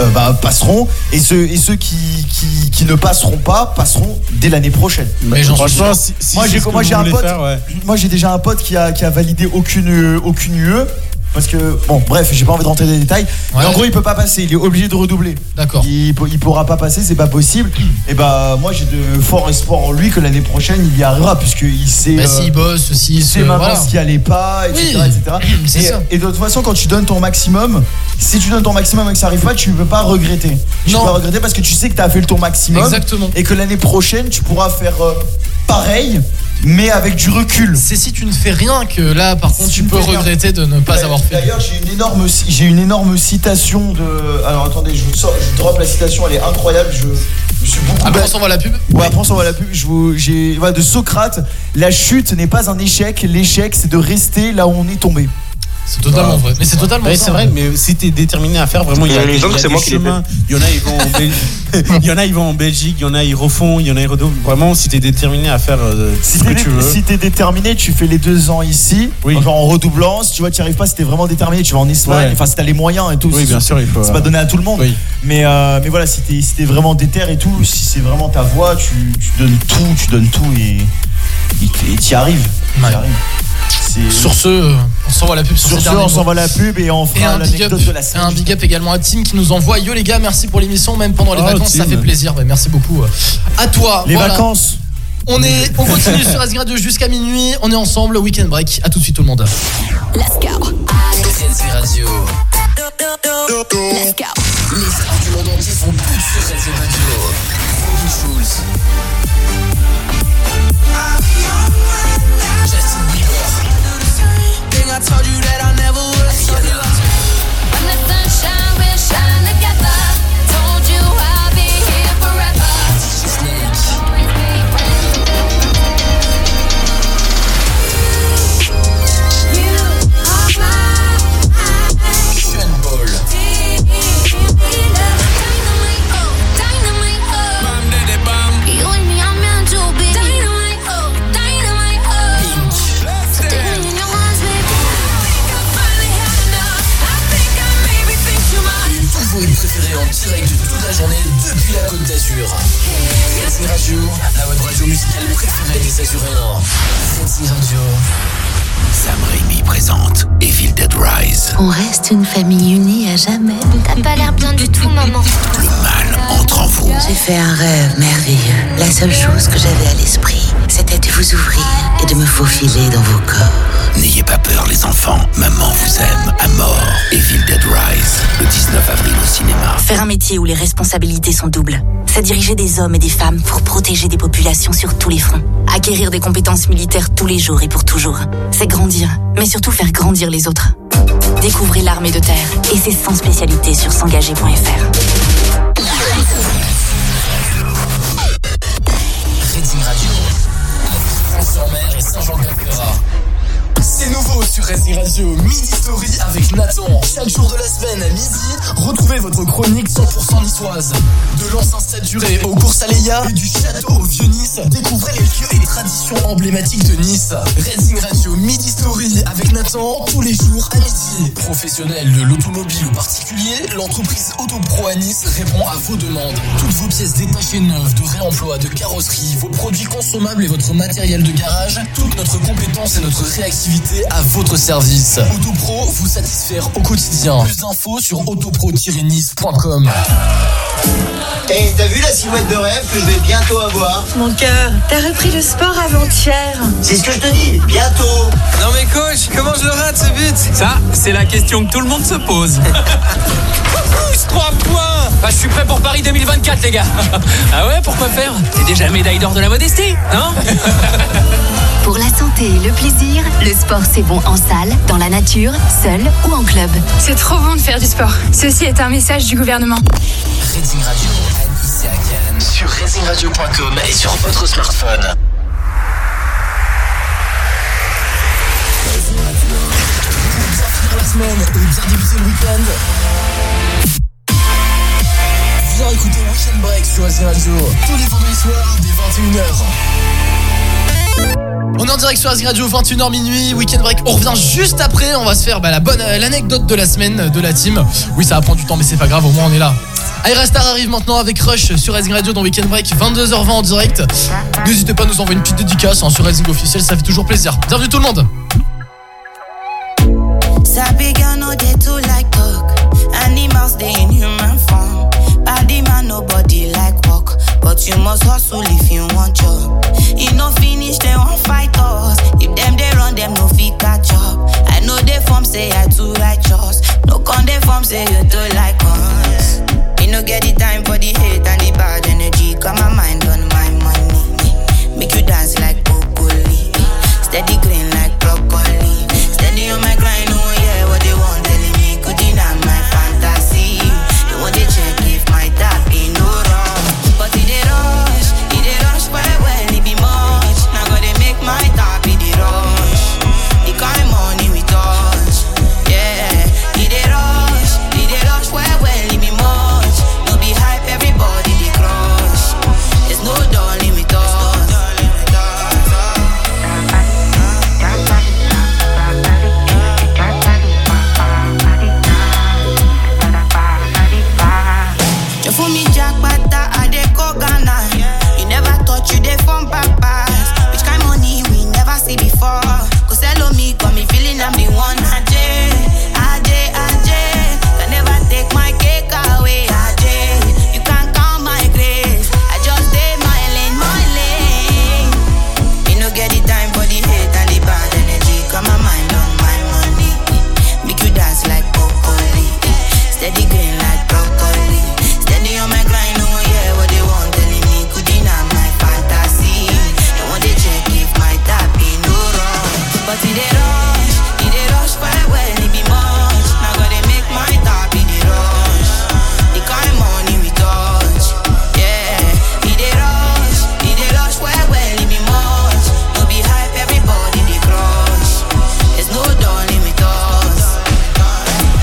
Speaker 2: euh, bah, passeront et ceux, et ceux qui, qui, qui ne passeront pas passeront dès l'année prochaine.
Speaker 5: Mais j'en suis Franchement, sûr. si- si
Speaker 2: moi
Speaker 5: c'est
Speaker 2: j'ai
Speaker 5: ce que
Speaker 2: moi,
Speaker 5: vous
Speaker 2: j'ai un
Speaker 5: voulez
Speaker 2: pote,
Speaker 5: faire, ouais.
Speaker 2: moi j'ai déjà un pote qui a, qui a validé aucune euh, aucune UE parce que bon bref j'ai pas envie de rentrer dans les détails. Mais en gros il peut pas passer, il est obligé de redoubler.
Speaker 1: D'accord.
Speaker 2: Il, po- il pourra pas passer, c'est pas possible. Et bah moi j'ai de forts espoirs en lui que l'année prochaine il y arrivera puisqu'il sait. euh,
Speaker 1: Bah, s'il bosse, s'il
Speaker 2: il
Speaker 1: se-
Speaker 2: sait maintenant
Speaker 1: voilà.
Speaker 2: ce qui allait pas, etc.
Speaker 1: Oui.
Speaker 2: etc.
Speaker 1: Mm, C'est
Speaker 2: Et-
Speaker 1: ça.
Speaker 2: et de toute façon, quand tu donnes ton maximum, si tu donnes ton maximum et que ça arrive pas, tu ne peux pas regretter. Tu peux pas regretter parce que tu sais que tu as fait le ton maximum.
Speaker 1: Exactement.
Speaker 2: Et que l'année prochaine, tu pourras faire euh, pareil, mais avec du recul.
Speaker 1: C'est si tu ne fais rien que là, par contre, tu peux regretter de ne pas avoir fait.
Speaker 2: Bah, D'ailleurs, j'ai une énorme, j'ai une énorme citation de. Alors attendez, je vous sors, je drop la citation, elle est incroyable. Je, je me suis beaucoup.
Speaker 1: Après, on s'envoie la pub.
Speaker 2: Bah, Ouais, après on s'envoie la pub. Je vous, j'ai, voilà, de Socrate. La chute n'est pas un échec. L'échec, c'est de rester là où on est tombé.
Speaker 1: C'est
Speaker 5: Bah, ouais,
Speaker 2: ça,
Speaker 5: c'est vrai,
Speaker 2: ouais.
Speaker 5: mais si t'es déterminé à faire vraiment, il y a,
Speaker 2: Il y a
Speaker 5: il y a
Speaker 2: raison que c'est
Speaker 5: des
Speaker 2: moi qui l'ai
Speaker 5: chemins. Il y en a, ils vont en
Speaker 1: *laughs*
Speaker 5: Belgique. il y en a, ils vont en Belgique. Il y en a, ils refont. Il y en a, ils redoublent. Vraiment, si t'es déterminé à faire euh,
Speaker 2: Si
Speaker 5: ce que
Speaker 2: t'es
Speaker 5: tu veux.
Speaker 2: si t'es déterminé, tu fais les deux ans ici, genre en redoublant. Si tu vois, tu arrives pas, si t'es vraiment déterminé, tu vas en Espagne.
Speaker 5: Ouais.
Speaker 2: Enfin, si t'as les moyens et tout.
Speaker 5: Oui,
Speaker 2: c'est-
Speaker 5: bien sûr, il faut,
Speaker 2: C'est
Speaker 5: euh,
Speaker 2: pas donné à tout le monde. Mais, euh, mais voilà, si t'es si t'es vraiment déter et tout, si c'est vraiment ta voix, tu, tu donnes tout, tu donnes tout et et- et t'y arrives. T'y arrives. C'est-
Speaker 1: Sur ce, euh, on s'envoie la pub sur,
Speaker 2: Sur ce,
Speaker 1: ces derniers
Speaker 2: on
Speaker 1: mots.
Speaker 2: s'envoie la pub et on fera
Speaker 1: un big up,
Speaker 2: l'anecdote de la
Speaker 1: et un big up également à Tim qui nous envoie Yo les gars, merci pour l'émission, même pendant les
Speaker 2: Oh,
Speaker 1: vacances, ça
Speaker 2: Tim.
Speaker 1: fait plaisir. Ouais, merci beaucoup euh, à toi.
Speaker 2: Les
Speaker 1: Voilà.
Speaker 2: vacances.
Speaker 1: On, est, on continue sur Asgrad jusqu'à minuit. On est ensemble, week-end break. À tout de suite, tout le monde.
Speaker 15: Let's go.
Speaker 11: Frenzy Radio.
Speaker 15: Let's go.
Speaker 11: Les stars du monde entier sont toutes sur Frenzy Radio. Robin Schulz. Justin Bieber. Rihanna.
Speaker 23: When the sunshine will shine together, told you I'll be here forever. You are my
Speaker 11: Sean Paul.
Speaker 23: dynamite, oh, dynamite, oh. You and me are meant to be. Dynamite, oh, dynamite, oh. So take me in your arms,
Speaker 11: Tous vos hits préférés en direct de toute la journée depuis la Côte d'Azur. Frenzy Radio, la web radio musicale préférée des Azuréens. Frenzy Radio.
Speaker 12: Sam Raimi présente Evil Dead Rise.
Speaker 15: On reste une famille unie à jamais. T'as pas l'air bien du tout, maman.
Speaker 12: Mal entre en vous.
Speaker 15: J'ai fait un rêve merveilleux. La seule chose que j'avais à l'esprit, c'était de vous ouvrir et de me faufiler dans vos corps.
Speaker 12: N'ayez pas peur les enfants, maman vous aime à mort. Evil Dead Rise, le 19 avril au cinéma.
Speaker 15: Faire un métier où les responsabilités sont doubles, c'est diriger des hommes et des femmes pour protéger des populations sur tous les fronts. Acquérir des compétences militaires tous les jours et pour toujours, c'est grandir, mais surtout faire grandir les autres. Découvrez l'armée de terre et ses 100 spécialités sur s'engager.fr.
Speaker 11: Reading Radio. Transformer et Saint-Jean-Capéra. C'est nouveau sur Reading Radio, Midi Story avec Nathan. Chaque jour de la semaine à midi, retrouvez votre chronique 100% niçoise. De l'ancien stade duré aux courses à Léa et du château au Vieux-Nice, découvrez les lieux et les traditions emblématiques de Nice. Reading Radio, Midi Story avec Nathan. Vincent, tous les jours à midi. Professionnel de l'automobile ou particulier, l'entreprise Autopro à Nice répond à vos demandes. Toutes vos pièces détachées neuves, de réemploi, de carrosserie, vos produits consommables et votre matériel de garage, toute notre compétence et notre réactivité à votre service. Autopro vous satisfaire au quotidien. Plus d'infos sur autopro-nice.com.
Speaker 23: Et t'as vu la silhouette de rêve que je vais bientôt avoir
Speaker 25: Mon cœur, t'as repris le sport avant-hier.
Speaker 23: C'est ce que je te dis, bientôt
Speaker 26: Non mais coach, comment je le rate ce but Ça, c'est la question que tout le monde se pose. Pousse, 3 points Bah je suis prêt pour Paris 2024 les gars *laughs* Ah ouais, pourquoi faire C'est déjà médaille d'or de la modestie, non
Speaker 15: Pour la santé et le plaisir, le sport c'est bon en salle, dans la nature, seul ou en club.
Speaker 27: C'est trop bon de faire du sport. Ceci est un message du gouvernement.
Speaker 11: Racing Radio à Nice et à Cannes sur racingradio.com et sur votre smartphone. la semaine et bien débuter le week-end. Viens écouter Weekend Break sur Racing Radio tous les vendredis soirs dès 21h.
Speaker 1: On est en direct sur Azure Radio 21h minuit, week-end break. On revient juste après, on va se faire bah, la bonne euh, l'anecdote de la semaine euh, de la team. Oui, ça va prendre du temps, mais c'est pas grave, au moins on est là. Aira Star arrive maintenant avec Rush sur Racing Radio dans Weekend Break, 22h20 en direct. N'hésitez pas à nous envoyer une petite dédicace hein, sur Racing officiel, ça fait toujours plaisir. Bienvenue tout le monde.
Speaker 17: Sabi girl no dey too like talk. Animals they in human form. Body man nobody like walk, but you must hustle if you want job. You no finish they won't fight us. If them they run them no fit catch up. I know they form say I too righteous. No con they form say you too like us. You no get the time for the hate and the bad energy. Got my mind on my money. Make you dance like broccoli. Steady green like broccoli. Steady on my grind, oh yeah, what they want telling me could deny my fantasy. They want to check if my tap ain't no wrong, but it dey rush, it dey rush well well, it be much. Now go they make my tap it dey rush, the kind money we touch, yeah. It dey rush, it dey rush well well, it be much. No be hype, everybody dey crush. There's no darling with us. You fool me jack butter, I dey go Ghana. You never touch, you dey phone back pass. Which kind money we never see before? Cause hello me, got me feeling I'm the one. Ajay, Ajay, Ajay. Can never take my cake away. Ajay, you can count my grace. I just dey my lane, my lane. Me no get the time for the hate and the bad energy. Got my mind on my money. Make you dance like broccoli. Steady green like broccoli. Steady on my grind, oh yeah, what they want telling me could deny my fantasy. They want to check if my tap ain't no wrong, but it dey rush, it dey rush well well, it be much. Now go they make my tap it dey rush, the kind money we touch, yeah. It dey rush, it dey rush well well, it be much. No be hype, everybody dey crush. There's no darling with us.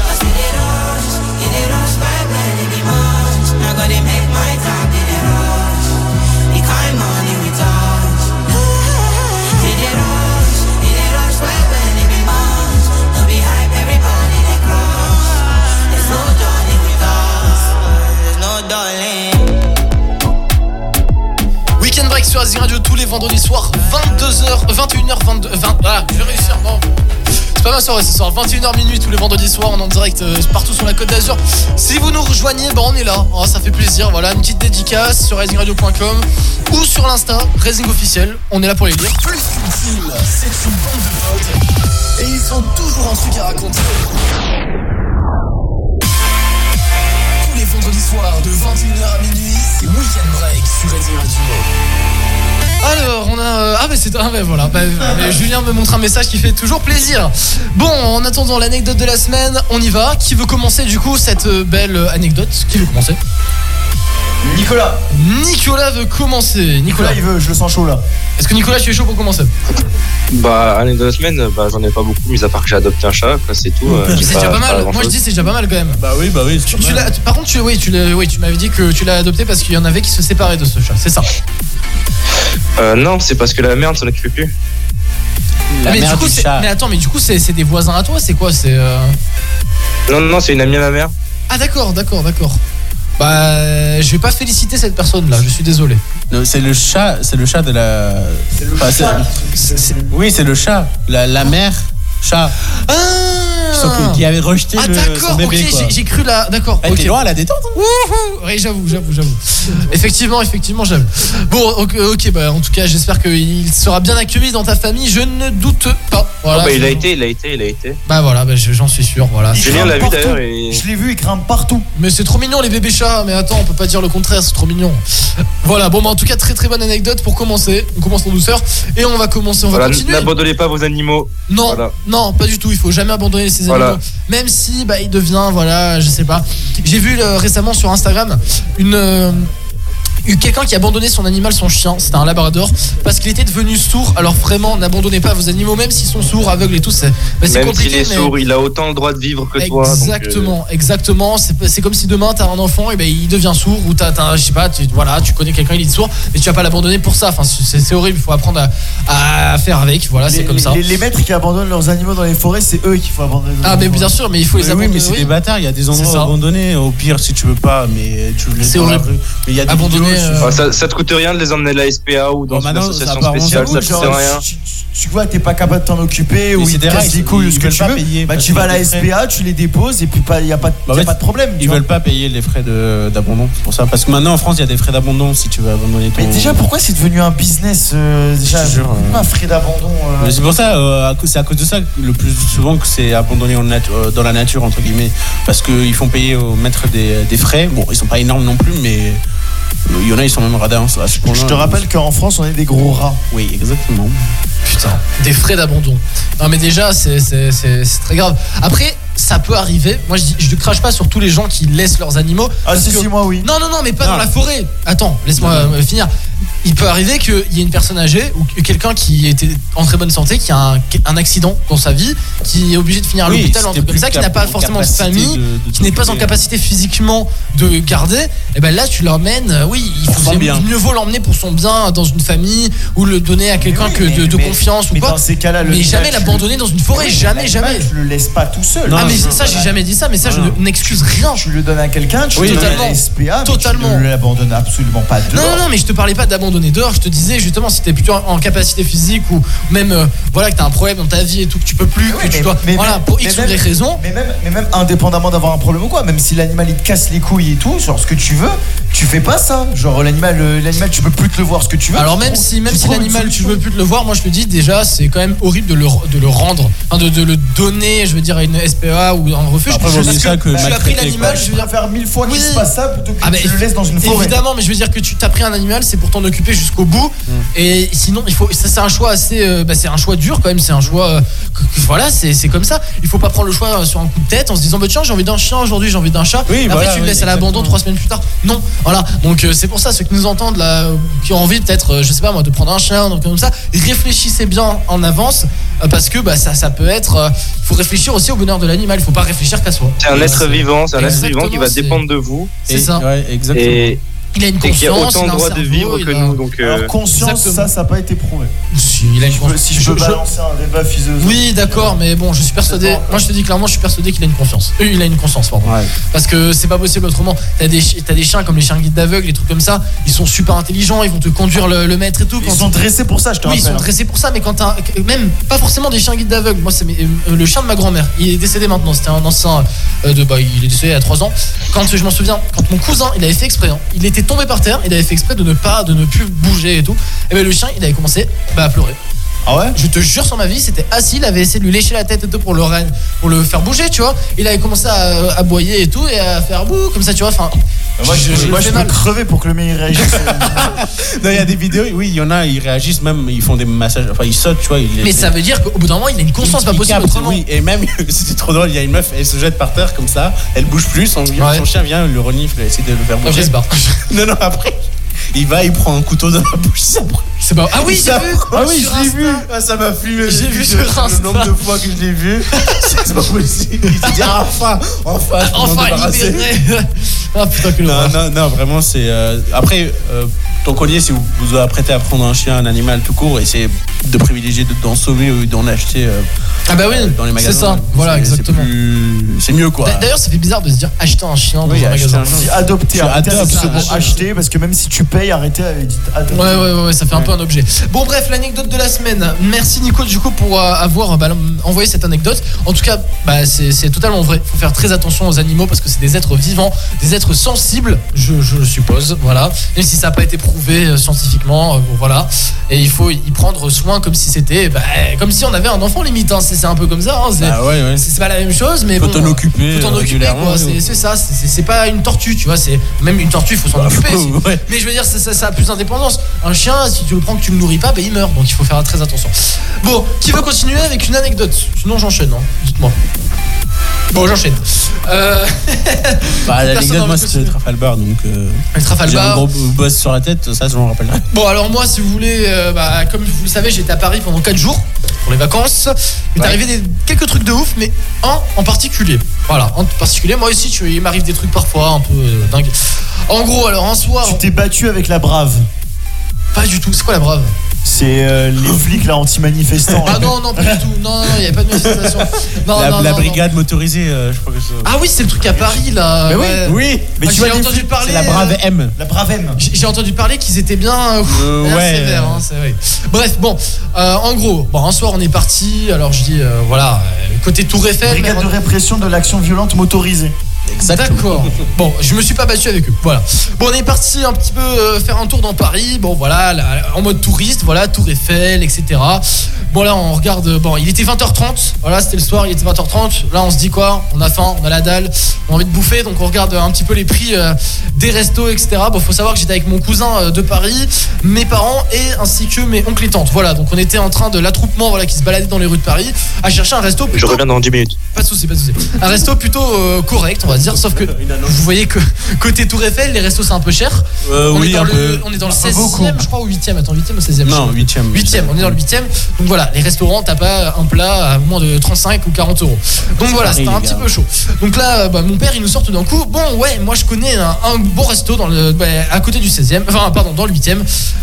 Speaker 17: Cause it dey rush, it dey rush well well, it be much. Now go they make my tap it dey rush, the kind money we touch. It dey rush, it dey rush well well, it be much. No be hype, everybody dey crush. There's no darling with us. There's no darling.
Speaker 1: Weekend break sur Azure Radio tous les vendredis soirs 22h 21h 22 20 voilà, je vais réussir bon. C'est pas ma soirée ce soir, 21h minuit tous les vendredis soirs, on est en direct euh, partout sur la Côte d'Azur. Si vous nous rejoignez, bah on est là, Oh, ça fait plaisir, voilà, une petite dédicace sur raisingradio.com ou sur l'Insta, Raising Officiel, on est là pour les lire.
Speaker 11: Plus qu'une team, c'est une bande de potes. Et ils ont toujours un truc à raconter. Tous les vendredis soirs de 21h à minuit, c'est Weekend Break sur Racing Radio.
Speaker 1: Alors, on a. euh, Ah, bah c'est. Ah, bah voilà. Bah, euh, Julien me montre un message qui fait toujours plaisir. Bon, en attendant l'anecdote de la semaine, on y va. Qui veut commencer du coup cette euh, belle euh, anecdote Qui veut commencer
Speaker 2: Nicolas
Speaker 1: Nicolas veut commencer. Nicolas. il
Speaker 2: veut, je le sens chaud là.
Speaker 1: Est-ce que Nicolas, tu es chaud pour commencer
Speaker 7: Bah, année de la semaine, bah, j'en ai pas beaucoup, mis à part que j'ai adopté un chat, quoi, c'est tout. euh, j'ai
Speaker 1: C'est déjà pas mal. Moi je
Speaker 7: grand-chose.
Speaker 1: dis c'est déjà pas mal quand même.
Speaker 5: Bah oui, bah oui.
Speaker 1: Tu, tu l'as- tu- par contre, tu, oui, tu, l'as- oui, tu m'avais dit que tu l'as adopté parce qu'il y en avait qui se séparaient de ce chat. C'est ça.
Speaker 7: Euh, non, c'est parce que la merde, ça n'occupe plus.
Speaker 5: La
Speaker 1: Ah, mais,
Speaker 5: mère
Speaker 1: du coup,
Speaker 5: du
Speaker 1: c'est-
Speaker 5: chat.
Speaker 1: mais attends, mais du coup, c'est c'est des voisins à toi C'est quoi C'est. euh,
Speaker 7: Non, non, non, c'est une amie à ma mère.
Speaker 1: Ah, d'accord, d'accord, d'accord. Bah, je vais pas féliciter cette personne là, je suis désolé.
Speaker 5: Non, C'est le chat, c'est le chat de la. Enfin, C'est c'est- c'est- Oui, c'est le chat, la, la mère chat. Sauf que- qui avait rejeté
Speaker 1: Ah
Speaker 5: le, son
Speaker 1: d'accord, ok,
Speaker 5: bébé. quoi.
Speaker 1: j'ai- j'ai cru là, d'accord.
Speaker 5: Elle
Speaker 1: ok.
Speaker 5: était loin, elle a détente, hein.
Speaker 1: Wouhou Oui, j'avoue, j'avoue, j'avoue. effectivement, effectivement, j'avoue. Bon, ok, ok, bah en tout cas, j'espère qu'il sera bien accueilli dans ta famille, je ne doute pas. Voilà.
Speaker 7: Oh, bah, il a été, il a été, il a été.
Speaker 1: Bah voilà, bah, je- j'en suis sûr, voilà.
Speaker 7: Julien l'a vu d'ailleurs et.
Speaker 1: l'ai vu, il grimpe partout. Mais c'est trop mignon les bébés chats, mais attends, on peut pas dire le contraire, c'est trop mignon. Voilà, bon, bah en tout cas, très très bonne anecdote pour commencer. On commence en douceur et on va commencer, on
Speaker 7: Voilà,
Speaker 1: va continuer.
Speaker 7: n'abandonnez pas vos animaux.
Speaker 1: Non,
Speaker 7: Voilà.
Speaker 1: non, pas du tout. Il faut jamais abandonner ses animaux.
Speaker 7: Voilà.
Speaker 1: Même si bah, il devient, voilà, je sais pas. J'ai vu euh, récemment sur Instagram une. euh, eu Quelqu'un qui a abandonné son animal, son chien, c'était un labrador, parce qu'il était devenu sourd. Alors vraiment, n'abandonnez pas vos animaux, même s'ils sont sourds, aveugles et tout. C'est bah, c'est
Speaker 7: Même s'il
Speaker 1: compliqué.
Speaker 7: est
Speaker 1: mais-
Speaker 7: sourd, il a autant le droit de vivre que toi. donc, euh,
Speaker 1: Exactement, exactement. C'est c'est comme si demain t'as un enfant et ben il devient sourd ou t'as, t'as- je sais pas, tu, voilà, tu connais quelqu'un il est sourd, mais tu vas pas l'abandonner pour ça. Enfin, c'est, c'est horrible. Il faut apprendre à, à faire avec. Voilà, c'est
Speaker 2: Les-
Speaker 1: comme ça.
Speaker 2: Les, les maîtres qui abandonnent leurs animaux dans les forêts, c'est eux qu'il faut abandonner.
Speaker 1: Ah, mais bien sûr, mais il faut les
Speaker 5: Mais oui,
Speaker 1: abandonner.
Speaker 5: mais c'est
Speaker 1: oui.
Speaker 5: des bâtards. Il y a des
Speaker 1: C'est
Speaker 5: endroits
Speaker 1: ça.
Speaker 5: abandonnés. Au pire, si tu veux pas, mais tu les
Speaker 1: C'est
Speaker 5: dans la
Speaker 1: horrible.
Speaker 5: rue. Mais il y a des
Speaker 1: Abandonner,
Speaker 5: vidéos,
Speaker 1: euh,
Speaker 7: enfin, Ah, ça, ça te coûte rien de les emmener à la SPA ou dans
Speaker 5: Bon,
Speaker 7: une
Speaker 5: maintenant,
Speaker 7: association
Speaker 5: ça part en
Speaker 7: spéciale, ça
Speaker 5: jaloux,
Speaker 7: te
Speaker 5: genre,
Speaker 7: sert à rien.
Speaker 2: Tu, tu- tu vois, t'es pas capable de t'en occuper
Speaker 5: Mais
Speaker 2: ou
Speaker 5: c'est
Speaker 2: ils te
Speaker 5: des
Speaker 2: cassent
Speaker 5: rats,
Speaker 2: les
Speaker 5: ils-
Speaker 2: couilles ou
Speaker 5: ils
Speaker 2: ce que
Speaker 5: veulent
Speaker 2: tu
Speaker 5: pas
Speaker 2: veux.
Speaker 5: payer
Speaker 2: bah,
Speaker 5: parce
Speaker 2: tu vas à
Speaker 5: qu'ils
Speaker 2: la
Speaker 5: sont
Speaker 2: SPA, tu les déposes et puis pas, y a pas, y a
Speaker 5: Bah, en fait,
Speaker 2: pas de problème. tu
Speaker 5: Ils
Speaker 2: vois.
Speaker 5: veulent pas payer les frais de- d'abandon. C'est pour ça. Parce que maintenant, en France, il y a des frais d'abandon si tu veux abandonner ton.
Speaker 2: Mais déjà, pourquoi c'est devenu un business euh, Déjà,
Speaker 5: Je te jure,
Speaker 2: pas un frais d'abandon. euh,
Speaker 5: Mais c'est pour ça, euh, à cause- c'est à cause de ça que le plus souvent que c'est abandonné en nat- euh, dans la nature, entre guillemets. Parce qu'ils font payer au maître des, des frais. Bon, ils sont pas énormes non plus, mais euh, il y en a, ils sont même radins à ce
Speaker 2: Je
Speaker 5: point-là.
Speaker 2: te rappelle qu'en France, on est des gros rats.
Speaker 5: Oui, exactement.
Speaker 1: Putain, des frais d'abandon. Non mais déjà, c'est- c'est c'est- c'est très grave. Après, ça peut arriver. Moi, je, dis- je ne crache pas sur tous les gens qui laissent leurs animaux. Ah si, si,
Speaker 2: moi oui.
Speaker 1: Non, non, non, mais pas
Speaker 5: Ah.
Speaker 1: dans la forêt. Attends, laisse-moi euh, finir. Il peut arriver qu'il y ait une personne âgée ou que- quelqu'un qui était en très bonne santé, qui a un, un accident dans sa vie, qui est obligé de finir à
Speaker 5: Oui,
Speaker 1: l'hôpital, un
Speaker 5: c'était
Speaker 1: truc comme
Speaker 5: plus
Speaker 1: ça, qui
Speaker 5: cap-
Speaker 1: n'a pas forcément de
Speaker 5: capacité
Speaker 1: famille,
Speaker 5: de- de
Speaker 1: qui n'est pas en
Speaker 5: t'occuper.
Speaker 1: capacité physiquement de garder. Et ben là, tu l'emmènes. euh, Oui, il
Speaker 5: Pour son
Speaker 1: faut
Speaker 5: bien.
Speaker 1: mieux vaut l'emmener pour son bien dans une famille ou le donner à quelqu'un
Speaker 2: oui,
Speaker 1: que de,
Speaker 2: mais-
Speaker 1: de
Speaker 2: mais-
Speaker 1: confiance ou
Speaker 2: mais
Speaker 1: pas.
Speaker 2: dans ces cas-là, le
Speaker 1: mais
Speaker 2: chat,
Speaker 1: jamais
Speaker 2: tu-
Speaker 1: l'abandonner dans une forêt,
Speaker 2: Mais oui,
Speaker 1: jamais,
Speaker 2: mais
Speaker 1: jamais.
Speaker 2: Tu le laisses pas tout seul.
Speaker 1: ah mais ça j'ai jamais dit ça, mais ça je ne- n'excuse rien.
Speaker 2: Tu le donnes à quelqu'un, tu
Speaker 1: Oui,
Speaker 2: le donnes à
Speaker 1: totalement.
Speaker 2: la SPA,
Speaker 1: Totalement.
Speaker 2: mais tu ne l'abandonnes absolument pas
Speaker 1: Non,
Speaker 2: dehors.
Speaker 1: non, non, mais je te parlais pas d'abandonner dehors. Je te disais justement si t'es plutôt en en capacité physique ou même euh, voilà que t'as un problème dans ta vie et tout que tu peux plus, que tu dois voilà pour X ou Y raison.
Speaker 2: Mais même, mais même indépendamment d'avoir un problème ou quoi, même si l'animal il te casse les couilles et tout, genre ce que tu veux, tu fais pas ça. Genre l'animal, euh, l'animal tu peux plus te le voir ce que tu veux.
Speaker 1: Alors
Speaker 2: tu
Speaker 1: même
Speaker 2: trouves-
Speaker 1: si même
Speaker 2: tu
Speaker 1: si
Speaker 2: trouves une
Speaker 1: l'animal tu
Speaker 2: solution.
Speaker 1: veux plus te le voir, moi je te dis déjà c'est quand même horrible de le, de le rendre, enfin, de, de le donner, je veux dire à une SPA ou un refuge.
Speaker 5: Après, vaut
Speaker 1: Parce
Speaker 5: mieux ça que
Speaker 1: tu as pris
Speaker 5: maltraiter,
Speaker 1: l'animal,
Speaker 5: quoi.
Speaker 1: je veux
Speaker 2: dire faire mille fois
Speaker 1: qu'il se
Speaker 2: passe ça plutôt que tu le laisses dans une forêt.
Speaker 1: Ah, Évidemment, mais je veux dire que tu t'as pris un animal, c'est pour t'en occuper jusqu'au bout.
Speaker 2: Mm.
Speaker 1: Et sinon, il faut, ça c'est un choix assez, euh, bah, c'est un choix dur quand même. C'est un choix, euh, que- que- voilà, c'est c'est comme ça. Il faut pas prendre le choix euh, sur un coup de tête en se disant, bah tiens, j'ai envie d'un chien aujourd'hui, j'ai envie d'un chat.
Speaker 5: Oui,
Speaker 1: Après,
Speaker 5: voilà,
Speaker 1: tu le
Speaker 5: oui,
Speaker 1: laisses à l'abandon trois semaines plus tard. Non, voilà. Donc euh, c'est pour ça ceux qui nous entendent là, euh, qui ont envie peut-être, euh, je sais pas moi, de prendre un chien, donc comme ça, réfléchissez bien en avance euh, parce que bah ça, ça peut être. euh, faut réfléchir aussi au bonheur de l'animal. Il faut pas réfléchir qu'à soi.
Speaker 7: C'est un être vivant, c'est un être
Speaker 1: Exactement,
Speaker 7: vivant qui va
Speaker 1: c'est-
Speaker 7: dépendre de vous.
Speaker 1: C'est ça.
Speaker 7: Et
Speaker 1: Il a une
Speaker 7: et qui a
Speaker 1: conscience,
Speaker 7: autant
Speaker 1: il a un
Speaker 7: droit de
Speaker 1: cerveau,
Speaker 7: vivre
Speaker 1: il
Speaker 7: que
Speaker 1: a-
Speaker 7: nous. Donc, euh,
Speaker 2: Alors conscience, ça, ça n'a pas été prouvé.
Speaker 1: Si, il a une
Speaker 2: conscience. Si je peux balancer un débat physiologique.
Speaker 1: Oui, d'accord, mais bon, je suis persuadé. Moi, je te dis clairement, je suis persuadé qu'il a une confiance. Euh, il a une conscience, pardon. Parce que c'est pas possible autrement. T'as des, chi- t'as des chiens comme les chiens guides d'aveugle, les trucs comme ça. Ils sont super intelligents, ils vont te conduire le, le maître et tout.
Speaker 2: Ils sont dressés pour ça, je te
Speaker 1: Oui, ils
Speaker 2: rappelle,
Speaker 1: sont
Speaker 2: hein.
Speaker 1: dressés pour ça, mais quand t'as. Même pas forcément des chiens guides d'aveugle. Moi, c'est mes- euh, le chien de ma grand-mère. Il est décédé maintenant. C'était un ancien euh, de. Bah, il est décédé à 3 ans. Quand je m'en souviens, quand mon cousin, il avait fait exprès. hein, il était tombé par terre, il avait fait exprès de ne pas, de ne plus bouger et tout. Et ben le chien, il avait commencé bah, à pleurer.
Speaker 2: Ah ouais
Speaker 1: Je te jure sur ma vie, c'était assis, il avait essayé de lui lécher la tête et tout pour le, ra- pour le faire bouger, tu vois. Il avait commencé à, à aboyer et tout et à faire bouh, comme ça, tu vois. Enfin,
Speaker 2: Moi, je,
Speaker 1: le
Speaker 2: moi, je
Speaker 1: fais
Speaker 2: peux
Speaker 1: mal.
Speaker 2: crever pour que le mien il réagisse.
Speaker 5: Non, il y a des vidéos, oui, il y en a, ils réagissent même, ils font des massages, enfin ils sautent, tu vois. Ils,
Speaker 1: Mais ça veut dire qu'au bout d'un moment, il a une conscience pas possible autrement.
Speaker 5: Oui, et même, *laughs* c'était trop drôle, il y a une meuf, elle se jette par terre comme ça, elle bouge plus, son, son chien vient, le renifle, elle essaie de le faire bouger.
Speaker 1: Après, il se barre.
Speaker 5: *laughs* non, non, après, il va, il prend un couteau dans la bouche, il s'approche.
Speaker 1: C'est pas. Ah oui,
Speaker 5: Il
Speaker 1: j'ai vu.
Speaker 5: s'approche.
Speaker 1: Ah oui, je l'ai vu.
Speaker 5: Ah, ça m'a fumé.
Speaker 1: J'ai vu sur
Speaker 5: le
Speaker 1: Insta.
Speaker 5: nombre de fois que je l'ai vu. *laughs* C'est pas possible. Il se dit, ah, enfin, enfin,
Speaker 24: Ah,
Speaker 5: je peux m'en
Speaker 1: Enfin,
Speaker 5: débarrasser.
Speaker 1: libéré. *laughs* Ah putain, que
Speaker 5: non, non, non, vraiment, c'est. euh, Après, euh, ton collier, si vous vous apprêtez à prendre un chien, un animal tout court, essayez de privilégier de- d'en sauver ou d'en acheter euh,
Speaker 1: Ah bah oui,
Speaker 5: dans les
Speaker 1: c'est
Speaker 5: magasins.
Speaker 1: ça, voilà,
Speaker 5: C'est- c'est
Speaker 1: exactement.
Speaker 5: plus- C'est mieux quoi.
Speaker 1: D'a- Bah, D'ailleurs, ça fait bizarre de se dire acheter un chien dans
Speaker 2: Oui,
Speaker 1: un
Speaker 2: acheter
Speaker 1: magasin.
Speaker 2: un chien. Dis adopter, arrêtez avec ce mot acheter, parce que même si tu payes, arrêtez avec dites adopter.
Speaker 1: Ouais, ouais, ouais, ouais, ça fait un peu un objet. Bon, bref, l'anecdote de la semaine. Merci Nico, du coup, pour euh, avoir bah, envoyé cette anecdote. En tout cas, bah, c'est c'est totalement vrai. Faut faire très attention aux animaux parce que c'est des êtres vivants, des êtres sensibles, je, je le suppose. Voilà. Même si ça n'a pas été prouvé euh, scientifiquement, euh, bon, voilà. Et il faut y prendre soin comme si c'était. bah, comme si on avait un enfant limite. hein. C'est c'est un peu comme ça. hein. C'est
Speaker 5: Bah ouais, ouais.
Speaker 1: c'est- c'est pas la même chose, mais
Speaker 5: Faut
Speaker 1: bon.
Speaker 5: t'en
Speaker 1: euh,
Speaker 5: occuper,
Speaker 1: Faut t'en
Speaker 5: euh,
Speaker 1: occuper,
Speaker 5: régulièrement,
Speaker 1: quoi. C'est
Speaker 5: oui.
Speaker 1: c'est ça. c'est- c'est- C'est pas une tortue, tu vois. C'est même une tortue, faut s'en occuper.
Speaker 5: faut, Ah, *laughs* ouais.
Speaker 1: Mais je veux dire, ça, ça, ça a plus d'indépendance. Un chien, si tu le prends que tu le nourris pas, ben il meurt. Donc il faut faire très attention. Bon, qui veut continuer avec une anecdote Sinon j'enchaîne, hein. dites-moi. Bon, j'enchaîne. Euh... *laughs*
Speaker 5: Bah,
Speaker 1: Personne n'a
Speaker 5: l'anecdote,
Speaker 1: envie
Speaker 5: moi,
Speaker 1: de
Speaker 5: c'était Trafalgar, donc. euh,
Speaker 1: Le Trafalgar.
Speaker 5: J'ai un gros boss sur la tête, ça, je m'en rappellerai.
Speaker 1: Bon alors moi si vous voulez, euh, bah, comme vous le savez j'étais à Paris pendant 4 jours pour les vacances. Il m'est arrivé des- quelques trucs de ouf mais un en particulier. Voilà, en particulier moi aussi tu, il m'arrive des trucs parfois un peu euh, dingues. En gros alors hein. un soir... Tu
Speaker 2: t'es battu avec la brave
Speaker 1: Pas du tout, c'est quoi la brave
Speaker 2: C'est euh,
Speaker 1: *laughs*
Speaker 2: les flics là anti-manifestants.
Speaker 1: Ah non, non, pas du tout, non, non, il n'y avait pas de manifestation. Non,
Speaker 5: la
Speaker 1: non,
Speaker 5: la
Speaker 1: non, non.
Speaker 5: brigade motorisée, euh, je crois que c'est.
Speaker 1: Ah oui, c'est le truc à Paris là.
Speaker 5: Mais oui,
Speaker 1: ouais.
Speaker 5: oui. Mais tu
Speaker 1: Ah, j'ai
Speaker 5: vois, les
Speaker 1: entendu
Speaker 5: flics,
Speaker 1: parler.
Speaker 5: c'est la Brave
Speaker 1: euh,
Speaker 5: M.
Speaker 2: La brave M.
Speaker 1: J'ai j'ai entendu parler qu'ils étaient bien. euh, ouf,
Speaker 5: Euh,
Speaker 1: bien
Speaker 5: ouais.
Speaker 1: sévères, hein, c'est vrai. Bref, bon, euh, en gros, bon, un soir on est parti. Alors je dis, euh, voilà, euh, côté Tour Eiffel.
Speaker 2: Brigade
Speaker 1: mais-
Speaker 2: de répression de l'action violente motorisée.
Speaker 1: D'accord. Bon, je me suis pas battu avec eux. Voilà. Bon, on est parti un petit peu euh, faire un tour dans Paris. Bon, voilà, là, en mode touriste, voilà, Tour Eiffel, etc. Bon, là, on regarde. euh, Bon, il était 20h30. Voilà, c'était le soir, il était 20h30. Là, on se dit quoi On a faim, on a la dalle, on a envie de bouffer. Donc, on regarde euh, un petit peu les prix euh, des restos, etc. Bon, faut savoir que j'étais avec mon cousin euh, de Paris, mes parents et ainsi que mes oncles et tantes. Voilà, donc on était en train de l'attroupement, voilà, qui se baladait dans les rues de Paris à chercher un resto.
Speaker 7: Je
Speaker 1: plutôt
Speaker 7: reviens dans 10 minutes.
Speaker 1: pas de souci, pas de souci. Un resto plutôt euh, correct, on va dire, sauf que vous voyez que côté Tour Eiffel, les restos c'est un peu cher.
Speaker 5: Euh,
Speaker 1: on,
Speaker 5: oui,
Speaker 1: est dans
Speaker 5: un
Speaker 1: le,
Speaker 5: peu.
Speaker 1: on est dans le
Speaker 5: Pas
Speaker 1: 16e,
Speaker 5: beaucoup.
Speaker 1: je crois, ou 8e, attends, 8e ou 16e
Speaker 5: Non, 8ème.
Speaker 1: 8e, on est dans le 8e. Donc voilà, les restaurants, t'as pas un plat à moins de 35 ou 40 euros. Donc voilà,
Speaker 5: Paris,
Speaker 1: c'était un
Speaker 5: les
Speaker 1: petit
Speaker 5: gars.
Speaker 1: peu chaud. Donc là, euh, bah, mon père, il nous sort tout d'un coup. Bon, ouais, moi je connais un, un bon resto dans le, bah, à côté du 16e, enfin, pardon, dans le 8e,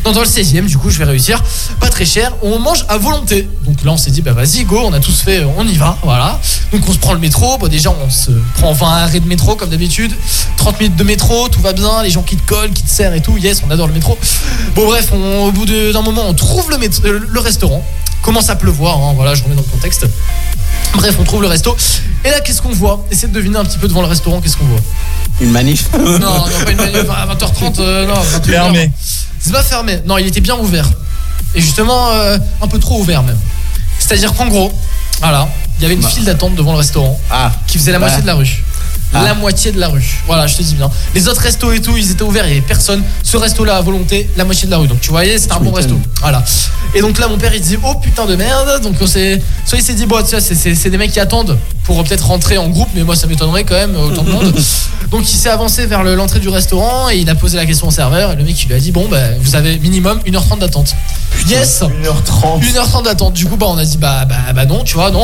Speaker 1: non, dans le 16e, du coup, je vais réussir. Pas très cher, on mange à volonté. Donc là, on s'est dit, bah vas-y, go, on a tous fait, euh, on y va, voilà. Donc on se prend le métro, bah, déjà, on se prend 20 arrêts de métro, comme d'habitude, 30 minutes de métro, tout va bien, les gens qui te collent, qui te serrent et tout, yes, on adore le métro. Bon, bref, on- au bout de- d'un moment, on trouve le, mét- euh, le restaurant, commence à pleuvoir, hein, voilà, je remets dans le contexte. Bref, on trouve le resto. Et là, qu'est-ce qu'on voit Essayez de deviner un petit peu devant le restaurant, qu'est-ce qu'on voit
Speaker 5: Une manif.
Speaker 1: Non, non,
Speaker 5: *laughs*
Speaker 1: pas une manif, à 20h30, euh, non, 21h.
Speaker 5: Fermé.
Speaker 1: C'est pas fermé, non, il était bien ouvert. Et justement, euh, un peu trop ouvert même. C'est-à-dire qu'en gros, voilà, il y avait une
Speaker 5: Bah.
Speaker 1: file d'attente devant le restaurant qui faisait la
Speaker 5: Bah.
Speaker 1: moitié de la rue.
Speaker 5: Ah.
Speaker 1: La moitié de la rue. Voilà, je te dis bien. Les autres restos et tout, ils étaient ouverts, il n'y avait personne. Ce resto-là à volonté, la moitié de la rue. Donc tu voyais, c'était un bon resto. Voilà. Et donc là, mon père, il dit Oh putain de merde. Donc on s'est. Soit il s'est dit Bon, tu vois, c'est- c'est c'est des mecs qui attendent pour euh, peut-être rentrer en groupe, mais moi, ça m'étonnerait quand même, euh, autant de monde. Donc il s'est avancé vers le- l'entrée du restaurant et il a posé la question au serveur. Et le mec, il lui a dit Bon, bah, vous avez minimum 1h30 d'attente. Yes
Speaker 2: 1h30.
Speaker 1: 1h30 d'attente. Du coup, bah, on a dit Bah, bah, bah non, tu vois, non.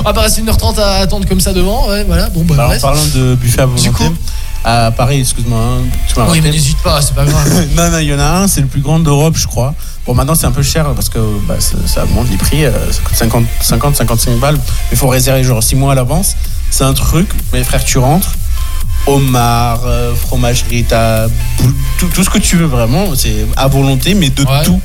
Speaker 1: on va pas rester 1h30 à attendre comme ça devant. Ouais, voilà. Bon, bah,
Speaker 5: Bah, en
Speaker 1: bref.
Speaker 5: parlant de buffet à volonté, à Paris, excuse-moi, hein, tu m'as
Speaker 1: Oui, mais
Speaker 5: rappelé.
Speaker 1: n'hésite pas, c'est pas grave.
Speaker 5: *laughs* non, non, il y en a un, c'est le plus grand d'Europe, je crois. Bon, maintenant, c'est un peu cher parce que bah, ça, ça monte les prix, euh, ça coûte 50, 50, 55 balles. Il faut réserver genre 6 mois à l'avance. C'est un truc, mes frères, tu rentres. Homard, euh, fromagerie, t'as boule- tout, tout ce que tu veux vraiment, c'est à volonté, mais de tout.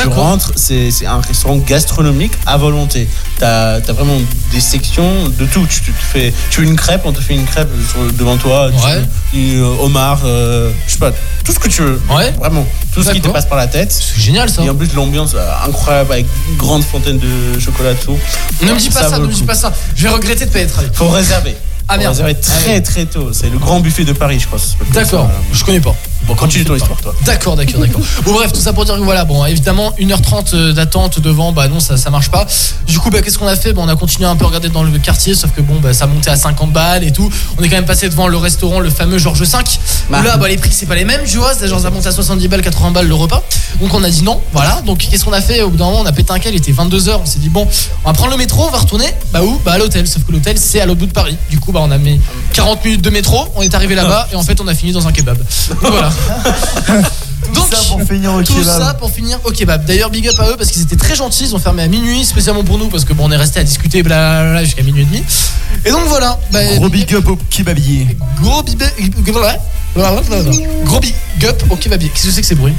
Speaker 5: Tu rentres, c'est c'est un restaurant gastronomique à volonté. T'as as vraiment des sections de tout. Tu, tu te fais, tu veux une crêpe, on te fait une crêpe sur- devant toi. tu
Speaker 1: Ouais.
Speaker 5: veux une, euh, homard, euh, je sais pas, tout ce que tu veux. Vraiment, tout ce qui te passe par la tête.
Speaker 1: C'est génial ça.
Speaker 5: Et en plus, l'ambiance euh, incroyable avec une grande fontaine de chocolat tout.
Speaker 1: Ne me dis pas ça,
Speaker 5: vaut
Speaker 1: ne
Speaker 5: le
Speaker 1: me dis
Speaker 5: coup.
Speaker 1: pas ça. Je vais regretter de pas y être allé.
Speaker 5: Faut réserver.
Speaker 1: Ah
Speaker 5: Faut
Speaker 1: merde.
Speaker 5: réserver très très tôt. C'est le grand buffet de Paris, je crois. ça s'appelle comme
Speaker 1: D'accord,
Speaker 5: ça,
Speaker 1: je connais pas.
Speaker 5: Bon, continue ton histoire, toi.
Speaker 1: D'accord, d'accord, *laughs* d'accord. Bon bref, tout ça pour dire que voilà, bon, évidemment, 1h30 euh, d'attente devant, bah non, ça, ça marche pas. Du coup, bah qu'est-ce qu'on a fait Bah on a continué à un peu à regarder dans le quartier, sauf que bon, bah ça montait à 50 balles et tout. On est quand même passé devant le restaurant, le fameux Georges V. où
Speaker 5: Bah.
Speaker 1: là, bah les prix, c'est pas les mêmes, tu vois, c'est genre ça monte à 70 balles, 80 balles le repas. Donc on a dit non, voilà. Donc qu'est-ce qu'on a fait Au bout d'un moment, on a pété un câble, il était 22h, on s'est dit bon, on va prendre le métro, on va retourner, bah où Bah à l'hôtel, sauf que l'hôtel, c'est à l'autre bout de Paris. Du coup, bah on a mis 40 minutes de métro, on est arrivé là-bas et en fait, on a fini dans un kebab. Donc, voilà. Donc,
Speaker 2: ça pour finir au
Speaker 1: tout
Speaker 2: kebab.
Speaker 1: ça pour finir au kebab. D'ailleurs, big up à eux parce qu'ils étaient très gentils. Ils ont fermé à minuit, spécialement pour nous, parce que bon, on est resté à discuter blablabla jusqu'à minuit et demi. Et donc voilà. bah,
Speaker 2: Gros big up au kebabier.
Speaker 1: Gros big Gros big up au kebabier. Qu'est-ce que c'est que ces bruits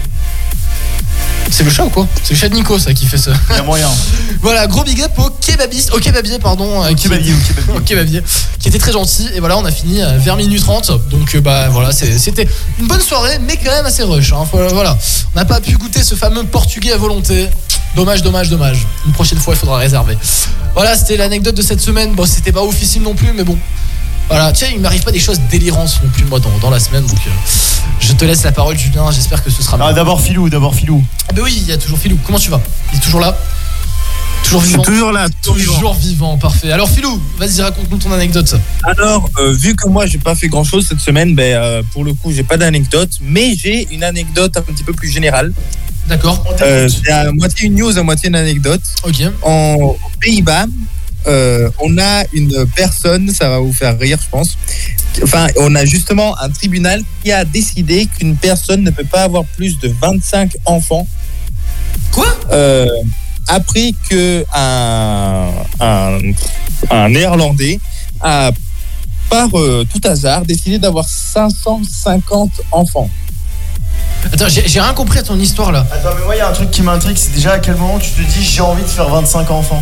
Speaker 1: C'est le chat ou quoi C'est le chat de Nico, ça, qui fait ça.
Speaker 2: Il y a moyen.
Speaker 1: *laughs* Voilà, gros big up au kebabiste, au kebabier, pardon. euh, *laughs* Au
Speaker 2: kebabier, au kebabier.
Speaker 1: Qui était très gentil. Et voilà, on a fini euh, vers minuit 30. Donc, euh, bah voilà, c'est- c'était une bonne soirée, mais quand même assez rush. hein. Faut- Voilà. On n'a pas pu goûter ce fameux portugais à volonté. Dommage, dommage, dommage. Une prochaine fois, il faudra réserver. Voilà, c'était l'anecdote de cette semaine. Bon, c'était pas oufissime non plus, mais bon. Voilà, tiens, il m'arrive pas des choses délirantes non plus, moi, dans, dans la semaine. Donc, euh, je te laisse la parole, Julien. J'espère que ce sera
Speaker 2: Ah, d'abord Filou, d'abord Filou.
Speaker 1: ah bah oui, il y a toujours Philou. Comment tu vas Il est toujours là Toujours
Speaker 6: Je suis
Speaker 1: vivant
Speaker 6: toujours là, toujours vivant.
Speaker 1: vivant, parfait. Alors Philou, vas-y, raconte-nous ton anecdote.
Speaker 6: Alors, euh, vu que moi, j'ai pas fait grand chose cette semaine, ben, euh, pour le coup, j'ai pas d'anecdote, mais j'ai une anecdote un petit peu plus générale.
Speaker 1: D'accord.
Speaker 6: Euh, c'est à moitié une news, à moitié une anecdote.
Speaker 1: Ok.
Speaker 6: En aux Pays-Bas, euh, on a une personne, ça va vous faire rire, je pense. Enfin, on a justement un tribunal qui a décidé qu'une personne ne peut pas avoir plus de 25 enfants.
Speaker 1: Quoi
Speaker 6: Après Euh, que un, un, un Néerlandais a, par euh, tout hasard, décidé d'avoir 550 enfants.
Speaker 1: Attends, j'ai j'ai rien compris à ton histoire là.
Speaker 2: Attends, mais moi, il y a un truc qui m'intrigue, c'est déjà à quel moment tu te dis j'ai envie de faire 25 enfants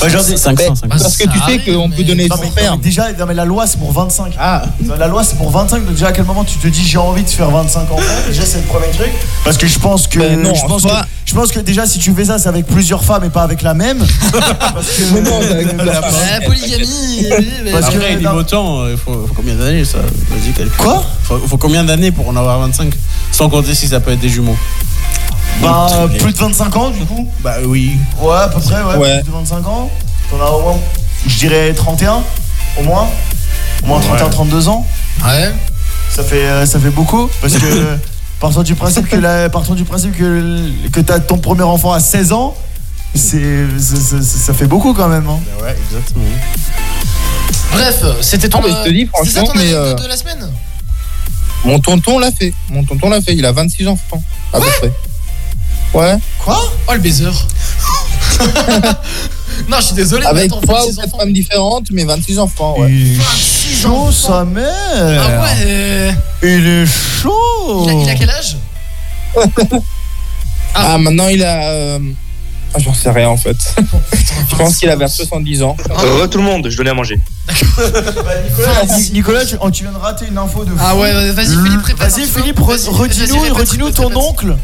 Speaker 6: Bah,
Speaker 2: Ouais, genre des-
Speaker 6: Parce que tu sais
Speaker 1: Ah,
Speaker 6: qu'on peut donner
Speaker 2: Non, mais-
Speaker 6: son
Speaker 2: non,
Speaker 6: père.
Speaker 2: mais déjà, non, mais la loi c'est pour 25. Ah. La loi c'est pour 25, donc déjà à quel moment tu te dis j'ai envie de faire 25 enfants Déjà c'est le premier truc. Parce que je pense que
Speaker 6: Ben non,
Speaker 2: je,
Speaker 6: en
Speaker 2: pense
Speaker 6: soi-
Speaker 2: que je pense que déjà si tu fais ça c'est avec plusieurs femmes et pas avec la
Speaker 6: *laughs*
Speaker 2: même. Parce que
Speaker 6: Mais non, avec
Speaker 2: *laughs*
Speaker 6: la-
Speaker 1: Ah, La polygamie.
Speaker 5: Parce
Speaker 2: Parce que-
Speaker 5: Après, il est beau temps, il faut, faut combien d'années ça Vas-y, calcule.
Speaker 2: Quoi
Speaker 5: faut, faut combien d'années pour en avoir 25 Sans compter si ça peut être des jumeaux.
Speaker 2: Bah,
Speaker 6: euh,
Speaker 2: plus de 25 ans du coup
Speaker 5: Bah oui.
Speaker 2: Ouais, à peu près, ouais,
Speaker 5: Ouais.
Speaker 2: plus de 25 ans. T'en as au moins, je dirais 31, au moins. Au moins 31,
Speaker 5: Ouais.
Speaker 2: 32 ans.
Speaker 1: Ouais.
Speaker 2: Ça fait, euh, ça fait beaucoup, parce que
Speaker 1: *laughs*
Speaker 2: euh, partant du principe que, la- partant du principe que, l- que t'as ton premier enfant à 16 ans, c'est, ça, ça- ça- ça fait beaucoup quand même. hein.
Speaker 5: Bah Ouais, exactement.
Speaker 1: Bref, c'était ton.
Speaker 6: Non, mais je te
Speaker 1: euh,
Speaker 6: dis,
Speaker 1: c'est ça
Speaker 6: franchement,
Speaker 1: ton
Speaker 6: mais,
Speaker 1: anecdote
Speaker 6: euh,
Speaker 1: de la semaine
Speaker 6: Mon tonton l'a fait. Mon tonton l'a fait. Il a 26 enfants, à peu près. Ouais.
Speaker 1: Quoi Oh le baiser. *laughs* non, je suis désolé. mais
Speaker 6: Avec
Speaker 1: attends,
Speaker 6: trois ou
Speaker 1: 26
Speaker 6: quatre femmes différentes, mais 26 enfants, ouais.
Speaker 2: Chaud sa mère
Speaker 1: Ah ouais euh,
Speaker 2: Il est chaud
Speaker 1: il, a, il a quel âge
Speaker 6: Ah, maintenant il a. euh, ah, J'en sais rien en fait.
Speaker 1: Oh,
Speaker 6: *laughs* Je pense qu'il a vers 70 ans.
Speaker 7: Euh, ouais, tout le monde, je donnais à manger.
Speaker 2: Nicolas, Nicolas, tu, oh, tu viens de rater une info de fou.
Speaker 1: Ah ouais, vas-y, Philippe, répète un
Speaker 2: Vas-y
Speaker 1: petit peu.
Speaker 2: Philippe,
Speaker 1: Vas-y,
Speaker 2: re-
Speaker 1: vas-y,
Speaker 2: redis-nous
Speaker 1: répète,
Speaker 2: redis-nous ton oncle.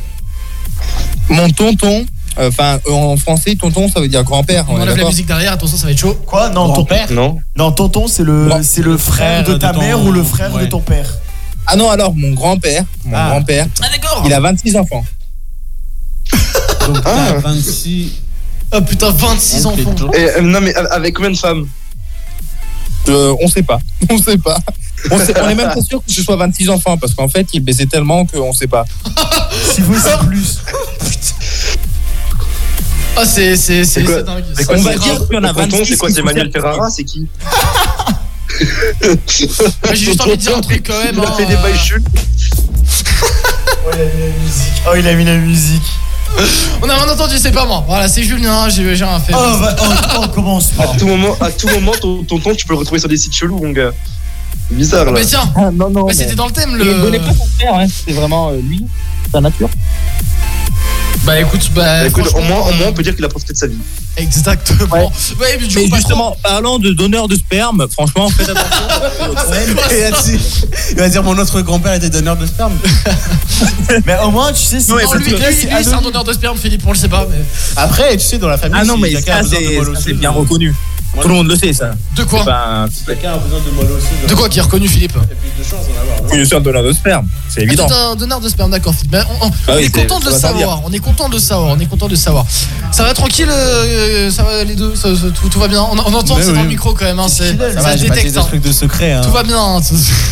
Speaker 6: Mon tonton, euh, enfin euh, en français, tonton ça veut dire grand-père.
Speaker 1: On
Speaker 6: est
Speaker 1: enlève la
Speaker 6: d'accord
Speaker 1: musique derrière, attention, ça va être chaud.
Speaker 2: Quoi Non, ton
Speaker 1: Grand-père
Speaker 7: Non.
Speaker 2: Non, tonton, c'est le,
Speaker 6: Non.
Speaker 2: c'est le frère, de ta
Speaker 6: ton-
Speaker 2: mère ou le frère de ton
Speaker 1: *laughs*
Speaker 2: père
Speaker 6: Ah non, alors mon grand-père, mon
Speaker 2: Ah.
Speaker 6: grand-père,
Speaker 1: Ah d'accord
Speaker 6: il a 26 enfants.
Speaker 5: Donc t'as 26.
Speaker 1: Ah putain, 26
Speaker 5: Oncle et
Speaker 1: enfants.
Speaker 5: tout.
Speaker 7: Et, euh, non, mais a- avec combien de femmes
Speaker 6: Euh, on sait pas. *laughs* On sait pas. On, sait- on est même pas sûr que ce soit 26 enfants parce qu'en fait il baisait tellement qu'on sait pas.
Speaker 2: Si vous c'est
Speaker 1: *laughs*
Speaker 2: plus.
Speaker 1: Ah, c'est
Speaker 7: C'est
Speaker 1: c'est c'est
Speaker 7: quoi-
Speaker 1: c'est dingue.
Speaker 7: c'est quoi
Speaker 1: On
Speaker 7: ces
Speaker 1: va dire
Speaker 7: rares
Speaker 1: qu'il y en a
Speaker 7: Le tonton,
Speaker 1: 26,
Speaker 7: C'est quoi,
Speaker 1: il
Speaker 7: c'est
Speaker 1: faut
Speaker 7: Emmanuel
Speaker 1: faire-
Speaker 7: Ferrara C'est qui
Speaker 1: Ouais, J'ai juste envie de dire un truc quand même.
Speaker 7: Il a
Speaker 1: hein,
Speaker 7: fait des
Speaker 1: euh,
Speaker 7: bails
Speaker 2: *laughs*
Speaker 7: chules.
Speaker 2: Oh, il a mis la musique.
Speaker 1: On a rien entendu, c'est pas moi. Voilà, c'est Julien, j'ai j'ai rien fait.
Speaker 2: Oh, bah, oh, on commence pas.
Speaker 7: À tout moment, à tout moment ton tonton, tu peux le retrouver sur des sites chelous, mon gars. C'est Bizarre, là.
Speaker 1: Ah, Mais tiens,
Speaker 6: Ah, non, non,
Speaker 1: mais c'était dans le thème
Speaker 6: Il ne
Speaker 1: le.
Speaker 6: donnait pas son père, hein. c'est vraiment euh, lui, sa nature.
Speaker 1: Bah écoute, bah.
Speaker 7: Bah, écoute, au moins, au moins, on
Speaker 1: franchement,
Speaker 7: peut dire qu'il a profité de sa vie.
Speaker 1: Exactement. Ouais, mais du
Speaker 6: Mais
Speaker 1: coup, bah, pas
Speaker 6: justement, parlant de donneur de sperme, franchement, faites attention.
Speaker 5: *laughs* Et là-dessus, il va dire mon autre grand-père était donneur de
Speaker 6: *laughs*
Speaker 5: sperme.
Speaker 2: Mais au moins, tu sais, c'est
Speaker 1: trop. Non, lui, lui, lui,
Speaker 2: c'est
Speaker 1: c'est un
Speaker 2: anonyme.
Speaker 1: donneur de sperme, Philippe, on le sait pas. Mais...
Speaker 5: Après, tu sais, dans la famille,
Speaker 6: Ah non,
Speaker 5: si
Speaker 6: mais
Speaker 5: quelqu'un a
Speaker 6: ça,
Speaker 5: besoin de
Speaker 6: c'est
Speaker 5: moelle
Speaker 6: ça, c'est
Speaker 5: osseuse,
Speaker 6: bien
Speaker 5: euh,
Speaker 6: reconnu. Tout le monde le sait, ça.
Speaker 1: De quoi
Speaker 6: C'est pas un-
Speaker 5: Si quelqu'un a besoin de moelle osseuse,
Speaker 1: De quoi qui est reconnu, Philippe
Speaker 5: il y a plus de chances d'en avoir. non
Speaker 6: une sorte de donneur de sperme, c'est évident.
Speaker 1: Ah, C'est un donneur de sperme, d'accord. Philippe. Ben, on, on-
Speaker 6: Ah
Speaker 1: on
Speaker 6: oui,
Speaker 1: est
Speaker 6: c'est-
Speaker 1: content de
Speaker 6: ça
Speaker 1: le
Speaker 6: va servir.
Speaker 1: savoir. On est content de le savoir. On est content de le savoir. Ça va tranquille, euh, ça va les deux, ça- ça- tout, tout va bien. On, on entend,
Speaker 5: Mais
Speaker 1: c'est dans le
Speaker 5: oui.
Speaker 1: micro quand même. Hein, c'est-
Speaker 5: Ça
Speaker 1: ça
Speaker 5: va,
Speaker 1: se
Speaker 5: j'ai pas des
Speaker 1: détecte. hein.
Speaker 5: trucs de secret. hein.
Speaker 1: Tout va bien. hein.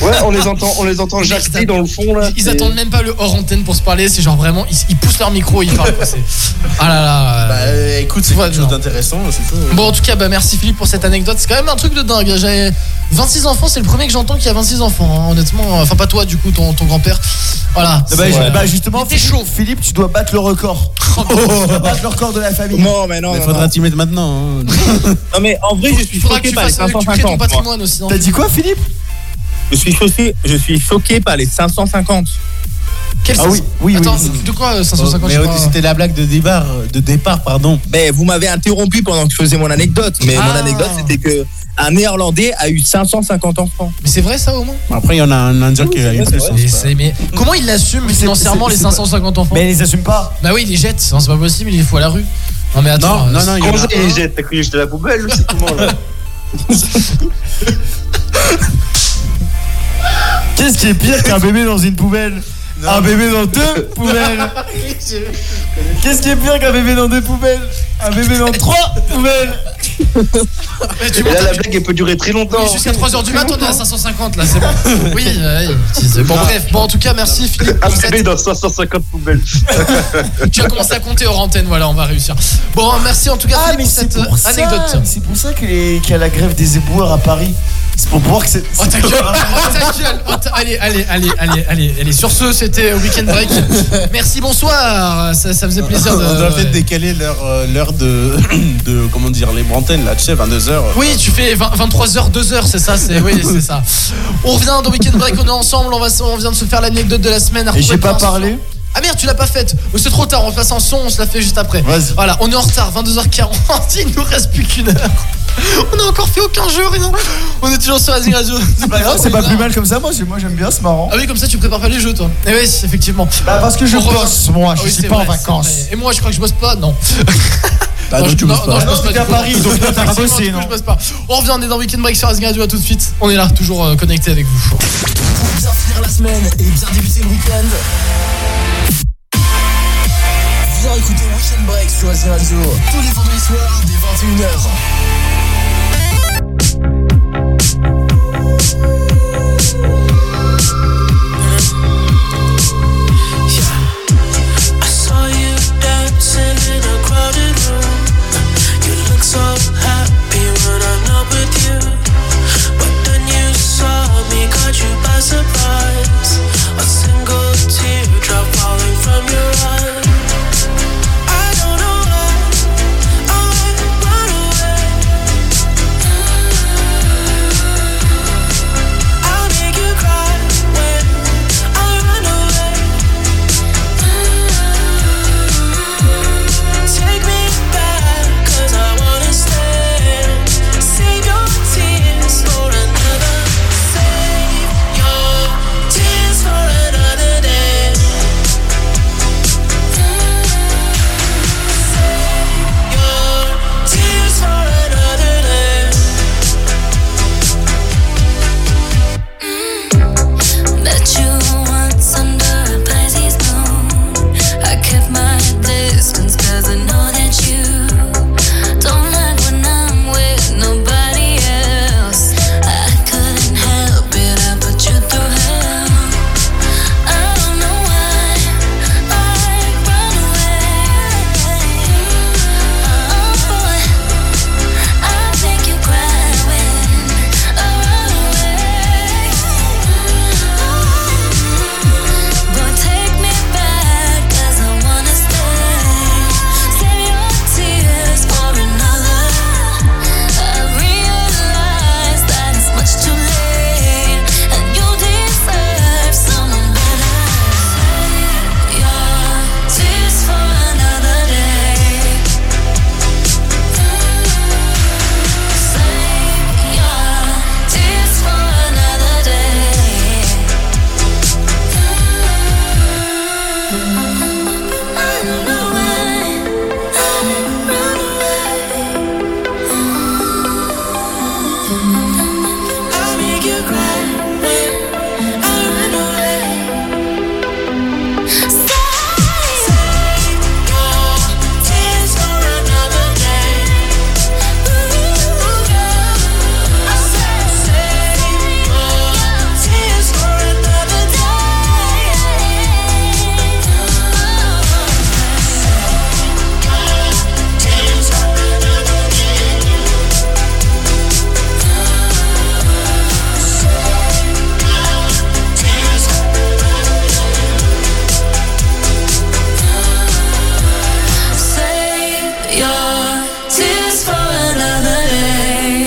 Speaker 7: Ouais, on les entend, on les entend
Speaker 1: Mais
Speaker 7: jacter
Speaker 1: ils
Speaker 7: dans le fond, là.
Speaker 1: Ils, ils
Speaker 7: C'est-
Speaker 1: attendent même pas le hors antenne pour se parler. C'est genre vraiment, ils, ils poussent leur micro et ils parlent. quoi, c'est- *laughs* ah là là.
Speaker 5: Bah euh, écoute, c'est quelque chose d'intéressant, c'est tout.
Speaker 1: Bon, en tout cas, bah, merci Philippe pour cette anecdote. C'est quand même un truc de dingue. J'avais 26 enfants, c'est le premier que j'entends qui a 26 enfants, hein, honnêtement. Enfin, pas toi, du coup, ton, ton grand-père. Voilà.
Speaker 2: Bah,
Speaker 1: C'est- euh,
Speaker 2: ju- bah, justement, Philippe, Philippe, tu dois battre le record.
Speaker 1: *laughs* Oh,
Speaker 2: tu dois battre le record de la famille.
Speaker 6: Non, mais non,
Speaker 2: Il
Speaker 6: Mais non, faudra non.
Speaker 2: t'y mettre maintenant.
Speaker 5: *laughs*
Speaker 6: Non, mais en vrai, je suis
Speaker 1: Faudra
Speaker 6: choqué
Speaker 1: que tu
Speaker 6: par les
Speaker 1: fasses euh, que tu crées ton
Speaker 6: 550.
Speaker 1: patrimoine aussi. T'as dit
Speaker 2: quoi, Philippe
Speaker 6: Je suis choqué, je suis choqué par les 550.
Speaker 1: Quel
Speaker 6: Ah oui, oui,
Speaker 1: Attends,
Speaker 6: oui.
Speaker 1: de quoi euh, 550 je sais pas.
Speaker 6: la blague de départ, de départ, pardon. Mais vous m'avez interrompu pendant que je faisais mon anecdote. Mais
Speaker 1: Ah.
Speaker 6: mon anecdote, c'était que un Néerlandais a eu 550 enfants.
Speaker 1: Mais c'est vrai ça au moins
Speaker 6: Après, il y en a un Indien qui a eu plus.
Speaker 1: mais Comment il l'assume
Speaker 6: c'est-
Speaker 1: financièrement
Speaker 6: c'est-
Speaker 1: les
Speaker 6: c'est
Speaker 1: 550 enfants Mais
Speaker 2: il les assume pas.
Speaker 1: Bah oui, il les jette, Non, c'est pas possible, il les fout à la rue. Non mais attends, euh, c'est-
Speaker 7: Comment ça, il les jette T'as cru que j'étais à la poubelle ou c'est comment là
Speaker 2: Qu'est-ce qui est pire qu'un bébé dans une poubelle Un bébé dans deux poubelles Qu'est-ce qui est pire qu'un bébé dans deux poubelles Un bébé dans trois poubelles
Speaker 7: Et là, la blague, elle peut durer très longtemps.
Speaker 1: *laughs* Oui, Jusqu'à 3h du matin, on est à 550 là, c'est bon. Oui, euh, oui, si, c'est bon, bref. Bon, en tout cas, merci Philippe.
Speaker 7: Un bébé Ah, dans 550 poubelles.
Speaker 1: *laughs* Tu as commencé à compter hors antenne, voilà, on va réussir. Bon, merci en tout cas Philippe, pour cette
Speaker 2: Ah,
Speaker 1: euh,
Speaker 2: pour ça-
Speaker 1: anecdote.
Speaker 2: C'est pour ça qu'il est- qu'il y a la grève des éboueurs à Paris. C'est pour voir que c'est.
Speaker 1: Oh ta gueule, *laughs* oh, ta gueule, oh, ta- Allez, allez, allez, allez, allez, allez. Sur ce, c'était au week-end break. Merci, bonsoir. Ça, ça faisait plaisir de.
Speaker 5: *laughs* On doit peut-être décaler l'heure euh, l'heure de, *coughs* de. Comment dire, les antennes là, tu sais, 22h.
Speaker 1: Oui, tu fais 23h, 2h, c'est ça, c'est
Speaker 2: *laughs*
Speaker 1: oui, c'est ça. On revient dans Weekend Break, on est ensemble, on, va, se- on vient de se faire l'anecdote de la semaine. à
Speaker 2: Et j'ai
Speaker 1: retrouver
Speaker 2: pas
Speaker 1: plein de
Speaker 2: parlé
Speaker 1: sons. Ah merde, tu l'as pas faite. Oh, C'est trop tard, on passe en son, on se la fait juste après. Voilà, on est en retard, 22h40, *laughs* il nous reste plus qu'une heure. On a encore fait aucun jeu, rien. On est toujours sur Azing Radio. C'est
Speaker 2: Bah non, c'est pas plus mal comme ça, moi, j'ai- moi j'aime bien, c'est marrant.
Speaker 1: Ah oui, comme ça tu prépares pas les jeux, toi. Eh oui, effectivement.
Speaker 2: Bah, parce que je
Speaker 1: On revient.
Speaker 2: bosse, moi, je
Speaker 1: Ah oui,
Speaker 2: suis
Speaker 1: c'est
Speaker 2: pas en
Speaker 1: vrai, c'est
Speaker 2: vacances.
Speaker 1: vrai. Et moi, je crois que je bosse pas, non. non, je- non, non, je bosse pas.
Speaker 2: t'es
Speaker 1: du
Speaker 2: à
Speaker 1: coup. *laughs*
Speaker 2: Paris, donc t'as pas
Speaker 1: Effectivement,
Speaker 2: bossé,
Speaker 1: du coup,
Speaker 2: non
Speaker 1: je bosse pas. On revient, on est dans Weekend Break sur Asgard, à tout de suite. On est là, toujours euh, connecté avec vous.
Speaker 11: Pour bien finir la semaine et bien débuter le week-end, viens écouter Weekend Break sur Azure Radio tous les vendredis soirs dès 21h.
Speaker 23: I saw you dancing in a crowded room. You look so happy when I'm not with you. But then you saw me, caught you by surprise. A single teardrop falling from your eye. I don't know why I run Oh, away.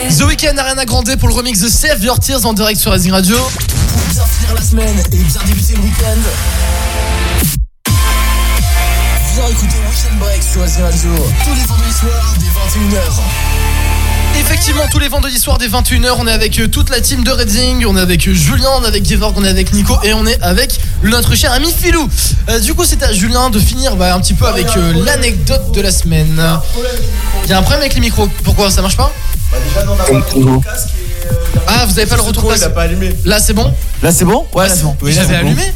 Speaker 23: Mm,
Speaker 1: Weekend Arena Grande pour le remix de Save Your Tears en direct sur Racing Radio.
Speaker 11: Pour bien finir la semaine et bien débuter le week-end, viens écouter Weekend Break sur Racing Radio tous les vendredis soirs dès 21h.
Speaker 1: Effectivement, tous les vendredis soirs dès 21h, on est avec euh, toute la team de Redzing, on est avec euh, Julien, on est avec Gevorg, on est avec Nico et on est avec notre cher ami Philou. Euh, du coup, c'est à Julien de finir bah, un petit peu avec euh, l'anecdote de la semaine. Il y a un problème avec les micros, pourquoi ça marche pas
Speaker 2: Bah déjà, non, on a
Speaker 1: Comme
Speaker 2: pas le
Speaker 1: toujours.
Speaker 2: casque.
Speaker 1: Ah, vous avez pas le retour
Speaker 2: il a pas allumé.
Speaker 1: Là, c'est bon
Speaker 2: Là, c'est bon Ouais,
Speaker 1: là, c'est bon.
Speaker 2: Oui, là,
Speaker 1: J'avais
Speaker 2: c'est bon.
Speaker 1: allumé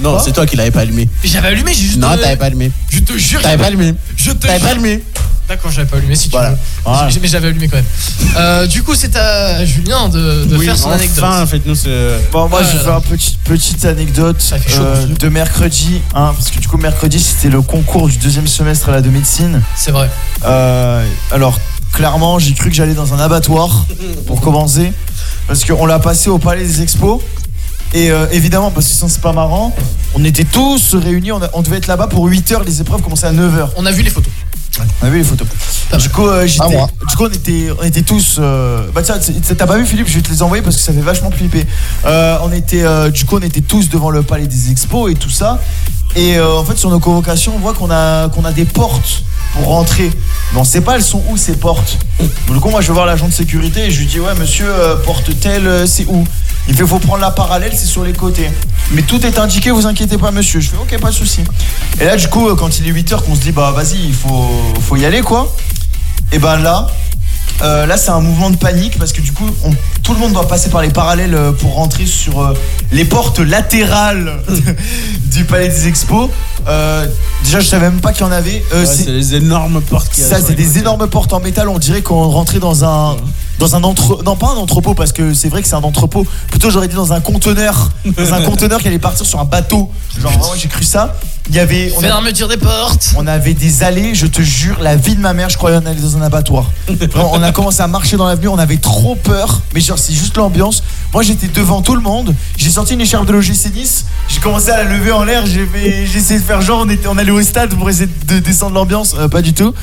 Speaker 5: Non, c'est toi qui l'avais pas allumé.
Speaker 1: J'avais allumé, j'ai juste.
Speaker 5: Non,
Speaker 1: euh,
Speaker 5: t'avais pas allumé.
Speaker 1: Je te jure.
Speaker 5: T'avais pas allumé.
Speaker 1: Je te
Speaker 5: T'avais
Speaker 1: jure.
Speaker 5: pas allumé.
Speaker 1: D'accord, j'avais pas allumé si tu veux.
Speaker 5: Voilà.
Speaker 1: J'ai- Mais j'avais allumé quand même. Euh, du coup, c'est à Julien de, de
Speaker 5: Oui,
Speaker 1: faire son
Speaker 5: enfin,
Speaker 1: anecdote.
Speaker 5: faites-nous ce.
Speaker 2: Bon, moi,
Speaker 1: Ah
Speaker 2: je
Speaker 1: là
Speaker 2: vais
Speaker 1: là.
Speaker 2: faire une petite, petite anecdote
Speaker 1: chaud,
Speaker 2: euh, de mercredi. hein, parce que du coup, mercredi, c'était le concours du deuxième semestre à la de médecine.
Speaker 1: C'est vrai.
Speaker 2: Euh, alors, clairement, j'ai cru que j'allais dans un abattoir
Speaker 1: *laughs*
Speaker 2: pour commencer. Parce qu'on l'a passé au Palais des Expos. Et euh, évidemment, parce que sinon, c'est pas marrant, on était tous réunis. On, a- on devait être là-bas pour 8 heures. Les épreuves commençaient à 9 heures.
Speaker 1: On a vu les photos.
Speaker 2: On a vu les photos. Du coup, euh, j'étais- du coup, on était, on était tous. euh, Bah tiens, t- t'as pas vu Philippe Je vais te les envoyer parce que ça fait vachement flipper. Euh, on était, euh, du coup, on était tous devant le palais des expos et tout ça. Et euh, en fait, sur nos convocations, on voit qu'on a, qu'on a des portes pour rentrer. Mais on sait pas elles sont où ces portes. Du coup, moi, je vais voir l'agent de sécurité et je lui dis ouais, monsieur, euh, porte telle, euh, c'est où Il fait faut prendre la parallèle, c'est sur les côtés. Mais tout est indiqué, vous inquiétez pas, monsieur. Je fais ok, pas de souci. Et là, du coup, euh, quand il est 8h, qu'on se dit bah vas-y, il faut, faut y aller quoi. Et ben là, euh, là c'est un mouvement de panique parce que du coup, on- tout le monde doit passer par les parallèles euh, pour rentrer sur euh, les portes latérales *laughs* du palais des expos. Euh, déjà, je savais même pas qu'il y en avait. Euh,
Speaker 5: Ouais,
Speaker 2: c'est-
Speaker 5: c'est les énormes portes qu'il y a.
Speaker 2: ça,
Speaker 5: sur
Speaker 2: c'est
Speaker 5: les
Speaker 2: des
Speaker 5: côtés.
Speaker 2: énormes portes en métal. On dirait qu'on rentrait dans un. Dans un entre... Non, pas un entrepôt, parce que c'est vrai que c'est un entrepôt. Plutôt, j'aurais dit dans un conteneur. Dans un conteneur qui allait partir sur un bateau. Genre, vraiment, j'ai cru ça. Il y avait. a-
Speaker 1: Ferme des portes.
Speaker 2: On avait des allées, je te jure, la vie de ma mère, je croyais qu'on allait dans un abattoir. Vraiment, on a commencé à marcher dans l'avenue, on avait trop peur. Mais genre, c'est juste l'ambiance. Moi, j'étais devant tout le monde. J'ai sorti une écharpe de l'OGC Nice. J'ai commencé à la lever en l'air. J'ai fait- j'ai essayé de faire genre, on, était, on allait au stade pour essayer de descendre l'ambiance. Euh, pas du tout.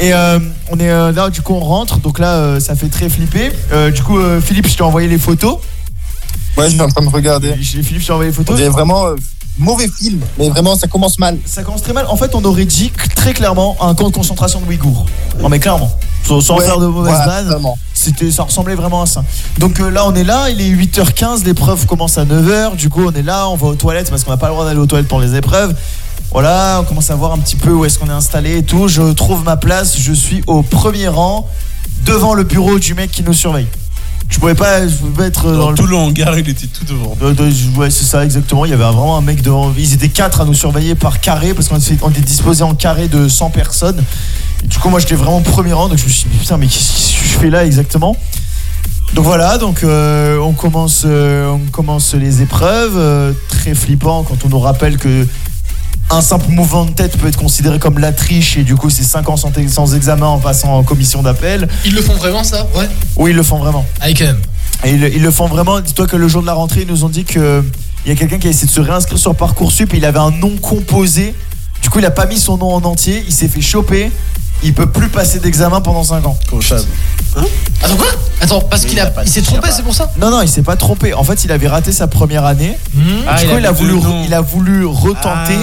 Speaker 2: Et euh, on est euh, là, du coup, on rentre. Donc là, euh, ça fait très flipper. Euh, du coup, euh, Philippe, je t'ai envoyé les photos.
Speaker 4: Ouais, je suis en train de regarder.
Speaker 2: Philippe, je t'ai envoyé les photos.
Speaker 4: J'ai vraiment euh, mauvais film, mais vraiment ça commence mal.
Speaker 2: Ça commence très mal. En fait, on aurait dit que, très clairement un camp de concentration de Ouïghours. Non, mais clairement. Sans, sans
Speaker 4: Ouais,
Speaker 2: faire de mauvaises
Speaker 4: voilà,
Speaker 2: vannes,
Speaker 4: vraiment.
Speaker 2: c'était ça ressemblait vraiment à ça. Donc euh, là, on est là, il est 8h15, l'épreuve commence à 9h. Du coup, on est là, on va aux toilettes parce qu'on n'a pas le droit d'aller aux toilettes pour les épreuves. Voilà, on commence à voir un petit peu où est-ce qu'on est installé et tout. Je trouve ma place, je suis au premier rang devant le bureau du mec qui nous surveille. Je pouvais pas, je pouvais pas être euh, dans, le
Speaker 5: Tout le hangar, il était tout devant.
Speaker 2: euh, de- ouais, c'est ça, exactement. Il y avait vraiment un mec devant. Ils étaient quatre à nous surveiller par carré parce qu'on était- on était disposés en carré de 100 personnes. Et du coup, moi, j'étais vraiment au premier rang. Donc, je me suis dit, putain, mais qu'est-ce que je fais là exactement donc voilà, donc euh, on commence, euh, on commence les épreuves. euh, très flippant quand on nous rappelle que un simple mouvement de tête peut être considéré comme la triche et du coup c'est 5 ans sans, sans examen en passant en commission d'appel.
Speaker 1: Ils le font vraiment ça Ouais.
Speaker 2: Oui, ils le font vraiment.
Speaker 1: Allez, quand même.
Speaker 2: Et ils, le- ils le font vraiment. Dis-toi que le jour de la rentrée, ils nous ont dit que il y a quelqu'un qui a essayé de se réinscrire sur Parcoursup et il avait un nom composé. Du coup, il a pas mis son nom en entier. Il s'est fait choper. Il peut plus passer d'examen pendant 5 ans.
Speaker 1: Hein Attends quoi Attends, parce qu'il a, il s'est trompé, c'est pour ça
Speaker 2: Non, non, il s'est pas trompé. En fait, il avait raté sa première année.
Speaker 1: Ah,
Speaker 2: du
Speaker 1: il
Speaker 2: coup, il a,
Speaker 1: avait
Speaker 2: voulu,
Speaker 1: deux
Speaker 2: re-
Speaker 1: noms.
Speaker 2: il a voulu retenter,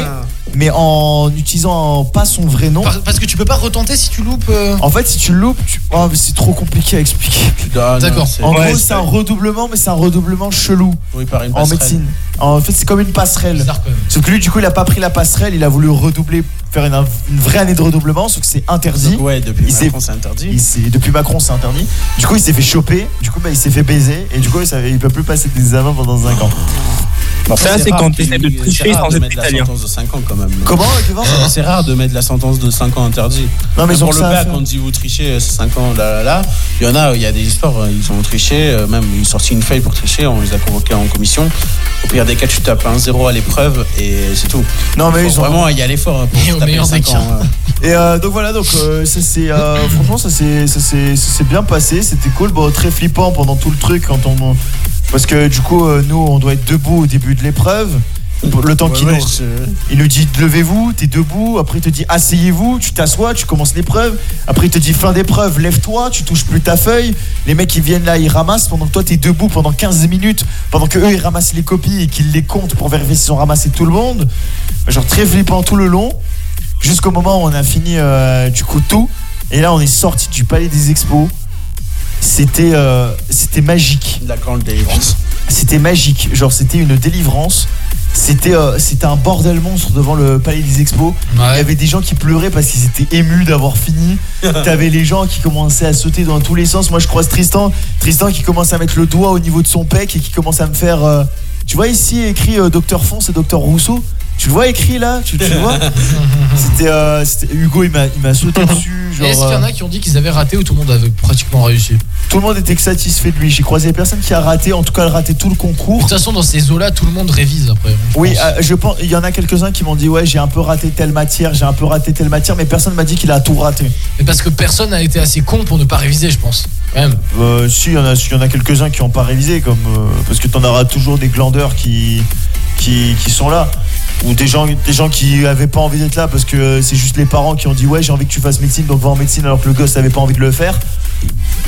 Speaker 2: mais en utilisant pas son vrai nom.
Speaker 1: Ah. Parce que tu peux pas retenter si tu loupes. euh,
Speaker 2: En fait, si tu loupes, tu- oh, mais c'est trop compliqué à expliquer.
Speaker 1: D'accord. c'est-
Speaker 2: En
Speaker 1: Ouais,
Speaker 2: gros,
Speaker 1: c'est-
Speaker 2: c'est un redoublement, mais c'est un redoublement chelou.
Speaker 5: Oui, par une
Speaker 2: en
Speaker 5: passerelle.
Speaker 2: médecine. En fait, c'est comme une passerelle. Sauf que lui, du coup, il a pas pris la passerelle, il a voulu redoubler, faire une, une vraie année de redoublement, sauf que c'est interdit.
Speaker 5: Donc, ouais, depuis
Speaker 2: Il s'est-
Speaker 5: Macron, c'est interdit.
Speaker 2: il s'est- depuis Macron, c'est interdit. Du coup, il s'est fait choper, du coup, bah, il s'est fait baiser, et du coup, ça- il peut plus passer des examens pendant 5 ans.
Speaker 5: Après, rare qu'il- c'est rare de
Speaker 2: être
Speaker 5: mettre la sentence de 5 ans quand même.
Speaker 2: Comment, Kevin
Speaker 5: C'est rare de mettre la sentence de 5 ans interdit.
Speaker 2: Non, mais ils ont
Speaker 5: pour le
Speaker 2: que ça à
Speaker 5: bac,
Speaker 2: faire.
Speaker 5: on dit vous trichez, c'est 5 ans, là là là. Il y en a, il y a des histoires, ils ont triché, euh, même ils ont sorti une feuille pour tricher, on les a convoqués en commission. Au pire des cas, tu tapes un 0 à l'épreuve et c'est tout.
Speaker 2: Non, mais
Speaker 5: Faut
Speaker 2: ils ont-
Speaker 5: vraiment, il y a l'effort pour
Speaker 2: Et au
Speaker 5: taper
Speaker 2: meilleur
Speaker 5: les
Speaker 2: des
Speaker 5: cinq
Speaker 2: cas.
Speaker 5: ans, euh.
Speaker 2: Et euh, donc voilà, donc euh, ça c'est euh, franchement ça s'est ça s'est- ça s'est bien passé, c'était cool, bon très flippant pendant tout le truc quand on parce que du coup euh, nous on doit être debout au début de l'épreuve Le temps
Speaker 5: Ouais,
Speaker 2: qu'il
Speaker 5: ouais,
Speaker 2: nous... Il nous dit levez-vous, t'es debout, après il te dit asseyez-vous, tu t'assois, tu commences l'épreuve, après il te dit fin d'épreuve, lève-toi, tu touches plus ta feuille, les mecs ils viennent là, ils ramassent, pendant que toi t'es debout pendant 15 minutes, pendant que eux ils ramassent les copies et qu'ils les comptent pour vérifier s'ils ont ramassé tout le monde, genre très flippant tout le long, jusqu'au moment où on a fini euh, du coup tout, et là on est sorti du palais des expos, c'était euh, c'était magique. La grande délivrance. C'était magique, genre c'était une délivrance. C'était euh, c'était un bordel monstre devant le palais des expos. Il y avait des gens qui pleuraient parce qu'ils étaient émus d'avoir *laughs* fini. T'avais les gens qui commençaient à sauter dans tous les sens. Moi je croise Tristan, Tristan qui commence à mettre le doigt au niveau de son pec et qui commence à me faire euh, tu vois ici écrit euh, docteur Fons et docteur Rousseau. Tu le vois écrit là, tu, tu le vois C'était euh, c'était- Hugo, il m'a il m'a
Speaker 1: *laughs*
Speaker 2: sauté dessus. genre, euh,
Speaker 1: Est-ce qu'il y en a qui ont dit qu'ils avaient raté ou tout le monde avait pratiquement réussi
Speaker 2: tout le monde était satisfait de lui. J'ai croisé personne qui a raté, en tout cas, elle a raté tout le concours.
Speaker 1: De toute façon, dans ces eaux-là, tout le monde révise après.
Speaker 2: Oui, euh, je pense. Il y en a quelques-uns qui m'ont dit ouais, j'ai un peu raté telle matière, j'ai un peu raté telle matière, mais personne m'a dit qu'il a tout raté.
Speaker 1: Mais parce que personne n'a été assez con pour ne pas réviser, je pense. Quand même.
Speaker 2: Euh, si, il y en a, si, il y en a quelques-uns qui n'ont pas révisé, comme euh, parce que t'en auras toujours des glandeurs qui qui, qui sont là. Ou des gens, des gens qui avaient pas envie d'être là parce que euh, c'est juste les parents qui ont dit ouais j'ai envie que tu fasses médecine donc va en médecine alors que le gosse avait pas envie de le faire.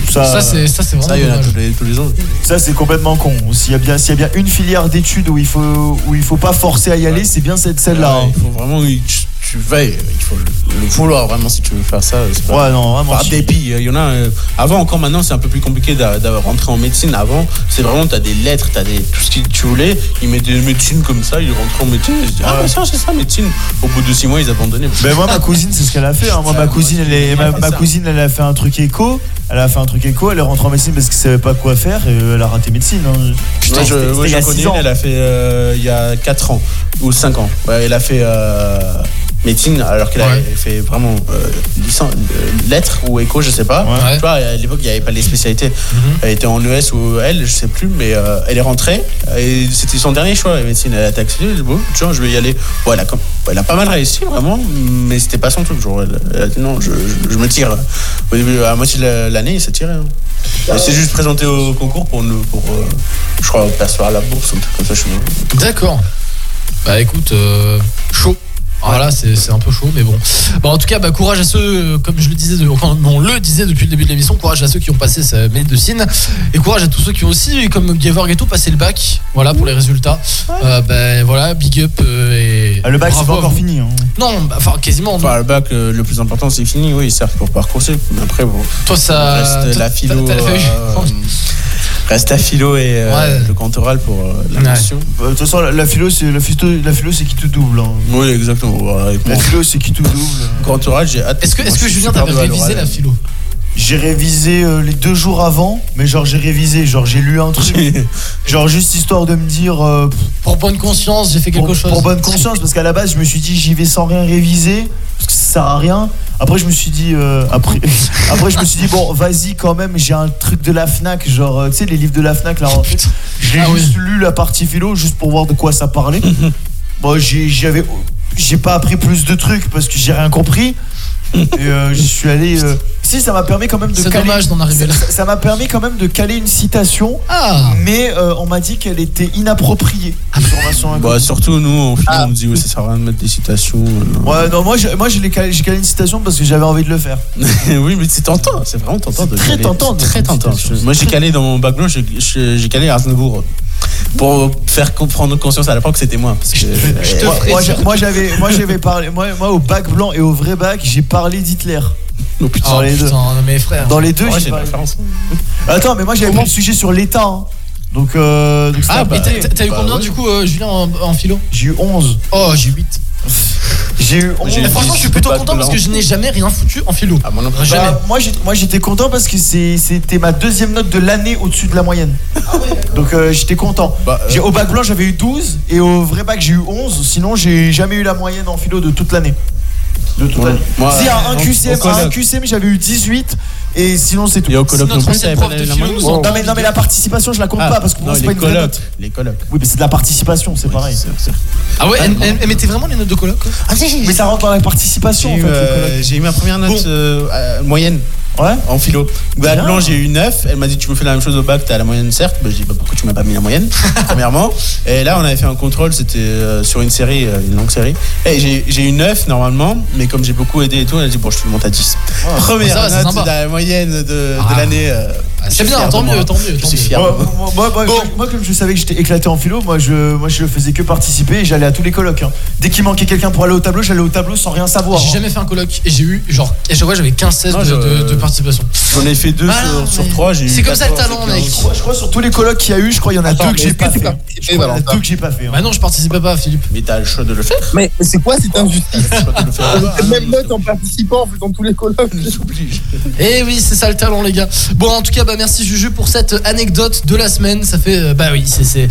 Speaker 2: Ça,
Speaker 1: Ça, c'est- ça, c'est vraiment Ça, il y en a dommage. tous
Speaker 2: Ça, c'est complètement con. S'il y a bien, s'il y a bien une filière d'études où il faut, où il faut pas forcer à y aller, c'est bien cette celle-là. hein.
Speaker 5: Il faut vraiment que tu, tu veilles, il faut le, le vouloir vraiment si tu veux faire ça. euh, c'est pas-
Speaker 2: Ouais, non, vraiment,
Speaker 5: Par
Speaker 2: si-
Speaker 5: dépit, il y en a. euh, avant, encore maintenant, c'est un peu plus compliqué d'a- d'a- rentrer en médecine. Avant, c'est vraiment, t'as des lettres, t'as des, tout ce que tu voulais. Ils mettaient médecine comme ça, ils rentraient en médecine. Ils se disaient, ah, bah, ça, c'est ça, médecine. Au bout de six mois, ils abandonnaient.
Speaker 2: Ben moi ma cousine c'est ce qu'elle a fait. hein. Moi ma cousine elle est- ma, ma cousine elle a fait un truc éco. Elle a fait un truc éco. Elle est rentrée en médecine parce qu'elle savait pas quoi faire et euh, elle a raté médecine. hein.
Speaker 5: Putain, je,
Speaker 2: C'était-
Speaker 5: ouais,
Speaker 2: c'était il y
Speaker 5: j'en
Speaker 2: a
Speaker 5: connais
Speaker 2: six
Speaker 5: une,
Speaker 2: ans.
Speaker 5: elle a fait euh, il y a 4 ans ou 5 ans. Ouais, elle a fait euh, médecine alors qu'elle avait fait vraiment euh, licen- euh, lettres ou éco, je sais pas. Tu vois, à l'époque, il n'y avait pas les spécialités. Elle était en ES ou elle, je sais plus, mais euh, elle est rentrée et c'était son dernier choix, la médecine. Elle a été acceptée, elle dit, bon, tu vois, je vais y aller. Bon, elle, a, com- elle a pas mal réussi, vraiment, mais c'était pas son truc. Genre, elle, elle a dit non, je, je- je me tire. Au début, à la moitié de la- l'année, elle s'est tirée. hein. Elle s'est juste présentée au concours pour nous. Pour, euh, je crois percevoir la bourse, ou un truc comme ça, je sais pas.
Speaker 1: D'accord. Bah écoute, euh, chaud. Voilà, c'est c'est un peu chaud, mais bon. Bah, en tout cas, bah, courage à ceux, euh, comme je le disais, de- enfin, on le disait depuis le début de l'émission, courage à ceux qui ont passé sa médecine et courage à tous ceux qui ont aussi, comme Gevorg et tout, passé le bac. Voilà pour les résultats. Euh, bah, voilà, big up euh, et.
Speaker 2: Ah, Le bac c'est
Speaker 1: bravo
Speaker 2: pas
Speaker 1: à
Speaker 2: encore
Speaker 1: vous.
Speaker 2: fini. hein.
Speaker 1: Non, bah, enfin quasiment.
Speaker 5: Enfin, le bac, euh, le plus important, c'est fini, oui, certes, pour Parcoursup. Mais après, bon.
Speaker 1: Toi, ça-
Speaker 5: Reste
Speaker 1: toi,
Speaker 5: la
Speaker 1: t'as-
Speaker 5: philo.
Speaker 1: t'as- t'as eu-
Speaker 5: euh, reste la philo et euh, le cantoral pour euh, la mention.
Speaker 2: Euh, De toute façon la, la philo c'est la philo, la philo c'est qui te double. hein.
Speaker 5: Oui, exactement. voilà, avec
Speaker 2: La
Speaker 5: moi.
Speaker 2: philo c'est qui te double. euh
Speaker 5: Cantoral, j'ai hâte.
Speaker 1: Est-ce que, est
Speaker 5: Moi,
Speaker 1: que
Speaker 5: je suis
Speaker 1: Julien
Speaker 5: super
Speaker 1: t'avais
Speaker 5: doué à
Speaker 1: révisé
Speaker 5: l'oral.
Speaker 1: la philo
Speaker 2: J'ai révisé euh, les deux jours avant, mais genre j'ai révisé, genre j'ai lu
Speaker 5: *laughs*
Speaker 2: un truc, genre juste histoire de me dire. euh,
Speaker 1: pour bonne conscience, j'ai fait quelque chose.
Speaker 2: Pour bonne conscience, parce qu'à la base je me suis dit j'y vais sans rien réviser, parce que ça sert à rien. Après je me suis dit euh, après, *laughs* après je me suis dit bon vas-y quand même j'ai un truc de la Fnac, genre euh, tu sais les livres de la Fnac là.
Speaker 1: *laughs*
Speaker 2: en- J'ai
Speaker 5: Ah
Speaker 2: juste lu la partie philo juste pour voir de quoi
Speaker 5: *laughs*
Speaker 2: ça parlait. bon j'ai- j'avais j'ai pas appris plus de trucs parce que j'ai rien compris. Et euh, j'y suis allé. euh, Si, ça m'a permis quand même de.
Speaker 1: C'est
Speaker 2: caler-
Speaker 1: dommage d'en arriver là.
Speaker 2: Ça- Ça m'a permis quand même de caler une citation.
Speaker 5: Ah.
Speaker 2: Mais euh, on m'a dit qu'elle était inappropriée. Information
Speaker 5: Bah, surtout, nous, en philo,
Speaker 1: Ah.
Speaker 5: on dit, oui, ça sert à rien de mettre des citations. euh,
Speaker 2: Ouais, non, moi, j'ai- moi j'ai calé, j'ai calé une citation parce que j'avais envie de le faire.
Speaker 5: *laughs* oui, mais c'est tentant, c'est vraiment tentant. de
Speaker 2: très
Speaker 5: caler.
Speaker 2: tentant de
Speaker 5: C'est Très
Speaker 2: faire une
Speaker 5: tentant.
Speaker 2: citation.
Speaker 5: Moi, j'ai calé dans mon bac blanc, j'ai- j'ai j'ai calé Aznavour pour faire comprendre conscience à la prof que c'était moi. Parce que, *laughs* Euh,
Speaker 2: Moi- moi, j'a- moi, j'avais moi j'avais parlé moi, moi au bac blanc et au vrai bac j'ai parlé d'Hitler.
Speaker 5: putain.
Speaker 2: dans les
Speaker 1: Oh,
Speaker 2: deux.
Speaker 1: putain, non, mais frère.
Speaker 2: Dans les deux,
Speaker 1: Ouais,
Speaker 2: j'ai
Speaker 1: j'ai une
Speaker 2: parlé. Attends mais moi j'avais pris le sujet sur l'État. hein. Donc, euh, donc
Speaker 1: Ah,
Speaker 2: c'était-
Speaker 1: bah, t'as t'as eu combien du coup, euh, Julien, en, en philo
Speaker 2: J'ai eu 11.
Speaker 1: Oh, j'ai eu 8.
Speaker 2: *laughs* J'ai eu 11.
Speaker 1: Mais franchement, je suis plutôt content parce que je n'ai jamais rien foutu en philo.
Speaker 5: Ah, moi non
Speaker 2: Bah, moi, j'ai- moi, j'étais content parce que c'est- c'était ma deuxième note de l'année au-dessus de la moyenne.
Speaker 1: Ah
Speaker 2: Donc euh, j'étais content.
Speaker 5: Bah,
Speaker 2: J'ai- Au bac blanc j'avais eu 12 et au vrai bac j'ai eu 11. Sinon j'ai jamais eu la moyenne en philo de toute l'année. De toute l'année.
Speaker 5: moi,
Speaker 2: si à
Speaker 5: euh,
Speaker 2: un
Speaker 5: au
Speaker 2: QCM, à un
Speaker 5: colloque.
Speaker 2: QCM j'avais eu 18 et sinon c'est tout.
Speaker 5: Et au colloque Si notre non plus, t'avais ancienne pas prof de la philo moyenne nous en
Speaker 2: Non mais, non, mais la participation je la compte
Speaker 5: Ah,
Speaker 2: pas parce que pour
Speaker 5: non,
Speaker 2: moi, c'est
Speaker 5: les
Speaker 2: pas une vraie
Speaker 5: colloques,
Speaker 2: note.
Speaker 5: Les colloques.
Speaker 2: Oui mais c'est de la participation c'est pareil.
Speaker 1: Ah ouais, elle,
Speaker 5: non.
Speaker 1: elle- elle mettait vraiment les notes de coloc quoi
Speaker 5: Ah,
Speaker 2: mais ça rentre dans la participation
Speaker 5: J'ai
Speaker 2: en
Speaker 5: eu,
Speaker 2: fait. le
Speaker 5: euh,
Speaker 2: colloque.
Speaker 5: j'ai eu ma première note euh, euh, moyenne
Speaker 2: Ouais.
Speaker 5: En philo. Bah, blanc, j'ai eu 9. Elle m'a dit, tu me fais la même chose au bac, t'as la moyenne, certes. Bah, j'ai dit, bah, pourquoi tu m'as pas mis la
Speaker 1: *laughs*
Speaker 5: moyenne Premièrement. Et là, on avait fait un contrôle, c'était euh, sur une série, euh, une longue série. Et j'ai- j'ai eu 9 normalement, mais comme j'ai beaucoup aidé et tout, elle a dit, bon, je te le monte à 10. Première
Speaker 1: Oh. Ah, Ça va, c'est
Speaker 5: note
Speaker 1: sympa. Ah.
Speaker 5: de la moyenne de, de l'année. euh, je
Speaker 1: C'est
Speaker 5: suis
Speaker 1: bien,
Speaker 5: fier de
Speaker 1: tant
Speaker 5: moi.
Speaker 1: mieux, tant mieux. Oh.
Speaker 5: Je suis fier.
Speaker 2: Moi, moi- moi- moi- moi, comme je savais que j'étais éclaté en philo, moi je, moi, je faisais que participer et j'allais à tous les colloques. hein. Dès qu'il manquait quelqu'un pour aller au tableau, j'allais au tableau sans rien savoir. hein.
Speaker 1: J'ai jamais fait un colloque et j'ai eu genre à chaque fois j'avais 15 16 de, de- de participation.
Speaker 5: J'en ai fait deux
Speaker 1: Ah, non,
Speaker 5: sur, sur
Speaker 1: mais-
Speaker 5: trois. j'ai eu
Speaker 1: C'est comme ça le
Speaker 5: 14,
Speaker 1: talent mec.
Speaker 2: Je crois, je crois sur tous les colloques qu'il y a eu, je crois il y en a deux que j'ai pas fait.
Speaker 1: hein.
Speaker 2: Je crois qu'il y en a deux que j'ai pas fait. hein.
Speaker 1: Bah non, je participais pas Philippe.
Speaker 5: Mais t'as le choix de le faire.
Speaker 4: Mais c'est quoi
Speaker 2: Oh,
Speaker 4: cette injustice
Speaker 1: *laughs*
Speaker 2: Ah, bah,
Speaker 4: Même note en participant en faisant tous les
Speaker 2: *laughs*
Speaker 4: colloques.
Speaker 1: Eh oui, c'est ça le talent, les gars. Bon, en tout cas, bah, merci Juju pour cette anecdote de la semaine. Ça fait, euh, bah oui, c'est- c'est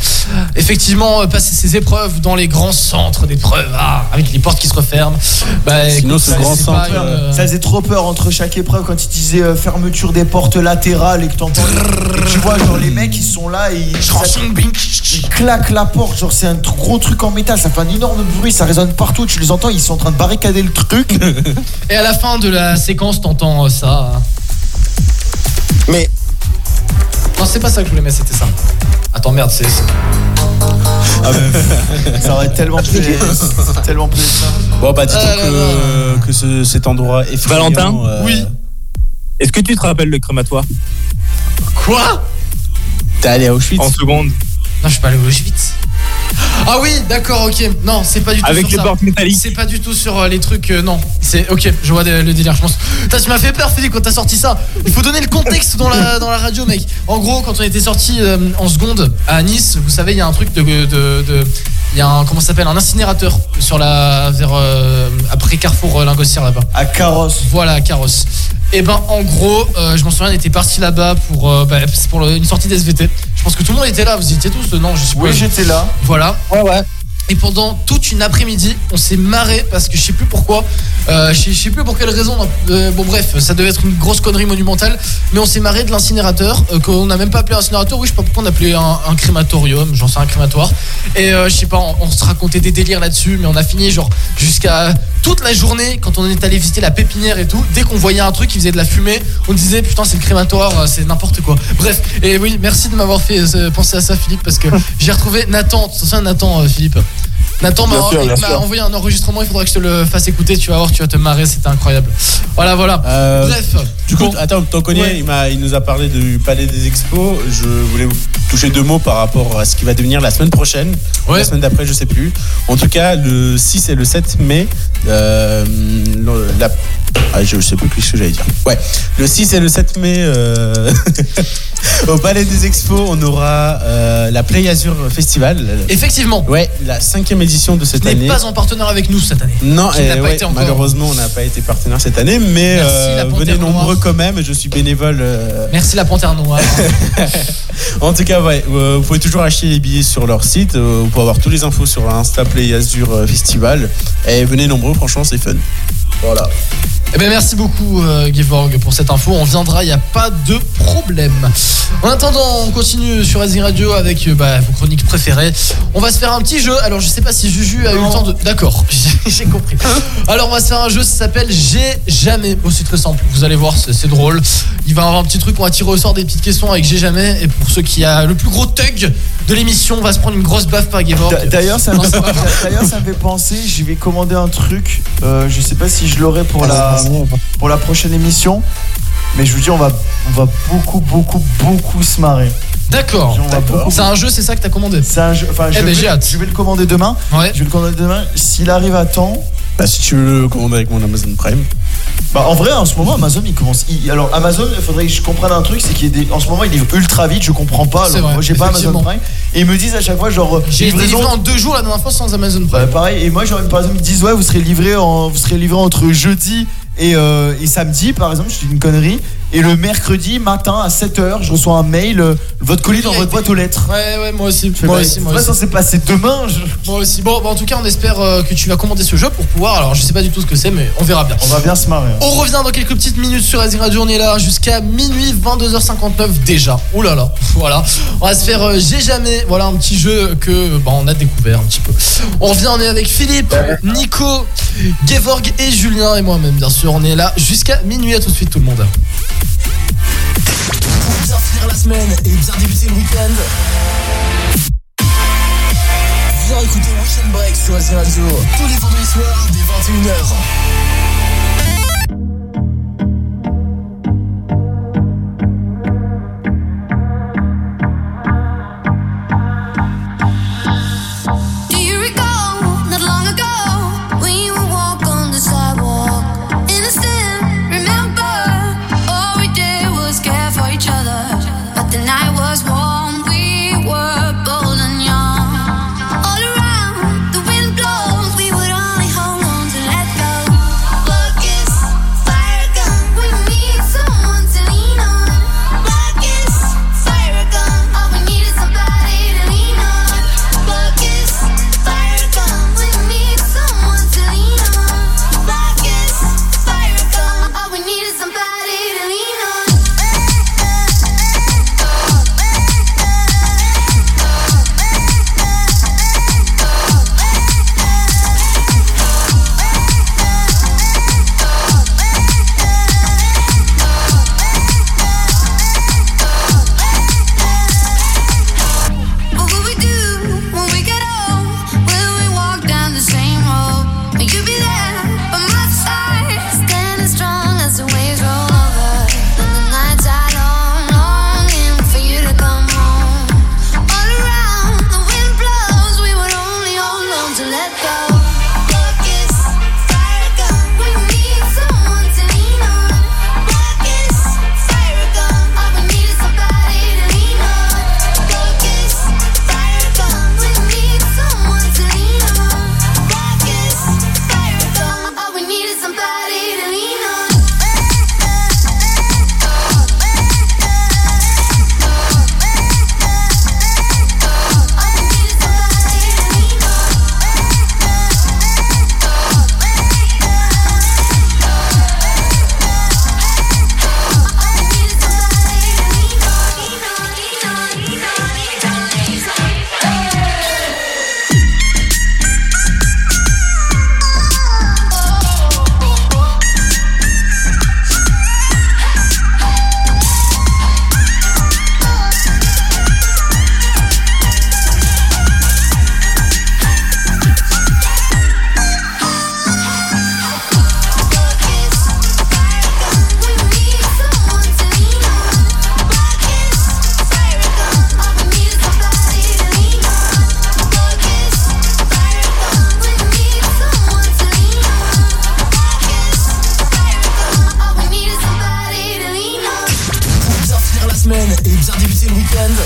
Speaker 1: effectivement euh, passer ces épreuves dans les grands centres d'épreuves, ah, avec les portes qui se referment. Bah,
Speaker 5: Sinon,
Speaker 1: écoute,
Speaker 5: ce
Speaker 1: ça,
Speaker 5: grand
Speaker 1: c'est
Speaker 5: centre,
Speaker 1: pas, euh,
Speaker 2: Ça faisait trop peur entre chaque épreuve quand ils disaient euh, fermeture des portes latérales et que t'entends. et que Tu vois, genre les mecs ils sont là et ils, ils claquent la porte. Genre c'est un tr- gros truc en métal, ça fait un énorme bruit, ça résonne partout. Tu les entends, ils sont en train de barricader le truc.
Speaker 1: euh, Et à la fin de la séquence, t'entends euh, ça.
Speaker 4: Mais.
Speaker 1: Non, c'est pas ça que je voulais mettre, c'était ça. *laughs* Attends, merde, c'est.
Speaker 5: Ah
Speaker 2: *laughs* ça aurait tellement
Speaker 5: *laughs*
Speaker 2: plu. tellement plu ça.
Speaker 5: Bon, bah, dis donc que, que ce- cet endroit euh, est
Speaker 6: Ah Valentin
Speaker 1: Oui.
Speaker 6: Est-ce que tu te rappelles le crématoire
Speaker 1: Quoi
Speaker 5: T'es allé à Auschwitz
Speaker 6: En seconde.
Speaker 1: Non, je suis pas allé au Auschwitz. Ah oui, d'accord, ok. Non, c'est pas du tout
Speaker 6: Avec
Speaker 1: sur
Speaker 6: les
Speaker 1: ça.
Speaker 6: portes métalliques.
Speaker 1: C'est pas du tout sur euh, les trucs. euh, non, c'est ok. Je vois euh, le délire. Je pense. Putain, tu m'as fait peur, Philippe, quand t'as sorti ça. Il faut donner le contexte dans la dans la radio, mec. En gros, quand on était sorti euh, en seconde à Nice, vous savez, il y a un truc de de de- il y a un comment ça s'appelle un incinérateur sur la vers euh, après Carrefour euh, Lingossière là-bas.
Speaker 2: À Carrosse.
Speaker 1: Voilà, à Carrosse. Et ben en gros, euh, je m'en souviens, on était parti là-bas pour euh, bah, c'est pour le- une sortie d'SVT. Je pense que tout le monde était là. Vous y étiez tous euh, Non, je suis
Speaker 2: Oui, j'étais là.
Speaker 1: Voilà.
Speaker 4: Ouais, ouais.
Speaker 1: Et pendant toute une après-midi, on s'est marré parce que je sais plus pourquoi, euh, je sais- je sais plus pour quelle raison. euh, bon bref, ça devait être une grosse connerie monumentale, mais on s'est marré de l'incinérateur euh, qu'on n'a même pas appelé incinérateur. Oui, je sais pas pourquoi on appelait un, un crématorium, j'en sais un crématoire. Et euh, je sais pas, on, on se racontait des délires là-dessus, mais on a fini genre jusqu'à toute la journée quand on est allé visiter la pépinière et tout. Dès qu'on voyait un truc qui faisait de la fumée, on disait putain c'est le crématoire, euh, c'est n'importe quoi. Bref, et oui, merci de m'avoir fait euh, penser à ça, Philippe,
Speaker 5: *laughs*
Speaker 1: parce que j'ai retrouvé Nathan. Tu te souviens de Nathan, euh, Philippe Nathan m'a
Speaker 6: Bien sûr, bien
Speaker 1: m'a
Speaker 6: sûr.
Speaker 1: envoyé un enregistrement, il faudra que je te le fasse écouter, tu vas voir, tu vas te marrer, c'était incroyable. Voilà, voilà.
Speaker 5: Euh,
Speaker 1: Bref.
Speaker 5: Du coup, attends, t'en connais, il, m'a- il nous a parlé du Palais des Expos. Je voulais vous toucher deux mots par rapport à ce qui va devenir la semaine prochaine. La semaine d'après, je sais plus. En tout cas, le 6 et le 7 mai, euh, le- la... ah, je sais plus ce que j'allais dire. Ouais, le 6 et le 7 mai, euh, *laughs* au Palais des Expos, on aura euh, la Play Azur Festival.
Speaker 1: Effectivement.
Speaker 5: Ouais, la cinquième édition de cette
Speaker 1: Qui
Speaker 5: année.
Speaker 1: n'est pas en partenaire avec nous cette année.
Speaker 5: Non,
Speaker 1: Qui n'a
Speaker 5: et
Speaker 1: pas
Speaker 5: ouais,
Speaker 1: été encore.
Speaker 5: malheureusement, on n'a pas été partenaire cette année, mais
Speaker 1: Merci,
Speaker 5: euh,
Speaker 1: la Panthère
Speaker 5: venez
Speaker 1: Noire.
Speaker 5: nombreux quand même. et Je suis bénévole. euh,
Speaker 1: Merci la
Speaker 5: *laughs*
Speaker 1: panthère noire.
Speaker 5: en tout cas, ouais, euh, vous pouvez toujours acheter les billets sur leur site. euh, vous pouvez avoir toutes les infos sur Insta Play Azure euh, Festival. Et venez nombreux, franchement, c'est fun. Voilà.
Speaker 1: Eh ben, merci beaucoup, euh, Gevorg, pour cette info. On viendra, il n'y a pas de problème. En attendant, on continue sur Racing Radio avec euh, bah, vos chroniques préférées. On va se faire un petit jeu. Alors, je sais pas si Juju a eu le temps de. D'accord, *laughs* j'ai- j'ai compris.
Speaker 2: Hein
Speaker 1: Alors, on va se faire un jeu, ça s'appelle J'ai jamais. Oh, c'est très simple, vous allez voir, c'est c'est drôle. Il va y avoir un petit truc, on va tirer au sort des petites questions avec J'ai jamais. Et pour ceux qui a le plus gros thug de l'émission, on va se prendre une grosse baffe par Gevorg.
Speaker 2: D'a- D'ailleurs, ça, me-
Speaker 1: Non, c'est pas vrai.
Speaker 2: d'ailleurs, ça me fait penser, je vais commander un truc. euh, je sais pas si je l'aurai pour
Speaker 1: Ah,
Speaker 2: la,
Speaker 1: hein.
Speaker 2: pour la prochaine émission. Mais je vous dis, on va, on va beaucoup, beaucoup, beaucoup se marrer.
Speaker 1: D'accord.
Speaker 2: On va beaucoup-
Speaker 1: C'est un jeu, c'est ça que t'as commandé
Speaker 2: C'est un jeu. Enfin, Ah,
Speaker 1: Eh
Speaker 2: je,
Speaker 1: ben,
Speaker 2: vais,
Speaker 1: j'ai hâte.
Speaker 2: je vais le commander demain.
Speaker 1: Ouais.
Speaker 2: Je vais le commander demain. S'il arrive à temps.
Speaker 5: Bah, si tu veux le commander avec mon Amazon Prime.
Speaker 2: Bah, en vrai, en ce moment, Amazon, il commence. il- alors, Amazon, il faudrait que je comprenne un truc, c'est qu'il est en ce moment, il est ultra vite, je comprends pas.
Speaker 1: C'est
Speaker 2: alors,
Speaker 1: vrai,
Speaker 2: moi, j'ai pas Amazon
Speaker 1: effectivement.
Speaker 2: Prime. Et ils me disent à chaque fois, genre.
Speaker 1: J'ai été
Speaker 2: livraison-
Speaker 1: livré en deux jours la dernière fois sans Amazon Prime.
Speaker 2: Bah, pareil, et moi, genre, par exemple, ils disent, ouais, vous serez livré, en, vous serez livré entre jeudi et, euh, et samedi, par exemple, je dis une connerie. Et le mercredi matin à 7h, je reçois un mail, euh, votre colis dans votre boîte aux lettres.
Speaker 1: Ouais, ouais, moi aussi.
Speaker 2: Moi aussi, moi aussi. passé demain.
Speaker 1: Moi aussi. Bon, bah, en tout cas, on espère euh, que tu vas commander ce jeu pour pouvoir. Alors, je sais pas du tout ce que c'est, mais on verra bien.
Speaker 2: On va bien se marrer. hein.
Speaker 1: On revient dans quelques petites minutes sur Racing Radio. On est là jusqu'à minuit 22h59 déjà. Ouh là là. Voilà. On va se faire euh, J'ai jamais. Voilà un petit jeu que bah, on a découvert un petit peu. On revient, on est avec Philippe, Nico, Gevorg et Julien et moi-même, bien sûr. On est là jusqu'à minuit. À tout de suite, tout le monde.
Speaker 11: Pour bien finir la semaine et bien débuter le week-end. Viens écouter Weekend Break sur Azure Radio tous les vendredis soirs dès 21h.
Speaker 18: Do you recall not long ago when you would walk on the sidewalk? Innocent, remember all we did was care for each other. But the night was warm, we were bold and young. All around, the wind blows, we would only hold on to let go. Luck is fire gun, we need someone to lean on. Luck is fire gun, all we need is somebody to lean on. Luck is fire gun, we need someone to lean on. Luck is fire gun, all we need is somebody to lean on. What will we do when we get old? Will we walk down the same road? Will you be there by my side, standing strong as the waves roll over? And the nights are long, longing for you to come home. All around, the wind blows. We would only hold on to let go. Luck is fire gun. We need someone to lean on. Luck is fire gun. All we need is somebody to lean on. Luck is fire gun. We need someone to lean on. Luck is fire gun. All we need is somebody to lean on. All we need is somebody to lean on.
Speaker 11: Pour bien finir la semaine et bien débuter le week-end.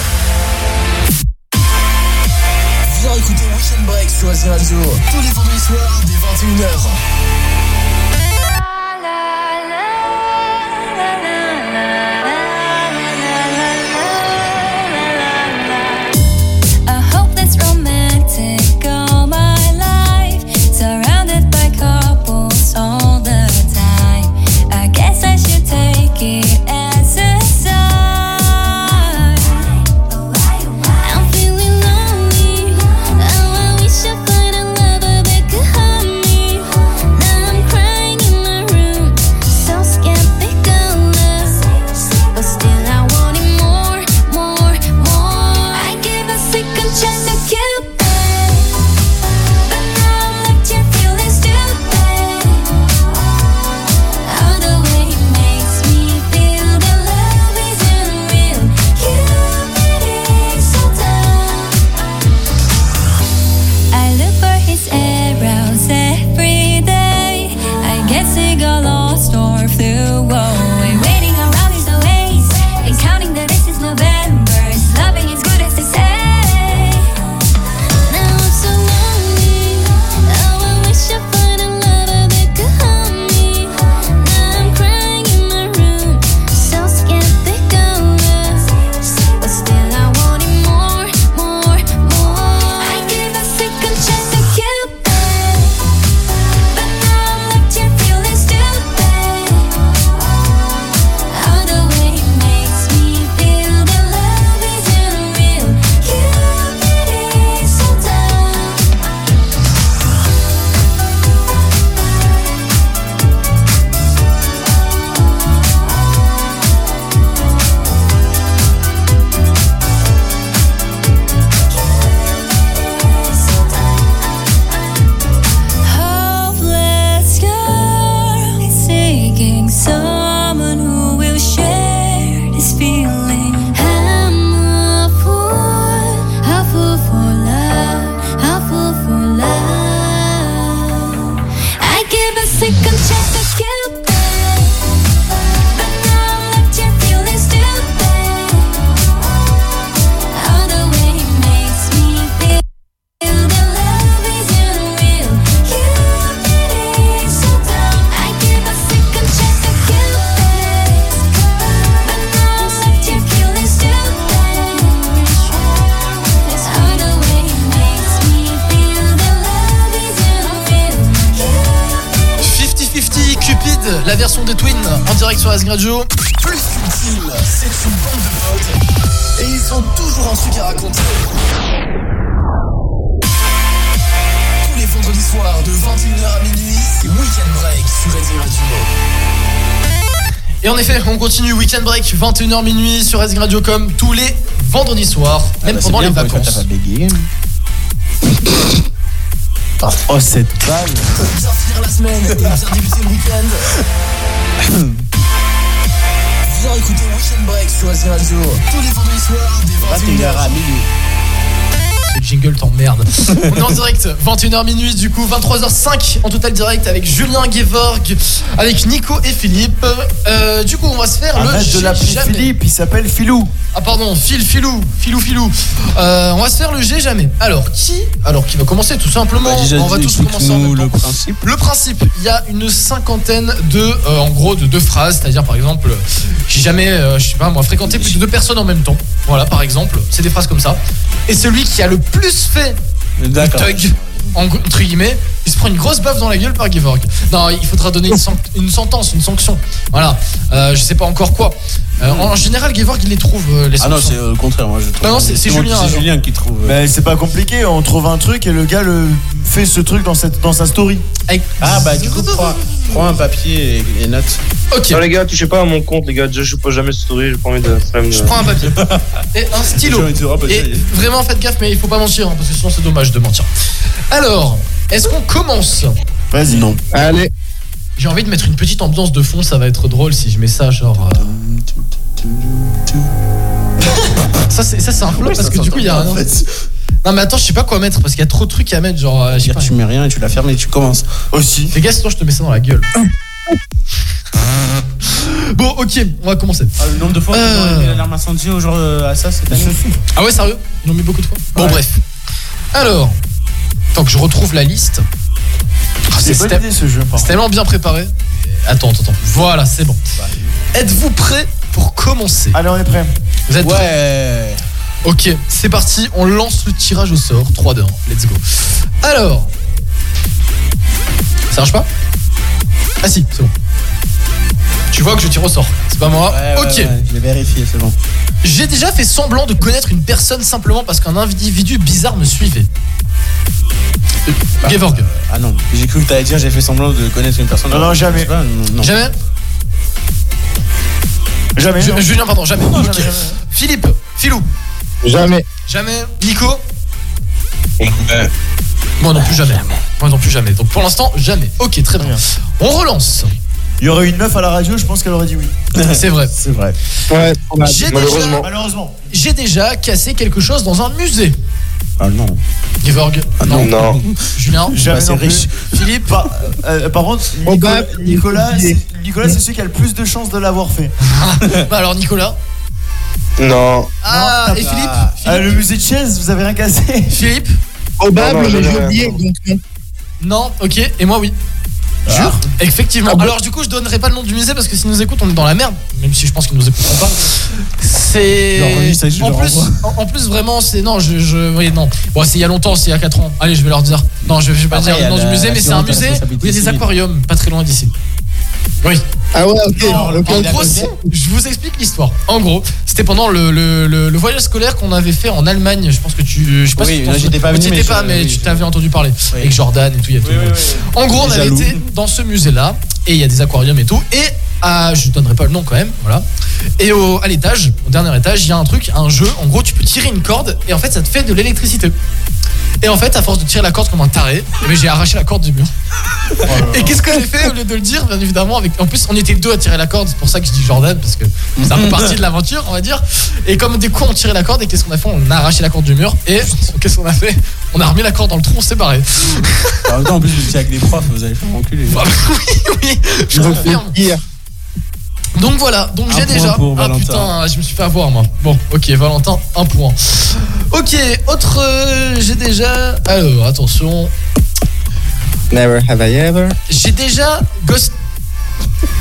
Speaker 11: Viens écouter Weekend Break sur Azure Radio tous les vendredis soirs dès 21h.
Speaker 28: A hope that's romantic all my life. Surrounded by couples all the time. I guess I should take it as a sign. I'm feeling lonely. Oh, I wish I find a lover that could hold me.
Speaker 23: Oh,
Speaker 1: direct sur Asgard Radio.
Speaker 11: Plus qu'une team, c'est une bande de potes et ils ont toujours un truc à raconter. Tous les vendredis soirs de 21h à minuit, c'est Weekend Break sur Rési Radio.
Speaker 1: Et en effet, on continue Weekend Break 21h minuit sur Asgradio.com tous les vendredis soirs,
Speaker 5: Bah,
Speaker 2: bah
Speaker 1: même pendant les vacances.
Speaker 5: Ah,
Speaker 2: Oh, cette balle.
Speaker 11: Pour bien finir la semaine et bien débuter le week-end. Viens écouter Weekend Break sur Rési Radio tous les vendredis soirs dès 21h à minuit.
Speaker 1: Ce jingle
Speaker 11: *laughs*
Speaker 1: t'emmerde. on est en direct, 21h minuit, du coup 23h05 en total direct avec Julien Gevorg, avec Nico et Philippe. Euh, du coup, on va se faire le
Speaker 2: Arrête de
Speaker 1: J'ai
Speaker 2: l'appeler
Speaker 1: jamais.
Speaker 2: Philippe, il s'appelle Philou.
Speaker 1: Ah pardon, Phil, Philou, Philou, Philou. Euh, on va se faire le G jamais. Alors qui Alors qui va commencer tout simplement
Speaker 5: Bah, déjà,
Speaker 1: On va tous
Speaker 5: explique-nous
Speaker 1: commencer en même temps.
Speaker 5: le principe.
Speaker 1: Le principe, il y a une cinquantaine de, euh, en gros, de deux phrases. C'est-à-dire par exemple, j'ai jamais, euh, je sais pas moi, fréquenté plus de deux personnes en même temps. Voilà, par exemple, c'est des phrases comme ça. Et celui qui a le plus fait le
Speaker 5: D'accord.
Speaker 1: thug, en gros, entre guillemets, il se prend une grosse baffe dans la gueule par Gevorg. Non, il faudra donner une, san- une sentence, une sanction. Voilà, Euh, je sais pas encore quoi. Euh, en général, Gevorg, il les trouve, euh, les
Speaker 5: Ah
Speaker 1: sanctions.
Speaker 5: non, c'est euh, le contraire, moi je trouve.
Speaker 1: Ah non, c'est- c'est
Speaker 5: moi-
Speaker 1: Julien, alors.
Speaker 5: C'est Julien qui trouve. euh,
Speaker 2: Mais Bah, c'est pas compliqué, hein. on trouve un truc et le gars le fait ce truc dans, cette, dans sa story.
Speaker 5: Ah bah du coup prends, prends un papier et, et note.
Speaker 1: Ok.
Speaker 7: Non, les gars, touchez pas à mon compte, les gars. Déjà, je pose jamais de story, j'ai pas envie de. Je
Speaker 1: prends un papier. Et un stylo.
Speaker 7: J'aurais dit, ah, bah,
Speaker 1: Et
Speaker 7: ça y est.
Speaker 1: vraiment, faites gaffe, mais il faut pas mentir, hein, parce que sinon c'est dommage de mentir. Alors, est-ce qu'on commence
Speaker 2: Vas-y. Non.
Speaker 1: Allez. J'ai envie de mettre une petite ambiance de fond, ça va être drôle si je mets ça, genre. euh. ça, c'est ça, c'est un flop
Speaker 5: Ouais,
Speaker 1: parce
Speaker 5: ça
Speaker 1: que du coup, il y a
Speaker 5: s'entend
Speaker 1: un.
Speaker 5: bien, en
Speaker 1: Non, mais attends, je sais pas quoi mettre parce qu'il y a trop de trucs à mettre, genre. euh, je sais pas.
Speaker 5: Tu mets rien et tu la fermes et tu commences.
Speaker 2: Aussi.
Speaker 1: Fais gaffe, sinon je te mets ça dans la gueule.
Speaker 5: Ah.
Speaker 1: bon, ok, on va commencer.
Speaker 5: Ah, le nombre de fois
Speaker 1: Euh.
Speaker 5: qu'on a mis l'alarme incendie au jour euh, à ça cette année.
Speaker 1: Ah ouais, sérieux Ils l'ont mis beaucoup de fois Bon, bref. Alors, tant que je retrouve la liste. Ah,
Speaker 2: C'est bonne
Speaker 1: c'était-
Speaker 2: idée, ce jeu, par
Speaker 1: C'est tellement bien préparé. Attends, attends, attends. Voilà, c'est bon. Êtes-vous prêts pour commencer
Speaker 2: Allez, on est prêts.
Speaker 1: Vous êtes prêts Ok, c'est parti, on lance le tirage au sort. 3, 2, 1, let's go. Alors. Ça marche pas Ah si, c'est bon. Tu vois que je tire au sort, c'est pas moi.
Speaker 5: Ouais, ouais,
Speaker 1: ok.
Speaker 5: ouais, je l'ai vérifié, c'est bon.
Speaker 1: J'ai déjà fait semblant de connaître une personne simplement parce qu'un individu bizarre me suivait. Gevorg.
Speaker 5: Ah non, j'ai cru que t'allais dire j'ai fait semblant de connaître une personne.
Speaker 1: Non, non, jamais.
Speaker 5: Je sais pas, non, non.
Speaker 1: Jamais
Speaker 2: Jamais.
Speaker 1: Julien, pardon, jamais. Ok. Philippe, Philou.
Speaker 4: Jamais.
Speaker 1: Jamais. Nico Moi non plus jamais. Moi non plus jamais. Donc pour l'instant, jamais. Ok, très bien. On relance.
Speaker 2: Il y aurait une meuf à la radio, je pense qu'elle aurait dit oui.
Speaker 1: C'est vrai.
Speaker 5: C'est vrai.
Speaker 4: Ouais,
Speaker 1: J'ai déjà,
Speaker 2: Malheureusement.
Speaker 1: j'ai déjà cassé quelque chose dans un musée.
Speaker 5: Ah non.
Speaker 1: Gevorg.
Speaker 5: Ah non. Non.
Speaker 1: Julien.
Speaker 2: Jamais
Speaker 1: Bah,
Speaker 2: non plus.
Speaker 1: Philippe.
Speaker 2: Par, euh, par contre, Nicolas, Nicolas, c'est- Nicolas, c'est celui qui a le plus de chances de l'avoir fait.
Speaker 1: *laughs* Bah alors Nicolas.
Speaker 7: Non.
Speaker 1: Ah, et Philippe,
Speaker 2: Ah, le musée de chaises, vous avez rien cassé
Speaker 1: *laughs* Philippe
Speaker 2: Obable,
Speaker 1: mais j'ai oublié, Non, Ah. ok, et moi oui. Jure Effectivement. Alors du coup, je donnerai pas le nom du musée parce que s'ils nous écoutent, on est dans la merde. Même si je pense qu'ils nous écouteront pas. C'est.
Speaker 5: Je leur enregistre et je
Speaker 1: En
Speaker 5: leur
Speaker 1: plus,
Speaker 5: envoie.
Speaker 1: en, en plus, vraiment, c'est. Non, je. je... Oui, non. Bon, c'est il y a longtemps, c'est il y a 4 ans. Allez, je vais leur dire. Non, je, je vais pas
Speaker 5: Après,
Speaker 1: dire
Speaker 5: il y
Speaker 1: le
Speaker 5: a
Speaker 1: nom du
Speaker 5: la-
Speaker 1: musée, mais c'est un
Speaker 5: l'assurance
Speaker 1: musée où il y a des
Speaker 5: responsabilité
Speaker 1: aquariums, pas très loin d'ici. Oui.
Speaker 4: Ah ouais, ok.
Speaker 1: Non,
Speaker 4: ok,
Speaker 1: en
Speaker 4: ok.
Speaker 1: gros, c'est- je vous explique l'histoire. En gros, c'était pendant le, le- le- le voyage scolaire qu'on avait fait en Allemagne. Je pense que tu. Je sais pas
Speaker 5: Oui,
Speaker 1: si tu t'en
Speaker 5: là, j'étais
Speaker 1: souviens.
Speaker 5: pas
Speaker 1: Oui,
Speaker 5: venu,
Speaker 1: t'étais
Speaker 5: mais
Speaker 1: pas,
Speaker 5: je-
Speaker 1: mais
Speaker 5: oui,
Speaker 1: tu
Speaker 5: je-
Speaker 1: t'avais entendu parler. Avec Jordan et tout, il y a tout le monde. En gros, on
Speaker 5: Les
Speaker 1: avait
Speaker 5: jaloux.
Speaker 1: été dans ce musée-là, et il y a des aquariums et tout, et à, je donnerai pas le nom quand même, voilà. Et au, à l'étage, au dernier étage, il y a un truc, un jeu, en gros, tu peux tirer une corde, et en fait, ça te fait de l'électricité. Et en fait, à force de tirer la corde comme un taré, mais j'ai arraché la corde du mur.
Speaker 5: Oh
Speaker 1: Et qu'est-ce que j'ai fait au lieu de le dire, bien évidemment, avec... en plus on était deux à tirer la corde, c'est pour ça que je dis Jordan, parce que
Speaker 5: *laughs*
Speaker 1: c'est un peu partie de l'aventure, on va dire. Et comme des cons on tirait la corde, et qu'est-ce qu'on a fait On a arraché la corde du mur, et *laughs* qu'est-ce qu'on a fait On a remis la corde dans le trou, on
Speaker 5: *laughs*
Speaker 1: s'est barré.
Speaker 5: En même temps, en plus, vous étiez avec des profs, vous allez faire enculer.
Speaker 1: Je confirme. Donc voilà, donc
Speaker 5: Un
Speaker 1: j'ai
Speaker 5: point
Speaker 1: déjà.
Speaker 5: pour
Speaker 1: ah
Speaker 5: Valentin.
Speaker 1: putain, je me suis fait avoir moi. Bon, ok, Valentin, un point. Ok, autre. euh, j'ai déjà. Alors, attention.
Speaker 4: Never have I ever.
Speaker 1: J'ai déjà ghost.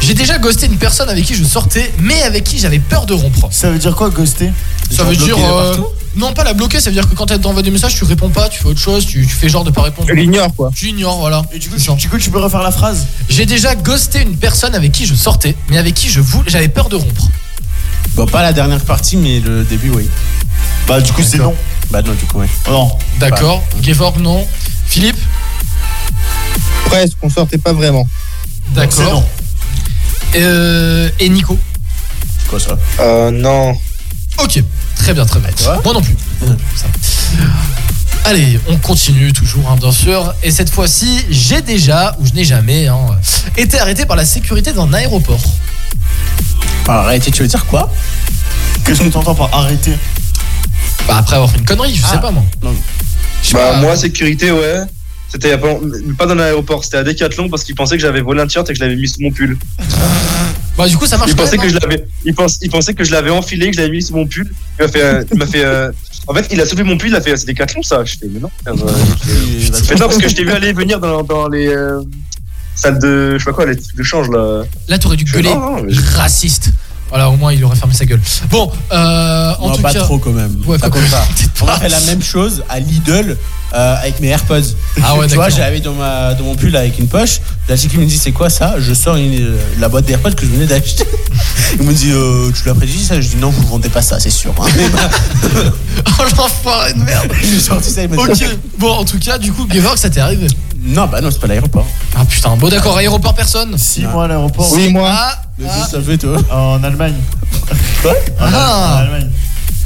Speaker 1: J'ai déjà ghosté une personne avec qui je sortais, mais avec qui j'avais peur de rompre.
Speaker 2: Ça veut dire quoi, ghoster
Speaker 1: Ça
Speaker 2: Genre
Speaker 1: veut dire.
Speaker 2: bloquer de
Speaker 1: euh,
Speaker 2: partout
Speaker 1: non, pas la bloquer, ça veut dire que quand elle t'envoie des messages, tu réponds pas, tu fais autre chose, tu, tu fais genre de pas répondre. Tu
Speaker 4: l'ignores quoi.
Speaker 1: Tu ignores, voilà.
Speaker 2: Et du coup, tu, peux refaire la phrase
Speaker 1: J'ai déjà ghosté une personne avec qui je sortais, mais avec qui je voulais, j'avais peur de rompre.
Speaker 5: Bon, pas la dernière partie, mais le début, oui.
Speaker 2: Bah, du coup, c'est non.
Speaker 5: Bah, non, du coup, oui.
Speaker 2: Non.
Speaker 1: D'accord. Gevorg, non. Philippe
Speaker 4: Presque, on sortait pas vraiment.
Speaker 1: D'accord. Euh, et Nico
Speaker 5: C'est quoi ça
Speaker 4: Euh, non.
Speaker 1: Ok, très bien, très bien. Moi non plus. Allez, on continue toujours, hein, bien sûr. Et cette fois-ci, j'ai déjà, ou je n'ai jamais, hein, été arrêté par la sécurité d'un aéroport.
Speaker 5: Alors, arrêté, tu veux dire quoi
Speaker 2: Qu'est-ce que t'entends par arrêter
Speaker 1: Bah, après avoir fait une connerie,
Speaker 7: Ah.
Speaker 1: je sais pas moi.
Speaker 7: Bah, moi, sécurité, ouais. C'était il y a pas, long- pas dans l'aéroport, c'était à Decathlon parce qu'ils pensaient que j'avais volé un t-shirt et que je l'avais mis sous mon pull.
Speaker 1: *laughs* Bah, du coup, ça marche
Speaker 7: il
Speaker 1: quand
Speaker 7: pensait
Speaker 1: même,
Speaker 7: que je
Speaker 1: hein.
Speaker 7: l'avais il, pense, il pensait que je l'avais enfilé, que je l'avais mis sous mon pull. Il m'a fait. euh, il m'a fait euh, en fait, il a sauvé mon pull, il a fait. C'est Decathlon ça Je fais, mais non. frère, euh, je fais- mais non, parce que je t'ai vu aller et venir dans, dans les euh, salles de. Je sais pas quoi, les trucs de change là.
Speaker 1: Là, t'aurais dû
Speaker 7: Je-
Speaker 1: gueuler.
Speaker 7: non, non, mais
Speaker 1: Raciste. Voilà, au moins, il aurait fermé sa gueule. Bon, euh, en
Speaker 5: Non,
Speaker 1: tout
Speaker 5: pas
Speaker 1: cas.
Speaker 5: trop quand même.
Speaker 1: Ouais,
Speaker 5: ça
Speaker 1: quand
Speaker 5: compte
Speaker 1: même.
Speaker 5: pas.
Speaker 1: Peut-être
Speaker 5: On
Speaker 1: pas.
Speaker 5: a fait la même chose à Lidl euh, avec mes AirPods.
Speaker 1: Ah
Speaker 5: *laughs*
Speaker 1: ouais,
Speaker 5: Tu vois,
Speaker 1: d'accord.
Speaker 5: j'avais dans, ma- dans mon pull avec une poche. La chick me dit c'est quoi ça Je sors une, euh, la boîte d'AirPods que je venais d'acheter. *laughs* Ils me dit euh, tu l'as prédit ça Je dis non, vous vendez pas ça, c'est sûr.
Speaker 1: *laughs*
Speaker 5: hein. *laughs*
Speaker 1: oh l'enfoiré de merde.
Speaker 5: J'ai sorti ça, il m'a dit.
Speaker 1: Ok, bon, en tout cas, du coup, Gevorg, ça t'est arrivé
Speaker 5: Non, bah non, c'est pas l'aéroport.
Speaker 1: Ah putain, bon, d'accord, aéroport, personne Ah,
Speaker 2: Si, moi, à l'aéroport.
Speaker 1: Oui, moi.
Speaker 5: Mais qu'est-ce que ça fait, toi
Speaker 2: Ah. En Allemagne.
Speaker 5: Quoi Ah.
Speaker 2: en, Al- en Allemagne.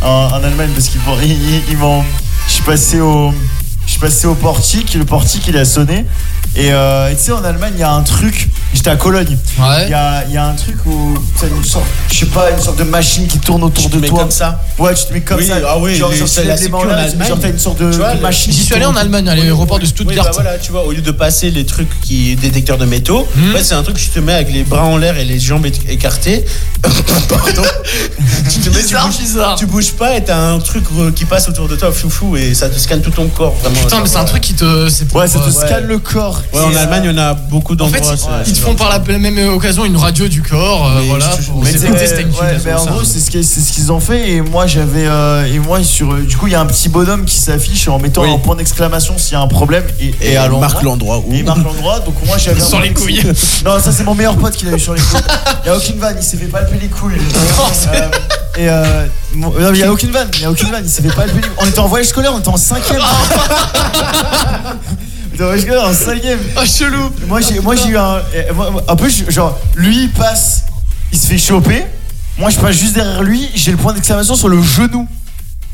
Speaker 2: En, en Allemagne, parce qu'ils m'ont. ils- ils- ils m'ont- Je suis passé au. Je suis passé au portique, le portique il a sonné. Et euh, et tu sais, en Allemagne, il y a un truc. J'étais à Cologne. Il y, a, il y a un truc où. tu sais, une sorte, je sais pas, une sorte de machine qui tourne autour de toi.
Speaker 5: comme ça
Speaker 2: Ouais, tu te mets comme
Speaker 5: Oui,
Speaker 2: ça.
Speaker 5: ah oui,
Speaker 2: genre,
Speaker 5: les-
Speaker 2: genre, tu
Speaker 5: c'est la
Speaker 2: lèves les mains
Speaker 5: sécu en
Speaker 2: là,
Speaker 5: Allemagne.
Speaker 2: genre, t'as une sorte de,
Speaker 5: Tu vois,
Speaker 2: de
Speaker 5: le-
Speaker 2: machine.
Speaker 5: J'y suis
Speaker 2: qui
Speaker 5: allé en
Speaker 2: tourne.
Speaker 5: Allemagne,
Speaker 1: à l'aéroport de
Speaker 5: Oui,
Speaker 1: Stuttgart.
Speaker 5: bah voilà, tu vois, au lieu de passer les trucs qui détecteurs de métaux, ouais, c'est un truc que tu te mets avec les bras en l'air et les jambes é- écartées. *laughs* Pardon. tu te mets, tu, bouges, tu bouges pas et t'as un truc euh, qui passe autour de toi, foufou, et ça te scanne tout ton corps. Vraiment, euh,
Speaker 1: Putain, mais c'est un truc qui te. c'est pour-
Speaker 5: Ouais, ça te scanne
Speaker 2: le corps.
Speaker 5: Ouais, en Allemagne, il y en a beaucoup
Speaker 1: En fait,
Speaker 5: d'endroits.
Speaker 1: ils-
Speaker 5: c'est-
Speaker 1: ils te font par la même occasion une radio du corps, euh, voilà. pour
Speaker 2: Mais
Speaker 1: s'écouter, c'était une
Speaker 2: ouais,
Speaker 1: petite
Speaker 2: mais en
Speaker 1: raison,
Speaker 5: hein.
Speaker 2: gros,
Speaker 1: ça.
Speaker 2: c'est ce qu'ils c'est ce qu'ils ont fait. Et moi, j'avais. euh, et moi, sur. euh, du coup, il y a un petit bonhomme qui s'affiche en mettant un point d'exclamation s'il y a un problème. Et,
Speaker 5: Et
Speaker 2: à
Speaker 5: il marque l'endroit où.
Speaker 2: Et il marque l'endroit. Donc, moi, j'avais.
Speaker 5: Sur
Speaker 2: un-
Speaker 5: les couilles.
Speaker 2: Non, ça, c'est mon meilleur pote qui l'a eu sur les couilles. Il y a aucune vanne, il s'est fait palper
Speaker 5: *laughs*
Speaker 2: les couilles.
Speaker 5: Oh,
Speaker 2: Euh, et euh, mon- non, mais il y a aucune vanne, il y a aucune vanne, il s'est fait palper les couilles. On était en voyage scolaire, on était en cinquième.
Speaker 5: Oh.
Speaker 2: Putain, ouais, je gueule, en 5
Speaker 5: Oh,
Speaker 1: Ah, chelou
Speaker 2: Moi, j'ai moi, j'ai eu un. euh, moi, moi, En plus, je- genre, lui, il passe, il se fait choper. Moi, je passe juste derrière lui, j'ai le point d'exclamation sur le genou.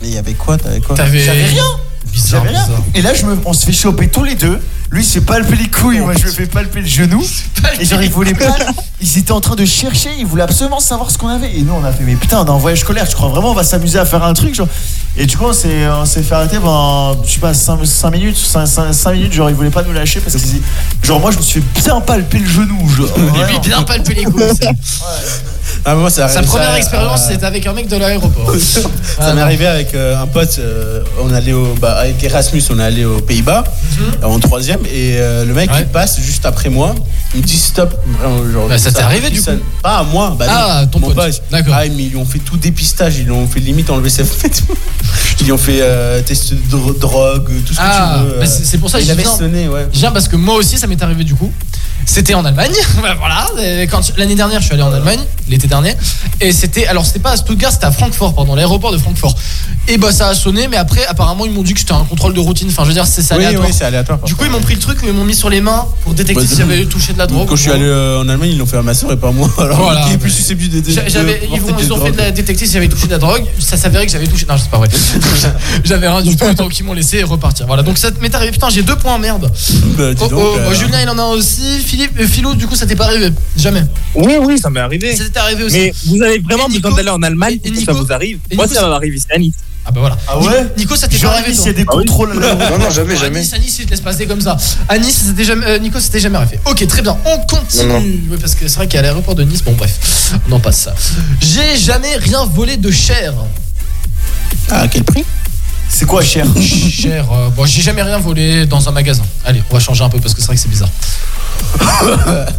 Speaker 5: Mais il y avait quoi T'avais quoi
Speaker 2: J'avais rien
Speaker 1: Bizarre,
Speaker 2: J'avais rien
Speaker 1: bizarre.
Speaker 2: Et là, je me... on se fait choper tous les deux. Lui, il se fait palper les couilles,
Speaker 1: Oh,
Speaker 2: moi, je me fais palper le genou. Et genre, ils voulaient pas. Ils étaient en train de chercher, ils voulaient absolument savoir ce qu'on avait. Et nous, on a fait, mais putain, on est en voyage scolaire, je crois vraiment, on va s'amuser à faire un truc, genre. Et du coup, on s'est on s'est fait arrêter pendant, je sais pas, 5, minutes, 5, minutes, genre, ils voulaient pas nous lâcher parce qu'ils. Genre, moi, je me suis fait bien palper le genou, genre.
Speaker 1: Et lui, bien palper les couilles. c'est-
Speaker 5: Ah, moi, ça
Speaker 1: Sa
Speaker 5: arrive, ça-
Speaker 1: première expérience,
Speaker 5: euh,
Speaker 1: c'était avec un mec de l'aéroport.
Speaker 5: Ça
Speaker 1: Ah,
Speaker 5: m'est arrivé avec euh, un pote, euh, on allait au, bah, avec Erasmus, on est allé aux Pays-Bas,
Speaker 1: Mhm.
Speaker 5: euh, en troisième, et euh, le mec il passe juste après moi, il me dit stop. Vraiment, genre,
Speaker 1: Bah, ça
Speaker 5: comme
Speaker 1: t'est arrivé,
Speaker 5: il
Speaker 1: du
Speaker 5: sonne.
Speaker 1: coup
Speaker 5: Pas à moi, bah
Speaker 1: Ah,
Speaker 5: non,
Speaker 1: ton
Speaker 5: mon
Speaker 1: pote.
Speaker 5: D'accord. Ah, mais ils lui ont fait tout dépistage, ils lui ont fait limite enlever ses *laughs* vêtements. Ils lui ont fait euh, test de dro- drogue, tout ce que
Speaker 1: Ah,
Speaker 5: tu veux. euh.
Speaker 1: bah, c'est c'est pour ça que
Speaker 5: il
Speaker 1: j'ai
Speaker 5: avait sonné, ouais.
Speaker 1: parce que moi aussi, ça m'est arrivé du coup. C'était en Allemagne, *laughs* Bah, voilà. euh, quand je- L'année dernière, je suis allé en Allemagne, l'été dernier, et c'était, alors c'était pas à Stuttgart, c'était à Francfort, pardon, l'aéroport de Francfort. Et bah ça a sonné, mais après, apparemment, ils m'ont dit que c'était un contrôle de routine. Enfin, je veux dire, c'est ça
Speaker 5: Oui,
Speaker 1: aléatoire.
Speaker 5: oui, c'est aléatoire,
Speaker 1: Du coup, ils m'ont pris le truc, mais ils m'ont mis sur les mains pour détecter
Speaker 5: Bah,
Speaker 1: si j'avais touché de la drogue.
Speaker 5: Quand je suis
Speaker 1: ou-
Speaker 5: allé euh, en Allemagne, ils l'ont fait à ma soeur et pas à moi. Alors,
Speaker 1: Voilà.
Speaker 5: qui est plus susceptible de.
Speaker 1: J'a- j'avais-
Speaker 5: de
Speaker 1: ils,
Speaker 5: porter
Speaker 1: vont,
Speaker 5: des
Speaker 1: ils ont fait
Speaker 5: drogues.
Speaker 1: de la détective si j'avais touché de la drogue. Ça s'avérait que j'avais touché. Non,
Speaker 5: *laughs*
Speaker 1: c'est pas vrai. j'avais rien du tout. Donc ils m'ont laissé repartir. Voilà. Donc ça m'est arrivé. Putain, j'ai deux points. Merde.
Speaker 5: Bah, dis
Speaker 1: Oh,
Speaker 5: donc,
Speaker 1: oh,
Speaker 5: euh,
Speaker 1: oh, Julien, il en a aussi. Philippe, euh, Philo, du coup, ça t'est pas arrivé. Jamais.
Speaker 4: Oui, oui, ça m'est arrivé.
Speaker 1: Ça t'est arrivé aussi.
Speaker 4: Mais vous avez vraiment besoin d'aller en Allemagne pour que ça vous arrive.
Speaker 1: et
Speaker 4: Moi,
Speaker 1: Nico,
Speaker 4: ça m'arrive ici à Nice.
Speaker 1: Ah bah voilà.
Speaker 4: Ah
Speaker 1: ouais Nico, ça t'est pas
Speaker 4: Genre,
Speaker 1: arrivé.
Speaker 4: Nice,
Speaker 1: toi
Speaker 4: il y a des Ah oui. contrôles à l'aéroport. Non, non, jamais,
Speaker 1: Ouais,
Speaker 4: jamais.
Speaker 1: Nice, à Nice, ils te laissent passer comme ça. À Nice, c'était jamais, euh, Nico, c'était jamais arrivé. Ok, très bien. On continue.
Speaker 4: Non, non.
Speaker 1: Ouais, parce que c'est vrai qu'à l'aéroport de Nice, bon, bref, on en passe ça. J'ai jamais rien volé de cher.
Speaker 5: À quel prix
Speaker 2: C'est quoi cher
Speaker 1: Cher. euh, bon, j'ai jamais rien volé dans un magasin. Allez, on va changer un peu parce que c'est vrai que c'est bizarre.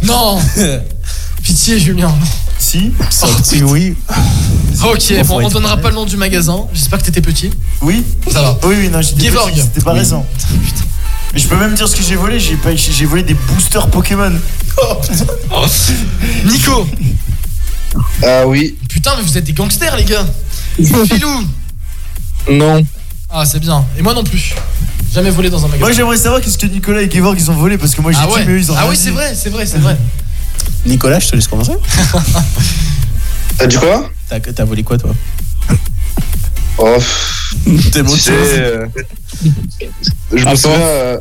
Speaker 1: non Pitié, Julien.
Speaker 2: Si Si oui.
Speaker 1: Ok,
Speaker 2: Bon, faut
Speaker 1: bon, on
Speaker 2: être
Speaker 1: donnera
Speaker 2: honnête.
Speaker 1: pas le nom du magasin. J'espère que t'étais petit.
Speaker 2: Oui
Speaker 1: Ça va.
Speaker 2: Oui, oui, non, j'ai dit
Speaker 1: Gevorg.
Speaker 2: C'était pas récent. Mais je peux même dire ce que j'ai volé. J'ai pas- j'ai volé des boosters Pokémon.
Speaker 1: *laughs* Nico
Speaker 22: Ah oui.
Speaker 1: Putain, mais vous êtes des gangsters,
Speaker 5: *laughs*
Speaker 1: les gars. Filou
Speaker 4: Non.
Speaker 1: Ah, c'est bien. Et moi non plus. Jamais volé dans un magasin.
Speaker 2: Moi, j'aimerais savoir qu'est-ce que Nicolas et Gevorg ils ont volé parce que moi j'ai
Speaker 1: ah
Speaker 2: dit,
Speaker 1: ouais.
Speaker 2: mais eux ils ont
Speaker 1: ah
Speaker 2: rien
Speaker 1: oui,
Speaker 2: dit.
Speaker 1: c'est vrai, c'est vrai,
Speaker 5: *laughs*
Speaker 1: c'est vrai.
Speaker 5: Nicolas, je te laisse commencer.
Speaker 22: *laughs* T'as dit quoi
Speaker 5: T'as t'as volé quoi, toi
Speaker 22: Oh.
Speaker 5: T'es bon,
Speaker 22: tu sais,
Speaker 5: tu sais.
Speaker 22: euh, je, me
Speaker 5: Attends.
Speaker 22: souviens, euh,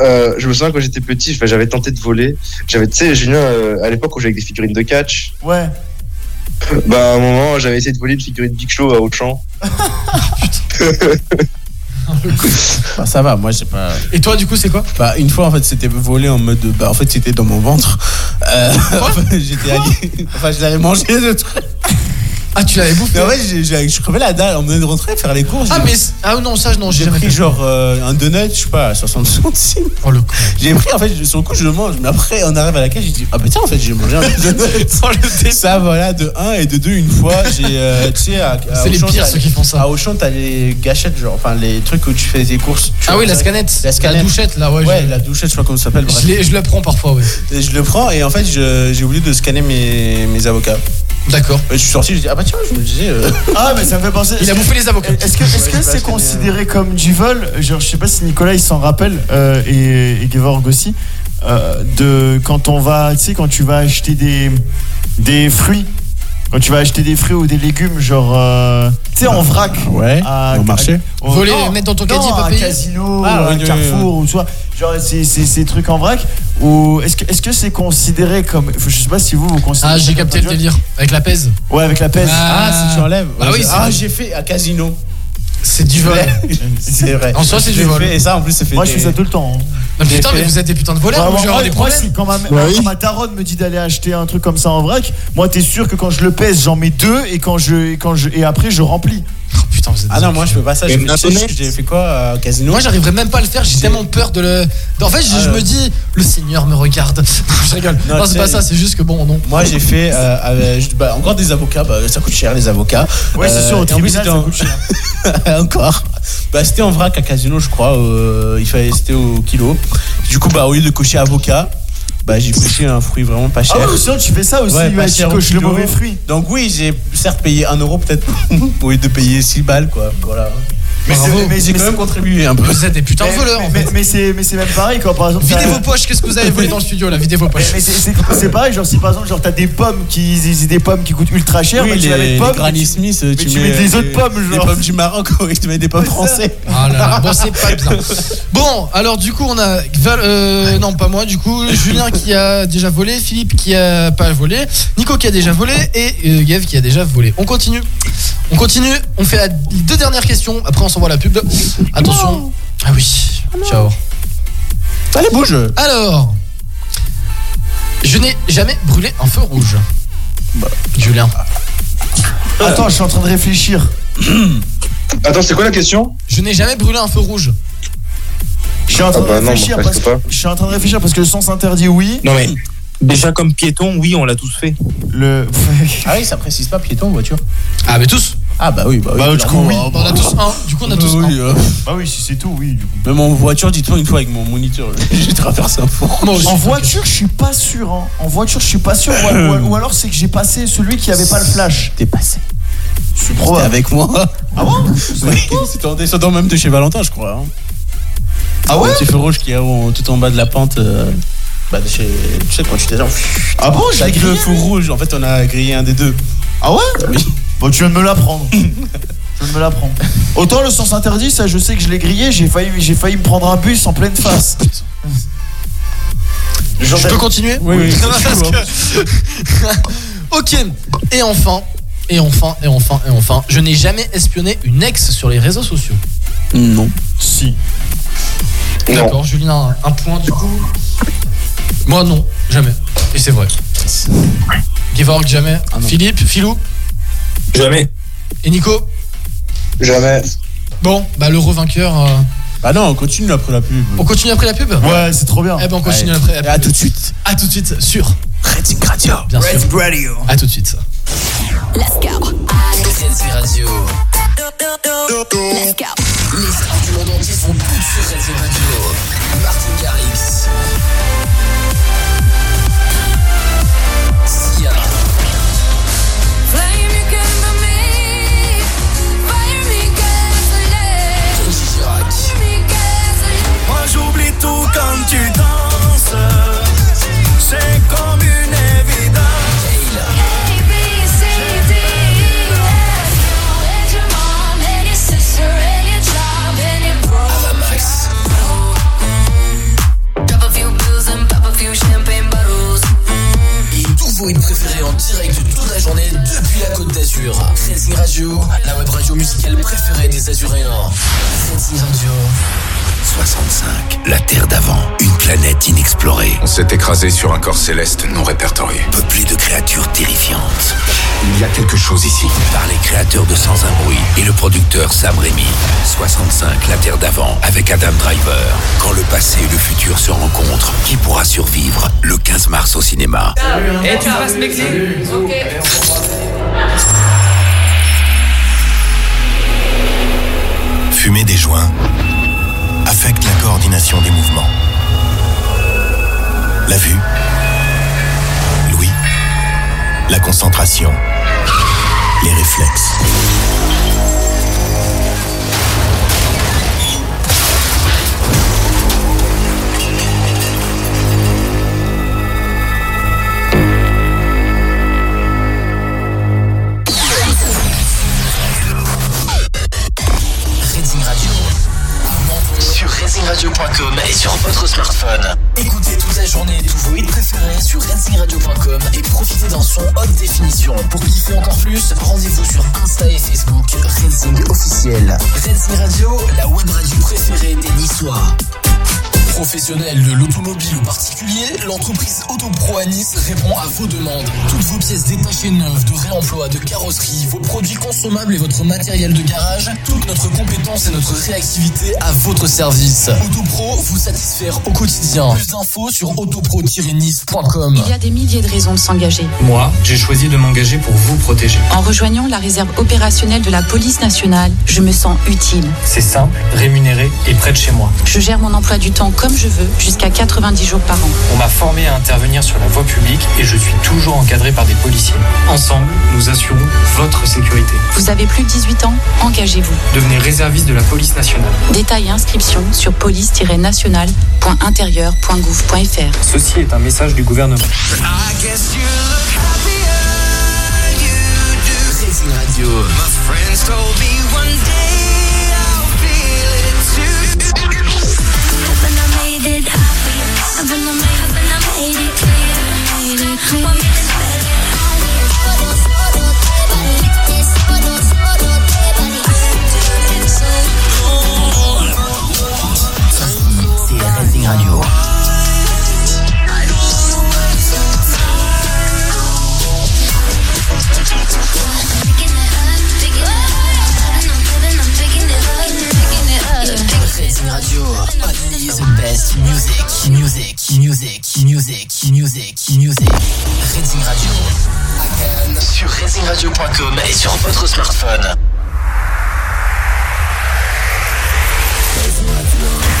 Speaker 22: euh, je me souviens quand j'étais petit, enfin, j'avais tenté de voler. J'avais, tu sais, Julien, euh, à l'époque, on jouait avec des figurines de catch.
Speaker 2: Ouais.
Speaker 22: Bah, à un moment, j'avais essayé de voler une figurine Big Show à
Speaker 1: *laughs*
Speaker 22: Auchan.
Speaker 1: Ah,
Speaker 7: *laughs*
Speaker 5: Bah, ça va, moi j'ai pas.
Speaker 1: Et toi, du coup, c'est quoi
Speaker 5: Bah, une fois en fait, c'était volé en mode. de- Bah, en fait, c'était dans mon ventre. Euh, *laughs* enfin, j'étais allé. Enfin, je l'avais mangé le truc.
Speaker 1: Ah, tu l'avais bouffé
Speaker 5: En fait, j'ai- j'ai- je crevais la dalle. On venait de rentrer, faire les courses.
Speaker 1: Ah, mais. Ah non, ça, non, j'ai
Speaker 5: J'ai
Speaker 1: jamais
Speaker 5: pris
Speaker 1: fait.
Speaker 5: genre euh, un donut, je sais pas, à 60
Speaker 1: *laughs*
Speaker 5: centimes.
Speaker 1: Oh le
Speaker 5: J'ai pris, en fait, je- sur le coup, je le mange. Mais après, on arrive à la cage, j'ai dit, ah bah tiens, en fait, j'ai mangé un
Speaker 1: *laughs*
Speaker 5: donut. ça, voilà, de 1 et de 2, une fois, j'ai. euh, tu sais, à, à
Speaker 1: *laughs* C'est les
Speaker 5: Auchan,
Speaker 1: pires,
Speaker 5: t'as-
Speaker 1: ceux qui font ça.
Speaker 5: À Auchan, t'as les gâchettes, genre, enfin, les trucs où tu fais des courses. tu
Speaker 1: Ah
Speaker 5: vois,
Speaker 1: oui, la
Speaker 5: ça-
Speaker 1: scanette.
Speaker 5: La scanette.
Speaker 1: La douchette, là, ouais.
Speaker 5: Ouais,
Speaker 1: je-
Speaker 5: la douchette, je sais pas comment ça s'appelle. bref.
Speaker 1: Je, l'ai- je la prends parfois, Oh, ouais.
Speaker 5: Et je le prends et en fait je- j'ai oublié de scanner mes, mes avocats.
Speaker 1: D'accord.
Speaker 5: Je suis sorti, je dis ah bah tiens, je me disais. euh,
Speaker 2: Ah, mais
Speaker 5: *laughs*
Speaker 2: ça me fait penser.
Speaker 5: Il a bouffé les avocats.
Speaker 2: Est-ce que est-ce
Speaker 5: Ouais,
Speaker 2: que
Speaker 5: j'ai pas
Speaker 2: c'est
Speaker 5: acheté,
Speaker 2: considéré comme du vol Genre, je sais pas si Nicolas il s'en rappelle euh, et, et Gevorg aussi. euh, de quand on va, tu sais, quand tu vas acheter des des fruits. Quand tu vas acheter des fruits ou des légumes, genre, euh, tu sais, en vrac.
Speaker 5: Ouais.
Speaker 2: au marché.
Speaker 1: Voler, mettre dans ton caddie, pas payer.
Speaker 2: Un casino,
Speaker 1: Ah,
Speaker 2: un
Speaker 1: oui, oui,
Speaker 2: carrefour, ou tu vois, genre, c'est c'est- ces trucs en vrac. Ou est-ce que est-ce que c'est considéré comme. Je sais pas si vous vous considérez.
Speaker 1: Ah, j'ai
Speaker 2: ça comme
Speaker 1: capté
Speaker 2: un
Speaker 1: le
Speaker 2: viol.
Speaker 1: délire. Avec la pèse.
Speaker 2: Ouais, avec la pèse.
Speaker 1: Ah, si tu enlèves.
Speaker 5: Ah
Speaker 1: oui, c'est-
Speaker 5: ah j'ai fait à casino.
Speaker 1: C'est du vol.
Speaker 5: c'est vrai.
Speaker 1: En soi, *laughs* c'est du
Speaker 5: J'ai
Speaker 1: vol.
Speaker 5: fait- Et ça en plus c'est fait.
Speaker 2: Moi, je fais ça tout le temps. hein.
Speaker 1: Ah, putain,
Speaker 5: J'ai
Speaker 1: mais
Speaker 5: fait-
Speaker 1: vous êtes des putains de voleurs.
Speaker 2: Vraiment,
Speaker 1: vous
Speaker 2: moi,
Speaker 1: gérez des
Speaker 2: moi,
Speaker 1: problèmes.
Speaker 2: si quand ma,
Speaker 5: Bah
Speaker 1: oui.
Speaker 2: quand ma daronne me dit d'aller acheter un truc comme ça en vrac, moi t'es sûr que quand je le pèse, j'en mets deux et quand je et quand je et après je remplis.
Speaker 1: Oh, Putain, vous êtes
Speaker 5: Ah non moi je fais pas ça.
Speaker 1: Mais
Speaker 5: J'ai fait, tu sais,
Speaker 1: honnête.
Speaker 5: j'ai fait quoi euh, à casino
Speaker 1: Moi, j'arriverais même pas à le faire. J'ai tellement peur de le. En fait, je, je me dis, le Seigneur me regarde. *laughs* je rigole.
Speaker 5: Ah, Non,
Speaker 1: Non,
Speaker 5: tu
Speaker 1: c'est
Speaker 5: sais,
Speaker 1: pas ça. C'est juste que bon, non.
Speaker 5: Moi j'ai fait
Speaker 1: *laughs*
Speaker 5: euh, avec- je- bah, encore des avocats, bah, ça coûte cher les avocats. Euh,
Speaker 2: Ouais, c'est sûr, au
Speaker 5: et en
Speaker 2: tribunal,
Speaker 5: plus, c'était
Speaker 2: ça
Speaker 5: en-
Speaker 2: coûte
Speaker 5: *laughs* encore. Bah, c'était en vrac à Casino, je crois. euh, il fallait, c'était au kilo. Du coup, bah, au lieu de cocher avocat, bah, j'ai coché un fruit vraiment pas cher.
Speaker 2: Ah ouais, sinon tu fais ça aussi,
Speaker 5: Ouais,
Speaker 2: ouais,
Speaker 5: pas
Speaker 2: tu
Speaker 5: cher au
Speaker 2: coches le
Speaker 5: kilo.
Speaker 2: mauvais fruit.
Speaker 5: Donc oui, j'ai certes payé 1 euro peut-être *laughs* au lieu de payer 6 balles, quoi. Voilà.
Speaker 2: Mais
Speaker 5: Bravo.
Speaker 2: c'est- mais
Speaker 5: j'ai
Speaker 2: mais
Speaker 5: quand
Speaker 2: c'est-
Speaker 5: même contribué un peu.
Speaker 1: Vous êtes des putains de
Speaker 2: mais-
Speaker 1: voleurs.
Speaker 2: mais-
Speaker 1: en fait.
Speaker 2: Mais, mais c'est mais c'est même pareil quand par exemple.
Speaker 1: Videz
Speaker 2: t'as-
Speaker 1: vos poches. Qu'est-ce que vous avez volé dans le studio là Videz vos poches.
Speaker 2: Mais c'est- c'est c'est pareil, genre si par exemple genre t'as des pommes qui ils- ils- des pommes qui coûtent ultra cher,
Speaker 5: Oui,
Speaker 2: bah, tu
Speaker 5: les,
Speaker 2: vas mettre
Speaker 5: les
Speaker 2: pommes.
Speaker 5: Granny Smith, tu,
Speaker 2: tu mets des autres pommes,
Speaker 5: Les
Speaker 2: genre.
Speaker 5: pommes du Maroc, *laughs* oui, tu mets des pommes français.
Speaker 1: Ah là là, bon c'est pas bien. Bon, alors du coup on a Val- euh, non pas moi du coup Julien qui a déjà volé, Philippe qui a pas volé, Nico qui a déjà volé et euh, Gav qui a déjà volé. On continue, on continue, on fait la- les deux dernières questions. Après on s'envoie la pub. Attention. Ah oui. Ciao.
Speaker 5: Allez, bouge
Speaker 1: Alors, je n'ai jamais brûlé un feu rouge. Julien.
Speaker 2: Bah. Euh. Attends, je suis en train de réfléchir.
Speaker 22: Attends, c'est quoi la question
Speaker 1: Je n'ai jamais brûlé un feu rouge.
Speaker 2: Je suis en train
Speaker 22: Ah bah
Speaker 2: de
Speaker 22: non,
Speaker 2: réfléchir
Speaker 22: moi,
Speaker 2: parce
Speaker 22: presque
Speaker 2: que
Speaker 22: pas.
Speaker 2: je suis en train de réfléchir parce que le sens interdit oui.
Speaker 4: Non mais déjà comme piéton, oui, on l'a tous fait.
Speaker 2: Le
Speaker 5: *laughs* Ah oui, ça précise pas piéton en voiture.
Speaker 1: Ah mais tous.
Speaker 5: Ah bah oui, bah oui.
Speaker 2: Bah, du coup,
Speaker 5: clairement,
Speaker 2: oui.
Speaker 5: bah,
Speaker 1: On a tous un. Du coup on a tous
Speaker 5: Oui,
Speaker 1: un.
Speaker 5: euh,
Speaker 2: Bah oui, si c'est tout, oui. du coup.
Speaker 5: même en voiture, dites-moi une fois avec mon moniteur, *laughs* j'ai traversé un four.
Speaker 1: Moi aussi.
Speaker 2: En voiture, je suis pas sûr. hein. En voiture, je suis pas sûr. Ou, al- ou alors, c'est que j'ai passé celui qui avait pas le flash.
Speaker 5: T'es passé.
Speaker 2: C'est
Speaker 5: T'es
Speaker 2: probable.
Speaker 5: avec moi.
Speaker 2: Ah bon
Speaker 5: Oui, c'était en descendant même de chez Valentin, je crois. hein.
Speaker 2: Ah ouais
Speaker 5: Le petit feu rouge qui est en- tout en bas de la pente. euh, bah, de chez. Tu sais, quand tu t'es
Speaker 2: Ah bon, je
Speaker 5: J'ai
Speaker 2: l'ai
Speaker 5: grillé
Speaker 2: grillé.
Speaker 5: le feu rouge, en fait, on a grillé un des deux.
Speaker 2: Ah ouais Bon, tu viens de me
Speaker 1: *laughs*
Speaker 2: l'apprendre. tu viens de me l'apprendre. Autant le sens interdit, ça, je sais que je l'ai grillé. J'ai failli, j'ai failli me prendre un bus en pleine face.
Speaker 1: Je peux continuer
Speaker 5: Oui,
Speaker 1: *laughs*
Speaker 5: oui.
Speaker 1: Non, parce
Speaker 2: hein.
Speaker 1: que- *laughs* ok. Et enfin, et enfin, et enfin, et enfin, je n'ai jamais espionné une ex sur les réseaux sociaux.
Speaker 5: Non.
Speaker 2: Si.
Speaker 1: D'accord, Julien, un point du coup. Moi non, jamais. Et c'est vrai. Gevorg, jamais.
Speaker 5: non.
Speaker 1: Philippe, Philou
Speaker 4: Jamais.
Speaker 1: et Nico.
Speaker 22: Jamais.
Speaker 1: Bon, bah le revainqueur. euh,
Speaker 5: Bah non, on continue après la pub.
Speaker 1: On continue après la pub
Speaker 2: Ouais, c'est trop bien.
Speaker 1: Eh ben on continue après la
Speaker 5: à
Speaker 1: pub.
Speaker 5: tout de suite.
Speaker 1: A tout de suite sur
Speaker 5: Critique Radio. Bien sûr. Radio. A tout de suite.
Speaker 23: Let's go.
Speaker 11: Frenzy Radio.
Speaker 23: Let's go.
Speaker 11: Les stars du monde entier sont toutes sur Frenzy Radio. Martin Garrix. Sia. Kenji Girac.
Speaker 29: Moi j'oublie tout quand tu danses. C'est comme une évidence.
Speaker 11: Et tous vos hits préférés en direct toute la journée depuis la Côte d'Azur. Frenzy Radio, la web radio musicale préférée des Azuréens. Frenzy Radio.
Speaker 12: 65. La Terre d'avant, une planète inexplorée.
Speaker 30: On s'est écrasé sur un corps céleste non répertorié.
Speaker 12: Peuplée de créatures terrifiantes. Il y a quelque chose ici. Par les créateurs de Sans un bruit et le producteur Sam Rémy. 65. La Terre d'avant avec Adam Driver. Quand le passé et le futur se rencontrent, qui pourra survivre le 15 mars au cinéma
Speaker 1: Et Eh, tu passes Mexique Ok.
Speaker 26: Fumer des joints affecte la coordination des mouvements. La vue, l'ouïe, la concentration, les réflexes.
Speaker 11: Racing Radio. Sur RacingRadio.com et sur votre smartphone. Écoutez toute la journée tous vos hits préférés sur RacingRadio.com et profitez d'un son haute définition. Pour kiffer encore plus, rendez-vous sur Insta et Facebook Racing officiel. Racing Radio, la web radio préférée des Niçois. Professionnel de l'automobile ou particulier, l'entreprise AutoPro à Nice répond à vos demandes. Toutes vos pièces détachées neuves, de réemploi, de carrosserie, vos produits consommables et votre matériel de garage, toute notre compétence et notre réactivité à votre service. AutoPro vous satisfaire au quotidien. Plus d'infos sur autopro-nice.com.
Speaker 31: Il y a des milliers de raisons de s'engager.
Speaker 1: Moi, j'ai choisi de m'engager pour vous protéger.
Speaker 31: En rejoignant la réserve opérationnelle de la police nationale, je me sens utile.
Speaker 1: C'est simple, rémunéré et près de chez moi.
Speaker 31: Je gère mon emploi du temps comme je veux, jusqu'à 90 jours par an.
Speaker 1: On m'a formé à intervenir sur la voie publique et je suis toujours encadré par des policiers. Ensemble, nous assurons votre sécurité.
Speaker 31: Vous avez plus de 18 ans Engagez-vous.
Speaker 1: Devenez réserviste de la police nationale.
Speaker 31: Détail et inscription sur police-national.intérieur.gouv.fr.
Speaker 1: *laughs* Ceci est un message du gouvernement.
Speaker 29: I guess you look happier than you do.
Speaker 11: Racing Radio.
Speaker 29: My friends told me one day I'll feel it too.
Speaker 11: C'est Racing Radio. Racing Radio. Only the best music, music, music, music, music, music. Racing Radio. À Cannes, Sur RacingRadio.com et sur votre smartphone. Pour bien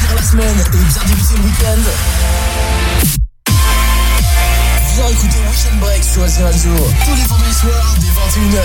Speaker 11: finir la semaine et bien débuter le week-end. Viens écouter Weekend Break sur Racing Radio tous les vendredis soirs dès 21h.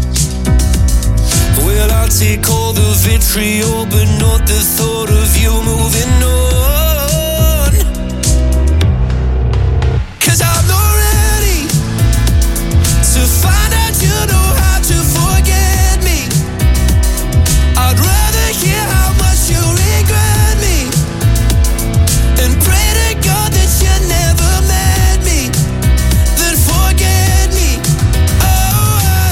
Speaker 29: Well, I take all the vitriol, but not the thought of you moving on. Cause I'm not ready to find out you know how to forget me. I'd rather hear how much you regret me and pray to God that you never met me Oh, than forget me. Oh, eh.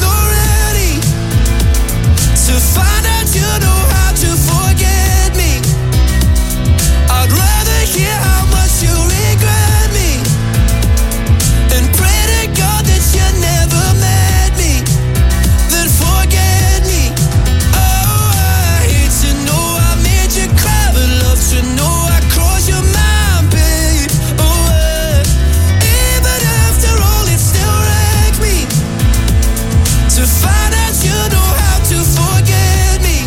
Speaker 16: not ready to find out you know how to forget me. I'd rather hear how much you regret me and pray to God that you never met me than forget me. Oh, I hate to know I made you cry, but love to know I crossed your mind, babe. Oh, I- even after all, it still wrecked me to find out you know how to forget me.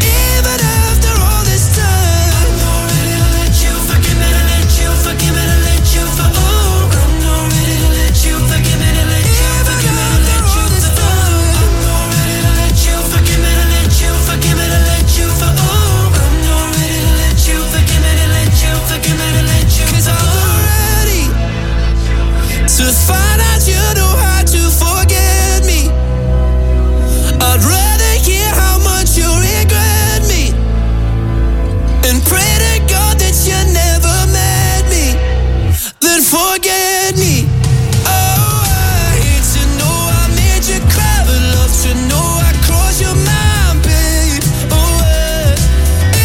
Speaker 16: Even after all this time, I'm not ready to let you forgive me to let you forgive me to let you for- Oh, I'm not ready to let you forgive me to let you forgive me to let you for- Oh, I'm not ready to let you forgive me to let you forgive me to let you for- Oh, I'm not ready to let you forgive me to let you forgive me to let you 'Cause I'm not ready to find out you know how to forget me. I'd rather hear how much you regret me and pray to God that you never met me than forget me. Oh, I hate to know I made you cry, but love to know I crossed your mind, babe. Oh, I-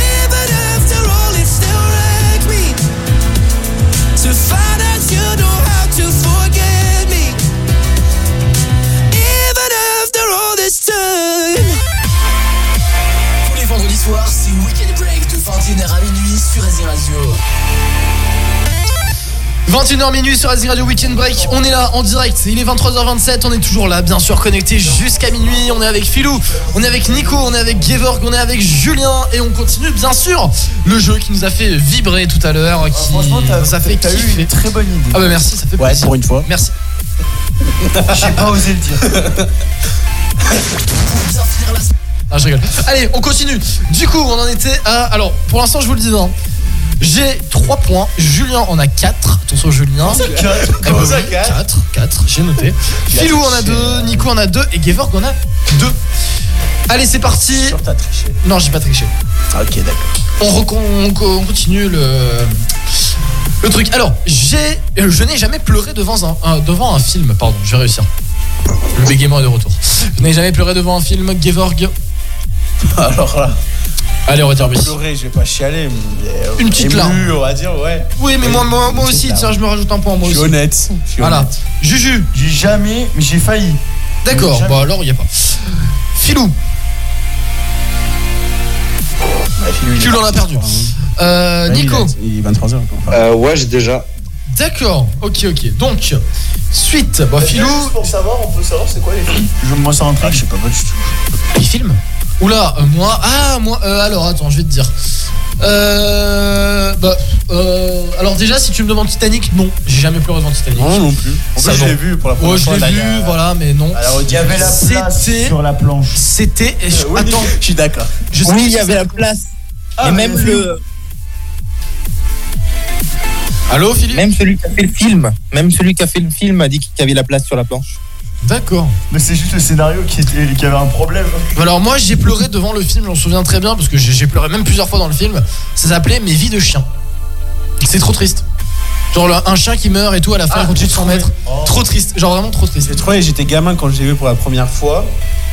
Speaker 16: even after all, it still wrecked me to find out you know how to forget me. Even after all this time.
Speaker 11: Tous les vendredis soirs, c'est Weekend Break de 21h à minuit sur Asie Radio.
Speaker 1: 21h minuit sur Asie Radio Weekend Break, on est là en direct, il est 23h27, on est toujours là, bien sûr connecté jusqu'à minuit, on est avec Philou, on est avec Nico, on est avec Gevorg, on est avec Julien et on continue bien sûr le jeu qui nous a fait vibrer tout à l'heure, qui ça fait
Speaker 2: Ah, t'as eu
Speaker 1: kiffer.
Speaker 2: une très bonne idée.
Speaker 1: Ah bah merci, ça fait
Speaker 5: Ouais, pour une fois.
Speaker 1: Merci.
Speaker 2: J'ai pas osé le dire.
Speaker 1: Ah, je rigole. Allez, on continue. Du coup, on en était à. Alors, pour l'instant, je vous le dis, hein. j'ai 3 points. Julien en a 4. Attention, Julien.
Speaker 2: ça,
Speaker 1: *laughs*
Speaker 2: quatre
Speaker 1: Eh
Speaker 2: Comment
Speaker 1: ben
Speaker 2: ça,
Speaker 1: oui,
Speaker 2: quatre
Speaker 1: 4 4, j'ai noté.
Speaker 2: Il a
Speaker 1: Philou en a
Speaker 2: triché.
Speaker 1: 2, Nico en a 2 et Gevorg en a 2. Allez, c'est parti. Non, j'ai pas triché.
Speaker 5: Ah, Ok, d'accord.
Speaker 1: On, recon- on co- on continue le, le truc. Alors, j'ai, euh, je n'ai jamais pleuré devant un, un- devant un film. Pardon, je vais réussir. Le bégaiement est de retour. Je n'ai jamais pleuré devant un film, Gevorg.
Speaker 5: *laughs* Alors là.
Speaker 1: Allez, on va dire oui.
Speaker 5: Pleurer, je vais pas chialer. mais, euh,
Speaker 1: Une petite
Speaker 5: ému,
Speaker 1: larme.
Speaker 5: on va dire, ouais.
Speaker 1: Oui, mais moi, moi, moi
Speaker 5: Une petite
Speaker 1: aussi,
Speaker 5: larme.
Speaker 1: tiens, je me rajoute un point, moi
Speaker 5: Je
Speaker 1: aussi.
Speaker 5: suis honnête. je suis
Speaker 1: Voilà.
Speaker 5: honnête.
Speaker 1: Juju.
Speaker 2: J'ai jamais, mais j'ai failli.
Speaker 1: D'accord,
Speaker 2: Jamais.
Speaker 1: bah alors, il n'y a pas. Filou. Tu l'en as perdu. Euh,
Speaker 5: Ouais, il
Speaker 1: Nico.
Speaker 5: est- Il est 23h.
Speaker 7: Euh, ouais, j'ai déjà.
Speaker 1: D'accord, ok, ok. Donc, suite. Bah, Filou,
Speaker 2: Juste pour savoir, on peut savoir c'est quoi les films. Je me ça un je sais pas, pas du tout.
Speaker 1: il filme Oula, euh, moi. Ah, moi. euh, alors, attends, je vais te dire. Euh, bah, euh, alors déjà, si tu me demandes Titanic, non, j'ai jamais pleuré devant Titanic.
Speaker 5: Non, non plus. En
Speaker 1: Ça
Speaker 5: plus, je
Speaker 1: va.
Speaker 5: l'ai vu pour la première
Speaker 1: Ouais, je
Speaker 5: fois.
Speaker 1: l'ai
Speaker 5: là, il y a-
Speaker 1: vu, voilà, mais non.
Speaker 5: Alors,
Speaker 2: Il y avait la place
Speaker 1: C'était-
Speaker 2: sur la planche.
Speaker 1: C'était. et Euh, *laughs* je-
Speaker 5: Oui,
Speaker 1: Attends,
Speaker 5: Je suis d'accord.
Speaker 1: je sais
Speaker 6: Oui,
Speaker 1: plus
Speaker 6: il y
Speaker 1: si
Speaker 6: avait
Speaker 1: ça-
Speaker 6: la place.
Speaker 2: Ah,
Speaker 6: et
Speaker 2: mais
Speaker 6: même
Speaker 2: le film.
Speaker 6: le,
Speaker 1: Allô, Philippe
Speaker 6: même celui qui a fait le film, même celui qui a fait le film a dit qu'il y avait la place sur la planche.
Speaker 1: D'accord.
Speaker 2: Mais c'est juste le scénario qui, était, qui avait un problème.
Speaker 1: Alors moi j'ai pleuré devant le film, j'en me souviens très bien parce que j'ai j'ai pleuré même plusieurs fois dans le film. Ça s'appelait Mes vies de chien. C'est trop triste. Genre le- un chien qui meurt et tout à la fin
Speaker 5: Ah,
Speaker 1: il continue de
Speaker 5: j'ai
Speaker 1: s'en
Speaker 5: trouvé.
Speaker 1: mettre.
Speaker 5: Oh.
Speaker 1: Trop triste, genre vraiment trop triste.
Speaker 5: J'ai trouvé, j'étais gamin quand je l'ai vu pour la première fois.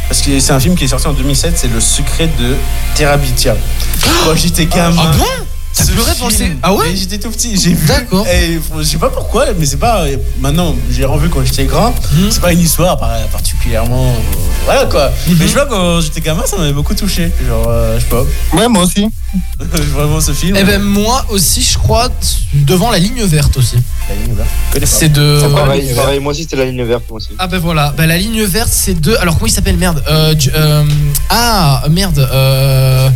Speaker 5: Parce que c'est un film qui est sorti en 2007, c'est Le secret de Terabithia. Quand j'étais gamin.
Speaker 1: Ah bon T'as
Speaker 5: ce
Speaker 1: pleuré pour le
Speaker 5: film,
Speaker 1: sé- Ah ouais
Speaker 5: mais J'étais tout petit, j'ai vu.
Speaker 1: D'accord.
Speaker 5: Et je sais pas pourquoi, mais c'est pas. et Maintenant, j'ai revu quand j'étais grand.
Speaker 1: Mhm.
Speaker 5: C'est pas une histoire par- particulièrement. euh, Voilà quoi.
Speaker 1: Hmm.
Speaker 5: Mais je sais pas, quand j'étais gamin, ça m'avait beaucoup touché. Genre, euh, je sais pas.
Speaker 6: Ouais, moi aussi.
Speaker 5: *laughs* Vraiment ce film.
Speaker 1: Et ben moi aussi je crois t- devant la ligne verte aussi.
Speaker 5: La ligne ouverte. Je connais pas.
Speaker 1: C'est de.
Speaker 7: Pareil, pareil, moi aussi, c'était la ligne verte, moi aussi.
Speaker 1: Ah ben voilà, ben, la ligne verte c'est de. Alors comment il s'appelle merde Euh, du- euh, Ah merde. Euh...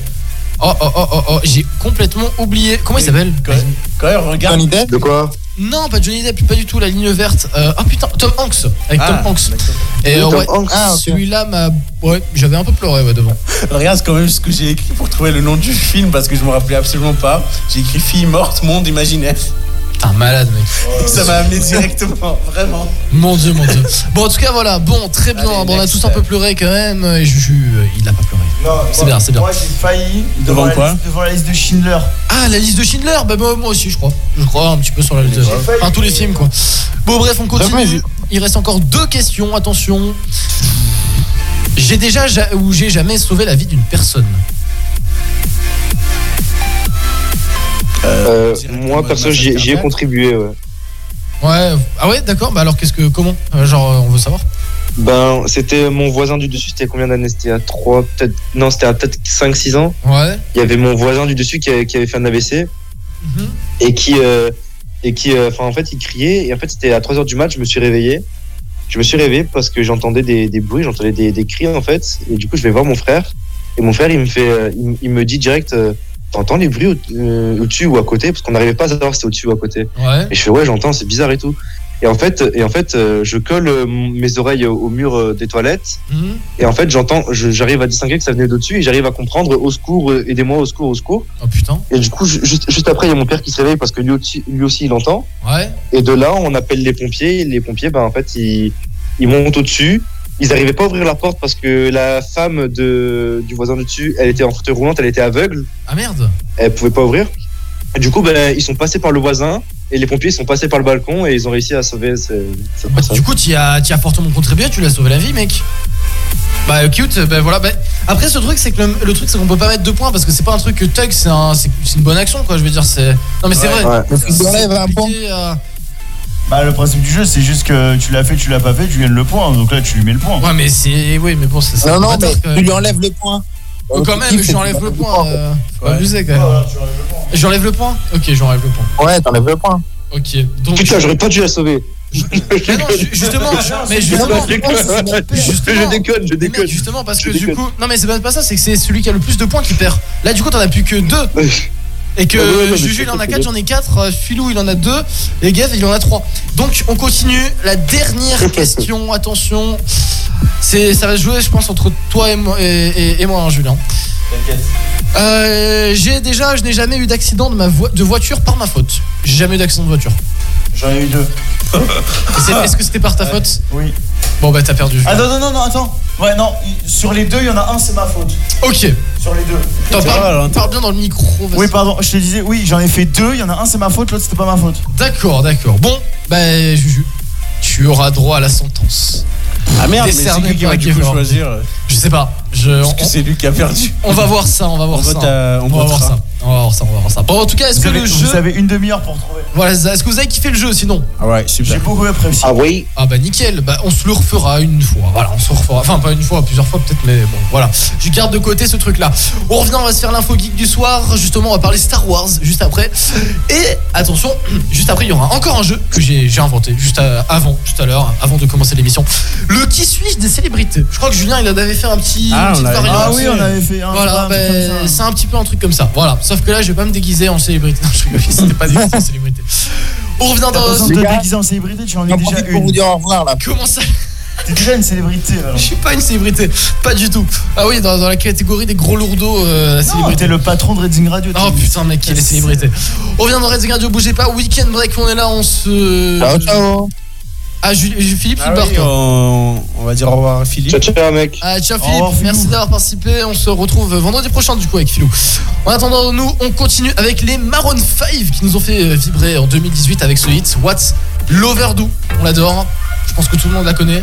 Speaker 1: Oh oh oh oh, oh, j'ai complètement oublié. Comment il s'appelle
Speaker 5: Quand, quand même, regarde.
Speaker 6: Johnny Depp.
Speaker 7: De quoi
Speaker 1: Non, pas Johnny Depp, pas du tout, la ligne verte. Euh, ah putain, Tom Hanks, avec
Speaker 5: Ah,
Speaker 1: Tom Hanks.
Speaker 5: Oui,
Speaker 1: Et euh,
Speaker 5: Tom
Speaker 1: ouais,
Speaker 5: Hanks.
Speaker 1: ah, celui-là m'a. Ouais, j'avais un peu pleuré ouais, devant.
Speaker 5: Regarde quand même ce que j'ai écrit pour trouver le nom du film parce que je me rappelais absolument pas. J'ai écrit Fille morte, monde imaginaire.
Speaker 1: T'es un Ah, malade, mec.
Speaker 5: Ça m'a amené directement, vraiment.
Speaker 1: Mon dieu, mon dieu. Bon, en tout cas, voilà, bon, très bien.
Speaker 5: Allez,
Speaker 1: Bon, on a
Speaker 5: next.
Speaker 1: tous un peu pleuré quand même. Et Juju, euh, il a pas pleuré. C'est bien, c'est bien.
Speaker 2: Moi, j'ai failli
Speaker 1: Devant
Speaker 2: la
Speaker 1: quoi
Speaker 2: liste- Devant la liste de Schindler.
Speaker 1: Ah, la liste de Schindler Bah, bah, moi aussi, je crois. Je crois un petit peu sur la liste.
Speaker 2: J'ai failli.
Speaker 1: Enfin, tous les films, quoi. Bon, bref, on continue. Il reste encore deux questions, attention. J'ai déjà ja- ou j'ai jamais sauvé la vie d'une personne
Speaker 7: Euh, moi, perso, j'y ai- j'y ai contribué, ouais.
Speaker 1: Ouais. Ah ouais, d'accord. Bah alors, qu'est-ce que comment Euh, Genre, euh, on veut savoir.
Speaker 7: Ben, c'était mon voisin du dessus, c'était combien d'années C'était à 3, peut-être. Non, c'était à peut-être 5-6 ans.
Speaker 1: Ouais.
Speaker 7: Il y avait mon voisin du dessus qui avait, qui avait fait un AVC. Et qui. euh, et qui. euh, Enfin, en fait, il criait. Et en fait, c'était à 3 heures du match, je me suis réveillé. Je me suis réveillé parce que j'entendais des, des bruits, j'entendais des, des cris, en fait. Et du coup, je vais voir mon frère. Et mon frère, il me, fait, euh, il, il me dit direct euh, T'entends les bruits au- euh, au-dessus ou à côté Parce qu'on n'arrivait pas à savoir si c'était au-dessus ou à côté.
Speaker 1: Ouais.
Speaker 7: Et je fais ouais, j'entends, c'est bizarre et tout. Et en fait, et en fait, euh, je colle euh, mon- mes oreilles au, au mur euh, des toilettes.
Speaker 1: Mhm.
Speaker 7: Et en fait, j'entends, je- j'arrive à distinguer que ça venait d'au-dessus et j'arrive à comprendre au secours, euh, aidez-moi, au secours, au secours.
Speaker 1: Oh putain.
Speaker 7: Et du coup, ju- juste, juste après, il y a mon père qui se réveille parce que lui aussi, lui aussi il entend.
Speaker 1: Ouais.
Speaker 7: Et de là, on appelle les pompiers. Et Les pompiers, ben, en fait, ils, ils montent au-dessus. Ils n'arrivaient pas à ouvrir la porte parce que la femme de, du voisin du dessus, elle était en fauteuil roulante, elle était aveugle
Speaker 1: Ah merde.
Speaker 7: elle pouvait pas ouvrir. Et du coup, ben, ils sont passés par le voisin et les pompiers sont passés par le balcon et ils ont réussi à sauver ce- cette personne.
Speaker 1: Du coup, t'y as, t'y as fortement contribué. Tu l'as sauvé la vie, mec. Bah euh, cute. Bah voilà. Bah. Après, ce truc, c'est que le, le truc, c'est qu'on peut pas mettre deux points parce que c'est pas un truc que tug. C'est un, c'est c'est une bonne action, quoi. Je veux dire, c'est. Non mais c'est
Speaker 2: Ouais,
Speaker 1: vrai.
Speaker 2: ouais. Le football hein,
Speaker 1: C'est
Speaker 2: rêve a un
Speaker 1: compliqué, euh,
Speaker 2: Bah, le principe du jeu, c'est juste que tu l'as fait, tu l'as pas fait, tu gagnes le point. Donc là, tu lui mets le point.
Speaker 1: Ouais, mais c'est. Oui, mais bon, c'est
Speaker 2: Non, non, mais tu lui
Speaker 1: enlèves le point.
Speaker 2: Euh,
Speaker 1: quand
Speaker 2: le
Speaker 1: même,
Speaker 2: kick,
Speaker 1: je
Speaker 2: c'est
Speaker 1: lui enlève
Speaker 2: tu
Speaker 1: le
Speaker 2: l'enlèves
Speaker 1: point. euh, Faut pas abuser quand même. J'enlève le point Ok, j'enlève le point.
Speaker 4: Ouais, t'enlèves le point.
Speaker 1: Ok. Donc...
Speaker 7: Putain, j'aurais pas dû la sauver.
Speaker 1: Mais non, ju- justement, mais justement,
Speaker 7: je déconne, je déconne, je déconne.
Speaker 1: Justement, parce que du coup, non mais c'est pas pas ça, c'est que c'est celui qui a le plus de points qui perd. Là du coup t'en as plus que 2 Et que
Speaker 7: Ah ouais, ouais, mais
Speaker 1: Juju
Speaker 7: c'est
Speaker 1: il en
Speaker 7: pas
Speaker 1: a 4,
Speaker 7: possible.
Speaker 1: j'en ai 4, Philou il en a 2 et Gav il en a 3. Donc on continue,
Speaker 7: *laughs*
Speaker 1: la dernière question, attention. C'est ça va se jouer je pense entre toi et moi, et, et- et moi hein, Julien. Euh, j'ai déjà, je n'ai jamais eu d'accident de ma voi- de voiture par ma faute. J'ai jamais eu d'accident de voiture.
Speaker 2: J'en ai eu deux.
Speaker 1: Et c'est- Est-ce que c'était par ta faute
Speaker 2: Oui.
Speaker 1: Bon bah t'as perdu.
Speaker 2: Ah non, non, non, non, attends. Ouais, non, sur les deux, il y en a un, c'est ma faute.
Speaker 1: Ok.
Speaker 2: Sur les deux.
Speaker 1: T'en parles, parle bien dans le micro. vas-y.
Speaker 2: hein. Oui, pardon, je te disais, oui, j'en ai fait deux, il y en a un, c'est ma faute, l'autre, c'était pas ma faute.
Speaker 1: D'accord, d'accord. Bon, bah Juju, tu auras droit à la sentence.
Speaker 5: Ah merde, mais c'est
Speaker 1: Décernée
Speaker 5: qui qui
Speaker 1: par
Speaker 5: va du coup
Speaker 1: Kevin.
Speaker 5: choisir
Speaker 1: Je sais pas. Je,
Speaker 5: Parce que c'est lui qui a perdu.
Speaker 1: On va voir ça, on va voir
Speaker 5: On
Speaker 1: ça.
Speaker 5: vote à- on
Speaker 1: va
Speaker 5: votera.
Speaker 1: voir ça. On va voir ça, on va voir ça. Bon, en tout cas, est-ce
Speaker 2: Vous
Speaker 1: que
Speaker 2: avez-
Speaker 1: le
Speaker 2: vous
Speaker 1: jeu.
Speaker 2: avez une demi-heure pour trouver.
Speaker 1: Voilà, c'est ça. est-ce que vous avez kiffé le jeu sinon
Speaker 5: Ah ouais, super.
Speaker 2: J'ai beaucoup apprécié.
Speaker 7: Ah oui
Speaker 1: Ah bah nickel, bah on se le refera une fois. Voilà, on se refera. Enfin, pas une fois, plusieurs fois peut-être, mais bon, voilà. Je garde de côté ce truc-là. On revient, on va se faire l'info geek du soir. Justement, on va parler Star Wars juste après. Et attention, *clears throat* juste après, il y aura encore un jeu que j'ai j'ai inventé juste à- avant, tout à l'heure, avant de commencer l'émission. Le qui suis-je des célébrités. Je crois que Julien, il en avait fait un petit.
Speaker 2: Ah,
Speaker 1: une petite
Speaker 2: on l'avait-
Speaker 1: variante.
Speaker 2: Ah oui, on avait fait un-
Speaker 1: Voilà,
Speaker 2: un truc
Speaker 1: ben,
Speaker 2: comme ça.
Speaker 1: c'est un petit peu un truc comme ça. Voilà. Sauf que là, je vais pas me déguiser en célébrité. Non, je rigole, *laughs* c'était pas déguisé en célébrité. On revient
Speaker 2: T'as
Speaker 1: dans.
Speaker 2: pas besoin de te déguiser en célébrité, tu en es déjà une.
Speaker 1: Comment ça
Speaker 2: *laughs* T'es déjà une célébrité, Valence.
Speaker 1: Je suis pas une célébrité, pas du tout. Ah oui, dans, dans la catégorie des gros lourdeaux, euh, la célébrité.
Speaker 2: T'es le patron de Redding Radio.
Speaker 1: Oh putain, mec, quelle célébrité. On vient dans Red Radio, bougez pas. Weekend break, on est là, on se.
Speaker 5: Ciao, ciao.
Speaker 1: Ah, Ju- Ju- Philippe,
Speaker 5: Ah
Speaker 1: il part
Speaker 5: oui,
Speaker 2: oh.
Speaker 1: toi.
Speaker 5: on... on va dire au revoir à Philippe.
Speaker 7: Ciao, ciao, mec.
Speaker 1: Ah, ciao
Speaker 5: Au
Speaker 1: Philippe,
Speaker 5: revoir, Philou.
Speaker 1: merci d'avoir participé. On se retrouve vendredi prochain du coup avec Philou. En attendant, nous, on continue avec les Maroon 5 qui nous ont fait euh, vibrer en 2018 avec ce hit What's l'Overdue. On l'adore. Je pense que tout le monde la connaît.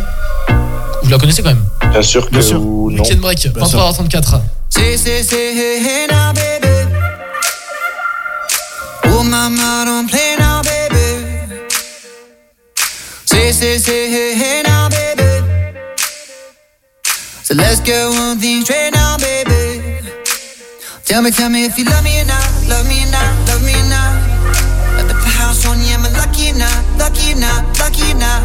Speaker 1: Vous la connaissez quand même
Speaker 7: Bien sûr que ou non.
Speaker 1: Weekend break,
Speaker 7: Bien sûr.
Speaker 1: 23h34.
Speaker 3: Say, say, say, hey, hey now, baby. Oh, mama, don't play now, baby. Say, say, say, hey, hey now, baby. So let's get one thing straight now, baby. Tell me, tell me if you love me or not, love me or not, love me or not. At the house on you, am I lucky or not, lucky or not, lucky or not?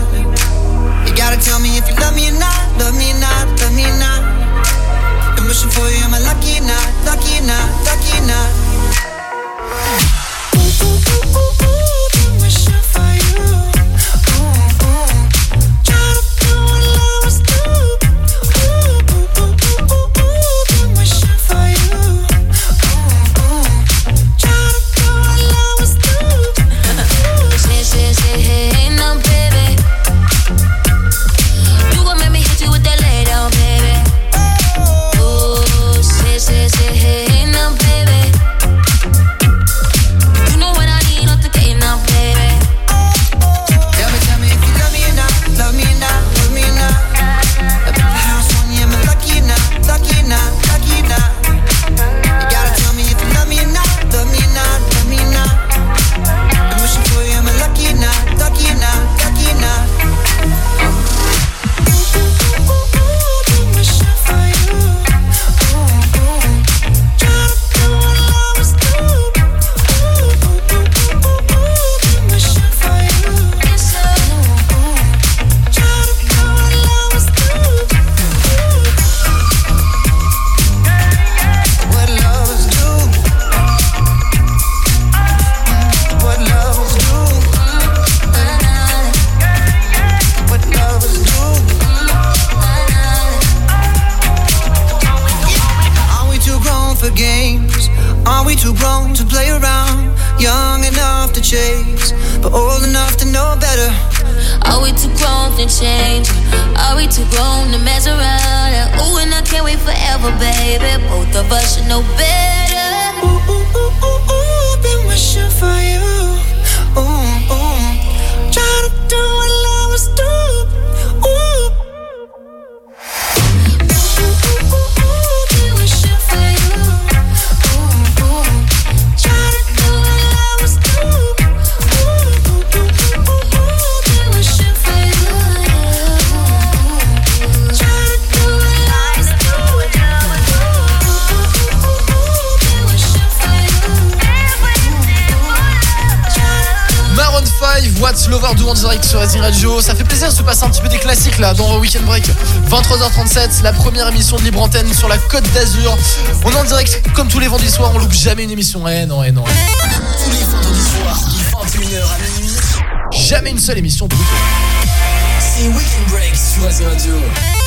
Speaker 3: You gotta tell me if you love me or not, love me or not, love me or not. I'm wishing for you, am I lucky or not? Lucky or not? Lucky or not? I'm wishing for
Speaker 18: we too grown to change? Are we too grown to mess around? Ooh, and I can't wait forever, baby. Both of us should know better. Ooh, ooh, ooh, ooh, ooh, I've been wishing for you. Ooh, ooh. Try to do what I was doing. Ooh.
Speaker 1: Maroon 5, What's Lover Do en direct sur Racing Radio. Ça fait plaisir de se passer un petit peu des classiques là dans Weekend Break. 23h37, la première émission de Libre Antenne sur la Côte d'Azur. On est en direct comme tous les vendredis soirs, on loupe jamais une émission. Eh non, eh non.
Speaker 11: Tous les vendredis soirs, de 21h à minuit,
Speaker 1: Jamais une seule émission de week-end.
Speaker 11: c'est Weekend Break sur Azure Radio.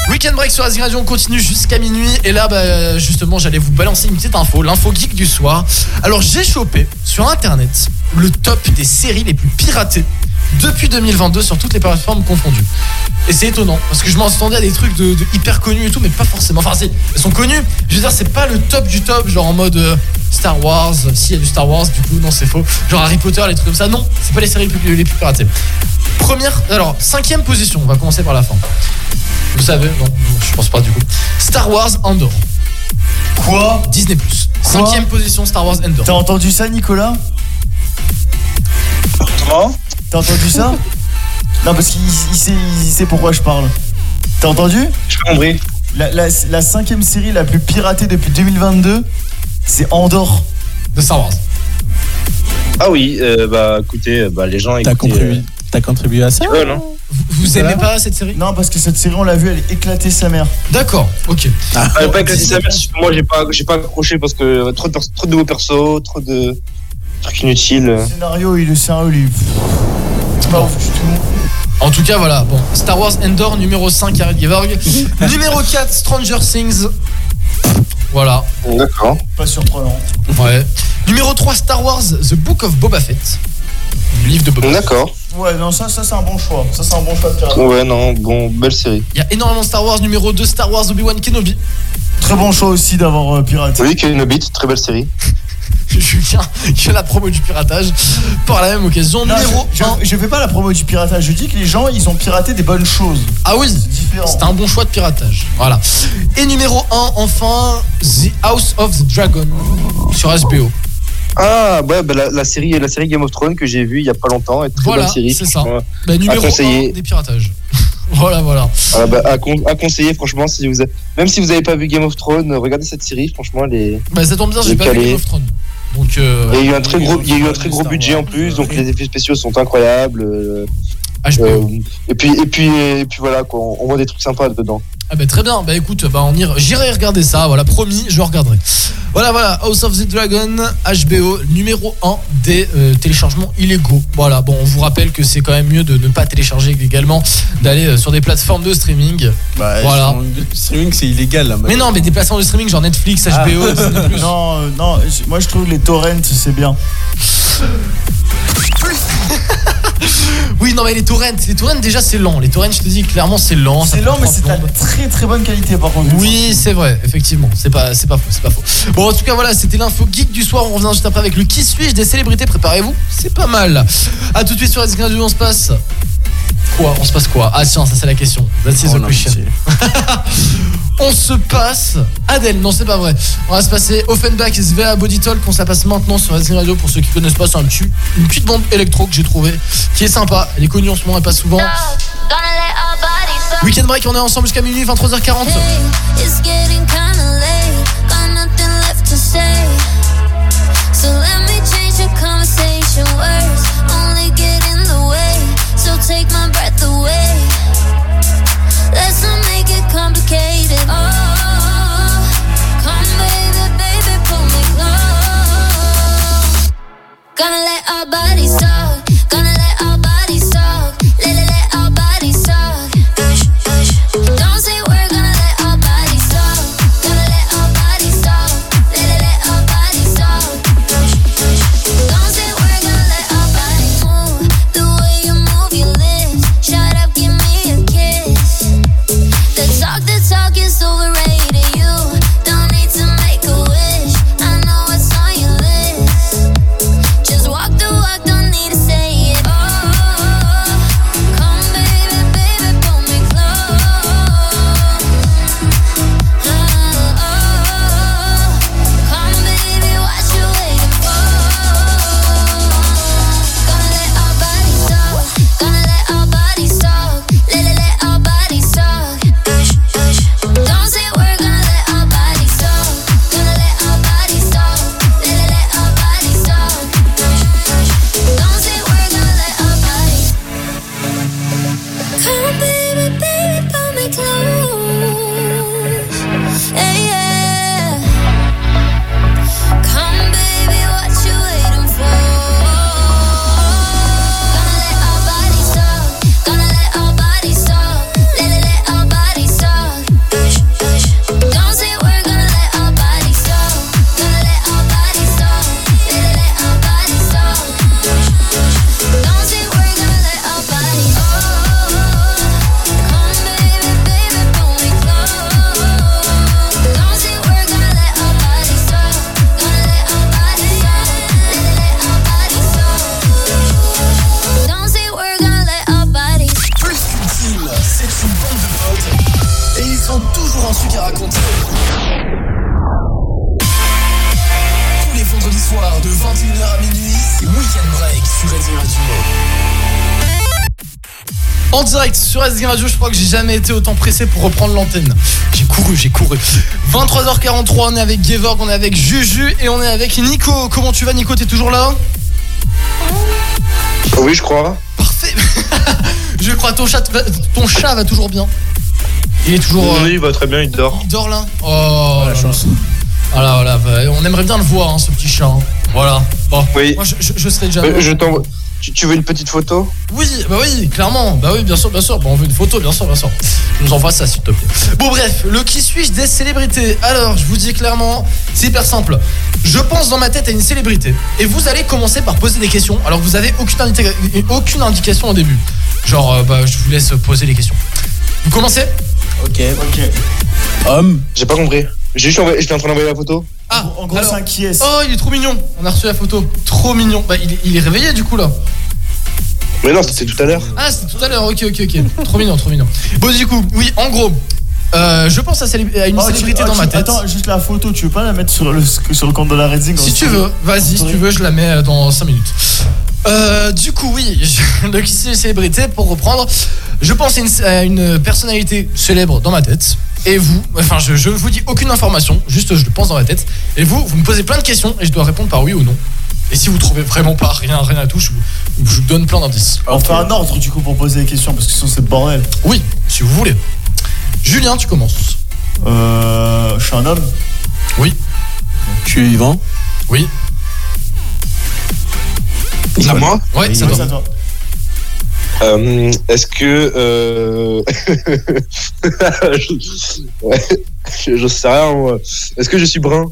Speaker 1: Weekend Break sur Azir Radio, on continue jusqu'à minuit. Et là, bah, justement, j'allais vous balancer une petite info, l'info geek du soir. Alors, j'ai chopé sur internet le top des séries les plus piratées depuis 2022 sur toutes les plateformes confondues. Et c'est étonnant, parce que je m'entendais à des trucs de, de hyper connus et tout, mais pas forcément. Enfin, c'est- elles sont connues, je veux dire, c'est pas le top du top, genre en mode euh, Star Wars. euh, S'il y a du Star Wars, du coup, non, c'est faux. Genre Harry Potter, les trucs comme ça. Non, c'est pas les séries les plus, les plus piratées. Première, alors, cinquième position, on va commencer par la fin. Vous savez, non, je pense pas du coup. Star Wars Andor. Quoi Disney Plus. Cinquième position Star Wars Andor.
Speaker 2: T'as entendu ça, Nicolas
Speaker 7: Comment
Speaker 2: T'as entendu ça Non, parce qu'il il sait, il sait pourquoi je parle. T'as entendu
Speaker 7: Je compris.
Speaker 2: La, la, la cinquième série la plus piratée depuis 2022, c'est Andorre.
Speaker 1: De Star Wars.
Speaker 7: Ah oui, euh, bah écoutez, euh, bah, les gens.
Speaker 5: T'as
Speaker 7: écoutez,
Speaker 5: contribué-
Speaker 7: euh,
Speaker 5: T'as contribué à ça
Speaker 7: ils veulent, hein.
Speaker 1: Vous aimez pas cette série
Speaker 2: Non, parce que cette série, on l'a vu, elle est éclatée sa mère.
Speaker 1: D'accord, ok.
Speaker 7: Ah, pas que ça, merci. Moi, j'ai pas, j'ai pas accroché parce que euh, trop de, pers- trop de nouveaux persos, trop de trucs inutiles.
Speaker 2: Le scénario, il est sérieux, lui. Pff, C'est pas ouf du tout.
Speaker 1: En tout cas, voilà. Bon, Star Wars Endor numéro 5, Harry
Speaker 2: *laughs*
Speaker 1: Gevorg. numéro 4, Stranger Things. Voilà.
Speaker 7: D'accord.
Speaker 2: Pas surprenant.
Speaker 1: Ouais. Numéro 3, Star Wars The Book of Boba Fett. Le livre de Boba Fett.
Speaker 7: D'accord.
Speaker 2: Ouais, non, ça, ça c'est un bon choix. Ça, c'est un bon choix de pirate.
Speaker 7: Ouais, non, bon, belle série.
Speaker 1: Il y a énormément de Star Wars. Numéro 2, Star Wars Obi-Wan Kenobi.
Speaker 2: Très bon
Speaker 1: *laughs*
Speaker 2: choix aussi d'avoir euh, piraté.
Speaker 7: Oui, Kenobit, très belle série.
Speaker 1: Julien, qui a la promo du piratage. Par la même occasion,
Speaker 2: Non,
Speaker 1: numéro
Speaker 2: je, je- je fais pas la promo du piratage. Je dis que les gens, ils ont piraté des bonnes choses.
Speaker 1: Ah oui, c'est un bon choix de piratage. Voilà. Et numéro 1, enfin, The House of the Dragon sur HBO.
Speaker 7: Ah, ouais, bah, la, la série, la série Game of Thrones que j'ai vue il y a pas longtemps. Est très
Speaker 1: Voilà,
Speaker 7: bonne série.
Speaker 1: c'est ça.
Speaker 7: franchement,
Speaker 1: Bah, numéro
Speaker 7: à
Speaker 1: 1
Speaker 7: conseiller.
Speaker 1: des piratages. *laughs* voilà, voilà.
Speaker 7: Ah, bah, à, con- à conseiller, franchement, si vous avez- même si vous avez pas vu Game of Thrones, euh, regardez cette série, franchement, elle est.
Speaker 1: Bah, ça tombe bien, j'ai
Speaker 7: Elle est
Speaker 1: pas vu
Speaker 7: calée.
Speaker 1: Game of Thrones. Donc, euh,
Speaker 7: Il y a eu un très
Speaker 1: donc,
Speaker 7: gros,
Speaker 1: euh,
Speaker 7: il y a eu un très gros
Speaker 1: Star
Speaker 7: budget en
Speaker 1: Wars,
Speaker 7: plus,
Speaker 1: euh,
Speaker 7: donc les effets spéciaux sont incroyables. euh, euh, et puis, et puis, et puis voilà quoi, on on voit des trucs sympas dedans.
Speaker 1: Ah bah très bien, bah écoute, bah on ira- j'irai regarder ça, voilà, promis, je regarderai. Voilà, voilà, House of the Dragon, HBO, numéro 1 des euh, téléchargements illégaux. Voilà, bon, on vous rappelle que c'est quand même mieux de ne pas télécharger également, d'aller euh, sur des plateformes de streaming.
Speaker 5: Bah,
Speaker 1: voilà.
Speaker 5: sur- Le streaming, c'est illégal là.
Speaker 1: Mais non, mais des plateformes de streaming genre Netflix, HBO,
Speaker 2: Ah. *laughs*
Speaker 1: Disney+.
Speaker 2: non, euh, non, je- moi je trouve les torrents c'est bien.
Speaker 1: Oui, non, mais les torrents, les torrents déjà c'est lent. Les torrents, je te dis clairement, c'est lent.
Speaker 2: C'est lent, mais c'est à très très bonne qualité par contre.
Speaker 1: Oui, c'est vrai, effectivement. C'est pas, c'est pas faux, c'est pas faux. Bon, en tout cas, voilà, c'était l'info geek du soir. On revient juste après avec le qui suis-je des célébrités. Préparez-vous, c'est pas mal. À tout de suite sur Racing Radio, on se passe. Quoi On se passe quoi Ah, tiens, ça c'est la question. That is
Speaker 5: Oh,
Speaker 1: the
Speaker 5: non,
Speaker 1: question.
Speaker 5: pitié.
Speaker 1: on se passe. Adèle, non, c'est pas vrai. On va se passer Offenbach SVA Body Talk. On se la passe maintenant sur Racing Radio. Pour ceux qui connaissent pas, c'est un petit- une petite bande électro que j'ai trouvée qui est sympa. Elle est connue en ce moment et pas souvent.
Speaker 18: Gonna let our bodies burn.
Speaker 1: Weekend break, on est ensemble jusqu'à minuit, 23h40.
Speaker 18: It's getting kinda late, got nothing left to say. So let me change the conversation. Words only get in the way, so take my breath away. Let's not make it complicated. Oh, come baby, baby, pull me close. Gonna let our bodies talk, gonna let our bodies talk, let let let our bodies talk. Hush, hush. Don't say we're gonna let our bodies talk, gonna let our bodies talk, let let let our bodies talk. Hush, hush. Don't say we're gonna let our bodies move the way you move your lips. Shut up,
Speaker 11: Ils ont toujours un truc à raconter. Tous les vendredis soirs de 21h à minuit, c'est Weekend Break sur Réseau Radio.
Speaker 1: En direct sur SG Radio, je crois que j'ai jamais été autant pressé pour reprendre l'antenne. J'ai couru, j'ai couru. 23h43, on est avec Gevorg, on est avec Juju et on est avec Nico. Comment tu vas Nico T'es toujours là
Speaker 7: Ah Oui, je crois.
Speaker 1: Je crois ton chat, ton chat va toujours bien. Il est toujours. euh,
Speaker 7: Oui, il va très bien, il dort.
Speaker 1: Il dort là Oh la chance. Voilà, voilà, bah, on aimerait bien le voir, hein, ce petit chat. hein. Voilà. Bon, moi je, je, je serai déjà.
Speaker 7: Euh, je t'envoie. Tu, tu veux une petite photo
Speaker 1: Oui, bah oui, clairement. Bah oui, bien sûr, bien sûr. Bah, on veut une photo, bien sûr, bien sûr. Nous envoie ça, s'il te plaît. Bon, bref, le qui suis-je des célébrités Alors, je vous dis clairement, c'est hyper simple. Je pense dans ma tête à une célébrité. Et vous allez commencer par poser des questions. Alors, vous avez aucune, indica- aucune indication au début. Genre, euh, bah, je vous laisse poser les questions. Vous commencez
Speaker 7: Ok, ok.
Speaker 5: Homme
Speaker 7: J'ai pas compris. J'ai juste envoyé- j'étais en train d'envoyer la photo.
Speaker 1: Ah, en gros, c'est un qui est Oh, il est trop mignon. On a reçu la photo. Trop mignon. Bah, il est, il est réveillé du coup là.
Speaker 7: Mais non, c'était tout à l'heure.
Speaker 1: Ah, c'est tout à l'heure, ok, ok, ok. trop mignon, trop mignon. Bon, du coup, oui, en gros, euh, je pense à, célé- à une
Speaker 2: Oh, tu-
Speaker 1: célébrité
Speaker 2: oh,
Speaker 1: dans
Speaker 2: tu-
Speaker 1: ma tête.
Speaker 2: Attends, juste la photo, tu veux pas la mettre sur le, sur le compte de la Red Zing
Speaker 1: si tu veux, vas-y, si tu veux, je la mets euh, dans 5 minutes. Euh, du coup, oui, *laughs* je- le qui c'est célébrité, pour reprendre, je pense à une, à une personnalité célèbre dans ma tête. Et vous, enfin, je, je vous dis aucune information, juste je le pense dans ma tête. Et vous, vous me posez plein de questions et je dois répondre par oui ou non. Et si vous trouvez vraiment pas rien, rien à tout, je, vous- je vous donne plein d'indices.
Speaker 2: On fait un ordre du coup pour poser les questions parce que sinon c'est le bordel.
Speaker 1: Oui, si vous voulez. Julien, tu commences.
Speaker 2: Euh. Je suis un homme
Speaker 1: Oui.
Speaker 5: Je suis vivant
Speaker 1: Oui.
Speaker 7: C'est à moi
Speaker 1: Ouais, c'est à toi.
Speaker 7: Euh, Est-ce que. Euh... *laughs* je... Ouais, je, je sais rien. moi. Est-ce que je suis brun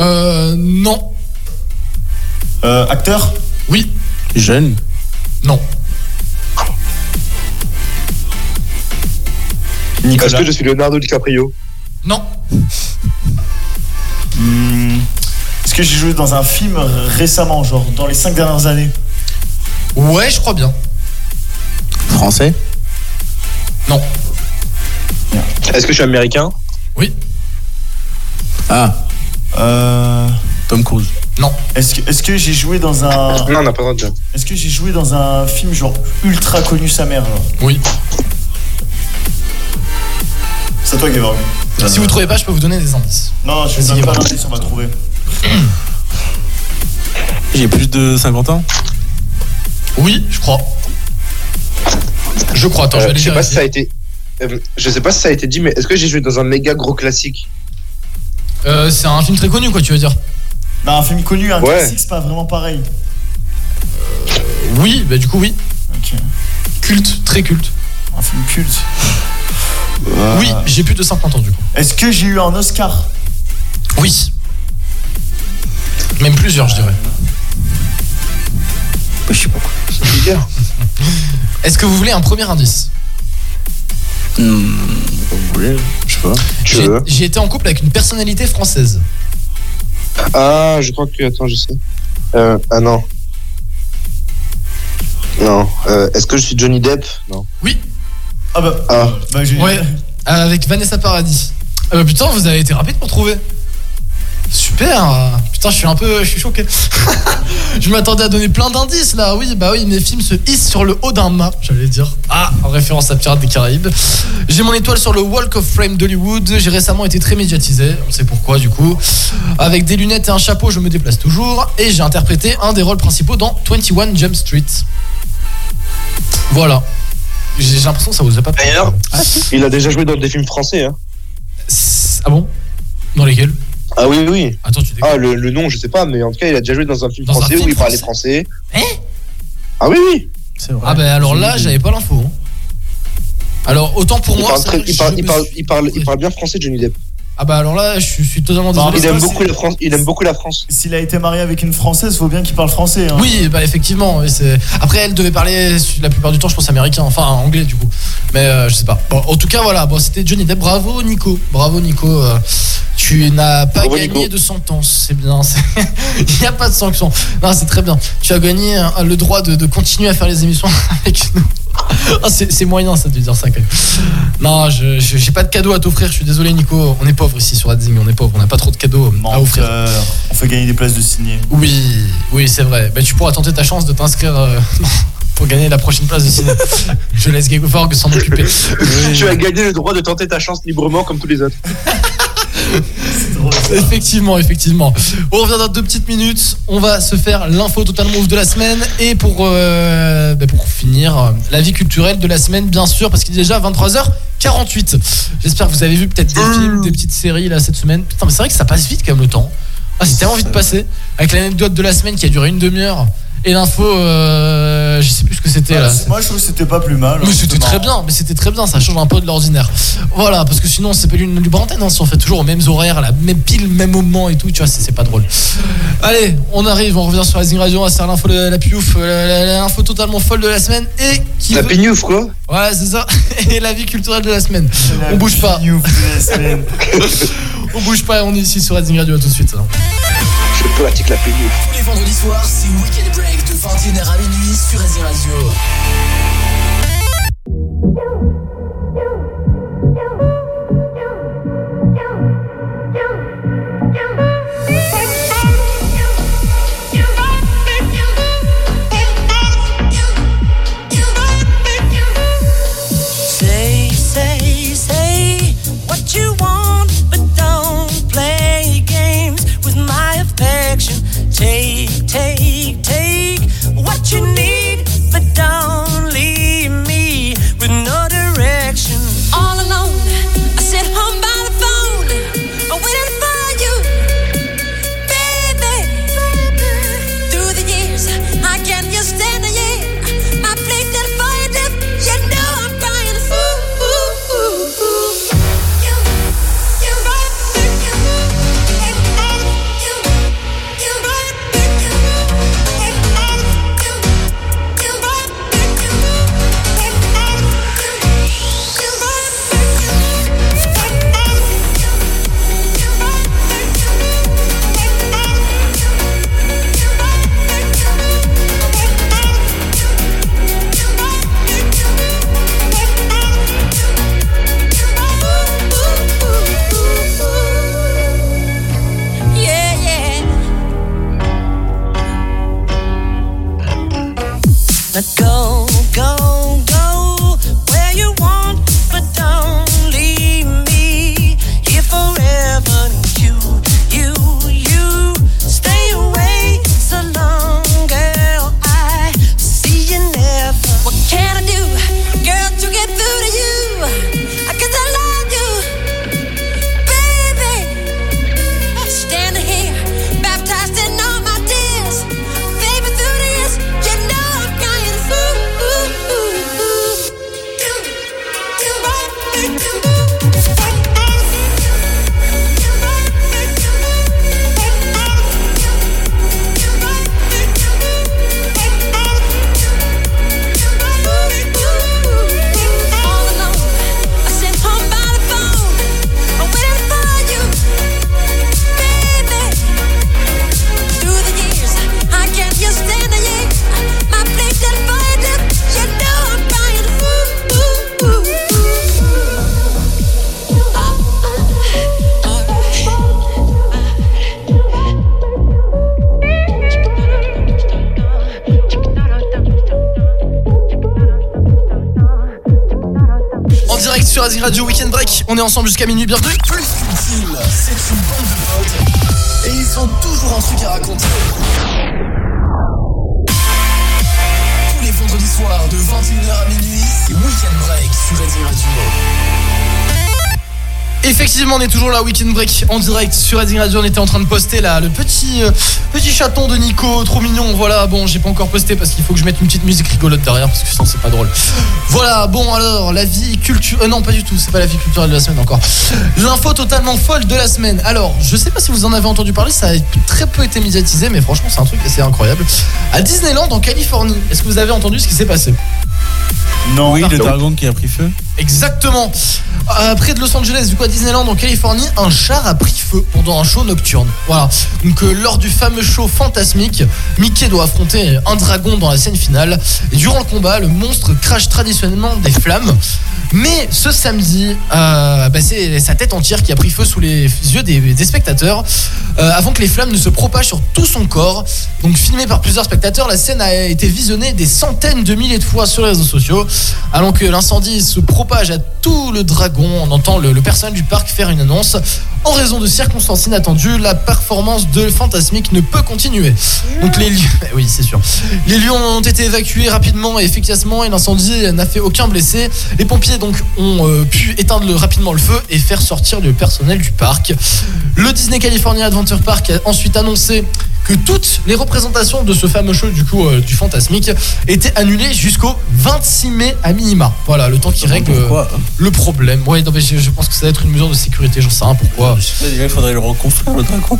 Speaker 1: Euh. Non.
Speaker 2: Euh. Acteur
Speaker 1: Oui.
Speaker 5: Jeune
Speaker 1: Non.
Speaker 7: Est-ce que je suis Leonardo DiCaprio
Speaker 1: Non.
Speaker 2: Hmm, Est-ce que j'ai joué dans un film récemment, genre dans les 5 dernières années
Speaker 1: Ouais, je crois bien.
Speaker 5: Français
Speaker 1: Non.
Speaker 7: Est-ce que je suis américain
Speaker 5: Ah.
Speaker 2: Euh.
Speaker 5: Tom Cruise.
Speaker 1: Non.
Speaker 2: Est-ce que, est-ce que j'ai joué dans un.
Speaker 7: Non, on n'a pas le droit de dire.
Speaker 2: Est-ce que j'ai joué dans un film genre ultra connu sa mère genre
Speaker 1: Oui.
Speaker 2: C'est à toi, Gavorg.
Speaker 1: Ah, Si vous trouvez pas, je peux vous donner des indices.
Speaker 2: Non, je vais pas l'indice, on va trouver.
Speaker 5: J'ai plus de 50 ans
Speaker 1: Oui, je crois. Je crois, attends, je
Speaker 7: Euh,
Speaker 1: vais aller
Speaker 7: je sais pas si
Speaker 1: vérifier.
Speaker 7: ça a été. euh, je sais pas si ça a été dit, mais est-ce que j'ai joué dans un méga gros classique
Speaker 1: Euh, c'est un film très connu, quoi, tu veux dire
Speaker 2: Bah, un film connu, un
Speaker 7: Ouais.
Speaker 2: classique, c'est pas vraiment pareil.
Speaker 1: Oui, bah du coup, oui.
Speaker 2: Ok.
Speaker 1: Culte, très culte.
Speaker 2: Un film culte.
Speaker 1: Oui, j'ai plus de 50 ans, du coup.
Speaker 2: Ah. Est-ce que j'ai eu un Oscar
Speaker 1: Oui. Même plusieurs, je dirais.
Speaker 5: Je sais pas quoi.
Speaker 1: Est-ce que vous voulez un premier indice
Speaker 5: Oui, Hmm, je sais pas.
Speaker 1: J'ai j'ai été en couple avec une personnalité française.
Speaker 7: Ah, je crois que. Attends, je sais. Euh, ah non. Non. Euh, Est-ce que je suis Johnny Depp Non.
Speaker 1: Oui.
Speaker 2: Ah bah.
Speaker 7: Ah.
Speaker 1: Ouais, euh, avec Vanessa Paradis. Ah bah putain, vous avez été rapide pour trouver. Super. Putain, je suis un peu, je suis choqué. *laughs* je m'attendais à donner plein d'indices là. Oui, bah oui, mes films se hissent sur le haut d'un mât, j'allais dire. Ah, en référence à Pirates des Caraïbes. J'ai mon étoile sur le Walk of Fame d'Hollywood. J'ai récemment été très médiatisé. On sait pourquoi du coup. Avec des lunettes et un chapeau, je me déplace toujours. Et j'ai interprété un des rôles principaux dans 21 Jump Street. Voilà. J'ai j'ai l'impression que ça vous a pas plu. hein
Speaker 7: D'ailleurs, il a déjà joué dans des films français. Hein.
Speaker 1: Ah bon Dans lesquels
Speaker 7: Ah oui, oui.
Speaker 1: Attends, tu
Speaker 7: Ah, le, le nom, je sais pas, mais en tout cas, il a déjà joué dans un film
Speaker 1: Dans un
Speaker 7: français
Speaker 1: film Eh
Speaker 7: où il parlait français. ah oui, oui.
Speaker 5: C'est vrai.
Speaker 1: Ah bah alors là, j'avais pas l'info. hein. Alors autant pour
Speaker 7: il
Speaker 1: moi,
Speaker 7: parle
Speaker 1: c'est
Speaker 7: très-
Speaker 1: vrai que
Speaker 7: il parle-
Speaker 1: je
Speaker 7: il
Speaker 1: me
Speaker 7: parle-
Speaker 1: suis-
Speaker 7: il parle- il parle bien français, Johnny Depp. Bah,
Speaker 1: Ah bah alors là, je suis- je suis totalement désolé.
Speaker 7: il aime beaucoup la France. Il aime beaucoup la France.
Speaker 2: S'il a été marié avec une Française, faut bien qu'il parle français. Hein.
Speaker 1: Oui, bah effectivement. oui, c'est- Après, elle devait parler la plupart du temps, je pense américain, enfin anglais du coup. Mais euh, je sais pas. Bon, en tout cas, voilà. Bon, c'était Johnny Depp. Bravo Nico. Bravo Nico. euh, tu n'as pas
Speaker 7: Bravo,
Speaker 1: gagné
Speaker 7: Nico.
Speaker 1: de sentence. C'est bien. c'est- *laughs* Il n'y a euh, pas de sanction. Non, c'est très bien. Tu as gagné hein, le droit de, de continuer à faire les émissions *laughs* avec nous. Ah, c'est c'est moyen ça de dire ça quand même. Non, je je- j'ai pas de cadeau à t'offrir, je suis désolé Nico, on est pauvre ici sur Adzing, on est pauvre, on n'a pas trop de cadeaux euh, à offrir.
Speaker 2: On fait gagner des places de signer.
Speaker 1: Oui, oui, c'est vrai. Bah, tu pourras tenter ta chance de t'inscrire euh, *laughs* pour gagner la prochaine place
Speaker 2: *laughs*
Speaker 1: de ciné. je laisse Gegoforg s'en occuper.
Speaker 7: Tu as gagné le droit de tenter ta chance librement comme tous les autres.
Speaker 1: *laughs* Effectivement, effectivement. On revient dans deux petites minutes. On va se faire l'info totalement ouf de la semaine. Et pour, euh, bah, pour finir, euh, la vie culturelle de la semaine, bien sûr, parce qu'il est déjà 23h48. J'espère que vous avez vu peut-être
Speaker 2: Euh.
Speaker 1: des films, des petites séries là cette semaine. Putain, mais c'est vrai que ça passe vite quand même le temps. Ah, c'est tellement vite passé. Avec l'anecdote de la semaine qui a duré une demi-heure. Et l'info, euh, je sais plus ce que c'était là.
Speaker 2: Ah, Moi, je trouve que c'était pas plus mal.
Speaker 1: Mais c'était très bien, mais c'était très bien, ça change un peu de l'ordinaire. Voilà, parce que sinon c'est pas une libre antenne, hein, si on fait toujours aux mêmes horaires, à la même pile, même moment et tout, tu vois, c'est c'est pas drôle. Allez, on arrive, on revient sur la Zing Radio, on va se faire l'info, de la piouf, euh, la- la- la- l'info totalement folle de la semaine et qui.
Speaker 7: La
Speaker 1: veut-
Speaker 7: pignouf, quoi
Speaker 1: Ouais, c'est ça, *laughs* et la vie culturelle de la semaine. on bouge pas. *laughs* on bouge pas, on est ici sur la Zing Radio, à tout de suite.
Speaker 7: Je pratique la pignouf.
Speaker 11: Tous les vendredis soirs, c'est Weekend Break de 21h à minuit sur Rési Radio.
Speaker 23: Say, say, say what you want, but don't play games with my affection. Take, take, take what you need, but don't leave me with no direction.
Speaker 18: All alone, I sit home by the phone, I'm waiting for you, baby. Through the years, I can just stand the year. My place that for you, dip. you know I'm crying. Ooh, ooh, ooh, ooh. You, you rock me, you, and I, you, you rock me, you, and I, you, you rock me, you, and I, you, you rock Yeah, yeah.
Speaker 23: Now go, go, go where you want, but don't leave me here forever. You, you, you stay away so long, girl. I see you never.
Speaker 18: What can I do, girl, to get through to you? Cause I love you, baby. Standing here, baptized in all my tears. Baby, through this, you know I'm crying. Ooh, ooh, ooh, ooh. You, you rock me, you, and I. You rock me, you, and I. You rock me, you, and I.
Speaker 23: *laughs*
Speaker 1: En direct sur Azing Radio Weekend Break, on est ensemble jusqu'à minuit, bienvenue.
Speaker 11: Plus qu'une team, c'est une bande de potes. Et ils ont toujours un truc à raconter. Tous les vendredis soirs de 21h à minuit, c'est Weekend Break sur Rési Radio.
Speaker 1: Effectivement, on est toujours là, Weekend Break, en direct sur Azing Radio. On était en train de poster là le petit, euh, petit chaton de Nico, trop mignon. Voilà, bon, j'ai pas encore posté parce qu'il faut que je mette une petite musique rigolote derrière parce que sinon c'est pas drôle. Voilà, bon, alors, la vie culturelle. non, pas du tout, c'est pas la vie culturelle de la semaine encore. L'info totalement folle de la semaine. Alors, je sais pas si vous en avez entendu parler, ça a très peu été médiatisé, mais franchement, c'est un truc assez incroyable. À Disneyland en Californie, est-ce que vous avez entendu ce qui s'est passé
Speaker 5: Non, oui, le dragon qui a pris feu.
Speaker 1: Exactement. Euh, près de Los Angeles, du coup à Disneyland en Californie, un char a pris feu pendant un show nocturne. Voilà. Donc euh, lors du fameux show fantasmique, Mickey doit affronter un dragon dans la scène finale. Et durant le combat, le monstre crache traditionnellement des flammes. Mais ce samedi, euh, bah, c'est sa tête entière qui a pris feu sous les yeux des, des spectateurs euh, avant que les flammes ne se propagent sur tout son corps. Donc filmé par plusieurs spectateurs, la scène a été visionnée des centaines de milliers de fois sur les réseaux sociaux. Alors que l'incendie se propage à tout le dragon, on entend le, le personnel du parc faire une annonce. En raison de circonstances inattendues, la performance de Fantasmique ne peut continuer. Donc
Speaker 11: Bah
Speaker 1: les lieux, oui c'est sûr, les lions ont été évacués rapidement et efficacement et l'incendie n'a fait aucun blessé. Les pompiers donc ont euh, pu éteindre le- rapidement le feu et faire sortir le personnel du parc. Le Disney California Adventure Park a ensuite annoncé que toutes les représentations de ce fameux show du coup euh, du fantasmique étaient annulées jusqu'au 26 mai à minima. Voilà, le temps qui règle euh,
Speaker 5: hein
Speaker 1: le problème. Ouais, non, mais je, je pense que ça va être une mesure de sécurité, j'en sais rien pourquoi.
Speaker 5: il faudrait le reconfler le dragon.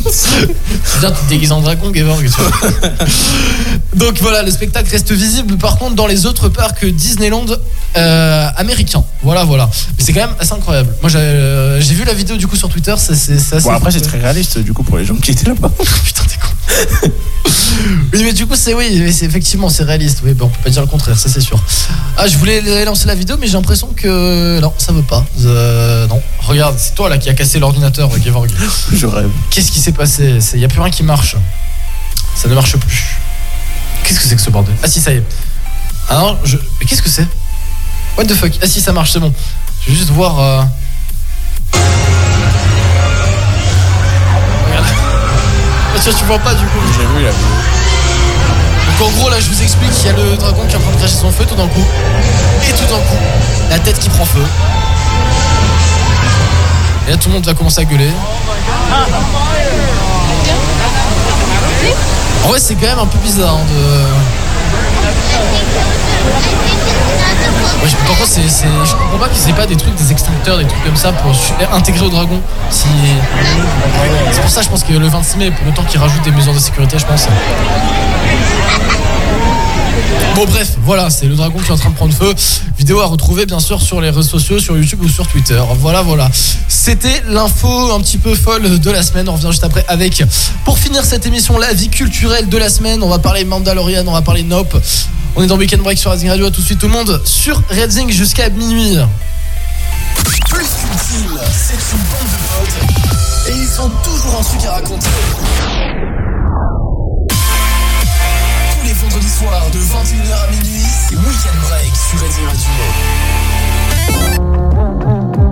Speaker 1: Bien, tu te déguises en dragon, Gevorg. tu vois. Donc voilà, le spectacle reste visible par contre dans les autres parcs Disneyland euh, américains. Voilà, voilà. Mais c'est quand même assez incroyable. Moi, j'ai euh, j'ai vu la vidéo du coup sur Twitter, c'est c'est- c'est assez.
Speaker 5: Bon, après, c'est
Speaker 1: fou.
Speaker 5: très réaliste du coup pour les gens qui étaient là-bas.
Speaker 1: Oui, mais du coup, c'est oui, mais c'est effectivement, c'est réaliste. Oui, bon, on peut pas dire le contraire, ça c'est sûr. Ah, je voulais lancer la vidéo, mais j'ai l'impression que non, ça veut pas. Euh, non, regarde, c'est toi là qui a cassé l'ordinateur, euh, Gevorg.
Speaker 5: *laughs* Je rêve.
Speaker 1: Qu'est-ce qui s'est passé Il y a plus rien qui marche. Ça ne marche plus. Qu'est-ce que c'est que ce bordel Ah si, ça y est. Ah non, je... mais Qu'est-ce que c'est What the fuck Ah si, ça marche, c'est bon. Je vais juste voir... euh, Regarde. Ah, tiens, tu vois pas du coup.
Speaker 5: J'ai vu, là.
Speaker 1: Donc en gros, là, je vous explique, il y a le dragon qui est en train de cracher son feu tout d'un coup. Et tout d'un coup, la tête qui prend feu. Et là, tout le monde va commencer à gueuler. En vrai, c'est quand même un peu bizarre hein, de. Ouais, je, par contre, c'est, c'est- je comprends pas qu'ils aient pas des trucs, des extincteurs, des trucs comme ça pour su- eh, intégrer au dragon. Si... C'est pour ça, je pense que le 26 mai, pour le temps qu'ils rajoutent des mesures de sécurité, je pense. Bon bref, voilà, c'est le dragon qui est en train de prendre feu. Vidéo à retrouver bien sûr sur les réseaux sociaux, sur YouTube ou sur Twitter. Voilà, voilà. C'était l'info un petit peu folle de la semaine. On revient juste après avec. Pour finir cette émission, la vie culturelle de la semaine. On va parler Mandalorian, on va parler Nope. On est dans Weekend Break sur Redzing Radio. À tout de suite tout le monde sur Redzing jusqu'à minuit.
Speaker 11: Plus qu'une team, c'est une bande de potes. Et ils ont toujours un truc à raconter. Tous les vendredis soirs de 21h à minuit, c'est Weekend Break sur Redzing Radio.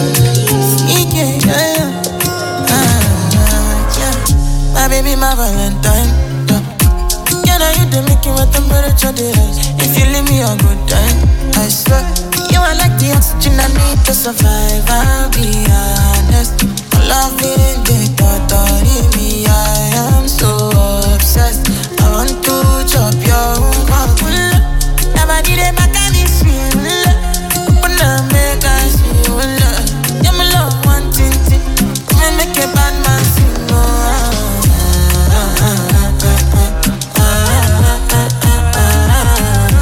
Speaker 23: Yeah, yeah. Ah, yeah. My baby, my Valentine. yeah. Yeah, now you the making my temperature they rise. If you leave me a good time, I swear. You are like the oxygen I need to survive. I'll be honest. My love ain't the thought of me. I am so obsessed. I want to chop your heart. Nobody dey back at me, she Open up, make I see you in love. Yeah, my love, one thing, thing. Come and make a bad man sing, oh, ah, ah, ah, ah, ah, ah, ah, ah, ah,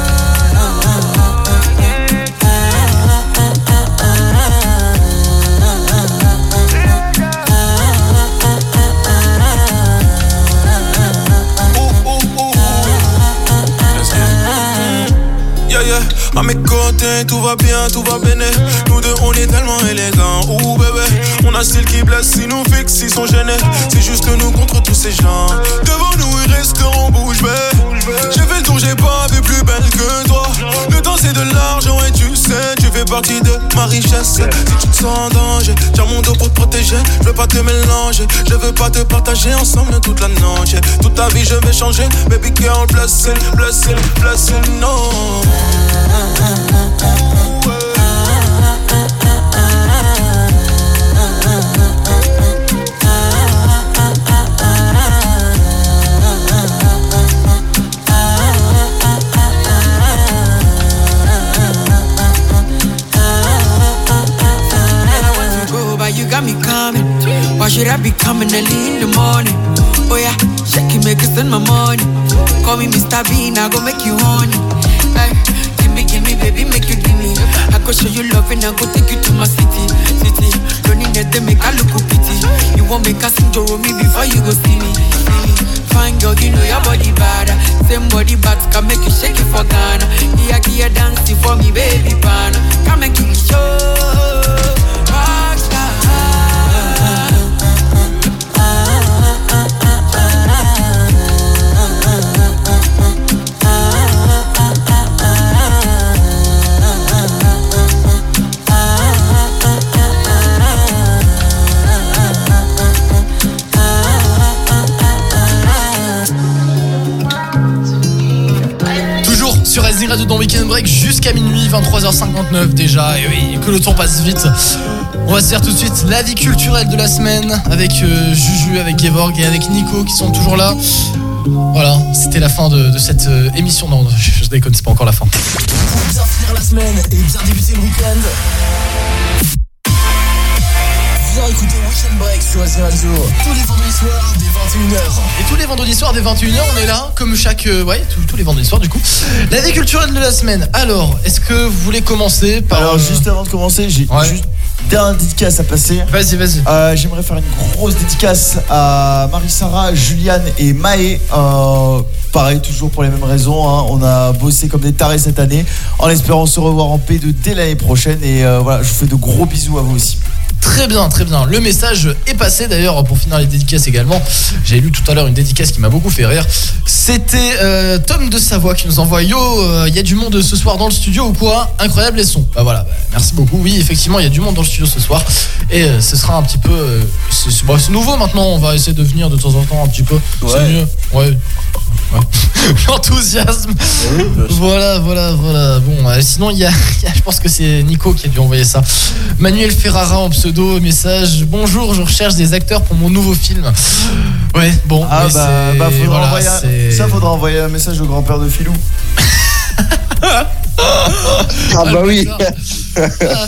Speaker 24: Yeah, yeah, à mes côtés, tout va bien, tout va béné. Nous deux, on est tellement élégants. Ouh, bébé, on a style qui blesse, si nous fixe, ils sont gênés. C'est juste nous contre tous ces gens. Devant nous, ils resteront bouche bée. J'ai fait le tour, j'ai pas vu plus belle que toi. Le temps, c'est de l'argent, et tu sais, tu fais partie de ma richesse. Si tu te sens en danger, tiens mon dos pour te protéger. Je veux pas te mélanger, je veux pas te partager ensemble toute la noche. Toute ta vie, je vais changer. Baby girl, blessing, blessing, blessing, no.
Speaker 23: ah, ah, ah, ah.
Speaker 24: Should I be coming early in the morning? Oh yeah, shake it, make it send my money. Call me Mr. Bean, I go make you honey. Hey, give me, give me, baby, make you give me. I go show you love and I go take you to my city, city. Loneliness they make I look a pity. You won't make a sing to me before you go see me. See me. Fine girl, you know your body bad. Same body bad can make you shake it for Ghana. Here, here, dancing for me, baby, pana. Come and give me show.
Speaker 1: Toujours sur Racing Radio dans Weekend Break jusqu'à minuit, 23h59 déjà. Et oui, que le temps passe vite. On va se faire tout de suite la vie culturelle de la semaine avec euh, Juju, avec Gevorg et avec Nico qui sont toujours là. Voilà, c'était la fin de, de cette euh, émission. Non, je, je déconne, c'est pas encore la fin.
Speaker 11: Pour bien finir la semaine et bien débuter le week-end, viens écouter Weekend Break sur SR Radio tous les vendredis soirs dès 21h.
Speaker 1: Et tous les vendredis soirs dès 21h, on est là, comme chaque. euh, ouais, tous, tous les vendredis soirs du coup. La vie culturelle de la semaine. Alors, est-ce que vous voulez commencer par.
Speaker 2: Alors
Speaker 1: euh,
Speaker 2: juste avant de commencer, j'ai juste dernière dédicace à passer. Euh,
Speaker 1: Vas-y, vas-y.
Speaker 2: J'aimerais faire une grosse dédicace à Marie-Sarah, Juliane et Maë. Euh, pareil, toujours pour les mêmes raisons. hein. On a bossé comme des tarés cette année, en espérant se revoir en P2 dès l'année prochaine. Et euh, voilà, je vous fais de gros bisous à vous aussi.
Speaker 1: Très bien, très bien. Le message est passé d'ailleurs pour finir les dédicaces également. J'ai lu tout à l'heure une dédicace qui m'a beaucoup fait rire. C'était euh, Tom de Savoie qui nous envoie Yo, il y a du monde ce soir dans le studio ou quoi Incroyable les sons. Bah voilà, bah, merci beaucoup. Oui, effectivement, il y a du monde dans le studio ce soir. Et euh, ce sera un petit peu. euh, c'est c'est- bah, c'est nouveau maintenant, on va essayer de venir de temps en temps un petit peu. C'est mieux. Ouais. Ouais. *laughs* L'enthousiasme. Voilà, voilà, voilà. Bon, euh, sinon, il y, a- *laughs* il y a- je pense que c'est Nico qui a dû envoyer ça. Manuel Ferrara en pseudo, message Bonjour, je recherche des acteurs pour mon nouveau film. Ouais, bon.
Speaker 2: Ah
Speaker 1: mais
Speaker 2: bah,
Speaker 1: c'est-
Speaker 2: bah, faudra
Speaker 1: voilà,
Speaker 2: envoyer un-
Speaker 1: c'est-
Speaker 2: ça faudra envoyer un message au grand-père de Filou.
Speaker 1: Ah bah oui. Ah,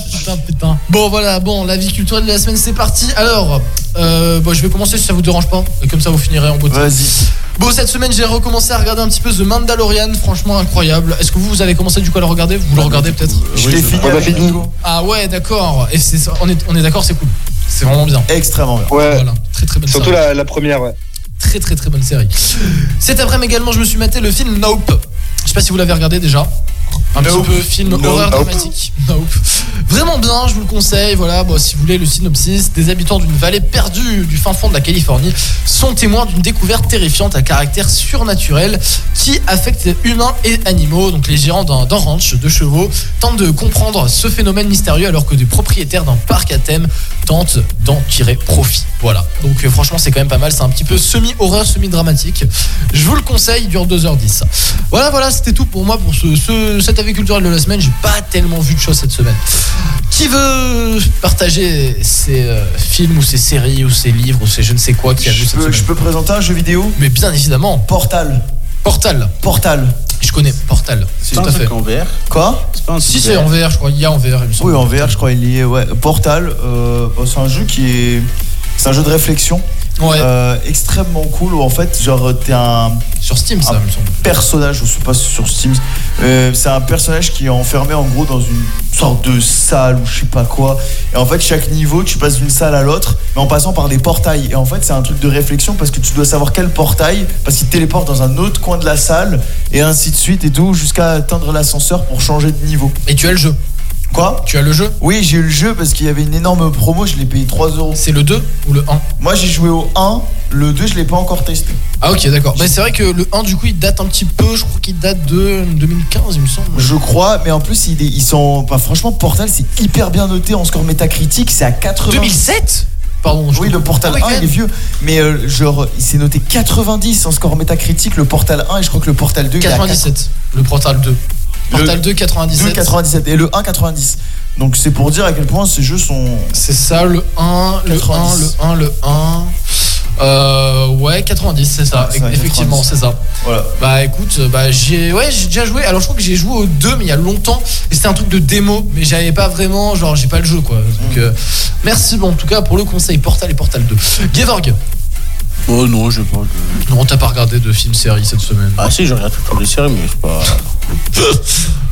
Speaker 1: putain, putain. Bon, voilà, bon, la vie culturelle de la semaine, c'est parti. Alors, euh, bon, je vais commencer si ça vous dérange pas. Et comme ça, vous finirez en beauté.
Speaker 2: Vas-y.
Speaker 1: Bon, cette semaine, j'ai recommencé à regarder un petit peu The Mandalorian. Franchement, incroyable. Est-ce que vous, vous avez commencé du coup à le regarder Vous le regardez peut-être
Speaker 2: Euh, Je l'ai fini. avec Nico.
Speaker 1: Ah ouais, d'accord. Et c'est ça, on est, on est d'accord, c'est cool. C'est vraiment bien.
Speaker 2: Extrêmement bien.
Speaker 7: Ouais.
Speaker 1: Très très bonne
Speaker 7: Surtout
Speaker 1: série.
Speaker 7: la, la première, ouais.
Speaker 1: Très très très bonne série. Cet après-midi également, je me suis maté le film Nope. Je sais pas si vous l'avez regardé déjà.
Speaker 11: Bah,
Speaker 1: Un
Speaker 7: Nope.
Speaker 1: petit peu film
Speaker 7: Nope.
Speaker 1: horreur
Speaker 7: Nope.
Speaker 1: dramatique. Nope. Vraiment bien, je vous le conseille. Voilà, bon, si vous voulez le synopsis, des habitants d'une vallée perdue du fin fond de la Californie sont témoins d'une découverte terrifiante à caractère surnaturel qui affecte humains et animaux. Donc les gérants d'un d'un ranch de chevaux tentent de comprendre ce phénomène mystérieux alors que des propriétaires d'un parc à thème tentent d'en tirer profit. Voilà. Donc euh, franchement, c'est quand même pas mal. C'est un petit peu semi-horreur, semi-dramatique. Je vous le conseille, il dure 2h10. Voilà, voilà, c'était tout pour moi pour ce, ce- cet avis culturel de la semaine. J'ai pas tellement vu de choses cette semaine. Qui veut partager ses euh, films ou ses séries ou ses livres ou ses je ne sais quoi qui a vu
Speaker 2: Je
Speaker 1: cette
Speaker 2: peux,
Speaker 1: semaine
Speaker 2: je peux présenter un jeu vidéo
Speaker 1: Mais bien évidemment.
Speaker 2: Portal.
Speaker 1: Portal.
Speaker 2: Portal.
Speaker 1: Je connais Portal.
Speaker 5: C'est
Speaker 1: tout
Speaker 5: pas
Speaker 1: à
Speaker 5: un
Speaker 1: fait.
Speaker 5: truc en VR
Speaker 2: Quoi
Speaker 1: Si c'est en VR, je crois. Il y a en VR, il me semble.
Speaker 2: Oui, en VR, je crois, il y est. Ouais. Portal, euh, bah, c'est un jeu qui est. C'est un jeu de réflexion. Euh, extrêmement cool où en fait, genre, t'es un.
Speaker 1: Sur Steam, ça,
Speaker 2: un
Speaker 1: il me semble.
Speaker 2: personnage, je sais pas si sur Steam. Euh, c'est un personnage qui est enfermé en gros dans une sorte de salle ou je sais pas quoi. Et en fait, chaque niveau, tu passes d'une salle à l'autre, mais en passant par des portails. Et en fait, c'est un truc de réflexion parce que tu dois savoir quel portail, parce qu'il te téléporte dans un autre coin de la salle, et ainsi de suite, et tout, jusqu'à atteindre l'ascenseur pour changer de niveau.
Speaker 1: Et tu as le jeu
Speaker 2: Quoi
Speaker 1: Tu as le jeu
Speaker 2: Oui, j'ai eu le jeu parce qu'il y avait une énorme promo, je l'ai payé 3 euros.
Speaker 1: C'est le 2 ou le 1
Speaker 2: Moi, j'ai joué au 1, le 2, je l'ai pas encore testé.
Speaker 1: Ah ok d'accord. Bah, c'est vrai que le 1 du coup il date un petit peu, je crois qu'il date de 2015 il me semble.
Speaker 2: Je crois, mais en plus, il est- ils sont. Bah, franchement, Portal, c'est hyper bien noté en score métacritique, c'est à 80.
Speaker 1: 2007 Pardon.
Speaker 2: Oui, le Portal
Speaker 1: Ah ouais,
Speaker 2: 1,
Speaker 1: quand
Speaker 2: il est
Speaker 1: même.
Speaker 2: vieux. Mais euh, genre, il s'est noté 90 en score métacritique, le Portal 1, et je crois que le Portal 2, il est à
Speaker 1: 97. Le Portal 2. Portal 2 97.
Speaker 2: 2, 97. Et le 1, 90. Donc, c'est pour dire à quel point ces jeux sont.
Speaker 1: C'est ça, le 1, le 1, le 1, le 1. Euh, ouais, 90, c'est ça.
Speaker 5: Ouais, c'est vrai,
Speaker 1: Effectivement,
Speaker 5: 90.
Speaker 1: c'est ça.
Speaker 5: Voilà.
Speaker 1: Bah écoute, euh, bah j'ai ouais, j'ai déjà joué. Alors je crois que j'ai joué aux deux mais il y a longtemps et c'était un truc de démo mais j'avais pas vraiment genre j'ai pas le jeu quoi.
Speaker 5: Mm.
Speaker 1: Donc euh, merci bon en tout cas pour le conseil Portal et Portal 2. Gevorg.
Speaker 5: Oh non, je parle
Speaker 1: Non, t'as pas regardé de film série cette semaine.
Speaker 5: Ah si, je regarde toutes les séries, mais c'est pas.
Speaker 1: *laughs*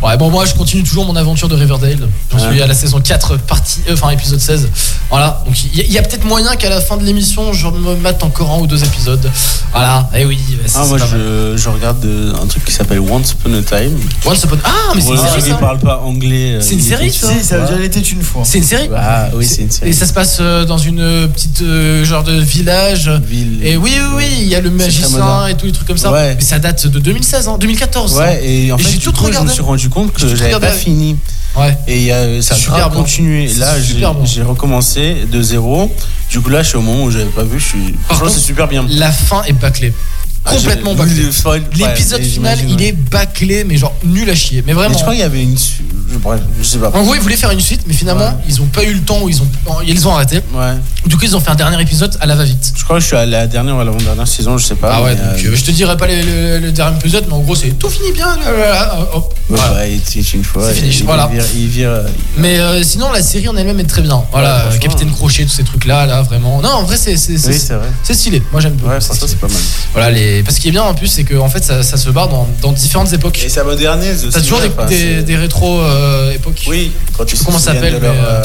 Speaker 1: Ouais, bon, moi je continue toujours mon aventure de Riverdale. J'en
Speaker 5: Ouais.
Speaker 1: suis à la saison 4, partie, euh, enfin épisode 16. Voilà, donc il y a- il y a, peut-être moyen qu'à la fin de l'émission, je me mate encore un ou deux épisodes. Voilà, et oui, bah, c'est
Speaker 5: Ah,
Speaker 1: c'est
Speaker 5: moi
Speaker 1: pas mal.
Speaker 5: je, je regarde euh, un truc qui s'appelle Once Upon a Time.
Speaker 1: Once Upon Ah, mais c'est une
Speaker 5: Voilà,
Speaker 1: série,
Speaker 5: Il
Speaker 1: ça
Speaker 5: parle pas anglais. euh,
Speaker 1: C'est une
Speaker 5: il est
Speaker 1: série,
Speaker 5: tout
Speaker 1: ça
Speaker 5: petit,
Speaker 1: Si, ça a
Speaker 5: voilà.
Speaker 1: déjà été une fois. C'est une série
Speaker 5: Ah oui, c'est une série.
Speaker 1: Et ça se passe euh, dans une euh, petite euh, genre de village. Et oui, oui, oui, il y a le
Speaker 5: très
Speaker 1: magicien
Speaker 5: moderne.
Speaker 1: et tous les trucs comme ça.
Speaker 5: Ouais.
Speaker 1: Mais ça date de 2016, hein, 2014. hein.
Speaker 5: Ouais, et en fait,
Speaker 1: j'ai
Speaker 5: du
Speaker 1: tout
Speaker 5: coup, je me
Speaker 1: regardé.
Speaker 5: suis rendu compte
Speaker 1: J'ai
Speaker 5: que
Speaker 1: tout
Speaker 5: j'avais pas
Speaker 1: regardé.
Speaker 5: fini.
Speaker 1: Ouais.
Speaker 5: Et il y a, euh, ça
Speaker 1: C'est
Speaker 5: a
Speaker 1: super
Speaker 5: grave
Speaker 1: bon.
Speaker 5: continué. Et
Speaker 1: C'est
Speaker 5: là, j'ai
Speaker 1: super bon.
Speaker 5: j'ai recommencé de zéro. Du coup, là, je suis au moment où j'avais pas vu. Je suis... Franchement,
Speaker 1: contre,
Speaker 5: c'est super bien.
Speaker 1: La fin est bâclée.
Speaker 5: Ah,
Speaker 1: Complètement
Speaker 5: j'ai-
Speaker 1: bâclée.
Speaker 5: le spoil, ouais,
Speaker 1: L'épisode
Speaker 5: mais
Speaker 1: final,
Speaker 5: j'imagine,
Speaker 1: il
Speaker 5: ouais.
Speaker 1: est bâclé, mais genre nul à chier. Mais
Speaker 5: Mais
Speaker 1: vraiment.
Speaker 5: je crois qu'il y avait une. su- je- Bref, je sais pas.
Speaker 1: En gros, ils voulaient faire une suite, mais finalement, ils ont pas eu le temps, ou ils ont, ils ont arrêté. Du coup, ils ont fait un dernier épisode à la va-vite.
Speaker 5: Je crois que je suis à la dernière ou à l'avant-dernière saison, je sais pas.
Speaker 1: Ah ouais,
Speaker 5: mais,
Speaker 1: donc
Speaker 5: euh,
Speaker 1: euh, je te dirai pas le, le- le dernier épisode, mais en gros, c'est tout fini bien. là, là, là, hop.
Speaker 5: ouais,
Speaker 1: Voilà.
Speaker 5: bah, il teach une fois.
Speaker 1: C'est fini,
Speaker 5: et il
Speaker 1: voilà.
Speaker 5: vire- il vire, euh,
Speaker 1: Mais euh, sinon, la série en elle-même est très bien. Voilà, euh, Capitaine Crochet, tous ces trucs-là, là, vraiment. Non, en vrai, c'est c'est-
Speaker 5: Oui, c'est
Speaker 1: c'est
Speaker 5: vrai.
Speaker 1: c'est stylé. Moi, j'aime beaucoup.
Speaker 5: Ouais, franchement, c'est pas mal.
Speaker 1: Voilà, les... parce qu'il est bien en plus, c'est que en fait, ça, ça se barre dans, dans différentes époques.
Speaker 5: Et ça modernise aussi.
Speaker 1: T'as toujours des,
Speaker 5: enfin,
Speaker 1: des,
Speaker 5: c'est-
Speaker 1: des rétro euh, époques.
Speaker 5: Oui, quand tu
Speaker 1: sais comment ça s'appelle. mais, euh,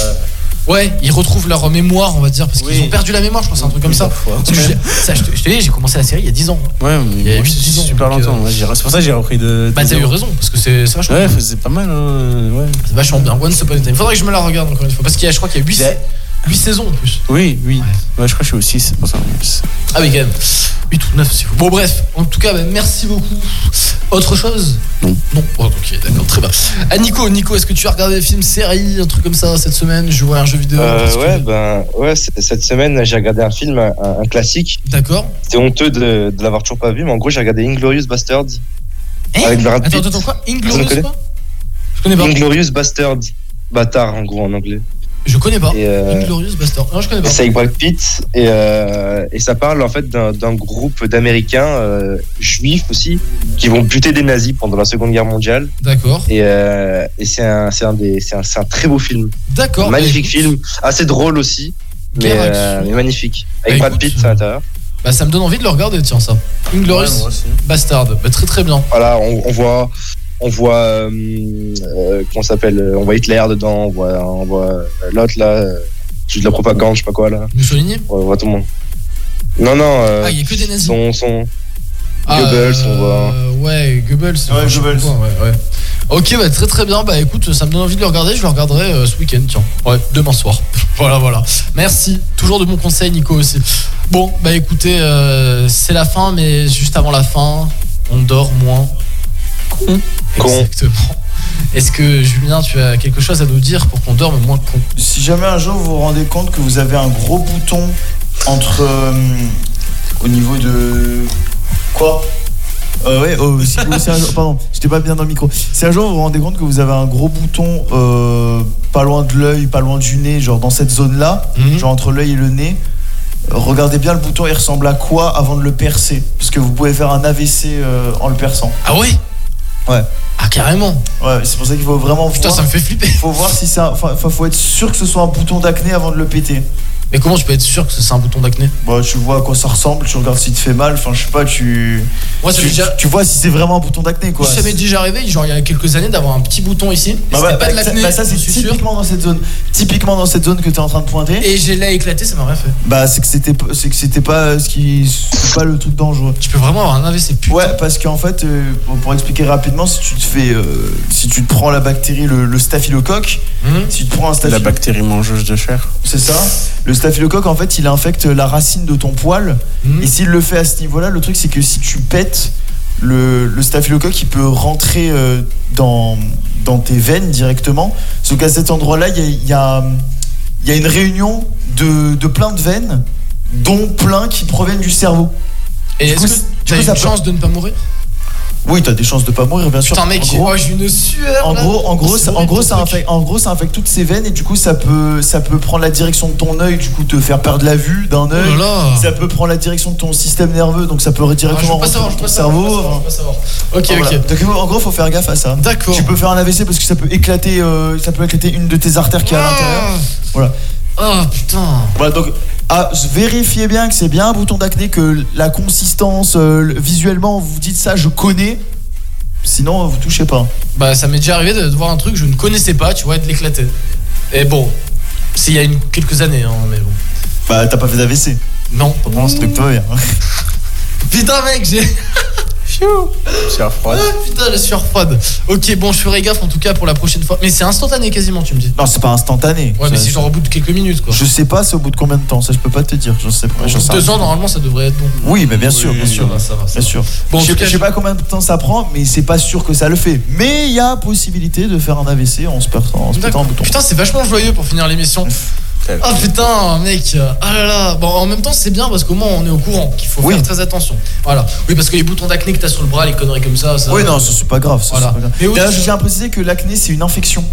Speaker 1: Ouais, ils retrouvent leur mémoire, on va dire, parce qu'ils ont perdu la mémoire, je pense, un truc comme ça. Parce que j'ai- ça, je te, je te dis, j'ai commencé la série il y a 10 ans.
Speaker 5: Ouais, mais
Speaker 1: Il y a
Speaker 5: moi,
Speaker 1: 8,
Speaker 5: c'est
Speaker 1: 10 ans.
Speaker 5: super
Speaker 1: donc, euh,
Speaker 5: longtemps. ouais, j'ai- C'est pour ça que j'ai repris de.
Speaker 1: Bah,
Speaker 5: de
Speaker 1: t'as eu
Speaker 5: zéro.
Speaker 1: raison, parce que c'est ça, je
Speaker 5: Euh, Ouais, c'est pas mal. hein, Ouais.
Speaker 1: C'est vachement bien. Once Upon a Time. Faudrait que je me la regarde encore une fois, parce qu'il y a, je crois qu'il y a 8, saisons en plus.
Speaker 5: Oui, oui. Ouais, je crois que je suis aussi, c'est pour ça.
Speaker 1: Ah oui, quand même. 8 ou 9, c'est fou. Bon, bref, en tout cas, bah, merci beaucoup. Autre chose
Speaker 5: Non.
Speaker 1: Non, Oh, ok, d'accord, très bien. Ah, Nico, Nico, est-ce que tu as regardé film, série, un truc comme ça cette semaine Jouer à un jeu vidéo
Speaker 7: Euh,
Speaker 1: qu'est-ce que-
Speaker 7: ouais, ben, ouais, c- cette semaine, j'ai regardé un film, un, un classique.
Speaker 1: D'accord.
Speaker 7: C'était honteux de, de l'avoir toujours pas vu, mais en gros, j'ai regardé Inglorious Bastards. avec Brad Pitt.
Speaker 1: Eh Attends, attends, quoi
Speaker 7: Vous en
Speaker 1: Inglorious,
Speaker 7: connaissez
Speaker 1: quoi Je connais pas.
Speaker 7: Inglorious Bastards. Bâtard, en gros, en anglais.
Speaker 1: Je connais pas.
Speaker 7: Et, euh,
Speaker 1: Inglorious Bastard. Non, je connais pas.
Speaker 7: C'est avec Brad Pitt et, euh, et ça parle en fait d'un d'un groupe d'Américains euh, juifs aussi qui vont buter des nazis pendant la Seconde Guerre mondiale
Speaker 1: D'accord.
Speaker 7: et, euh, et c'est un c'est un des c'est un, c'est un très beau film
Speaker 1: D'accord. Bah,
Speaker 7: magnifique film assez drôle aussi mais,
Speaker 1: Guerre
Speaker 7: euh,
Speaker 1: action.
Speaker 7: mais magnifique avec
Speaker 1: Bah,
Speaker 7: Brad Pitt à l'intérieur
Speaker 1: Bah, ça me donne envie de le regarder, tiens, ça.
Speaker 7: Ouais,
Speaker 1: Inglorious
Speaker 7: moi aussi.
Speaker 1: Bastard. Bah, très très bien.
Speaker 7: voilà on, on voit on voit euh, euh, comment ça s'appelle euh, on voit Hitler dedans on voit on voit euh, l'autre là euh, qui est de la propagande je sais pas quoi là
Speaker 1: Mussolini
Speaker 7: on voit tout le monde non non euh,
Speaker 1: Ah, il y a que des nazis.
Speaker 7: son son
Speaker 1: Ah,
Speaker 7: Goebbels
Speaker 1: euh,
Speaker 7: on voit
Speaker 1: Ouais, Goebbels. enfin, je sais pas
Speaker 7: Goebbels.
Speaker 1: quoi, ouais, ouais. Ok, bah, très très bien. Bah écoute, ça me donne envie de le regarder. Je le regarderai euh, ce week-end, tiens. Ouais, demain soir. *laughs* voilà, voilà. Merci. Toujours de bons conseils, Nico aussi. Bon, bah écoutez, euh, c'est la fin, mais juste avant la fin, on dort moins. Con. Exactement. Est-ce que Julien, tu as quelque chose à nous dire pour qu'on dorme moins con
Speaker 2: Si jamais un jour vous vous rendez compte que vous avez un gros bouton entre. euh, au niveau de. Quoi Euh, ouais, oh, si- oh, c'est un jour- pardon, j'étais pas bien dans le micro. Si un jour vous vous rendez compte que vous avez un gros bouton euh, pas loin de l'œil, pas loin du nez, genre dans cette zone-là,
Speaker 1: Mhm.
Speaker 2: genre entre l'œil et le nez, euh, regardez bien le bouton, il ressemble à quoi avant de le percer Parce que vous pouvez faire un AVC euh, en le perçant.
Speaker 1: Ah ouais
Speaker 2: Ouais.
Speaker 1: Ah carrément
Speaker 2: Ouais, c'est pour ça qu'il faut vraiment
Speaker 1: Putain,
Speaker 2: voir.
Speaker 1: ça me fait flipper.
Speaker 2: Faut voir si ça. Enfin, faut- faut être sûr que ce soit un bouton d'acné avant de le péter.
Speaker 1: Mais comment tu peux être sûr que c'est un bouton d'acné
Speaker 2: Bah, tu vois à quoi ça ressemble, tu regardes si te fait mal, enfin, je sais pas, tu.
Speaker 1: Moi, ça
Speaker 2: tu,
Speaker 1: m'est déjà-
Speaker 2: tu vois si c'est vraiment un bouton d'acné, quoi.
Speaker 1: Ça m'est déjà arrivé, genre il y a quelques années, d'avoir un petit bouton ici. et
Speaker 2: Bah,
Speaker 1: c'était
Speaker 2: bah,
Speaker 1: pas de
Speaker 2: bah,
Speaker 1: l'acné.
Speaker 2: bah, ça, c'est
Speaker 1: je suis sûr.
Speaker 2: typiquement dans cette zone. Typiquement dans cette zone que t'es en train de pointer.
Speaker 1: Et j'ai l'ai éclaté, ça m'a rien fait.
Speaker 2: Bah, c'est que c'était p- c'est que c'était pas euh, ce qui c'est pas le truc dangereux.
Speaker 1: Tu peux vraiment avoir un AVC
Speaker 2: Ouais, parce qu'en fait euh, pour, pour expliquer rapidement si tu te fais euh, si tu te prends la bactérie le, le staphylocoque,
Speaker 1: Mhm.
Speaker 2: si tu te prends un
Speaker 5: La
Speaker 2: staphylocoque
Speaker 5: bactérie mangeuse de chair.
Speaker 2: C'est ça. Le staphylocoque, en fait, il infecte la racine de ton poil.
Speaker 1: Hmm.
Speaker 2: Et s'il le fait à ce niveau-là, le truc, c'est que si tu pètes, le, le staphylocoque, il peut rentrer euh, dans, dans tes veines directement. Sauf qu'à cet endroit-là, il y a, il y a- il y a une réunion de, de plein de veines, dont plein qui proviennent du cerveau.
Speaker 1: Et
Speaker 2: Du
Speaker 1: est-ce
Speaker 2: coup,
Speaker 1: que
Speaker 2: c- du
Speaker 1: t'as
Speaker 2: coup,
Speaker 1: une
Speaker 2: ça peut-
Speaker 1: chance de ne pas mourir
Speaker 2: Oui, t'as des chances de pas mourir, bien sûr.
Speaker 1: Putain, mec,
Speaker 2: En gros-
Speaker 1: oh, j'ai une sueur.
Speaker 2: en
Speaker 1: là.
Speaker 2: gros, en gros,
Speaker 1: C'est
Speaker 2: ça, en
Speaker 1: horrible,
Speaker 2: gros,
Speaker 1: ce
Speaker 2: ça
Speaker 1: truc.
Speaker 2: infecte, en gros, ça infecte toutes ces veines et du coup, ça peut, ça peut prendre la direction de ton œil, du coup, te faire perdre la vue d'un œil.
Speaker 1: Oh là là.
Speaker 2: ça peut prendre la direction de ton système nerveux, donc ça peut
Speaker 1: Ah, je veux
Speaker 2: directement
Speaker 1: pas
Speaker 2: rentrer
Speaker 1: savoir,
Speaker 2: dans
Speaker 1: je veux
Speaker 2: ton
Speaker 1: pas savoir, je veux
Speaker 2: cerveau.
Speaker 1: pas savoir, je veux pas savoir. Ok,
Speaker 2: Enfin, voilà.
Speaker 1: ok.
Speaker 2: Donc, en gros, faut faire gaffe à ça.
Speaker 1: D'accord.
Speaker 2: Tu peux faire un AVC parce que ça peut éclater, euh, ça peut éclater une de tes artères qui est à l'intérieur. Voilà.
Speaker 1: Oh Ah. putain.
Speaker 2: Voilà, donc à- vérifiez bien que c'est bien un bouton d'acné, que la consistance, euh, le- visuellement, vous dites ça, je connais. Sinon, vous touchez pas.
Speaker 1: Bah ça m'est déjà arrivé de de voir un truc que je ne connaissais pas, tu vois, et de l'éclater. Et bon, c'est il y a une, quelques années, hein, mais bon.
Speaker 2: Bah, t'as pas fait d'AVC
Speaker 1: Non, pas
Speaker 2: pour l'instant. Toi, bien.
Speaker 1: *laughs* Putain mec, j'ai... *laughs* Pfiou.
Speaker 2: froide.
Speaker 1: Ah, putain, la sueur froide. Ok, bon, je ferai gaffe en tout cas pour la prochaine fois. Mais c'est instantané quasiment, tu me dis.
Speaker 2: Non, c'est pas instantané.
Speaker 1: Ouais, mais
Speaker 2: Ça-
Speaker 1: c'est genre au bout de quelques minutes quoi.
Speaker 2: Je sais pas, c'est au bout de combien de temps, ça je peux pas te dire, je sais pas.
Speaker 1: Au
Speaker 2: j'en
Speaker 1: bout de
Speaker 2: sais
Speaker 1: deux
Speaker 2: rien.
Speaker 1: ans, normalement, ça devrait être bon.
Speaker 2: Oui, mais bien sûr,
Speaker 1: Oui,
Speaker 2: bien
Speaker 1: ça
Speaker 2: sûr.
Speaker 1: va, ça va, ça
Speaker 2: bien
Speaker 1: va.
Speaker 2: sûr.
Speaker 1: Bon, en
Speaker 2: je,
Speaker 1: tout cas,
Speaker 2: je sais pas combien de temps ça prend, mais c'est pas sûr que ça le fait. Mais il y a possibilité de faire un AVC en se perçant en se pétant un bouton.
Speaker 1: Putain, c'est vachement joyeux pour finir l'émission. Ah putain, mec. Ah là là. Bon, en même temps, c'est bien parce qu'au moins on est au courant qu'il faut faire très attention. Voilà. Oui, parce que les boutons d'acné que t'as sur le bras, les conneries comme ça. ça...
Speaker 2: Oui, non, ça, c'est pas grave. ça,
Speaker 1: Voilà.
Speaker 2: c'est pas grave.
Speaker 1: Mais oui,
Speaker 2: D'ailleurs,
Speaker 1: c'est-
Speaker 2: je tiens à préciser que l'acné, c'est une infection.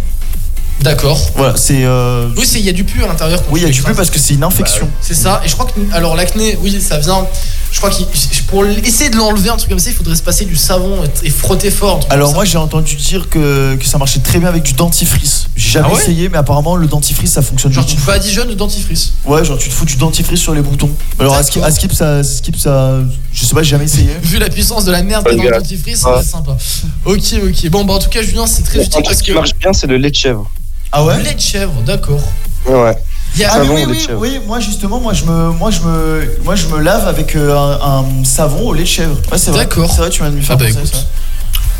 Speaker 1: D'accord. Bah,
Speaker 2: Voilà, c'est. euh,
Speaker 1: Oui, c'est- il y a du pus à l'intérieur. quand
Speaker 2: Oui, il y a
Speaker 1: tu
Speaker 2: du
Speaker 1: fais
Speaker 2: pus parce que c'est une infection.
Speaker 1: C'est ça. Et je crois que alors l'acné, oui, ça vient. Je crois qu'il pour essayer de l'enlever un truc comme ça, il faudrait se passer du savon et, et frotter fort. un truc
Speaker 2: Alors
Speaker 1: comme
Speaker 2: moi j'ai entendu dire que, que ça marchait très bien avec du dentifrice. J'ai jamais
Speaker 1: Ah ouais
Speaker 2: essayé mais apparemment le dentifrice ça fonctionne
Speaker 1: ça. genre
Speaker 2: bien.
Speaker 1: tu te fais Dijon de dentifrice.
Speaker 2: Ouais genre tu te fous du dentifrice sur les boutons. Alors à skip, à skip ça skip ça je sais pas j'ai jamais essayé.
Speaker 1: Vu la puissance de la merde qu'il y a dans le dentifrice, ça va être sympa. Ok, ok. Bon, bah en tout cas, Julien, c'est très
Speaker 7: Un
Speaker 1: utile
Speaker 7: truc
Speaker 1: parce
Speaker 7: qui
Speaker 1: que
Speaker 7: marche bien, c'est le lait de chèvre.
Speaker 2: Ah ouais
Speaker 1: Le lait de chèvre, d'accord.
Speaker 7: Ouais.
Speaker 1: Y a-
Speaker 2: Ah mais
Speaker 7: Savon
Speaker 2: oui,
Speaker 7: au lait de
Speaker 2: oui,
Speaker 7: chèvre.
Speaker 2: oui, moi justement moi je me moi je me moi je me lave avec euh, un, un savon au lait de chèvre. Ouais c'est vrai.
Speaker 1: D'accord.
Speaker 2: C'est vrai tu m'as mis faire
Speaker 1: Ah bah
Speaker 2: penser à
Speaker 1: écoute.
Speaker 2: ça.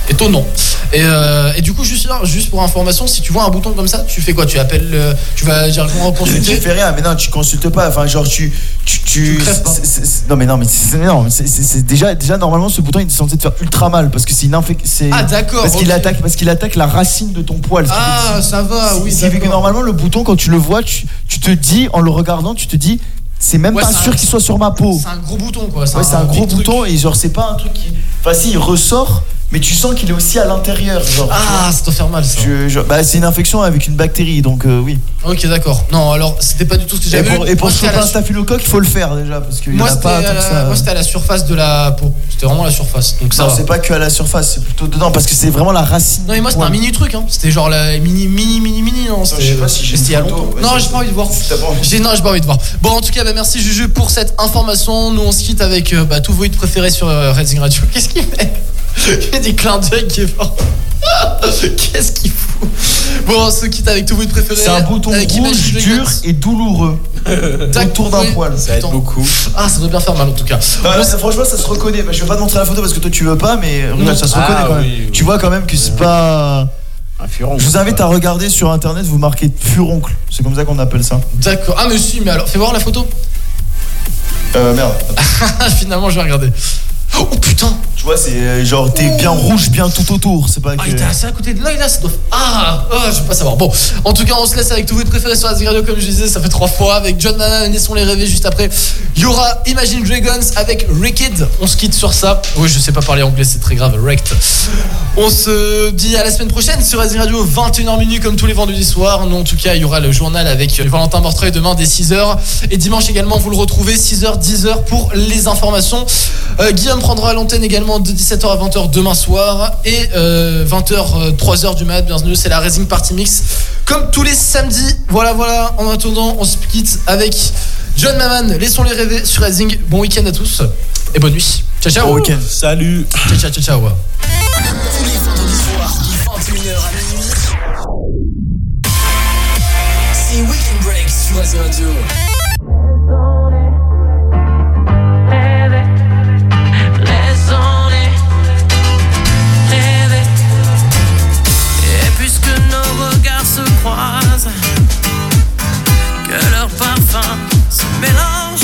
Speaker 1: Étonnant. Et, euh, et du coup, juste là, juste pour information, si tu vois un bouton comme ça, tu fais quoi Tu appelles, euh, tu vas directement
Speaker 2: Tu *laughs*
Speaker 1: consulter.
Speaker 2: fais rien, mais non, tu consultes pas. Enfin, genre, tu. tu, tu,
Speaker 1: crèves pas.
Speaker 2: c'est- c'est- c'est- non, mais non, mais c'est non, mais c'est- c'est- c'est déjà, déjà, normalement, ce bouton, il est censé te faire ultra mal parce que c'est une infection.
Speaker 1: Ah, d'accord,
Speaker 2: Parce qu'il
Speaker 1: ok.
Speaker 2: attaque, parce qu'il attaque la racine de ton poil. ce qui
Speaker 1: Ah, ça va, oui.
Speaker 2: ce qui fait que
Speaker 1: d'accord.
Speaker 2: normalement, le bouton, quand tu le vois, tu, tu te dis, en le regardant, tu te dis, c'est même
Speaker 1: Ouais,
Speaker 2: pas
Speaker 1: c'est un-
Speaker 2: sûr qu'il soit sur ma peau.
Speaker 1: C'est un gros bouton, quoi.
Speaker 2: Ouais, c'est un
Speaker 1: big
Speaker 2: gros
Speaker 1: truc.
Speaker 2: bouton et genre, c'est pas un truc qui. Enfin, si, il ressort, mais tu sens qu'il est aussi à l'intérieur. Genre, tu
Speaker 1: Ah, ça doit faire mal, ça.
Speaker 2: vois. Tu- genre, bah, c'est une infection avec une bactérie, donc euh, oui.
Speaker 1: Ok, d'accord. Non, alors, c'était pas du tout ce que
Speaker 2: Et
Speaker 1: j'avais
Speaker 2: pour,
Speaker 1: vu.
Speaker 2: et pour
Speaker 1: Moi,
Speaker 2: se
Speaker 1: c'était à
Speaker 2: choper
Speaker 1: la
Speaker 2: un staphylocoque, il faut le faire déjà, parce qu'il n'y en
Speaker 1: Moi,
Speaker 2: a
Speaker 1: c'était
Speaker 2: pas
Speaker 1: à,
Speaker 2: tant que
Speaker 1: la...
Speaker 2: ça.
Speaker 1: moi, c'était à la surface de la peau. C'était vraiment à la surface. Donc ça
Speaker 2: non,
Speaker 1: va.
Speaker 2: c'est pas que à la surface, c'est plutôt dedans, parce que c'est vraiment la racine.
Speaker 1: Non, mais moi, c'était un mini truc. Hein. C'était genre la mini, mini, mini, mini. Non, c'était-
Speaker 2: je sais pas si j'ai
Speaker 1: c'était il y a
Speaker 2: une photo,
Speaker 1: longtemps.
Speaker 2: ouais,
Speaker 1: Non,
Speaker 2: c'est-
Speaker 1: j'ai pas envie de voir. J'ai- Non, j'ai pas envie de voir. Bon, en tout cas, bah, merci Juju pour cette information. Nous, on se quitte avec euh, bah, tous vos hits préférés sur euh, Red Zing Radio. *laughs* Qu'est-ce qu'il fait Il fait des clins d'œil qui est fort. *laughs* Qu'est-ce qu'il fout Bon, on se quitte avec tous vos hits préférés.
Speaker 2: C'est un bouton
Speaker 1: Avec Imagine
Speaker 2: rouge,
Speaker 1: Dragons.
Speaker 2: dur et
Speaker 1: *laughs*
Speaker 2: douloureux. Autour d'un
Speaker 1: oui.
Speaker 2: poil.
Speaker 1: Ça aide Putain.
Speaker 2: beaucoup.
Speaker 1: Ah, ça doit bien faire mal en tout cas. *laughs*
Speaker 2: franchement, ça se reconnaît. Bah, je vais pas te montrer la photo parce que toi tu veux pas, mais regarde, ça se
Speaker 1: Ah,
Speaker 2: reconnaît quand même. Tu vois quand même que c'est pas. je vous invite à regarder sur internet, vous marquez furoncle. C'est comme ça qu'on appelle ça.
Speaker 1: D'accord. Ah, mais si, mais alors, fais voir la photo.
Speaker 2: Euh, merde.
Speaker 1: Finalement, je vais regarder. Oh putain
Speaker 2: Tu vois, c'est euh, genre t'es bien rouge, bien tout autour. C'est pas que.
Speaker 1: Ah, il était assez à côté de là, il a cette offre. Ah, ah, je peux pas savoir. Bon, en tout cas, on se laisse avec tous vos préférés sur Azig Radio, comme je disais, ça fait trois fois. Avec John Manan, laissons les rêver juste après. Il y aura Imagine Dragons avec Wrecked. On se quitte sur ça. Oui, je sais pas parler anglais, c'est très grave. Wrecked. On se dit à la semaine prochaine sur Azig Radio, 21h minuit, comme tous les vendredis soirs. Nous, en tout cas, il y aura le journal avec euh, Valentin Mortreuil demain dès 6h. Et dimanche également, vous le retrouvez 6h, 10h pour les informations. Euh, Guillaume prendra l'antenne également de 17h à 20h demain soir et euh, 20h, 3h du mat. Bienvenue, c'est la Racing Party Mix comme tous les samedis. Voilà, voilà. En attendant, on se quitte avec John Maman. Laissons les rêver sur Racing. Bon week-end à tous et bonne nuit. Ciao, ciao.
Speaker 2: Bon week-end.
Speaker 1: Salut. Ciao, ciao, ciao, ciao.
Speaker 11: Tous les vendredis soirs, de 21h à minuit. C'est Weekend Break sur Azure Radio.
Speaker 23: Et puisque nos regards se croisent, que leur parfum se mélange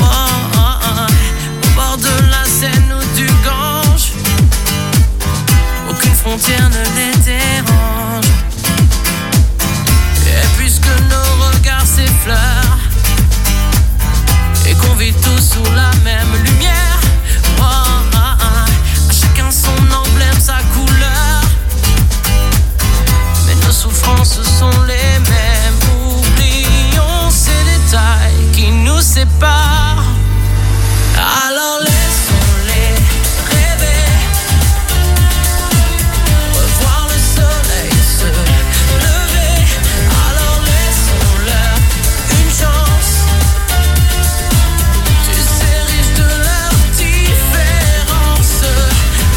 Speaker 23: oh, oh, oh, au bord de la Seine ou du Gange, aucune frontière ne les dérange. Et puisque nos regards s'effleurent,
Speaker 26: ah, pourtant ce sont les mêmes. Oublions ces détails qui nous séparent. Alors laissons-les rêver. Revoir le soleil se lever. Alors laissons-leur une chance. Tu sais, riche de leurs différences.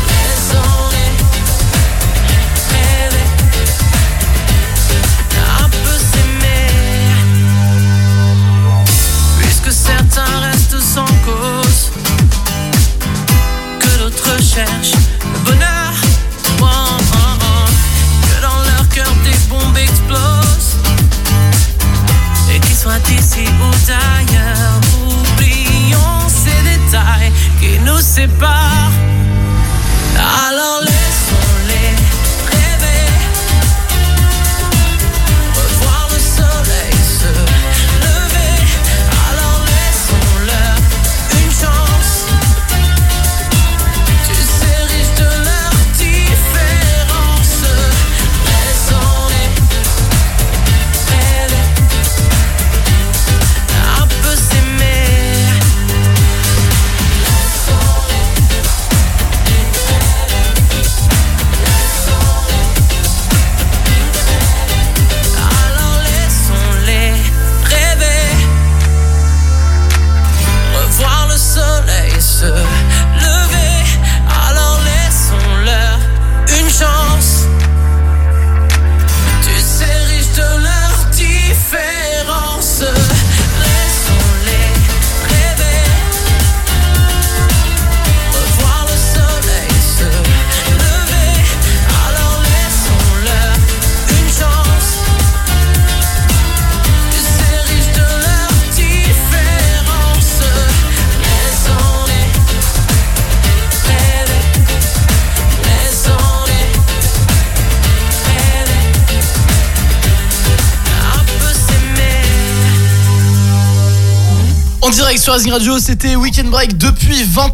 Speaker 26: Laissons-les rêver. Un peu s'aimer. Puisque certains restent sans cause. Que d'autres cherchent le bonheur. Oh, oh, oh. Que dans leur cœur des bombes explosent. Et qu'ils soient ici ou d'ailleurs. Oublions ces détails qui nous séparent. Alors laissons-les rêver. Revoir le soleil se lever. Alors laissons-leur une chance. Tu sais, riche de leurs différences. Laissons-les rêver. Un peu s'aimer. Alors laissons-les rêver. Revoir le soleil se lever. Alors laissons-leur une chance. Tu sais, riche de leurs différences. Laissons-les rêver. Revoir le soleil se lever. Alors laissons-leur une chance. Tu sais, riche de leurs différences. Laissons-les rêver. Laissons-les rêver. Un peu s'aimer.
Speaker 1: En direct sur Asing Radio, c'était Weekend Break depuis 21